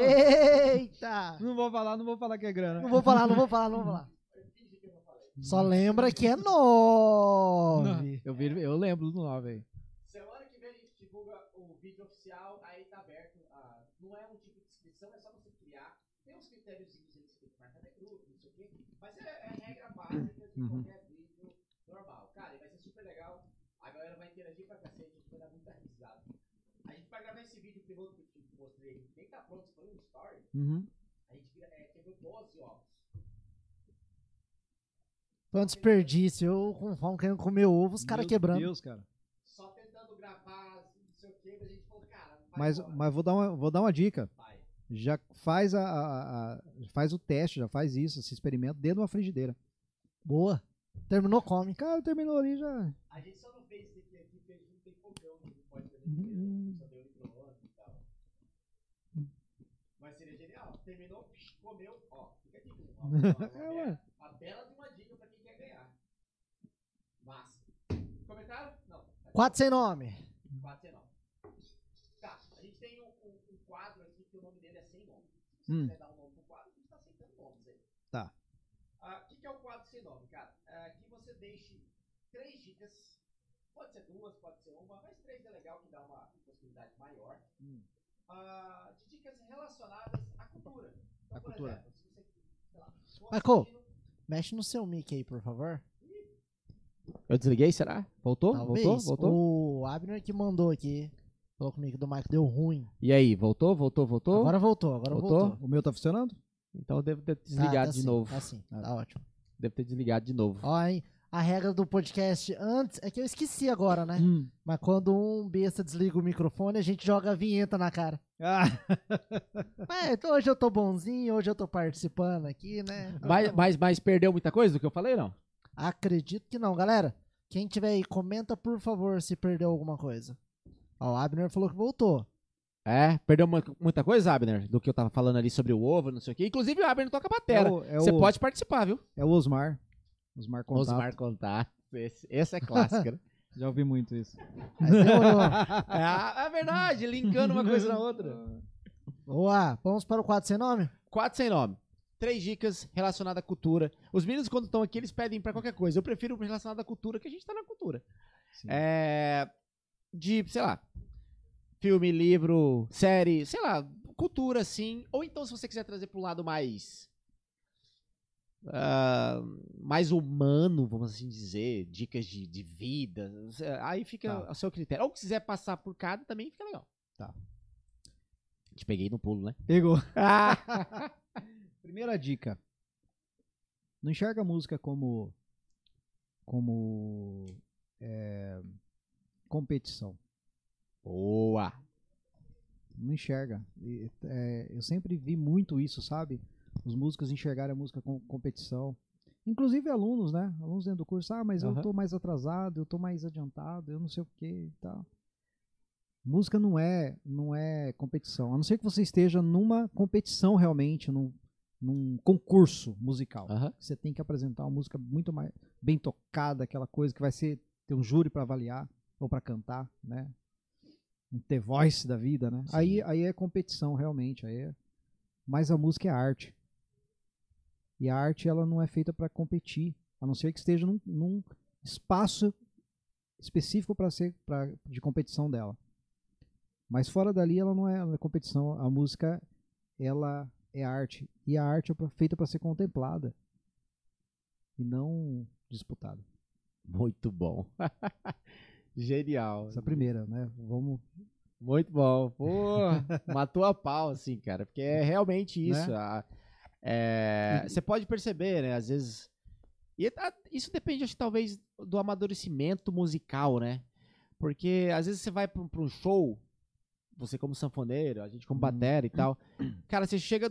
B: Eita!
C: Não vou falar, não vou falar que é grana.
B: Não vou falar, não vou falar, não vou falar.
A: Finge que eu não falei.
B: Só lembra que é nove.
D: Eu, vi- eu lembro do 9 aí.
A: Semana que vem a gente divulga o vídeo oficial, aí tá aberto. ah, não é um tipo de inscrição, é só você criar. Tem uns critérios que você tem que marcar de grupo, não sei o quê. Mas é, é regra básica de
C: Uhum.
A: qualquer vídeo normal. Cara, e vai ser super legal. A galera vai interagir pra cacete, a gente vai dar muita risada. A gente vai gravar esse vídeo piloto que eu te mostrei, nem tá pronto, foi um story.
C: Uhum.
A: A gente gra- é, quebrou 12 ovos.
B: Foi um desperdício. Eu com fome querendo comer ovo, os caras
C: Meu
B: quebrando.
C: Deus, cara.
A: Só tentando gravar, assim, não sei o quê, mas a gente falou, cara, vai
C: Mas,
A: embora.
C: mas vou, dar uma, vou dar uma dica.
A: Vai.
C: Já faz, a, a- a- faz o teste, já faz isso, esse experimento dentro de uma frigideira.
B: Boa. Terminou, come.
C: Cara, terminou ali já.
A: A gente só não fez esse aqui aqui porque a gente não tem um fogão, não pode fazer
C: Hum.
A: né? só deu micro-ondas e tal. Mas seria genial. Terminou, psh, comeu, ó, fica de boa. ó, ó,
C: É,
A: ó,
C: ué.
A: A bela de uma dica pra quem quer ganhar. Massa. Comentário? Não.
B: Quatro sem nome.
A: Quatro é não. Tá, a gente tem um, um- um quadro aqui que o nome dele é sem nome. Se você
C: Hum.
A: quiser dar um nome pro quadro, a gente tá aceitando nomes aí.
C: Tá.
A: Ah, O que, que é o quadro sem nome, cara? Ah, que você deixe três dicas, pode ser duas, pode ser uma, mas três é legal que dá uma possibilidade maior.
C: Hum.
A: Ah, de dicas relacionadas à cultura. Então,
C: À
A: por
C: cultura.
A: exemplo, se você, sei lá, for
B: Marco.
A: assistindo-
B: Mexe no seu mic aí, por favor.
D: Eu desliguei, será? Voltou?
B: Talvez.
D: Voltou? Voltou?
B: O Abner que mandou aqui. Falou comigo do Mike, deu ruim.
D: E aí, voltou? Voltou? Voltou?
B: Agora voltou, agora voltou.
D: Voltou?
C: O meu tá funcionando?
D: Então eu devo ter
B: Tá,
D: desligado
B: tá
D: de
B: sim,
D: novo.
B: Tá sim, tá ótimo.
D: Devo ter desligado de novo.
B: Ó, hein? A regra do podcast antes é que eu esqueci agora, né?
D: Hum.
B: Mas quando um besta desliga o microfone, a gente joga a vinheta na cara.
C: Ah,
B: Mas É, então hoje eu tô bonzinho, hoje eu tô participando aqui, né?
D: Mas, mas, mas perdeu muita coisa do que eu falei, não?
B: Acredito que não, galera. Quem tiver aí, comenta por favor se perdeu alguma coisa. Ó, o Abner falou que voltou.
D: É, perdeu mu- muita coisa, Abner, do que eu tava falando ali sobre o ovo, não sei o quê. Inclusive, o Abner toca
C: é,
D: batera.
C: o, é,
D: Você
C: o,
D: pode participar, viu?
C: é o Osmar. Osmar Contato.
D: Osmar Contato. Esse, esse é clássico, né?
C: Já ouvi muito isso.
B: Mas demorou.
D: é, é verdade, linkando uma coisa na outra.
B: Boa, vamos para o quadro sem nome?
D: Quatro sem nome. Três dicas relacionadas à cultura. Os meninos, quando estão aqui, eles pedem pra qualquer coisa. Eu prefiro relacionado à cultura, que a gente tá na cultura.
C: Sim.
D: É, de, sei lá, filme, livro, série, sei lá, cultura, assim. Ou então, se você quiser trazer para um lado mais. ah, mais humano, vamos assim dizer, dicas de, de vida, aí fica
C: Tá.
D: ao seu critério. Ou quiser passar por cada também, fica legal.
C: Tá.
D: Te peguei no pulo, né?
C: Pegou.
D: Ah,
C: Primeira dica. Não enxerga a música como como é, competição.
D: boa!
C: Não enxerga. E, é, eu sempre vi muito isso, sabe? Os músicos enxergarem a música como competição. Inclusive alunos, né? Alunos dentro do curso. Ah, mas eu
D: Aham.
C: tô mais atrasado, eu tô mais adiantado, eu não sei o que e tal. Música não é, não é competição. A não ser que você esteja numa competição realmente, num, num concurso musical.
D: Aham.
C: Você tem que apresentar uma música muito mais bem tocada, aquela coisa que vai ser ter um júri para avaliar ou para cantar, né? Um The Voice da vida, né?
D: Sim.
C: Aí, aí é competição realmente, aí é... mas a música é arte. E a arte ela não é feita para competir, a não ser que esteja num, num espaço específico para ser pra, de competição dela. Mas fora dali ela não é, ela é competição, a música ela é arte e a arte é pra- feita para ser contemplada e não disputada.
D: Muito bom. Genial.
A: Uhum.
C: Essa é a primeira, né? Vamos.
D: Muito bom. Pô, matou a pau, assim, cara. Porque é realmente isso. a- é, Você pode perceber, né? Às vezes
A: E tá- isso depende, acho que talvez, do amadurecimento musical, né? Porque às vezes você vai pra um, pra um show, você como sanfoneiro, a gente como batera e tal. Cara, você chega.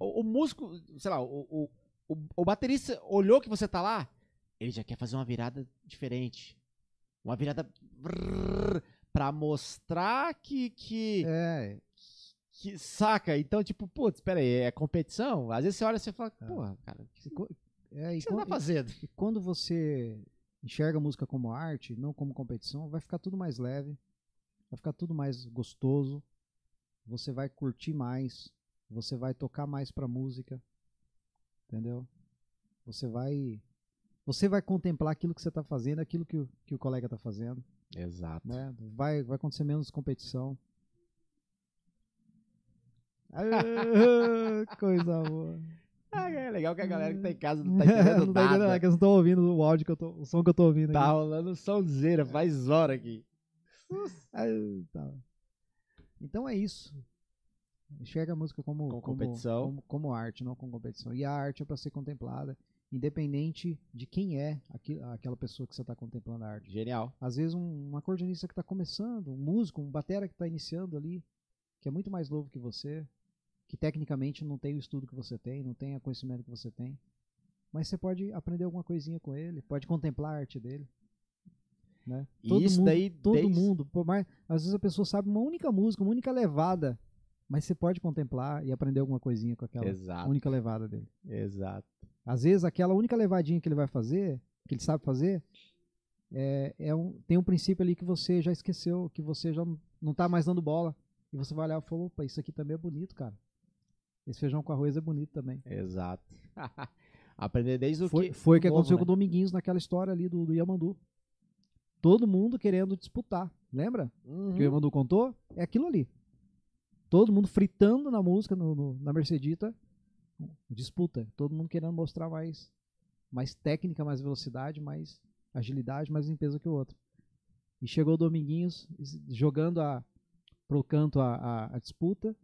A: O, o músico, sei lá, o, o, o, o baterista olhou que você tá lá, ele já quer fazer uma virada diferente. Uma virada. brrr, Pra mostrar que. que
C: É,
A: que saca? Então, tipo, putz, peraí, é competição? Às vezes você olha e você fala,
C: É.
A: porra, cara, o que
C: e co- é,
A: que
C: e
A: você tá
C: quan-
A: fazendo?
C: e quando você enxerga a música como arte, não como competição, vai ficar tudo mais leve, vai ficar tudo mais gostoso, você vai curtir mais, você vai tocar mais pra música, entendeu? Você vai você vai contemplar aquilo que você tá fazendo, aquilo que o, que o colega tá fazendo,
A: Exato.
C: né? Vai, vai acontecer menos competição. Aê, Coisa boa.
A: Ah, é legal que a galera que tá em casa não tá entendendo
C: não tá entendendo nada,
A: nada.
C: que eles não estão ouvindo o áudio que eu tô, o som que eu tô ouvindo.
A: Tá
C: aqui.
A: rolando
C: É.
A: sonzeira, faz hora aqui.
C: Aí, tá. Então é isso. Enxerga a música como,
A: Como competição.
C: como, como arte, não como competição. E a arte é para ser contemplada, independente de quem é aqui- aquela pessoa que você está contemplando a arte.
A: Genial.
C: Às vezes um, um acordeonista que está começando, um músico, um batera que está iniciando ali, que é muito mais novo que você, que tecnicamente não tem o estudo que você tem, não tem o conhecimento que você tem, mas você pode aprender alguma coisinha com ele, pode contemplar a arte dele. Né?
A: E isso
C: mundo,
A: daí
C: todo
A: desde-
C: mundo, por mais, às vezes a pessoa sabe uma única música, uma única levada, mas você pode contemplar e aprender alguma coisinha com aquela
A: Exato,
C: única levada dele.
A: exato.
C: Às vezes aquela única levadinha que ele vai fazer, que ele sabe fazer, é, é um, tem um princípio ali que você já esqueceu, que você já não- não tá mais dando bola. E você vai olhar e falou, opa, isso aqui também é bonito, cara. Esse feijão com arroz é bonito também.
A: Exato. Aprender desde o
C: Foi
A: que.
C: foi o que
A: novo,
C: aconteceu
A: né?
C: com o Dominguinhos naquela história ali do, do Yamandu. Todo mundo querendo disputar, lembra?
A: Uhum.
C: que o Emandu contou, é aquilo ali. Todo mundo fritando na música, no- no- na Mercedita, disputa. Todo mundo querendo mostrar mais, mais técnica, mais velocidade, mais agilidade, mais limpeza que o outro. E chegou o Dominguinhos es- jogando a, pro canto a, a- a disputa,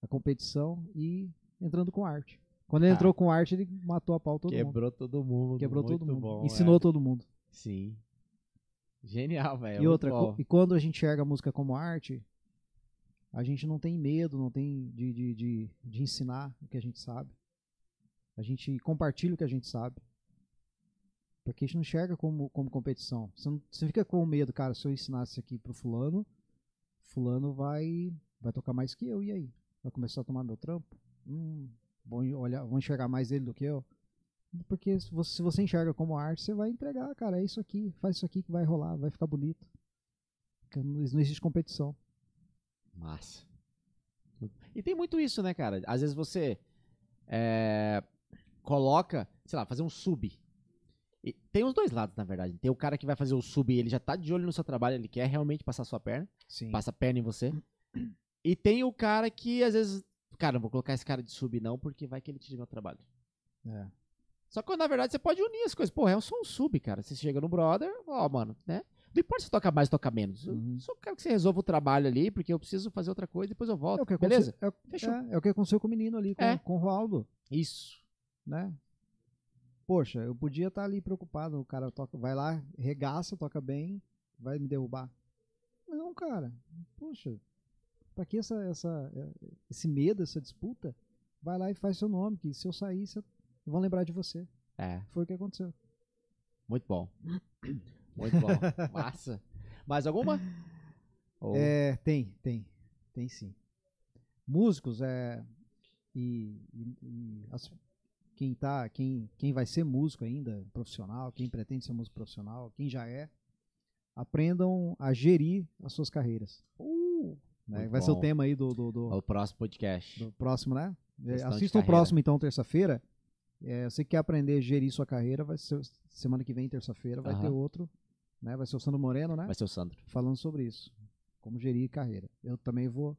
C: a competição e entrando com arte. Quando ele
A: Ah.
C: entrou com arte, ele matou a pau todo mundo.
A: Quebrou todo mundo.
C: Quebrou todo
A: muito
C: mundo.
A: bom,
C: Ensinou
A: é.
C: todo mundo.
A: Sim. Genial, velho.
C: E
A: muito
C: outra,
A: bom.
C: co- e quando a gente enxerga a música como arte, a gente não tem medo, não tem de, de, de, de ensinar o que a gente sabe. A gente compartilha o que a gente sabe. Porque a gente não enxerga como, como competição. Você não você fica com medo, cara, se eu ensinar isso aqui pro fulano, fulano vai vai tocar mais que eu, e aí? Vai começar a tomar meu trampo? Hum, vão olhar, vão enxergar mais ele do que eu? Porque se você, se você enxerga como arte, você vai entregar, cara, é isso aqui, faz isso aqui que vai rolar, vai ficar bonito. Porque Não não existe competição.
A: Massa. E tem muito isso, né, cara? Às vezes você é, coloca, sei lá, fazer um sub. E tem os dois lados, na verdade. Tem o cara que vai fazer o sub e ele já tá de olho no seu trabalho, ele quer realmente passar sua perna,
C: Sim.
A: passa a perna em você. E tem o cara que às vezes, cara, não vou colocar esse cara de sub não, porque vai que ele tira meu trabalho.
C: É.
A: Só que na verdade você pode unir as coisas. Porra, eu sou um sub, cara. Você chega no brother, ó, mano, né? Não importa se toca mais, toca menos. Eu
C: Uhum.
A: só quero que você resolva o trabalho ali, porque eu preciso fazer outra coisa, depois eu volto.
C: É o que aconteceu-
A: Beleza?
C: É, o-
A: Fechou.
C: é- é o que aconteceu com o menino ali, com,
A: É.
C: com o Roaldo,
A: Isso.
C: né? Poxa, eu podia estar ali preocupado, o cara toca, vai lá, regaça, toca bem, vai me derrubar. Não, cara. Poxa, pra que essa, essa, eh, esse medo, essa disputa? Vai lá e faz seu nome, que se eu sair, você- vão lembrar de você.
A: É,
C: Foi o que aconteceu.
A: muito bom. Muito bom. Massa. Mais alguma? Ou-
C: É, tem, tem. Tem sim. Músicos é e, e- e as- quem tá, quem quem vai ser músico ainda, profissional, quem pretende ser músico profissional, quem já é, aprendam a gerir as suas carreiras. né?
A: Uh, muito
C: Vai ser o
A: bom.
C: tema aí do do, do-
A: O próximo podcast.
C: do próximo, né? É,
A: Gestão de
C: Assista o
A: carreira.
C: próximo então terça-feira. É, você que quer aprender a gerir sua carreira, vai ser semana que vem terça-feira vai
A: Aham.
C: ter outro, né? Vai ser o Sandro Moreno, né?
A: Vai ser o Sandro.
C: falando sobre isso. Como gerir carreira. Eu também vou,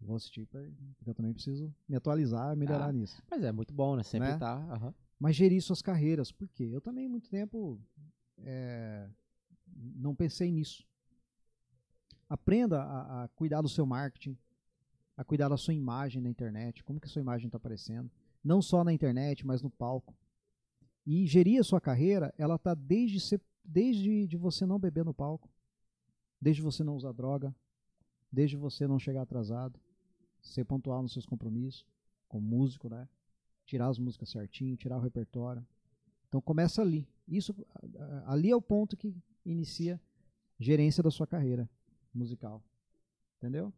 C: vou assistir, pra- porque eu também preciso me atualizar e melhorar
A: Ah.
C: nisso.
A: Mas é muito bom, né? Sempre
C: Né?
A: tá. aham.
C: Mas gerir suas carreiras, por quê? Eu também, muito tempo, é, não pensei nisso. Aprenda a, a cuidar do seu marketing, a cuidar da sua tá imagem na internet, como que a sua imagem está aparecendo. Não só na internet, mas no palco. E gerir a sua carreira, ela tá desde, ser, desde de você não beber no palco, desde você não usar droga, desde você não chegar atrasado, ser pontual nos seus compromissos, como músico, né? Tirar as músicas certinho, tirar o repertório. Então começa ali. Isso ali é o ponto que inicia gerência da sua carreira musical. Entendeu?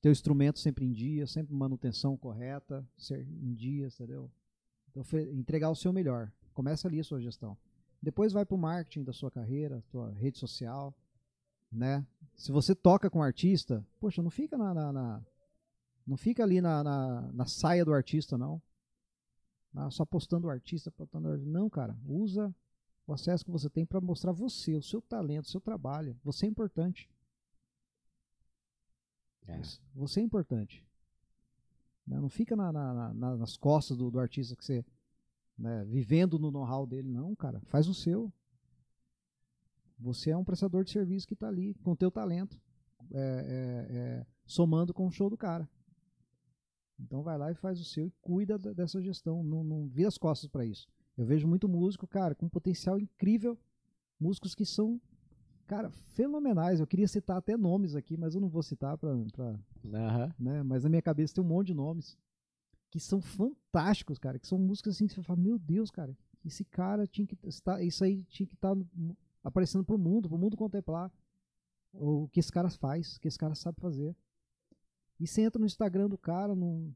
C: Teu instrumento sempre em dia, sempre manutenção correta, ser em dia, entendeu? Então, entregar o seu melhor. Começa ali a sua gestão. Depois vai para o marketing da sua carreira, sua rede social, né? Se você toca com um artista, poxa, não fica na, na, na não fica ali na, na, na, saia do artista, não. Ah, só postando o artista, postando o artista. Não, cara. Usa o acesso que você tem para mostrar você, o seu talento, o seu trabalho. Você é importante. É. Você é importante. Né? Não fica na, na, na, nas costas do, do, artista que você. Né, vivendo no know-how dele, não, cara. Faz o seu. Você é um prestador de serviço que está ali com o teu talento, é, é, somando com o show do cara. Então vai lá e faz o seu e cuida dessa gestão. Não, não vira as costas para isso. Eu vejo muito músico, cara, com potencial incrível. Músicos que são, cara, fenomenais. Eu queria citar até nomes aqui, mas eu não vou citar para. Uhum. Né? Mas na minha cabeça tem um monte de nomes que são fantásticos, cara. Que são músicas assim que você fala, meu Deus, cara, esse cara tinha que estar. Isso aí tinha que estar aparecendo pro mundo, pro mundo contemplar o que esse cara faz, o que esse cara sabe fazer. E você entra no Instagram do cara, no...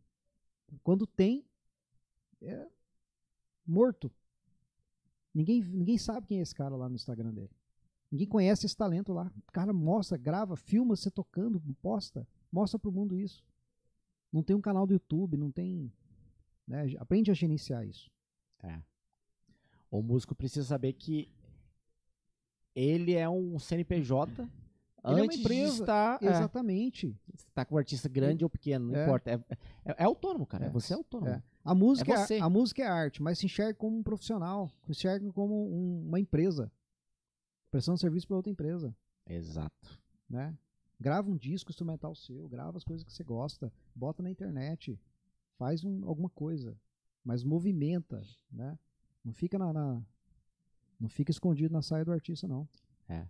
C: quando tem, é morto. Ninguém, ninguém sabe quem é esse cara lá no Instagram dele. Ninguém conhece esse talento lá. O cara mostra, grava, filma você tocando, posta, mostra pro mundo isso. Não tem um canal do YouTube, não tem. Né? Aprende a gerenciar isso.
A: É. O músico precisa saber que ele é um CNPJ. Ele antes é empresa, de estar.
C: Exatamente.
A: É, está com um artista grande é, ou pequeno, não importa. É, é, autônomo, cara. Você é autônomo.
C: A, música é a música é arte, mas se enxerga como um profissional, se enxerga como um, uma empresa. Prestando serviço para outra empresa.
A: Exato.
C: Né? Grava um disco instrumental seu, grava as coisas que você gosta, bota na internet, faz um, alguma coisa, mas movimenta, né? Não fica na, na não fica escondido na saia do artista não.
A: É.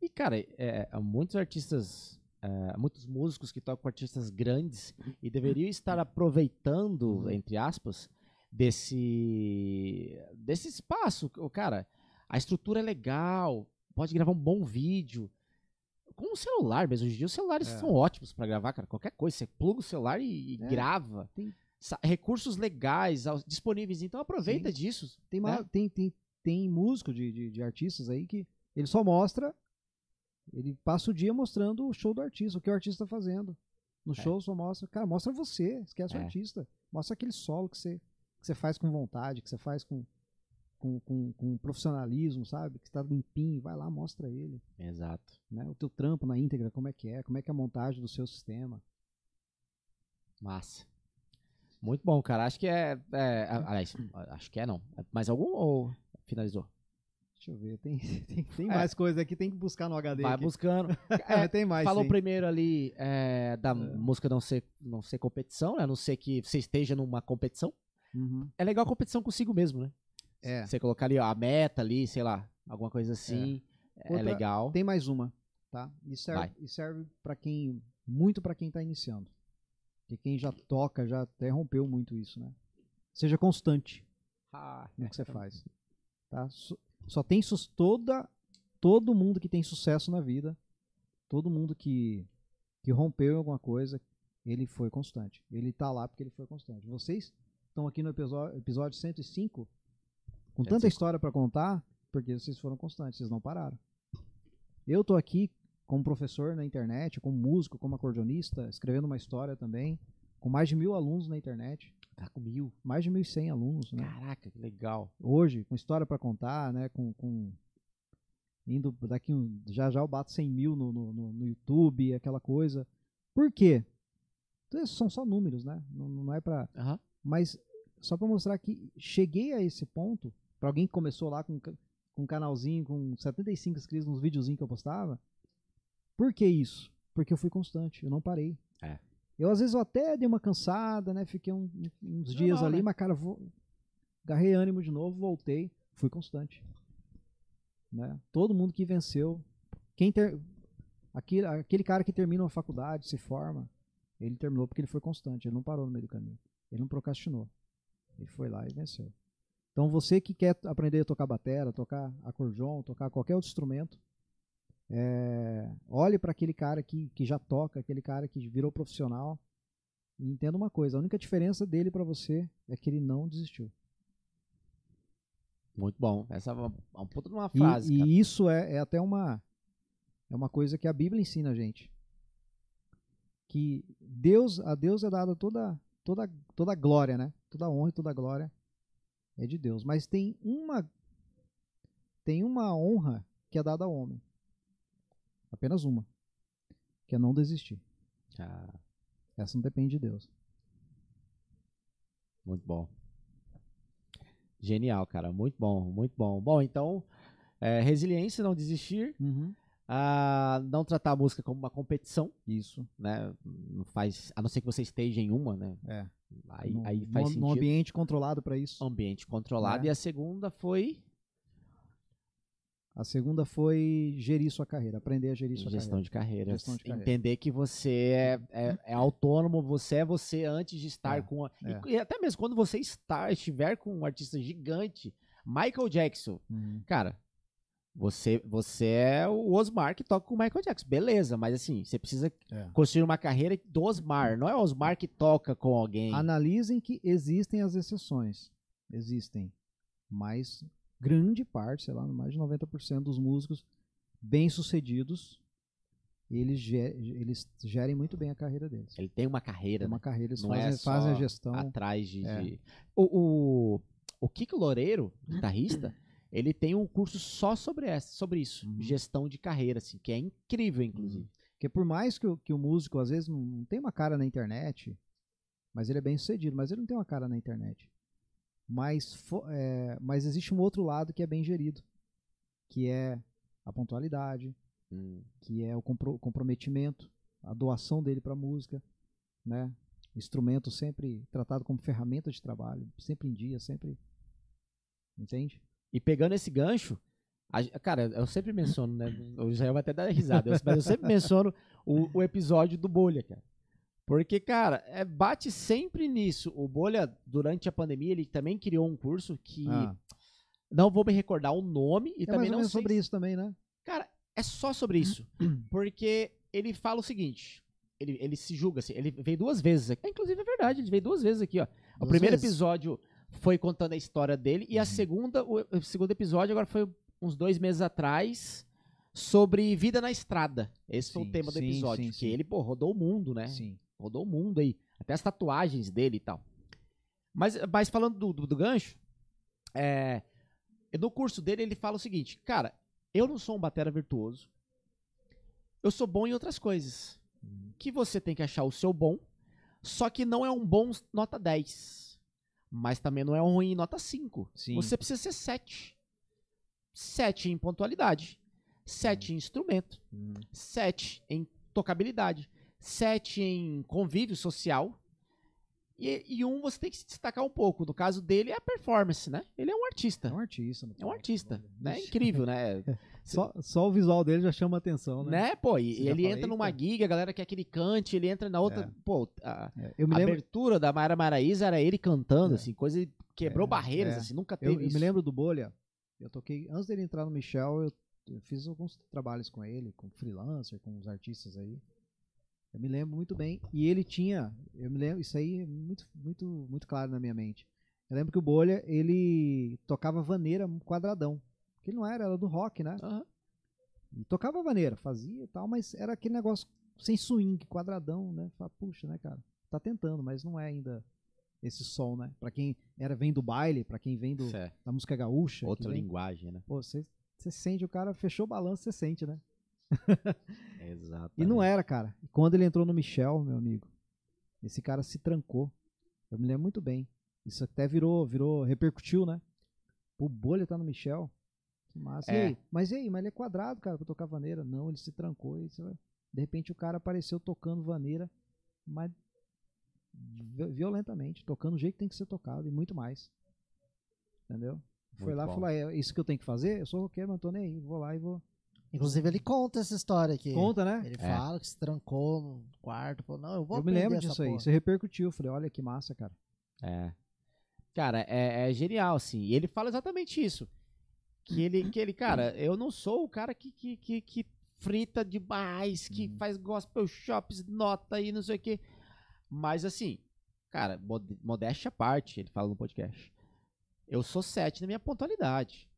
A: E, cara, é, muitos artistas, é, muitos músicos que tocam com artistas grandes e deveriam estar aproveitando, entre aspas, desse, desse espaço. Cara, a estrutura é legal, pode gravar um bom vídeo. Com o celular mesmo. Hoje em dia os celulares é. são ótimos para gravar, cara. Qualquer coisa, você pluga o celular e, e grava. Tem... Recursos legais disponíveis, então aproveita Sim. disso.
C: Tem, né? uma, tem, tem, tem músico de, de, de artistas aí que ele só mostra ele passa o dia mostrando o show do artista, o que o artista está fazendo. No é. show só mostra, cara, mostra você, esquece é. o artista. Mostra aquele solo que você, que você faz com vontade, que você faz com, com, com, com profissionalismo, sabe? Que está limpinho, vai lá, mostra ele.
A: Exato.
C: Né? O teu trampo na íntegra, como é que é, como é que é a montagem do seu sistema.
A: Massa. Muito bom, cara. Acho que é. é aliás, acho que é não. Mais algum ou finalizou?
C: Deixa eu ver, tem, tem, tem é. mais coisa aqui, tem que buscar no HD.
A: Vai
C: aqui.
A: buscando.
C: É, tem mais.
A: Falou sim. primeiro ali é, da música não ser, não ser competição, né? A não ser que você esteja numa competição. Uhum. É legal a competição consigo mesmo, né?
C: É.
A: Você colocar ali ó, a meta ali, sei lá, alguma coisa assim. É, Outra, legal.
C: Tem mais uma, tá? E serve, e serve para quem. Muito para quem tá iniciando. Porque quem já toca, já até rompeu muito isso, né? Seja constante
A: ah,
C: no que você faz. Tá? só tem toda todo mundo que tem sucesso na vida, todo mundo que que rompeu em alguma coisa, ele foi constante. Ele tá lá porque ele foi constante. Vocês estão aqui no episódio, episódio 105 com tanta 105. história para contar, porque vocês foram constantes, vocês não pararam. Eu tô aqui como professor na internet, como músico, como acordeonista, escrevendo uma história também, com mais de mil alunos na internet.
A: Tá com mil.
C: Mais de 1.100 alunos, né?
A: Caraca, que legal.
C: Hoje, com história para contar, né? Com, com indo daqui um, já já eu bato 100 mil no, no, no, YouTube, aquela coisa. Por quê? Então, são só números, né? Não, não é para.
A: Uhum.
C: Mas só para mostrar que cheguei a esse ponto para alguém que começou lá com, com um canalzinho com 75 inscritos nos videozinhos que eu postava. Por que isso? Porque eu fui constante, eu não parei.
A: É.
C: um, Eu às vezes eu até dei uma cansada, né? Fiquei um, uns dias não, não, ali, né? mas cara, vou, Garrei ânimo de novo, voltei, fui constante. Né? Todo mundo que venceu, quem ter, aquele, aquele cara que termina uma faculdade, se forma, ele terminou porque ele foi constante, ele não parou no meio do caminho, ele não procrastinou. Ele foi lá e venceu. Então você que quer aprender a tocar batera, tocar acordeon, tocar qualquer outro instrumento, é, olhe para aquele cara que, que já toca, aquele cara que virou profissional e entenda uma coisa: a única diferença dele para você é que ele não desistiu.
A: Muito bom. Essa é uma, uma puta de uma frase.
C: E,
A: cara.
C: e isso é, é até uma é uma coisa que a Bíblia ensina a gente que Deus a Deus é dada toda toda toda a glória, né? Toda a honra e toda a glória é de Deus, mas tem uma tem uma honra que é dada ao homem. Apenas uma. Que é não desistir.
A: Ah,
C: Essa não depende de Deus.
A: muito bom. Genial, cara. Muito bom, muito bom. Bom, então, é, resiliência, não desistir. ah, não tratar a música como uma competição,
C: Isso.
A: né? Não faz, a não ser que você esteja em uma, né?
C: É.
A: Aí,
C: Num-
A: aí faz
C: num-
A: sentido.
C: Num ambiente controlado para isso.
A: Ambiente controlado.
C: Né?
A: E a segunda foi
C: A segunda foi gerir sua carreira, aprender a gerir sua
A: gestão de carreira.
C: Gestão de carreira.
A: Entender que você é, é- é autônomo, você é você antes de estar
C: É,
A: com. a- e-
C: é.
A: E, até mesmo quando você está, estiver com um artista gigante, Michael Jackson,
C: carreira.
A: cara. Você, você é o Osmar que toca com o Michael Jackson, beleza, mas assim, você precisa
C: É.
A: construir uma carreira do Osmar, não é o Osmar que toca com alguém.
C: Ah, Analisem que existem as exceções. Existem. Mas grande parte, sei lá, mais de 90% dos músicos bem-sucedidos, eles, ge- eles gerem muito bem a carreira deles.
A: Ele tem uma carreira
C: Tem uma
A: É né,
C: carreira, eles
A: Não
C: fazem,
A: é só
C: fazem a gestão.
A: atrás de.
C: é.
A: de- O, o, o Kiko Loureiro, guitarrista, ele tem um curso só sobre, essa, sobre isso,
C: Uhum.
A: gestão de carreira, assim, que é incrível, inclusive.
C: Porque por mais que o, que o músico, às vezes, não, não tem uma cara na internet, mas ele é bem-sucedido, mas ele não tem uma cara na internet. Mas, fo- é, mas existe um outro lado que é bem gerido, que é a pontualidade, que é o compro- comprometimento, a doação dele para a música, né? Instrumento sempre tratado como ferramenta de trabalho, sempre em dia, sempre. Entende?
A: E pegando esse gancho, a ge- cara, eu sempre menciono, né? O Israel vai até dar risada, eu- mas eu sempre menciono o, o episódio do Bolha, cara. Porque, cara, é, bate sempre nisso. O Bolha, durante a pandemia, ele também criou um curso que.
C: Ah,
A: Não vou me recordar o nome e
C: é
A: também
C: mais ou
A: não
C: menos
A: sei
C: sobre isso também, né?
A: Cara, é só sobre isso. Porque ele fala o seguinte. Ele, ele se julga assim. Ele veio duas vezes aqui. Inclusive, é verdade, ele veio duas vezes aqui, ó. o
B: Duas
A: primeiro
B: vezes.
A: episódio foi contando a história dele. E a
C: Uhum.
A: segunda, o, o segundo episódio agora foi uns dois meses atrás. Sobre vida na estrada. Esse foi o
C: Sim,
A: tema do
C: sim,
A: episódio.
C: sim,
A: que
C: sim.
A: ele, pô, rodou o mundo, né?
C: Sim.
A: rodou o mundo aí. Até as tatuagens dele e tal. Mas, mas falando do, do, do gancho, é, no curso dele ele fala o seguinte, cara, eu não sou um batera virtuoso. Eu sou bom em outras coisas. Que você tem que achar o seu bom, só que não é um bom nota 10. Mas também não é um ruim nota 5.
C: Sim.
A: Você precisa ser 7. 7 em pontualidade.
C: Hum.
A: 7 em instrumento. 7 em tocabilidade, 7 em convívio social. E, e um você tem que se destacar um pouco. No caso dele é a performance, né? Ele é um
C: É
A: artista.
C: um artista. no
A: É um
C: palco,
A: artista,
C: olha.
A: né?
C: Ixi.
A: Incrível, né?
C: Só, só o visual dele já chama atenção, né?
A: né? Pô, e
C: Você já
A: ele
C: fala,
A: entra numa
C: "Eita."
A: giga, a galera quer que ele cante, ele entra na outra.
C: É.
A: Pô, a
C: É, eu me
A: Né? a
C: lembro,
A: abertura da Mara Maraíza era ele cantando,
C: É.
A: assim, coisa quebrou
C: É,
A: barreiras,
C: é.
A: assim, nunca teve
C: eu, eu
A: isso.
C: me lembro do Bolha. Eu toquei antes dele entrar no Michel, eu, eu fiz alguns trabalhos com ele, com freelancer, com os artistas aí. Eu me lembro muito bem. E ele tinha, eu me lembro, isso aí é muito, muito, muito claro na minha mente. Eu lembro que o Bolha, ele tocava vaneira quadradão. Que ele não era, era do rock, né?
A: Aham.
C: E tocava vaneira, fazia e tal, mas era aquele negócio sem swing, quadradão, né? Fala, puxa, né, cara? Tá tentando, mas não é ainda esse som, né? Pra quem era vem do baile, pra quem vem do,
A: Isso é
C: da música gaúcha. que
A: outra
C: vem-
A: linguagem, né?
C: Pô, você, você sente, o cara fechou o balanço, você sente, né?
A: Exato.
C: E não é. era, cara. E Quando ele entrou no Michel, meu amigo, esse cara se trancou. Eu me lembro muito bem. Isso até virou, virou, repercutiu, né? O bolha tá no Michel. Que massa. E
A: É.
C: aí? Mas e aí? Mas ele é quadrado, cara, pra tocar vaneira. Não, ele se trancou. E você vai- De repente o cara apareceu tocando vaneira, mas vi- violentamente, tocando do jeito que tem que ser tocado e muito mais. Entendeu? Foi
A: Muito
C: lá e
A: bom.
C: falou: "Ah, é isso que eu tenho que fazer? Eu sou roqueiro, mas não tô nem aí. Vou lá e vou.
B: Inclusive, ele conta essa história aqui.
C: Conta, né?
B: Ele
A: É.
B: fala que se trancou no quarto. Falou, não, eu vou
C: Eu me lembro
B: aprender
C: disso
B: essa
C: aí.
B: porra.
C: Isso repercutiu. Eu Falei: olha que massa, cara.
A: É. Cara, é, é genial, assim. E ele fala exatamente isso. Que ele, que ele cara, eu não sou o cara que, que, que, que frita demais, que faz gospel shops, nota e não sei o quê. Mas, assim, cara, mod- modéstia à parte, ele fala no podcast. Eu sou sete na minha pontualidade.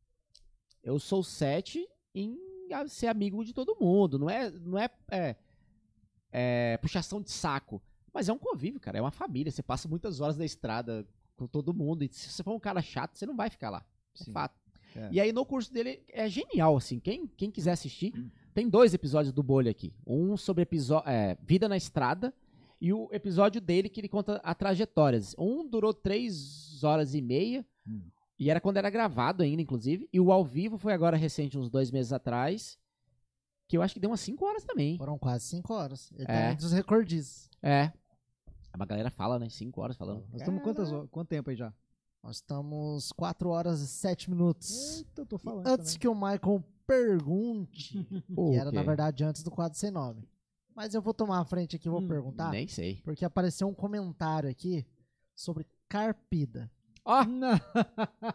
A: Eu sou sete em a- ser amigo de todo mundo. Não é, não é, é, é puxação de saco. Mas é um convívio, cara. É uma família. Você passa muitas horas na estrada com todo mundo. E se você for um cara chato, você não vai ficar lá. Isso
C: Sim.
A: é fato.
C: É.
A: E aí no curso dele é genial, assim. Quem, quem quiser assistir,
C: Hum.
A: tem dois episódios do Bolha aqui. Um sobre episo- é, Vida na Estrada e o episódio dele que ele conta a trajetórias. Um durou três horas e meia.
C: Hum.
A: E era quando era gravado ainda, inclusive. E o ao vivo foi agora recente, uns dois meses atrás. Que eu acho que deu umas cinco horas também. hein?
B: Foram quase cinco horas. Ele
A: É.
B: tá entre os recordistas.
A: É. Uma galera fala, né? Cinco horas falando.
C: Nós
B: É.
C: estamos quantas horas- quanto tempo aí já?
B: Nós estamos quatro horas e sete minutos.
C: Eita, eu tô Hum, falando.
B: Antes que o Michael pergunte,
A: O
B: que era
A: quê?
B: na verdade antes do quadro sem nome. Mas eu vou tomar a frente aqui e vou
C: Hum,
B: perguntar,
A: Nem sei.
B: porque apareceu um comentário aqui sobre carpida.
A: Ó,
C: Não.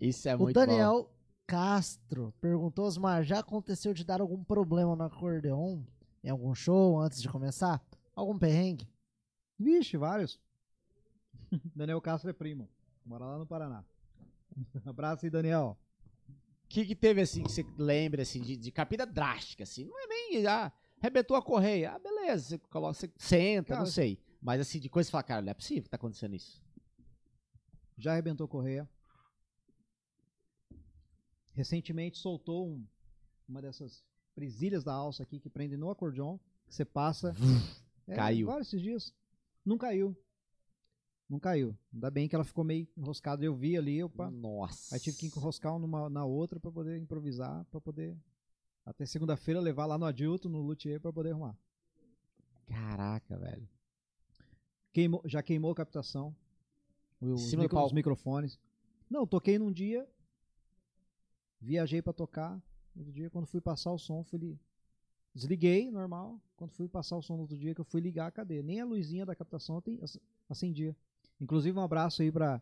A: isso é
B: o
A: muito bom.
B: Daniel Castro perguntou, Osmar, já aconteceu de dar algum problema no acordeon em algum show antes de começar? Algum perrengue?
C: Vixe, vários. Daniel Castro é primo. Mora lá no Paraná. Abraço aí, Daniel.
A: O que, que teve assim que você lembra assim de, de capida drástica assim? Não é nem ah, arrebentou a correia. Ah, beleza, você coloca, você senta,
C: Cara,
A: não sei. Mas assim de coisa você fala, cara, não é possível que tá acontecendo isso.
C: Já arrebentou correia. Recentemente soltou um- uma dessas presilhas da alça aqui que prende no acordeon. Que você passa. É,
A: Caiu.
C: Agora esses dias. Não caiu. Não caiu. Ainda bem que ela ficou meio enroscada. Eu vi ali, opa.
A: Nossa.
C: Aí tive que enroscar uma na outra pra poder improvisar, pra poder até segunda-feira levar lá no Adilto, no Luthier, pra poder arrumar.
A: Caraca, velho.
C: Queimou, já queimou a captação. o- Os,
A: Cima do
C: micro-
A: palco.
C: os microfones. Não, toquei num dia, viajei pra tocar. Outro dia, quando fui passar o som, fui li- desliguei, normal. Quando fui passar o som no outro dia, que eu fui ligar, cadê? Nem a luzinha da captação eu tenho- ac- acendia. Inclusive, um abraço aí pra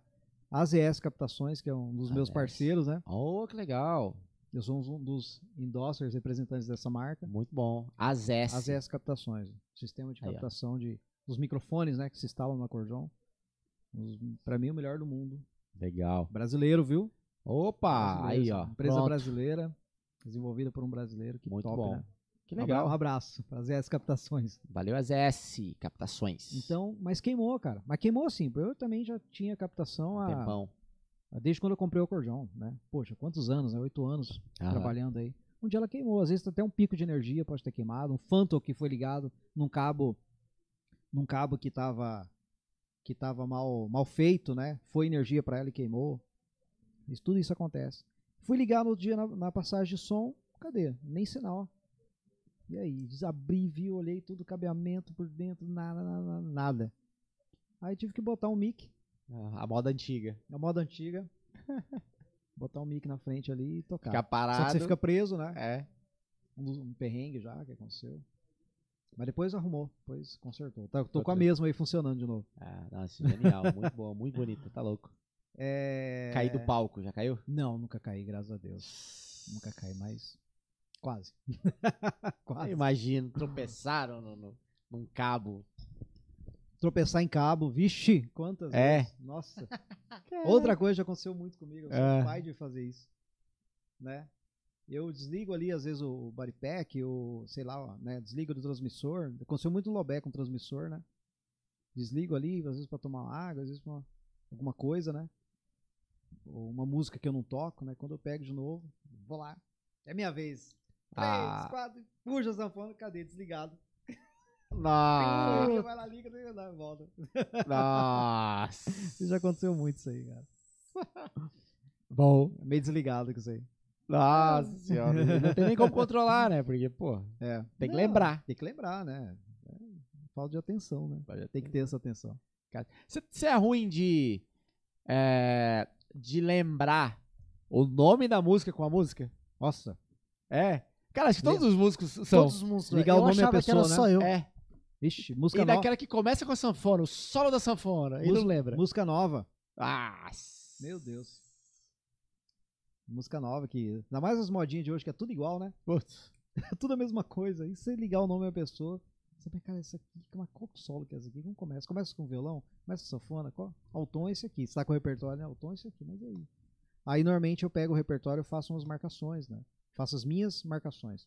C: AZS Captações, que é um dos meus
A: AZS.
C: parceiros, né?
A: Oh, que legal.
C: Eu sou um dos endorsers, representantes dessa marca.
A: Muito bom. Azés.
C: As ES captações, sistema de
A: Aí, ó.
C: captação de dos microfones, né, que se instalam no acordeon. Para mim o melhor do mundo.
A: Legal.
C: Brasileiro, viu?
A: Opa,
C: Brasileiro,
A: Ah, aí
C: essa
A: ó.
C: Empresa
A: Pronto.
C: brasileira, desenvolvida por um brasileiro, que
A: Muito
C: top,
A: bom.
C: né?
A: Que
C: Um abra-
A: legal.
C: Um abraço para as ES captações.
A: Valeu Azés, captações.
C: Então, mas queimou, cara. Mas queimou assim, eu também já tinha captação há,
A: tempão.
C: desde quando eu comprei o acordeon, né? Poxa, quantos anos, né? Oito anos
A: Aham.
C: trabalhando aí. Um dia ela queimou, às vezes até um pico de energia pode ter queimado, um phantom que foi ligado num cabo num cabo que tava que tava mal mal feito, né? Foi energia para ela e queimou. Isso tudo isso acontece. Fui ligar no outro dia na, na passagem de som, cadê? Nem sinal. E aí, desabri, vi, olhei tudo, cabeamento por dentro, nada, nada, nada. Aí tive que botar um mic
A: A moda antiga.
C: na moda antiga. botar um mic na frente ali e tocar.
A: Ficar parado.
C: Tá. Só que você fica preso, né?
A: É.
C: um, dos- um perrengue já que aconteceu. Mas depois arrumou, depois consertou. Tá, tô
A: Tá
C: com a
A: tranquilo.
C: mesma aí funcionando de novo.
A: Ah, nossa, genial. muito bom, muito bonito. Tá louco.
C: É...
A: Caí do palco, já caiu?
C: Não, nunca caí, graças a Deus. Nunca caí, mas quase.
A: Eu
C: quase.
A: imagino, tropeçaram no, no- num cabo.
C: Tropeçar em cabo, vixe, quantas
A: É.
C: vezes. Nossa. Outra coisa já aconteceu muito comigo, eu sou
A: É.
C: pai de fazer isso. Né? Eu desligo ali, às vezes, o body pack, o, sei lá, ó, né? Desligo do transmissor. Aconteceu muito no lobé com o transmissor, né? Desligo ali, às vezes pra tomar água, às vezes pra alguma coisa, né? Ou uma música que eu não toco, né? Quando eu pego de novo, vou lá. É minha vez. Três,
A: Ah.
C: quatro, puxa a sanfona, cadê? Desligado.
A: Nossa!
C: Vai lá, liga, liga, dá, volta.
A: Nossa!
C: Já aconteceu muito isso aí, cara.
A: Bom.
C: Meio desligado com isso aí. Ah,
A: Nossa senhora. Não tem nem como controlar, né? Porque, pô,
C: É.
A: tem que
C: Não,
A: lembrar.
C: Tem que lembrar, né? É, falta de atenção, né? Tem que ter essa atenção.
A: Você é ruim de. é, de lembrar o nome da música com a música?
C: Nossa,
A: É. Cara, acho que todos os músicos são.
B: Todos os músicos.
C: Ligar o
B: eu
C: nome à
B: achava que era
C: pessoa, né?
B: só eu.
A: É.
C: ixi, música
A: E
C: nova.
A: daquela que começa com a sanfona, o solo da sanfona. E
C: Música-
A: não lembra.
C: Música nova.
A: Ah,
C: Meu Deus. Música nova que. Ainda mais as modinhas de hoje, que é tudo igual, né?
A: Putz.
C: É tudo a mesma coisa. E você ligar o nome da pessoa. Você pensa, cara, isso aqui, mas qual que solo que é essa aqui? Como começa? Começa com violão? Começa com sanfona? Qual? Ah, o tom é esse aqui. Você tá com o repertório, né? Ah, O tom é esse aqui, mas e aí? Aí normalmente eu pego o repertório e faço umas marcações, né? Faço as minhas marcações.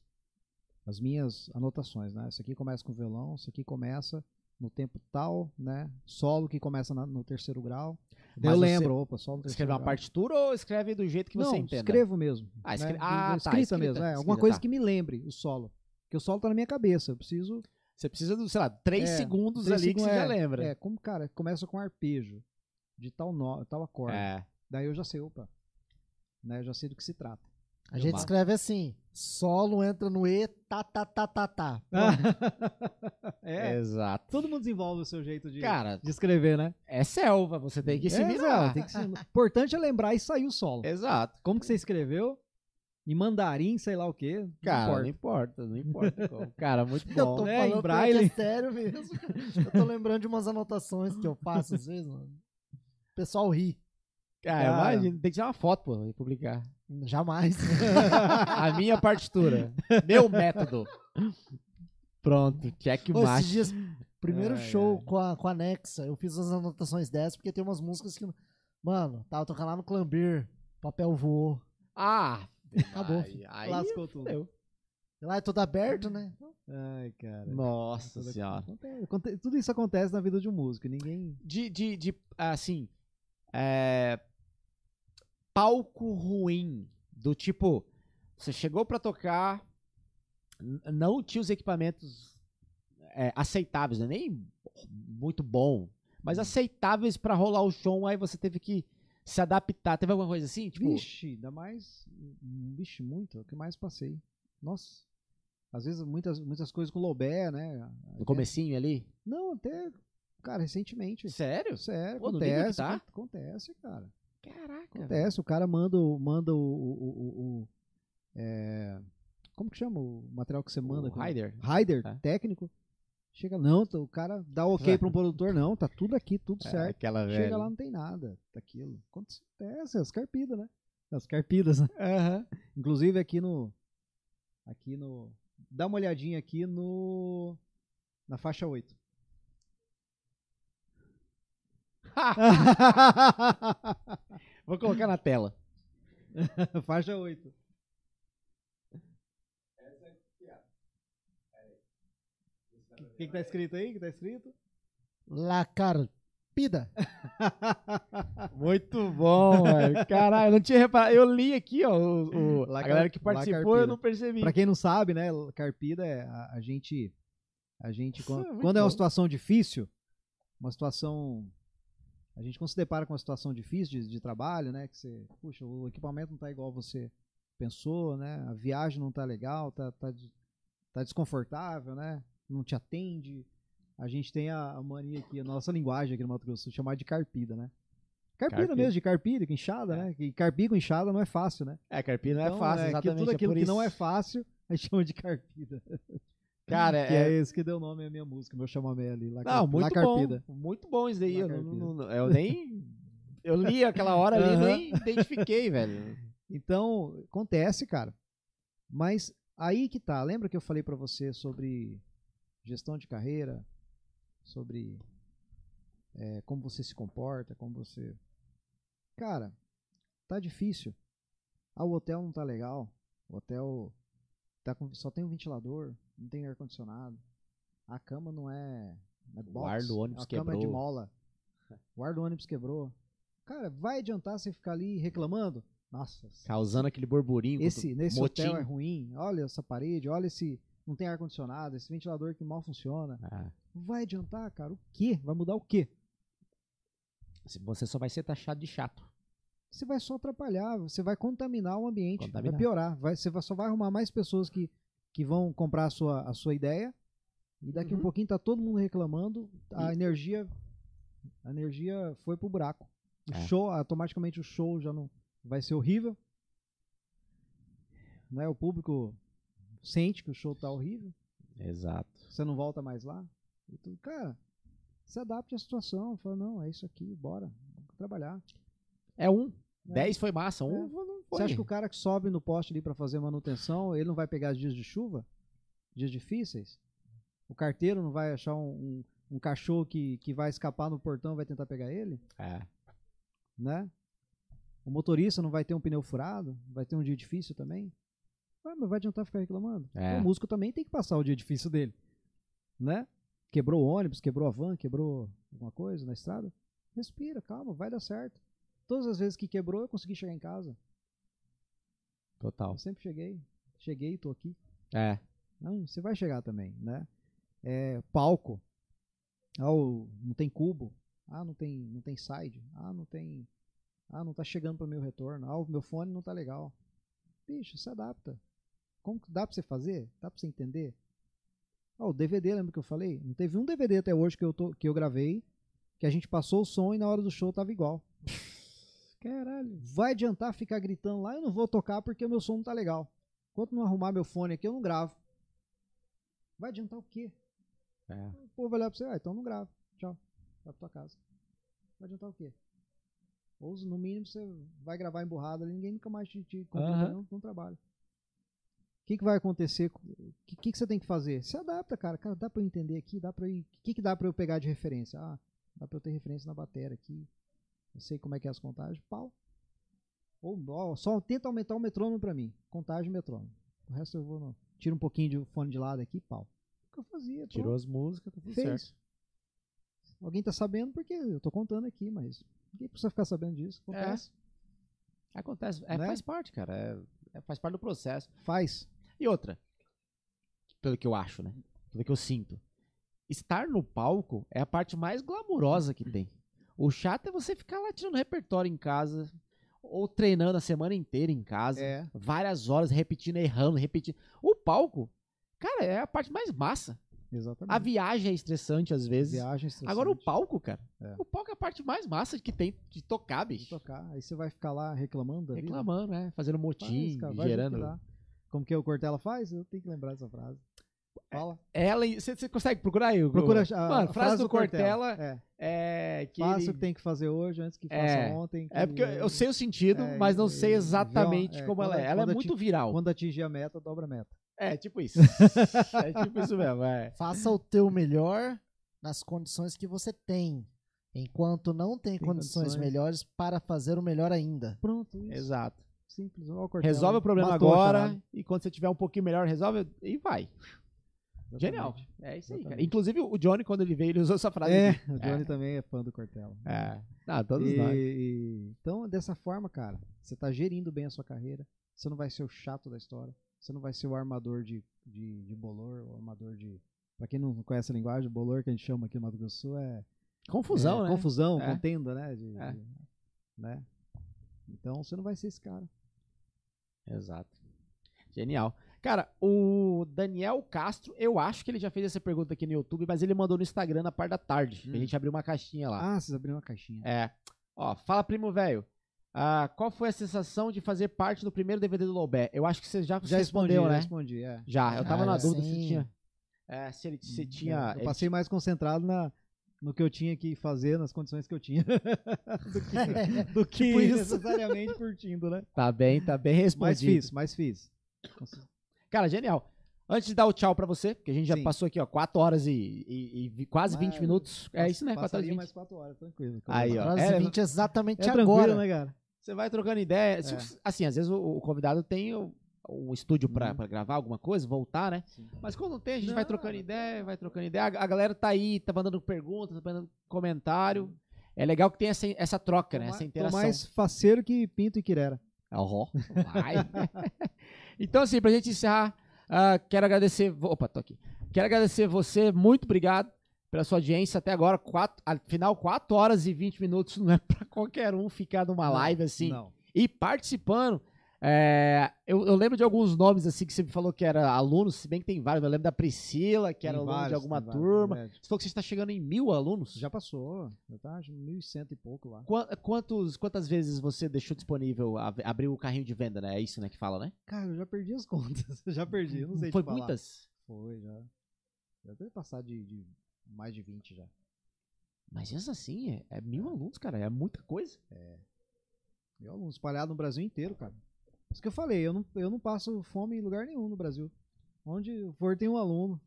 C: As minhas anotações, né? Isso aqui começa com violão, isso aqui começa no tempo tal, né? Solo que começa na- no terceiro grau.
A: Mas
C: Daí eu
A: você-
C: lembro, opa, solo no terceiro
A: Escreve uma
C: grau
A: partitura ou escreve do jeito que
C: não,
A: você entenda?
C: escrevo mesmo.
A: Ah, escre-
C: né?
A: ah, tá,
C: escrita,
A: escrita,
C: mesmo. É, alguma
A: escrita,
C: coisa
A: tá.
C: que me lembre o solo. Porque o solo tá na minha cabeça. Eu preciso.
A: Você precisa, do, sei lá, três
C: É,
A: segundos
C: três
A: ali que você
C: segundos,
A: já
C: é,
A: lembra.
C: É, como, cara, começa com arpejo de tal, nó, tal acorde.
A: É.
C: Daí eu já sei, opa. Né, eu já sei do que se trata.
B: A gente
A: Mar-
B: escreve assim: solo entra no E, tá, tá, tá, tá, tá.
C: Ah, é.
A: Exato.
C: Todo mundo desenvolve o seu jeito de,
A: Cara,
C: de escrever, né?
A: é selva, você tem que se
C: É,
A: virar.
C: exato, tem que se- O importante é lembrar e sair o solo.
A: Exato.
C: Como que você escreveu? Em mandarim, sei lá o quê. não
A: Cara,
C: importa.
A: não importa, não importa. como. Cara, muito
B: Eu
A: bom.
B: tô
C: né,
B: falando
C: em
B: pra ele
C: braille.
B: que é sério mesmo. Eu tô lembrando de umas anotações que eu faço às vezes, mano. O pessoal ri.
A: Cara,
C: Cara.
A: imagina, tem que tirar uma foto, pô, e publicar.
B: Jamais.
A: A minha partitura. meu método. Pronto, check
B: Pô, esses
A: mate.
B: dias, primeiro
C: Ai,
B: show
C: ai.
B: Com, a, com a Nexa, eu fiz as anotações dessas, porque tem umas músicas que. Mano, tava tocando lá no Clambir, papel voou.
A: Ah,
B: Acabou,
A: Aí, aí-
C: Lascou tudo.
A: fudeu.
B: E Lá é tudo aberto, né?
C: Ai, cara.
A: Né, Nossa
C: Tudo
A: senhora.
C: aconte- aconte- Tudo isso acontece na vida de um músico. Ninguém.
A: De, de, de assim, é, palco ruim. Do tipo, você chegou pra tocar, n- não tinha os equipamentos é, aceitáveis, né? nem muito bom, mas
C: Uhum.
A: aceitáveis pra rolar o show, aí você teve que se adaptar. Teve alguma coisa assim? Tipo,
C: Vixe, ainda mais. hum, Vixe, muito. É o que mais passei. Nossa. Às vezes, muitas, muitas coisas com lobé, né?
A: no comecinho ali?
C: Não, até. Cara, recentemente.
A: Sério?
C: Sério,
A: Pô, no nível
C: acontece.
A: que tá?
C: acon- Acontece, cara.
A: Caraca. velho.
C: Acontece. O cara manda, o- manda o. o, o- o- o- é, como que chama o material que você manda?
A: O
C: cara?
A: Ryder.
C: Raider,
A: É.
C: técnico. Chega, não, tá- o cara dá ok pra um produtor, não, tá tudo aqui,
A: É,
C: tudo certo.
A: Aquela
C: Chega lá, não tem nada daquilo. Acontece, é, as carpidas, né? As carpidas, né? Inclusive aqui no. Aqui no. Dá uma olhadinha aqui no. Na faixa 8.
A: Vou colocar na tela.
C: faixa 8. O que, que tá escrito aí? O que tá escrito?
B: La Carpida.
A: Muito bom, velho. Caralho, eu não tinha reparado. Eu li aqui, ó, o- o-
C: Lá
A: a
C: car-
A: galera que
C: lá
A: participou,
C: carpida.
A: eu não percebi.
C: Pra quem não sabe, né? Carpida é a, a gente. A gente.
A: Isso é
C: Quando,
A: muito
C: quando é uma
A: bom.
C: situação difícil, uma situação. A gente quando se depara com uma situação difícil de, de trabalho, né? Que você. Puxa, o equipamento não tá igual você pensou, né? A viagem não tá legal, tá, tá, de- tá desconfortável, né? Não te atende. A gente tem a, a mania aqui, a nossa linguagem aqui no Mato Grosso, chamar de carpida, né? Carpida,
A: Carpida.
C: mesmo, de carpida, com inchada, né? E carpir com inchada não é fácil, né?
A: É, carpida não é
C: Então,
A: fácil,
C: que
A: exatamente.
C: Tudo
A: é
C: aquilo
A: por
C: que não é
A: isso.
C: fácil, a gente chama de carpida.
A: Cara,
C: que
A: é...
C: é esse que deu nome à minha música, meu chamamé ali. Lá,
A: Não, muito
C: carpida.
A: bom. Muito bom isso daí.
C: Lá
A: Eu, não-
C: carpida.
A: não- não- eu nem... Eu li aquela hora ali e
C: Aham.
A: nem identifiquei, velho.
C: Então, acontece, cara. Mas aí que tá. Lembra que eu falei pra você sobre gestão de carreira? Sobre é, como você se comporta, como você. Cara, tá difícil. Ah, o hotel não tá legal. O hotel tá com- só tem um ventilador, não tem ar-condicionado. A cama não é. é box,
A: ar do ônibus
C: A cama é de
A: quebrou.
C: mola. O ar do ônibus quebrou. Cara, vai adiantar você ficar ali reclamando? Nossa,
A: Causando aquele burburinho.
C: esse, nesse
A: motim.
C: hotel é ruim. Olha essa parede, olha esse. Não tem ar-condicionado, esse ventilador que mal funciona.
A: Ah,
C: Vai adiantar, cara? O quê? Vai mudar o quê?
A: você só vai ser taxado de chato.
C: Você vai só atrapalhar, você vai contaminar o ambiente,
A: Contaminar.
C: vai piorar. Vai, você vai- só vai arrumar mais pessoas que, que vão comprar a sua, a sua ideia. E daqui
A: Uhum.
C: um pouquinho tá todo mundo reclamando, a energia a energia foi pro buraco. O
A: É.
C: show, automaticamente o show já não vai ser horrível. Né? O público sente que o show tá horrível.
A: Exato.
C: Você não volta mais lá. E tu, cara, se adapte à situação. Fala, não, é isso aqui, bora. Vamos trabalhar.
A: É um.
C: É.
A: Dez foi massa, um
C: É.
A: foi- não foi.
C: Você acha que o cara que sobe no poste ali pra fazer manutenção, ele não vai pegar dias de chuva? Dias difíceis? O carteiro não vai achar um, um, um cachorro que, que vai escapar no portão e vai tentar pegar ele?
A: É.
C: né? O motorista não vai ter um pneu furado, vai ter um dia difícil também. Ah, mas vai adiantar ficar reclamando.
A: É.
C: O músico também tem que passar o dia difícil dele, né? Quebrou o ônibus, quebrou a van, quebrou alguma coisa na estrada. Respira, calma, vai dar certo. Todas as vezes que quebrou, eu consegui chegar em casa.
A: Total.
C: Eu sempre cheguei, cheguei, tô aqui.
A: É.
C: Não, você vai chegar também, né? É, palco. Ah, o- não tem cubo. Ah, não tem, não tem side. Ah, não tem. Ah, não tá chegando para meu retorno. Ah, o meu fone não tá legal. Bicho, se adapta. Como que dá para você fazer? Dá para você entender? Ah, o DVD, lembra que eu falei? Não teve um DVD até hoje que eu tô, que eu gravei que a gente passou o som e na hora do show tava igual. Caralho. Vai adiantar ficar gritando lá, eu não vou tocar porque o meu som não tá legal. Enquanto não arrumar meu fone aqui, eu não gravo. Vai adiantar o quê?
A: É.
C: O povo vai olhar pra você, ah, então não grava. Tchau. Vai pra tua casa. Vai adiantar o quê? Ou no mínimo você vai gravar emburrado ali, ninguém nunca mais te, te convida
A: Aham.
C: não, não trabalho. O que, que vai acontecer? O que, que, que você tem que fazer? Se adapta, cara. Cara, dá pra eu entender aqui? Dá pra eu. O que, que dá pra eu pegar de referência? Ah, dá pra eu ter referência na bateria aqui. Eu sei como é que é as contagens. Pau. Ou ó, só tenta aumentar o metrônomo pra mim. Contagem e metrônomo. O resto eu vou. No... Tira um pouquinho de fone de lado aqui, pau. É O que eu fazia? pô.
A: Tirou as músicas, tá tudo
C: Fez.
A: certo.
C: Alguém tá sabendo porque eu tô contando aqui, mas ninguém precisa ficar sabendo disso. Acontece.
A: Acontece. É,
C: Né?
A: Faz parte, cara. É- é, faz parte do processo.
C: Faz.
A: E outra, pelo que eu acho, né? Pelo que eu sinto. Estar no palco é a parte mais glamurosa que tem. O chato é você ficar lá tirando repertório em casa, ou treinando a semana inteira em casa,
C: É.
A: várias horas repetindo, errando, repetindo. O palco, cara, é a parte mais massa.
C: Exatamente.
A: A viagem é estressante às vezes.
C: Viagem é
A: Agora o
C: estressante.
A: palco, cara.
C: É.
A: O palco é a parte mais massa que tem de tocar,
C: de
A: bicho.
C: tocar. Aí você vai ficar lá reclamando da vida?
A: Reclamando, né? Fazendo
C: Faz,
A: motim,
C: cara, vai
A: gerando.
C: do que dá. Como que é o Cortella faz? Eu tenho que lembrar dessa frase. Fala.
A: Ela, você consegue procurar aí? o-
C: Procura a, a
A: É. Mano, frase, do, Cortella,
C: É,
A: é que
C: faça o
A: ele-
C: que tem que fazer hoje antes que faça
A: É.
C: ontem. que-
A: É porque eu- eu sei o sentido,
C: É,
A: mas não
C: e-
A: sei
C: e-
A: exatamente
C: é,
A: como ela
C: quando-
A: é. Ela é
C: quando
A: muito viral.
C: Quando atingir a meta, dobra a meta.
A: É, tipo isso. é tipo isso mesmo, é.
B: Faça o teu melhor nas condições que você tem. Enquanto não tem, condições,
C: condições.
B: melhores para fazer o melhor ainda.
C: Pronto, isso.
A: Exato.
C: Simples. Ó, o Cortella,
A: Resolve o problema
C: matou a
A: agora
C: charada.
A: e quando você tiver um pouquinho melhor, resolve e vai.
C: Exatamente.
A: Genial. É isso aí, cara.
C: Exatamente.
A: Inclusive, o Johnny, quando ele veio, ele usou essa frase.
C: É,
A: aqui.
C: o Johnny também é fã do Cortella.
A: É. Ah, todos
C: E-
A: nós.
C: e- então, dessa forma, cara, você tá gerindo bem a sua carreira. Você não vai ser o chato da história. Você não vai ser o armador de, de, de bolor, o armador de. Pra quem não conhece a linguagem, bolor que a gente chama aqui no Mato Grosso do Sul é.
A: Confusão,
C: é,
A: né?
C: Confusão,
A: É.
C: contenda, né? de-
A: É.
C: de- né? Então você não vai ser esse cara.
A: Exato. Genial. Cara, o Daniel Castro, eu acho que ele já fez essa pergunta aqui no YouTube, mas ele mandou no Instagram na parte da tarde.
C: Hum.
A: A gente abriu uma caixinha lá.
C: Ah, vocês abriram uma caixinha.
A: É. Ó, fala, primo velho. Ah, qual foi a sensação de fazer parte do primeiro DVD do Lobé? Eu acho que você já,
C: já respondi,
A: respondeu,
C: já
A: né?
C: respondi, é. Hum,
A: Já, eu tava
B: Ah,
A: na
B: sim.
A: dúvida se tinha. É, se ele se tinha.
C: Eu passei mais concentrado na, no que eu tinha que fazer, nas condições que eu tinha. do que, do que
A: Tipo isso.
C: necessariamente curtindo, né?
A: Tá bem, tá bem
C: Mas
A: respondido.
C: fiz, mas fiz.
A: Cara, genial. Antes de dar o tchau pra você, porque a gente já
C: Sim.
A: passou aqui, ó, 4 horas e, e- e vi- quase 20
C: Mas-
A: minutos. É isso, né? 4 horas e
C: Passaria
A: 20.
C: mais 4 horas, tranquilo.
A: Aí, ó.
B: Frase
A: É,
B: 20 exatamente
C: É
B: agora.
C: tranquilo, né, cara?
A: Você vai trocando ideia.
C: É.
A: Se- Assim, às vezes o, o convidado tem o- um estúdio pra,
C: Uhum.
A: pra gravar alguma coisa, voltar, né?
C: Sim.
A: Mas quando não tem, a gente vai
C: Não.
A: trocando ideia, vai trocando ideia. A, a galera tá aí, tá mandando perguntas, tá mandando comentário. É legal que tem essa, essa troca, né? Essa
C: Tô
A: interação.
C: mais faceiro que Pinto e Quirera.
A: Ahó, vai. então, assim, pra gente encerrar, ah, quero agradecer. vo- Opa, tô aqui. Quero agradecer você, muito obrigado pela sua audiência até agora. Quatro, afinal, 4 horas e 20 minutos não é pra qualquer um ficar numa live assim
C: Não.
A: e participando. É, eu, eu lembro de alguns nomes assim que você me falou que era aluno, se bem que tem vários. Eu lembro da Priscila, que era
C: Tem
A: aluno de
C: vários,
A: alguma
C: tem vários,
A: turma.
C: é.
A: Você falou que você está chegando em mil alunos?
C: Já passou, já tá acho, 1.100 e pouco lá.
A: Qua- Quantos, quantas vezes você deixou disponível, a- abriu o carrinho de venda, né? É isso né, que fala, né?
C: Cara, eu já perdi as contas. Eu já perdi, eu não sei te
A: Foi
C: falar.
A: muitas?
C: Foi, já. Já deve passar de, de mais de 20 já.
A: Mas isso assim, é, é mil alunos, cara, é muita coisa.
C: Meu aluno espalhado no Brasil inteiro, cara. Por isso que eu falei, eu não, eu não passo fome em lugar nenhum no Brasil. Onde eu for tem um aluno.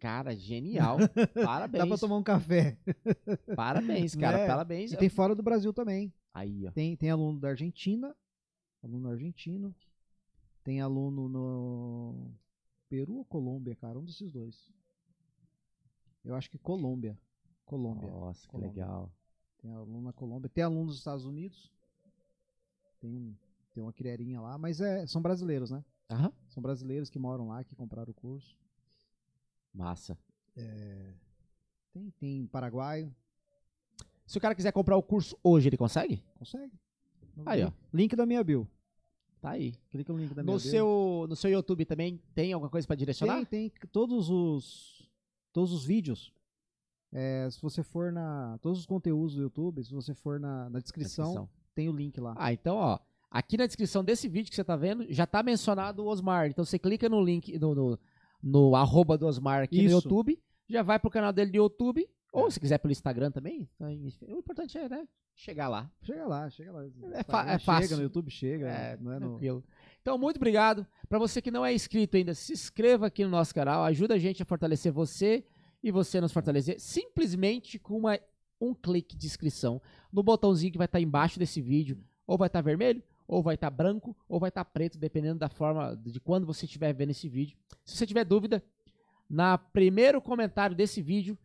A: Cara, genial.
C: Dá pra
A: Parabéns.
C: tomar um café.
A: Parabéns, cara.
C: Né?
A: Parabéns.
C: E tem fora do Brasil também.
A: Aí, ó.
C: Tem, tem aluno da Argentina, aluno argentino. Tem aluno no Peru ou Colômbia, cara? Um desses dois. Eu acho que Colômbia. Colômbia.
A: Nossa, que
C: Colômbia.
A: legal.
C: Tem aluno na Colômbia, tem aluno dos Estados Unidos. Tem, um- tem uma criarinha lá, mas é, são brasileiros, né?
A: Aham.
C: São brasileiros que moram lá, que compraram o curso.
A: Massa.
C: Tem, tem paraguaio,
A: Se o cara quiser comprar o curso hoje, ele consegue?
C: consegue.
A: Aí, ó.
C: Link da minha bio.
A: Tá aí.
C: Clica no link da minha
A: No
C: bio.
A: seu, no seu YouTube também tem alguma coisa pra direcionar?
C: Tem, tem todos os todos os vídeos. É, se você for na todos os conteúdos do YouTube, se você for na, na
A: Na
C: descrição, tem o link lá.
A: Ah, então, ó. Aqui na descrição desse vídeo que você tá vendo, já tá mencionado o Osmar. Então você clica no link, no, no, no arroba do Osmar aqui no
C: Isso. É.
A: YouTube, já vai pro canal dele do YouTube, ou se quiser pelo Instagram também. tá aí. O importante é, né, chegar lá.
C: Chega lá, chega lá.
A: É fa- é
C: chega,
A: fácil.
C: no YouTube chega, não é no
A: Tranquilo. Então, muito obrigado. Para você que não é inscrito ainda, se inscreva aqui no nosso canal. Ajuda a gente a fortalecer você e você nos fortalecer simplesmente com uma, um clique de inscrição no botãozinho que vai estar embaixo desse vídeo. Ou vai estar vermelho, ou vai estar branco, ou vai estar preto, dependendo da forma de quando você estiver vendo esse vídeo. Se você tiver dúvida, na primeiro comentário desse vídeo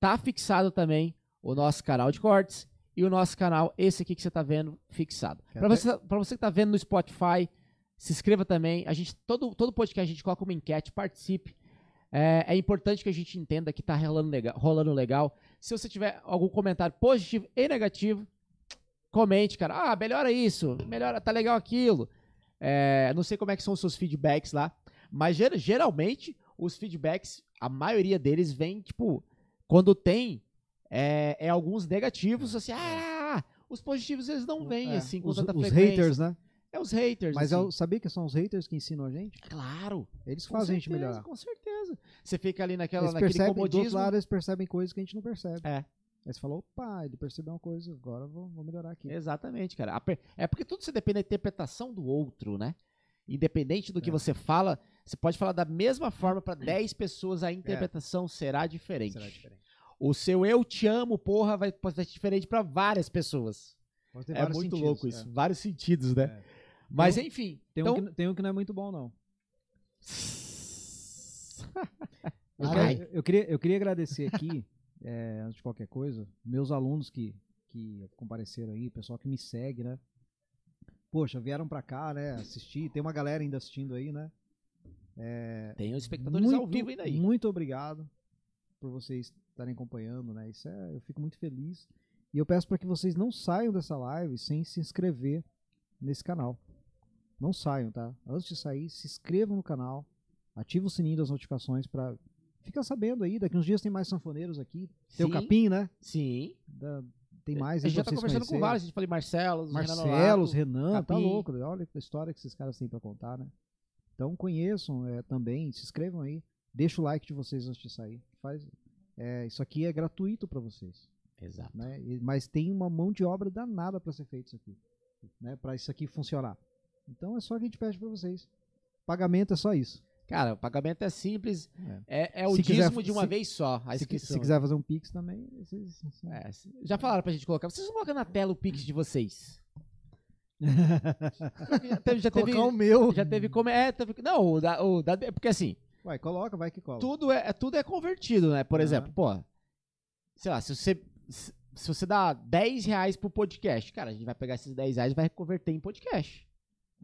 A: tá fixado também o nosso canal de cortes e o nosso canal, esse aqui que você tá vendo, fixado.
C: Quer
A: Para
C: até-
A: você, pra você que tá vendo no Spotify, se inscreva também. A gente todo todo podcast a gente coloca uma enquete, participe. É, é importante que a gente entenda que tá rolando legal, rolando legal. Se você tiver algum comentário positivo e negativo, comente, cara. Ah, melhora isso, melhora, tá legal aquilo. É, não sei como é que são os seus feedbacks lá, mas ger- geralmente os feedbacks, a maioria deles vem, tipo, quando tem, é, é alguns negativos, assim, ah, os positivos eles não vêm,
C: É,
A: assim, com
C: os,
A: tanta
C: os
A: frequência.
C: haters, né?
A: É os haters,
C: Mas
A: assim.
C: eu sabia que são os haters que ensinam a gente?
A: Claro.
C: Eles
A: Com
C: fazem a gente
A: certeza,
C: melhorar.
A: Com certeza. Você fica ali naquela,
C: Eles
A: naquele
C: percebem, do outro
A: comodismo.
C: lado, eles percebem coisas que a gente não percebe.
A: É.
C: Aí você falou, opa, ele percebeu uma coisa, agora eu vou, vou melhorar aqui.
A: Exatamente, cara. A per- É porque tudo isso depende da interpretação do outro, né? Independente
C: É.
A: do que você fala, você pode falar da mesma forma para 10 pessoas, a interpretação será, diferente.
C: É. Será diferente.
A: O seu eu te amo, porra, vai pode ser diferente para várias pessoas.
C: Pode ter
A: é
C: vários
A: muito
C: sentidos,
A: louco
C: é.
A: isso. Vários sentidos, né?
C: É.
A: Mas
C: Tem
A: enfim.
C: Tem,
A: então...
C: um que, tem um que não é muito bom, não. Eu,
A: Ai.
C: quero- eu queria, eu queria agradecer aqui, é, antes de qualquer coisa, meus alunos que, que compareceram aí, pessoal que me segue, né? Poxa, vieram pra cá, né? Assistir. Tem uma galera ainda assistindo aí, né?
A: É. Tem os espectadores ao vivo ainda aí.
C: Muito obrigado por vocês estarem acompanhando, né? Isso é, eu fico muito feliz. E eu peço para que vocês não saiam dessa live sem se inscrever nesse canal. Não saiam, tá? Antes de sair, se inscrevam no canal, ativa o sininho das notificações para ficar sabendo aí. Daqui uns dias tem mais sanfoneiros aqui.
A: Sim,
C: Tem o Capim, né?
A: Sim.
C: Da- tem mais.
A: a
C: aí
A: gente já tá
C: pra vocês
A: conversando com
C: conhecerem.
A: vários. A gente falou Marcelo, Renan Noato.
C: Marcelos, Renan, tá
A: Capim.
C: louco. né? Olha a história que esses caras têm pra contar, né? Então conheçam é, também, se inscrevam aí, deixa o like de vocês antes de sair. Faz, é, isso aqui é gratuito pra vocês,
A: Exato.
C: né? E- Mas tem uma mão de obra danada pra ser feito isso aqui, né? Para isso aqui funcionar. Então é só o que a gente pede pra vocês. Pagamento é só isso.
A: Cara, o pagamento é simples. É, é o
C: Se quiser-
A: dízimo de uma
C: se-
A: vez só. A
C: Se, qui-
A: inscrição.
C: se quiser fazer um pix também, vocês-
A: É, se- já falaram pra gente colocar. Vocês colocam na tela o Pix de vocês. já teve, já teve,
B: Colocar o meu.
A: já teve como é, teve- não, o da, o da- porque assim,
C: Ué, coloca, vai que cola.
A: tudo é, é- tudo é convertido, né? Por
C: Aham.
A: exemplo, pô, sei lá, se você se, se você dá 10 reais pro podcast, cara, a gente vai pegar esses 10 reais e vai converter em podcast.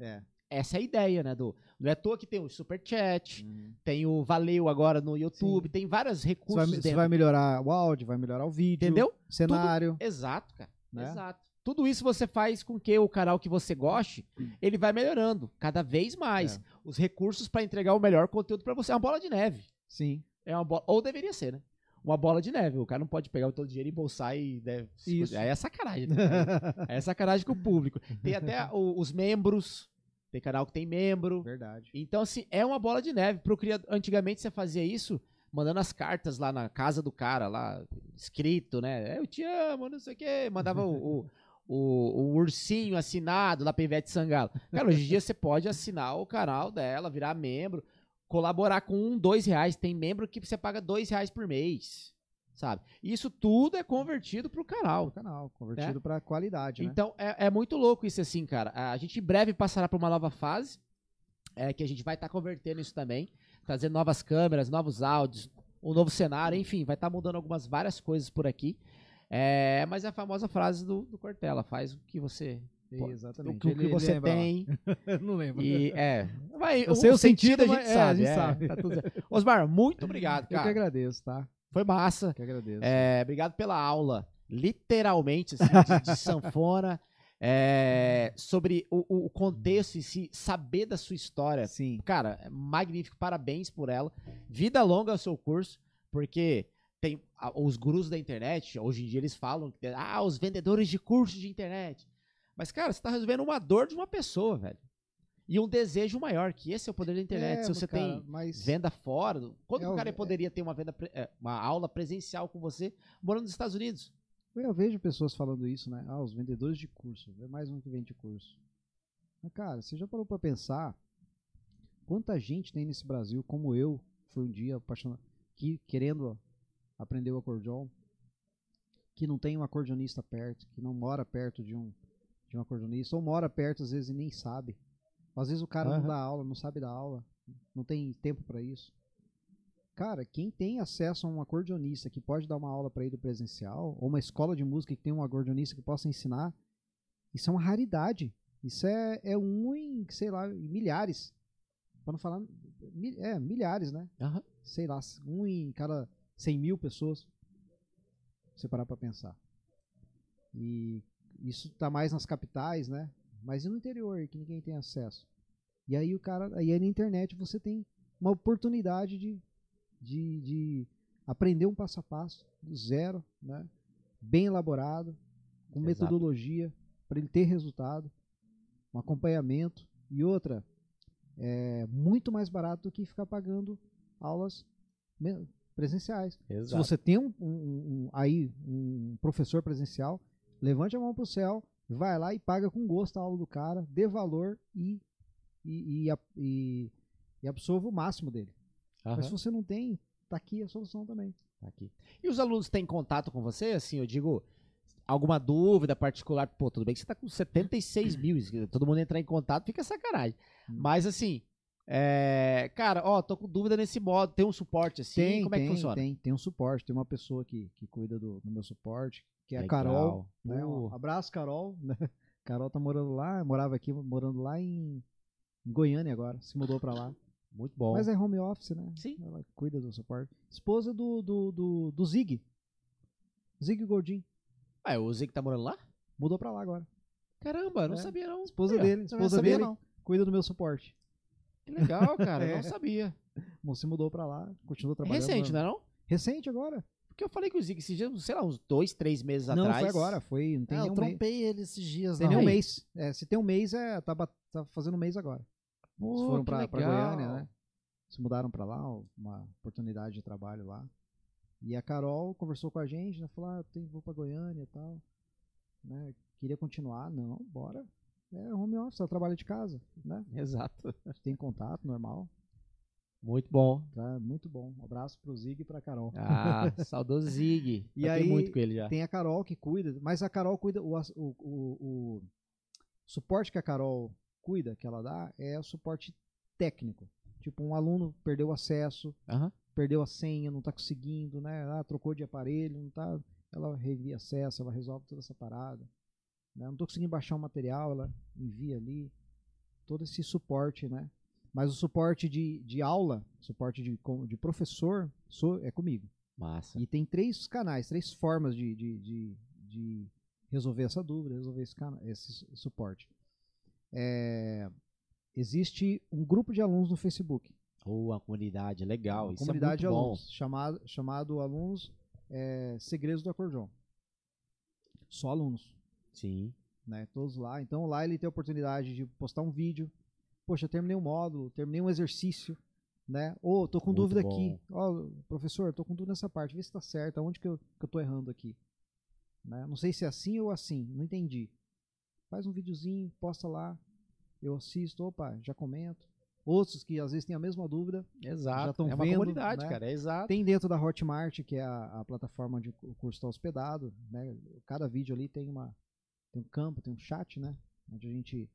C: É.
A: Essa é a ideia, né? Do, não é à toa que tem o super chat, tem o valeu agora no YouTube, tem vários
C: Você vai,
A: recursos
C: você
A: dentro,
C: vai melhorar o áudio, vai melhorar o vídeo,
A: entendeu?
C: cenário.
A: Exato, cara.
C: Né?
A: Exato. Tudo isso você faz com que o canal que você goste, ele vai melhorando cada vez
C: É.
A: mais. Os recursos para entregar o melhor conteúdo para você. É uma bola de neve.
C: Sim.
A: É uma bola, ou deveria ser, né? Uma bola de neve. O cara não pode pegar todo o dinheiro e bolsar e. Né,
C: Isso.
A: Aí é sacanagem. Né? Aí é sacanagem com o público. Tem até o- os membros. Tem canal que tem membro.
C: Verdade.
A: Então, assim, é uma bola de neve. Pro criador... Antigamente você fazia isso mandando as cartas lá na casa do cara, lá, escrito, né? Eu te amo, não sei o quê. Mandava o, o, o- o ursinho assinado lá pra Ivete Sangalo. Cara, hoje em dia você pode assinar o canal dela, virar membro, colaborar com um, dois reais. Tem membro que você paga dois reais por mês, sabe? Isso tudo é convertido pro canal.
C: O canal,
A: É?
C: convertido pra qualidade, né?
A: Então, é, é muito louco isso, assim, cara. A gente em breve passará por uma nova fase, é, que a gente vai estar convertendo isso também, trazendo novas câmeras, novos áudios, um novo cenário, enfim, vai estar mudando algumas várias coisas por aqui. É, mas é a famosa frase do, do Cortella, faz o que você, pô, o
C: Exatamente.
A: que, o que
C: Ele
A: você
C: lembra lá.
A: tem
C: não lembro.
A: e é, vai,
C: Eu sei o sentido,
A: a
C: mas-
A: gente
C: é, a
A: sabe,
C: gente
A: é,
C: sabe.
A: tá tudo certo. Osmar, muito obrigado,
C: Eu que
A: cara.
C: agradeço, tá?
A: Foi massa.
C: Eu que agradeço.
A: É, obrigado pela aula, literalmente, assim, de, de sanfona, é, sobre o, o- o contexto e se saber da sua história.
C: Sim.
A: Cara, é magnífico, parabéns por ela. Vida longa ao seu curso, porque tem a- os gurus da internet, hoje em dia eles falam, que tem, ah, os vendedores de curso de internet. Mas, cara, você está resolvendo uma dor de uma pessoa, velho. E um desejo maior, que esse é o poder da internet.
C: É,
A: se você
C: cara,
A: tem
C: mas
A: venda fora. do- Quando
C: É,
A: o
C: o-
A: cara
C: é.
A: poderia ter uma venda, pre- é, uma aula presencial com você morando nos Estados Unidos?
C: Eu vejo pessoas falando isso, né? Ah, os vendedores de curso. É mais um que vende curso. Mas, cara, você já parou pra pensar quanta gente tem nesse Brasil, como eu, foi um dia apaixonado, que querendo aprender o acordeon, que não tem um acordeonista perto, que não mora perto de um, de um acordeonista, ou mora perto às vezes e nem sabe. Às vezes o cara não
A: Aham.
C: dá aula, não sabe dar aula, não tem tempo pra isso. Cara, quem tem acesso a um acordeonista que pode dar uma aula pra ele presencial, ou uma escola de música que tem um acordeonista que possa ensinar, isso é uma raridade. Isso é, é um em, sei lá, em milhares. Pra não falar. mi- É, milhares, né?
A: Aham.
C: Sei lá, um em cada 100 mil pessoas. Você parar pra pensar. E isso tá mais nas capitais, né? Mas e no interior, que ninguém tem acesso. E aí o cara. Aí na internet você tem uma oportunidade de, de, de aprender um passo a passo, do zero, né? Bem elaborado, com
A: Exato.
C: metodologia para ele ter resultado, um acompanhamento e outra é muito mais barato do que ficar pagando aulas me- presenciais. Se você tem um, um- um- um- aí um professor presencial, levante a mão pro céu, vai lá e paga com gosto a aula do cara, dê valor e e, e, a- e- e absorva o máximo dele. Mas se você não tem, tá aqui a solução também.
A: Tá aqui. E os alunos têm contato com você? Assim, eu digo, alguma dúvida particular? Pô, tudo bem que você tá com 76 mil, inscritos, todo mundo entrar em contato fica sacanagem.
C: Hum.
A: Mas assim, é, cara, ó, tô com dúvida nesse modo, tem um suporte assim, como é que funciona?
C: Tem, tem um suporte, tem uma pessoa que, que cuida do, do meu suporte, que é
A: Legal. Uh.
C: a Carol. né? Um
A: Pô,
C: abraço, Carol. né? Carol tá morando lá, morava aqui, morando lá em, em Goiânia agora, se mudou pra lá.
A: muito bom.
C: Mas é home office, né?
A: Sim.
C: Ela cuida do suporte. Esposa do, do, do, do Zig. Zig Godin.
A: Ah, é o Zé que tá morando lá?
C: Mudou pra lá agora.
A: Caramba, não
C: É.
A: sabia não.
C: Esposa
A: Aí, ó,
C: dele,
B: Não
C: esposa
B: sabia,
C: dele,
B: não.
C: cuida do meu suporte.
A: Que legal, cara,
C: É.
A: não sabia.
C: Bom, se mudou pra lá, continuou
A: É
C: trabalhando.
A: recente, não é não?
C: Recente agora?
A: Porque eu falei com o Zig esses dias, sei lá, uns dois, três meses
C: não,
A: atrás. É,
C: foi agora, foi. Não tem
B: Ah,
C: nem
B: eu
C: um mês.
B: trompei ele esses dias,
C: Tem
B: não.
C: nem um
A: Aí.
C: mês. É, se tem um mês, é, tá, ba- tá fazendo um mês agora.
A: Pô,
C: Eles foram
A: que
C: pra, pra
A: legal.
C: Goiânia, né? Se mudaram pra lá, uma oportunidade de trabalho lá. E a Carol conversou com a gente, né? Falou, ah, eu tenho- vou pra Goiânia e tal. Né? Queria continuar. Não, bora. É home office, ela trabalha de casa, né?
A: Exato.
C: Tem contato, normal.
A: Muito bom.
C: Tá muito bom. Um abraço pro Zig e pra Carol.
A: Ah, saudoso Zig.
C: E
A: Toquei
C: aí-
A: muito com ele já.
C: Tem a Carol que cuida, mas a Carol cuida. O, ass- o, o, o suporte que a Carol cuida, que ela dá, é o suporte técnico. Tipo, um aluno perdeu o acesso,
A: Aham.
C: perdeu a senha, não tá conseguindo, né? Ah, trocou de aparelho, não tá. Ela revia acesso, ela resolve toda essa parada. né? Não tô conseguindo baixar o material, ela envia ali. Todo esse suporte, né? Mas o suporte de, de aula, suporte de, com- de professor, sou, é comigo.
A: Massa.
C: E tem três canais, três formas de, de, de, de resolver essa dúvida, resolver esse, cana- esse su- suporte. É, existe um grupo de alunos no Facebook,
A: Ou a comunidade, legal.
C: uma
A: isso
C: comunidade
A: é
C: de
A: muito bom.
C: alunos, chamado, chamado Alunos é, Segredos do Acordeon. Só alunos,
A: Sim.
C: né? Todos lá. Então lá ele tem a oportunidade de postar um vídeo. Poxa, terminei um módulo, terminei um exercício, né? Ou tô com
A: Muito
C: dúvida
A: bom.
C: aqui. Ó, professor, tô com dúvida nessa parte, vê se tá certo, aonde que eu, que eu tô errando aqui. Né? Não sei se é assim ou assim, não entendi. Faz um videozinho, posta lá, eu assisto, opa, já comento. Outros que às vezes têm a mesma dúvida, Já
A: Exato.
C: tão
A: é uma
C: vendo,
A: comunidade,
C: né?
A: cara. É exato.
C: tem dentro da Hotmart, que é a, a plataforma onde o curso está hospedado, né? Cada vídeo ali tem uma tem um campo, tem um chat, né? Onde a gente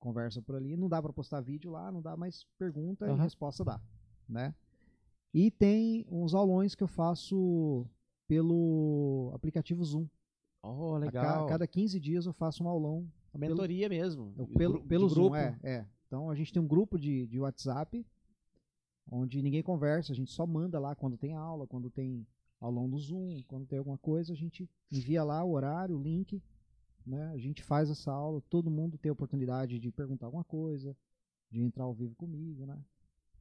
C: conversa por ali. Não dá para postar vídeo lá, não dá, mas pergunta e
B: Aham.
C: resposta dá, né? E tem uns aulões que eu faço pelo aplicativo Zoom.
A: Oh,
C: A ca-
A: legal.
C: cada 15 dias eu faço um aulão
A: A mentoria mesmo.
C: eu,
A: De
C: pelo,
A: gru-
C: pelo
A: de
C: Zoom, é, é. Então a gente tem um grupo de, de WhatsApp onde ninguém conversa, a gente só manda lá quando tem aula, quando tem aulão do Zoom, quando tem alguma coisa, a gente envia lá o horário, o link, né? A gente faz essa aula, todo mundo tem a oportunidade de perguntar alguma coisa, de entrar ao vivo comigo, né?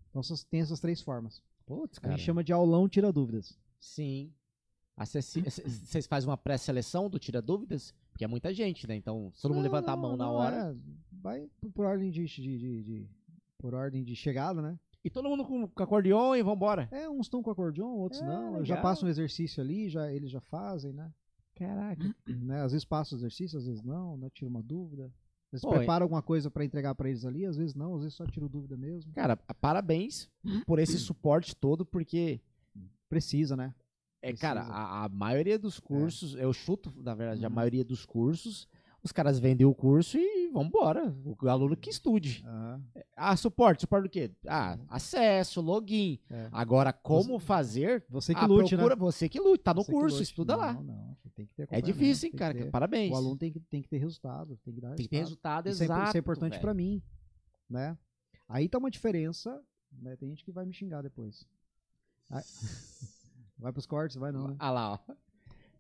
C: Então essas- tem essas três formas.
A: Putz,
C: A
A: cara.
C: gente chama de aulão tira dúvidas.
A: Sim. Vocês fazem uma pré-seleção do Tira Dúvidas? Porque é muita gente, né? Então, se todo mundo
C: Não,
A: levantar a
C: não,
A: mão na
C: não,
A: hora.
C: é. vai por, por ordem de- de- de- de por ordem de chegada, né?
A: E todo mundo com, com acordeon e vambora.
C: É, uns estão com acordeon, outros
A: É,
C: não. Eu Já
A: legal.
C: passam um exercício ali, já eles já fazem, né?
A: Caraca.
C: Né, Às vezes passa o exercício, às vezes não, né? Tira uma dúvida. Às vezes
A: Pô,
C: prepara alguma coisa pra entregar pra eles ali, às vezes não, às vezes só tira dúvida mesmo.
A: Cara, parabéns
C: Hum.
A: por esse suporte todo, porque
C: Precisa, né?
A: É, cara,
C: Precisa. É. Uhum.
A: a, a maioria dos cursos, eu chuto, na verdade, a maioria dos cursos, os caras vendem o curso e vambora. O aluno que estude.
C: Aham.
A: Ah, suporte, suporte do quê? Ah, acesso, login.
C: É.
A: Agora, como fazer?
C: Você que
A: ah,
C: lute,
A: procura,
C: né?
A: você que lute, tá no
C: Você que
A: curso,
C: lute.
A: estuda
C: não,
A: lá.
C: Não, não, tem que ter
A: É
C: acompanhamento,
A: difícil, hein,
C: tem
A: cara?
C: que ter-
A: Parabéns.
C: O aluno tem que, tem que ter resultado, tem que dar
A: tem que ter
C: resultado.
A: resultado,
C: Isso é impo-
A: exato.
C: Isso é importante
A: velho.
C: pra mim, né? Aí tá uma diferença, né? Tem gente que vai me xingar depois. Ai- Vai pros cortes, vai não, né?
A: Ah lá, ó.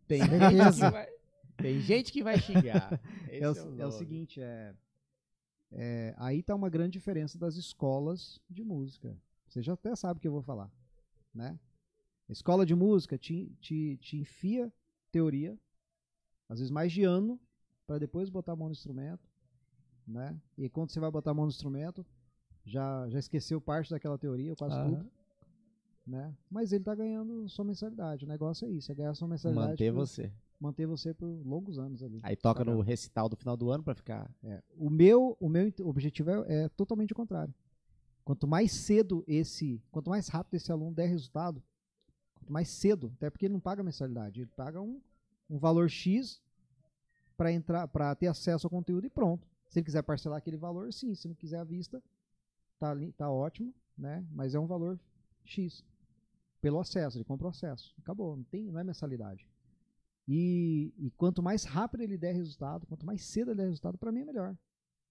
A: Tem gente
C: Certeza.
A: que vai, tem gente que vai xingar. Esse
C: é, o, é o
A: nome.
C: seguinte, é, é, aí tá uma grande diferença das escolas de música. Você já até sabe o que eu vou falar, né? A escola de música te, te, te enfia teoria, às vezes mais de ano, para depois botar a mão no instrumento, né? E quando você vai botar a mão no instrumento, já, já esqueceu parte daquela teoria, ou quase
B: Aham.
C: tudo, né? Mas ele tá ganhando sua mensalidade. O negócio é isso, é ganhar sua mensalidade,
A: Manter
C: por-
A: você.
C: manter você por longos anos ali.
A: Aí toca no recital do final do ano pra ficar
C: É, o meu, o meu int- objetivo é, é totalmente o contrário. Quanto mais cedo esse, quanto mais rápido esse aluno der resultado, quanto mais cedo, até porque ele não paga mensalidade, ele paga um, um valor X para entrar, para ter acesso ao conteúdo e pronto. Se ele quiser parcelar aquele valor, sim. Se não quiser à vista, tá, ali- tá ótimo, né? Mas é um valor X pelo acesso, ele compra o acesso. Acabou, não tem, não é mensalidade. E, e quanto mais rápido ele der resultado, quanto mais cedo ele der resultado, para mim é melhor.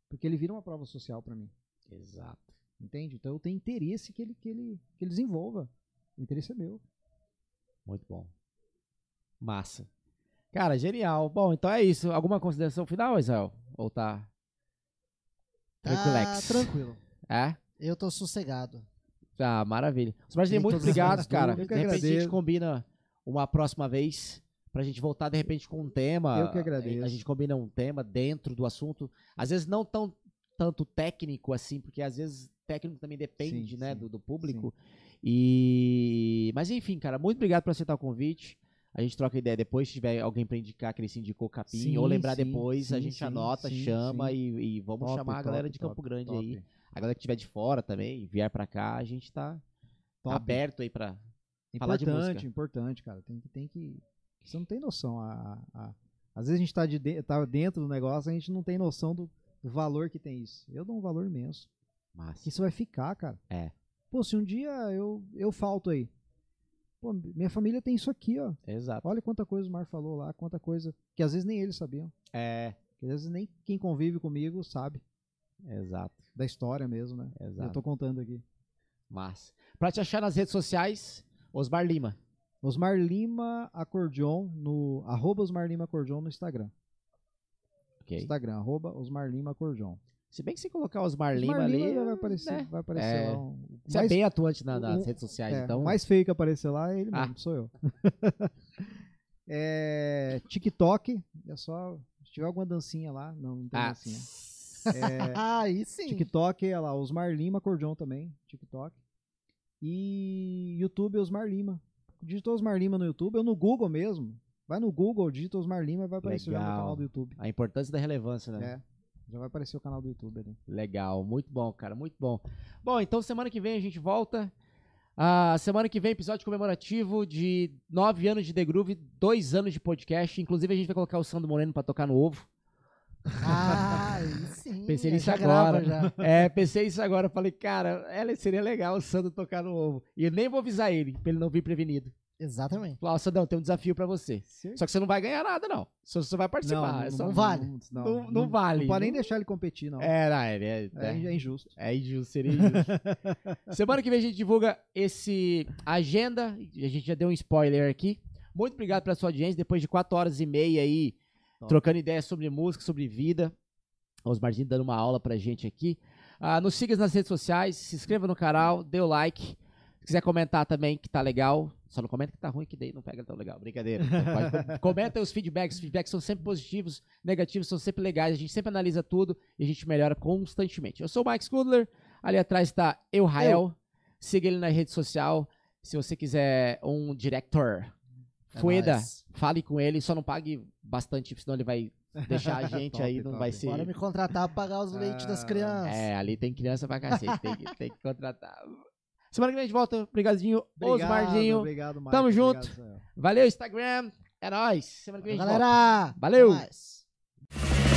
C: Porque ele vira uma prova social para mim,
A: Exato.
C: entende? Então eu tenho interesse que ele, que ele, que ele desenvolva. O interesse é meu.
A: Muito bom. Massa. Cara, genial. Bom, então é isso. Alguma consideração final, Israel? Ou tá.
B: Tá
A: Tranquilex.
B: tranquilo.
A: É?
B: Eu tô sossegado.
A: Tá, maravilha. Sebastião,
B: Tem
A: muito
B: todas as
A: obrigado,
B: minhas
A: cara. De
C: dúvidas. Eu que
A: repente a gente
C: agradeço.
A: combina uma próxima vez pra gente voltar de repente com um tema.
C: Eu que agradeço.
A: A gente combina um tema dentro do assunto. Às vezes não tão tanto técnico assim, porque às vezes técnico também depende,
C: Sim,
A: né,
C: sim,
A: do, do público. E mas enfim, cara, muito obrigado por aceitar o convite. A gente troca ideia depois, se tiver alguém pra indicar que ele se indicou capim
C: Sim,
A: ou lembrar
C: sim,
A: depois, a
C: sim,
A: gente
C: sim,
A: anota,
C: sim,
A: chama
C: sim.
A: E, e vamos
C: Top,
A: chamar a galera
C: top,
A: de Campo
C: top,
A: Grande
C: top,
A: aí. A galera que estiver de fora também, vier pra cá, a gente tá, tá
C: top.
A: aberto aí pra. Falar de
C: Importante,
A: música.
C: importante, cara. Tem que, tem que. Você não tem noção. A, a- a- Às vezes a gente tá, de de- tá dentro do negócio, a gente não tem noção do, do valor que tem isso. Eu dou um valor imenso.
A: Massa.
C: que isso vai ficar, cara.
A: É.
C: Pô, se um dia eu, eu falto aí. Pô, minha família tem isso aqui, ó.
A: Exato.
C: Olha quanta coisa o Mar falou lá, quanta coisa que às vezes nem eles sabiam.
A: É,
C: Que às vezes nem quem convive comigo sabe
A: exato,
C: da história mesmo, né? Eu
A: exato.
C: tô contando aqui.
A: Massa. Pra te achar nas redes sociais, Osmar Lima.
C: Osmar Lima Acordeon no arroba Osmar Lima Acordeon no Instagram.
A: Ok.
C: Instagram, arroba Osmar Lima Corjão.
A: Se bem que se colocar os Marlima
C: Osmar
A: ali.
C: Lima vai aparecer,
A: né?
C: vai aparecer
A: É.
C: lá. Um,
A: Você é
C: mais-
A: bem atuante na- nas
C: o-
A: redes sociais,
C: É,
A: então.
C: O mais feio que apareceu lá é ele
A: Ah.
C: mesmo, sou eu. É, TikTok, é só. Se tiver alguma dancinha lá, não, não tem
A: Ah,
C: dancinha. né? É,
A: É.
B: Aí sim.
C: TikTok, é lá, Osmar Lima, Cordion também, TikTok. E YouTube, Osmar Lima. Digitou Osmar Lima no YouTube, ou no Google mesmo. Vai no Google, digita Osmar Lima, vai aparecer já no
A: Legal.
C: canal do YouTube.
A: a importância da relevância, né?
C: É, já vai aparecer o canal do YouTube ali.
A: Legal, muito bom, cara, muito bom. Bom, então semana que vem a gente volta. Ah, semana que vem, episódio comemorativo de nove anos de The Groove, dois anos de podcast. Inclusive, a gente vai colocar o Sandro Moreno pra tocar no ovo.
B: Ah, Aí sim.
A: Pensei
B: aí
A: nisso
B: já grava
A: agora.
B: já.
A: É, pensei isso agora, falei, cara, ela seria legal o Sandro tocar no ovo. E eu nem vou avisar ele, pra ele não vir prevenido.
B: Exatamente.
A: Falar, ó, Sandrão, tem um desafio pra você. Só que você não vai ganhar nada, não. Só você vai participar. é só-
B: não vale.
C: Não,
A: não- não vale.
C: Não pode nem
A: Não-
C: deixar ele competir, não. É,
A: É, não, é, é, é,
C: é injusto.
A: É injusto, seria injusto. Semana que vem a gente divulga esse agenda. A gente já deu um spoiler aqui. Muito obrigado pela sua audiência. Depois de quatro horas e meia aí,
C: Top.
A: trocando ideias sobre música, sobre vida. Os Martins dando uma aula pra gente aqui. Ah, nos siga nas redes sociais, se inscreva no canal, dê o like. Se quiser comentar também que tá legal. Só não comenta que tá ruim, que daí não pega tão legal. Brincadeira. Pode- comenta os feedbacks. Os feedbacks são sempre positivos, negativos são sempre legais. A gente sempre analisa tudo e a gente melhora constantemente. Eu sou o Mike Scudler. Ali atrás está eu, Rael. Siga ele na rede social. Se você quiser um director,
B: É
A: Fueda,
B: nóis.
A: fale com ele. Só não pague bastante, senão ele vai deixar a gente
C: Top,
A: aí. Não
C: top.
A: vai ser.
B: Bora me contratar pra pagar os leites das
C: Ah,
B: crianças.
A: É, ali tem criança pra cacete. tem, que, tem que contratar. Semana que vem a gente volta. Obrigadinho,
C: Obrigado,
A: Osmardinho.
C: Obrigado, Mike.
A: Tamo
C: Obrigado,
A: junto.
C: Samuel.
A: Valeu, Instagram. É nóis. Semana que vem a gente volta.
B: Galera,
A: Valeu.
B: até mais.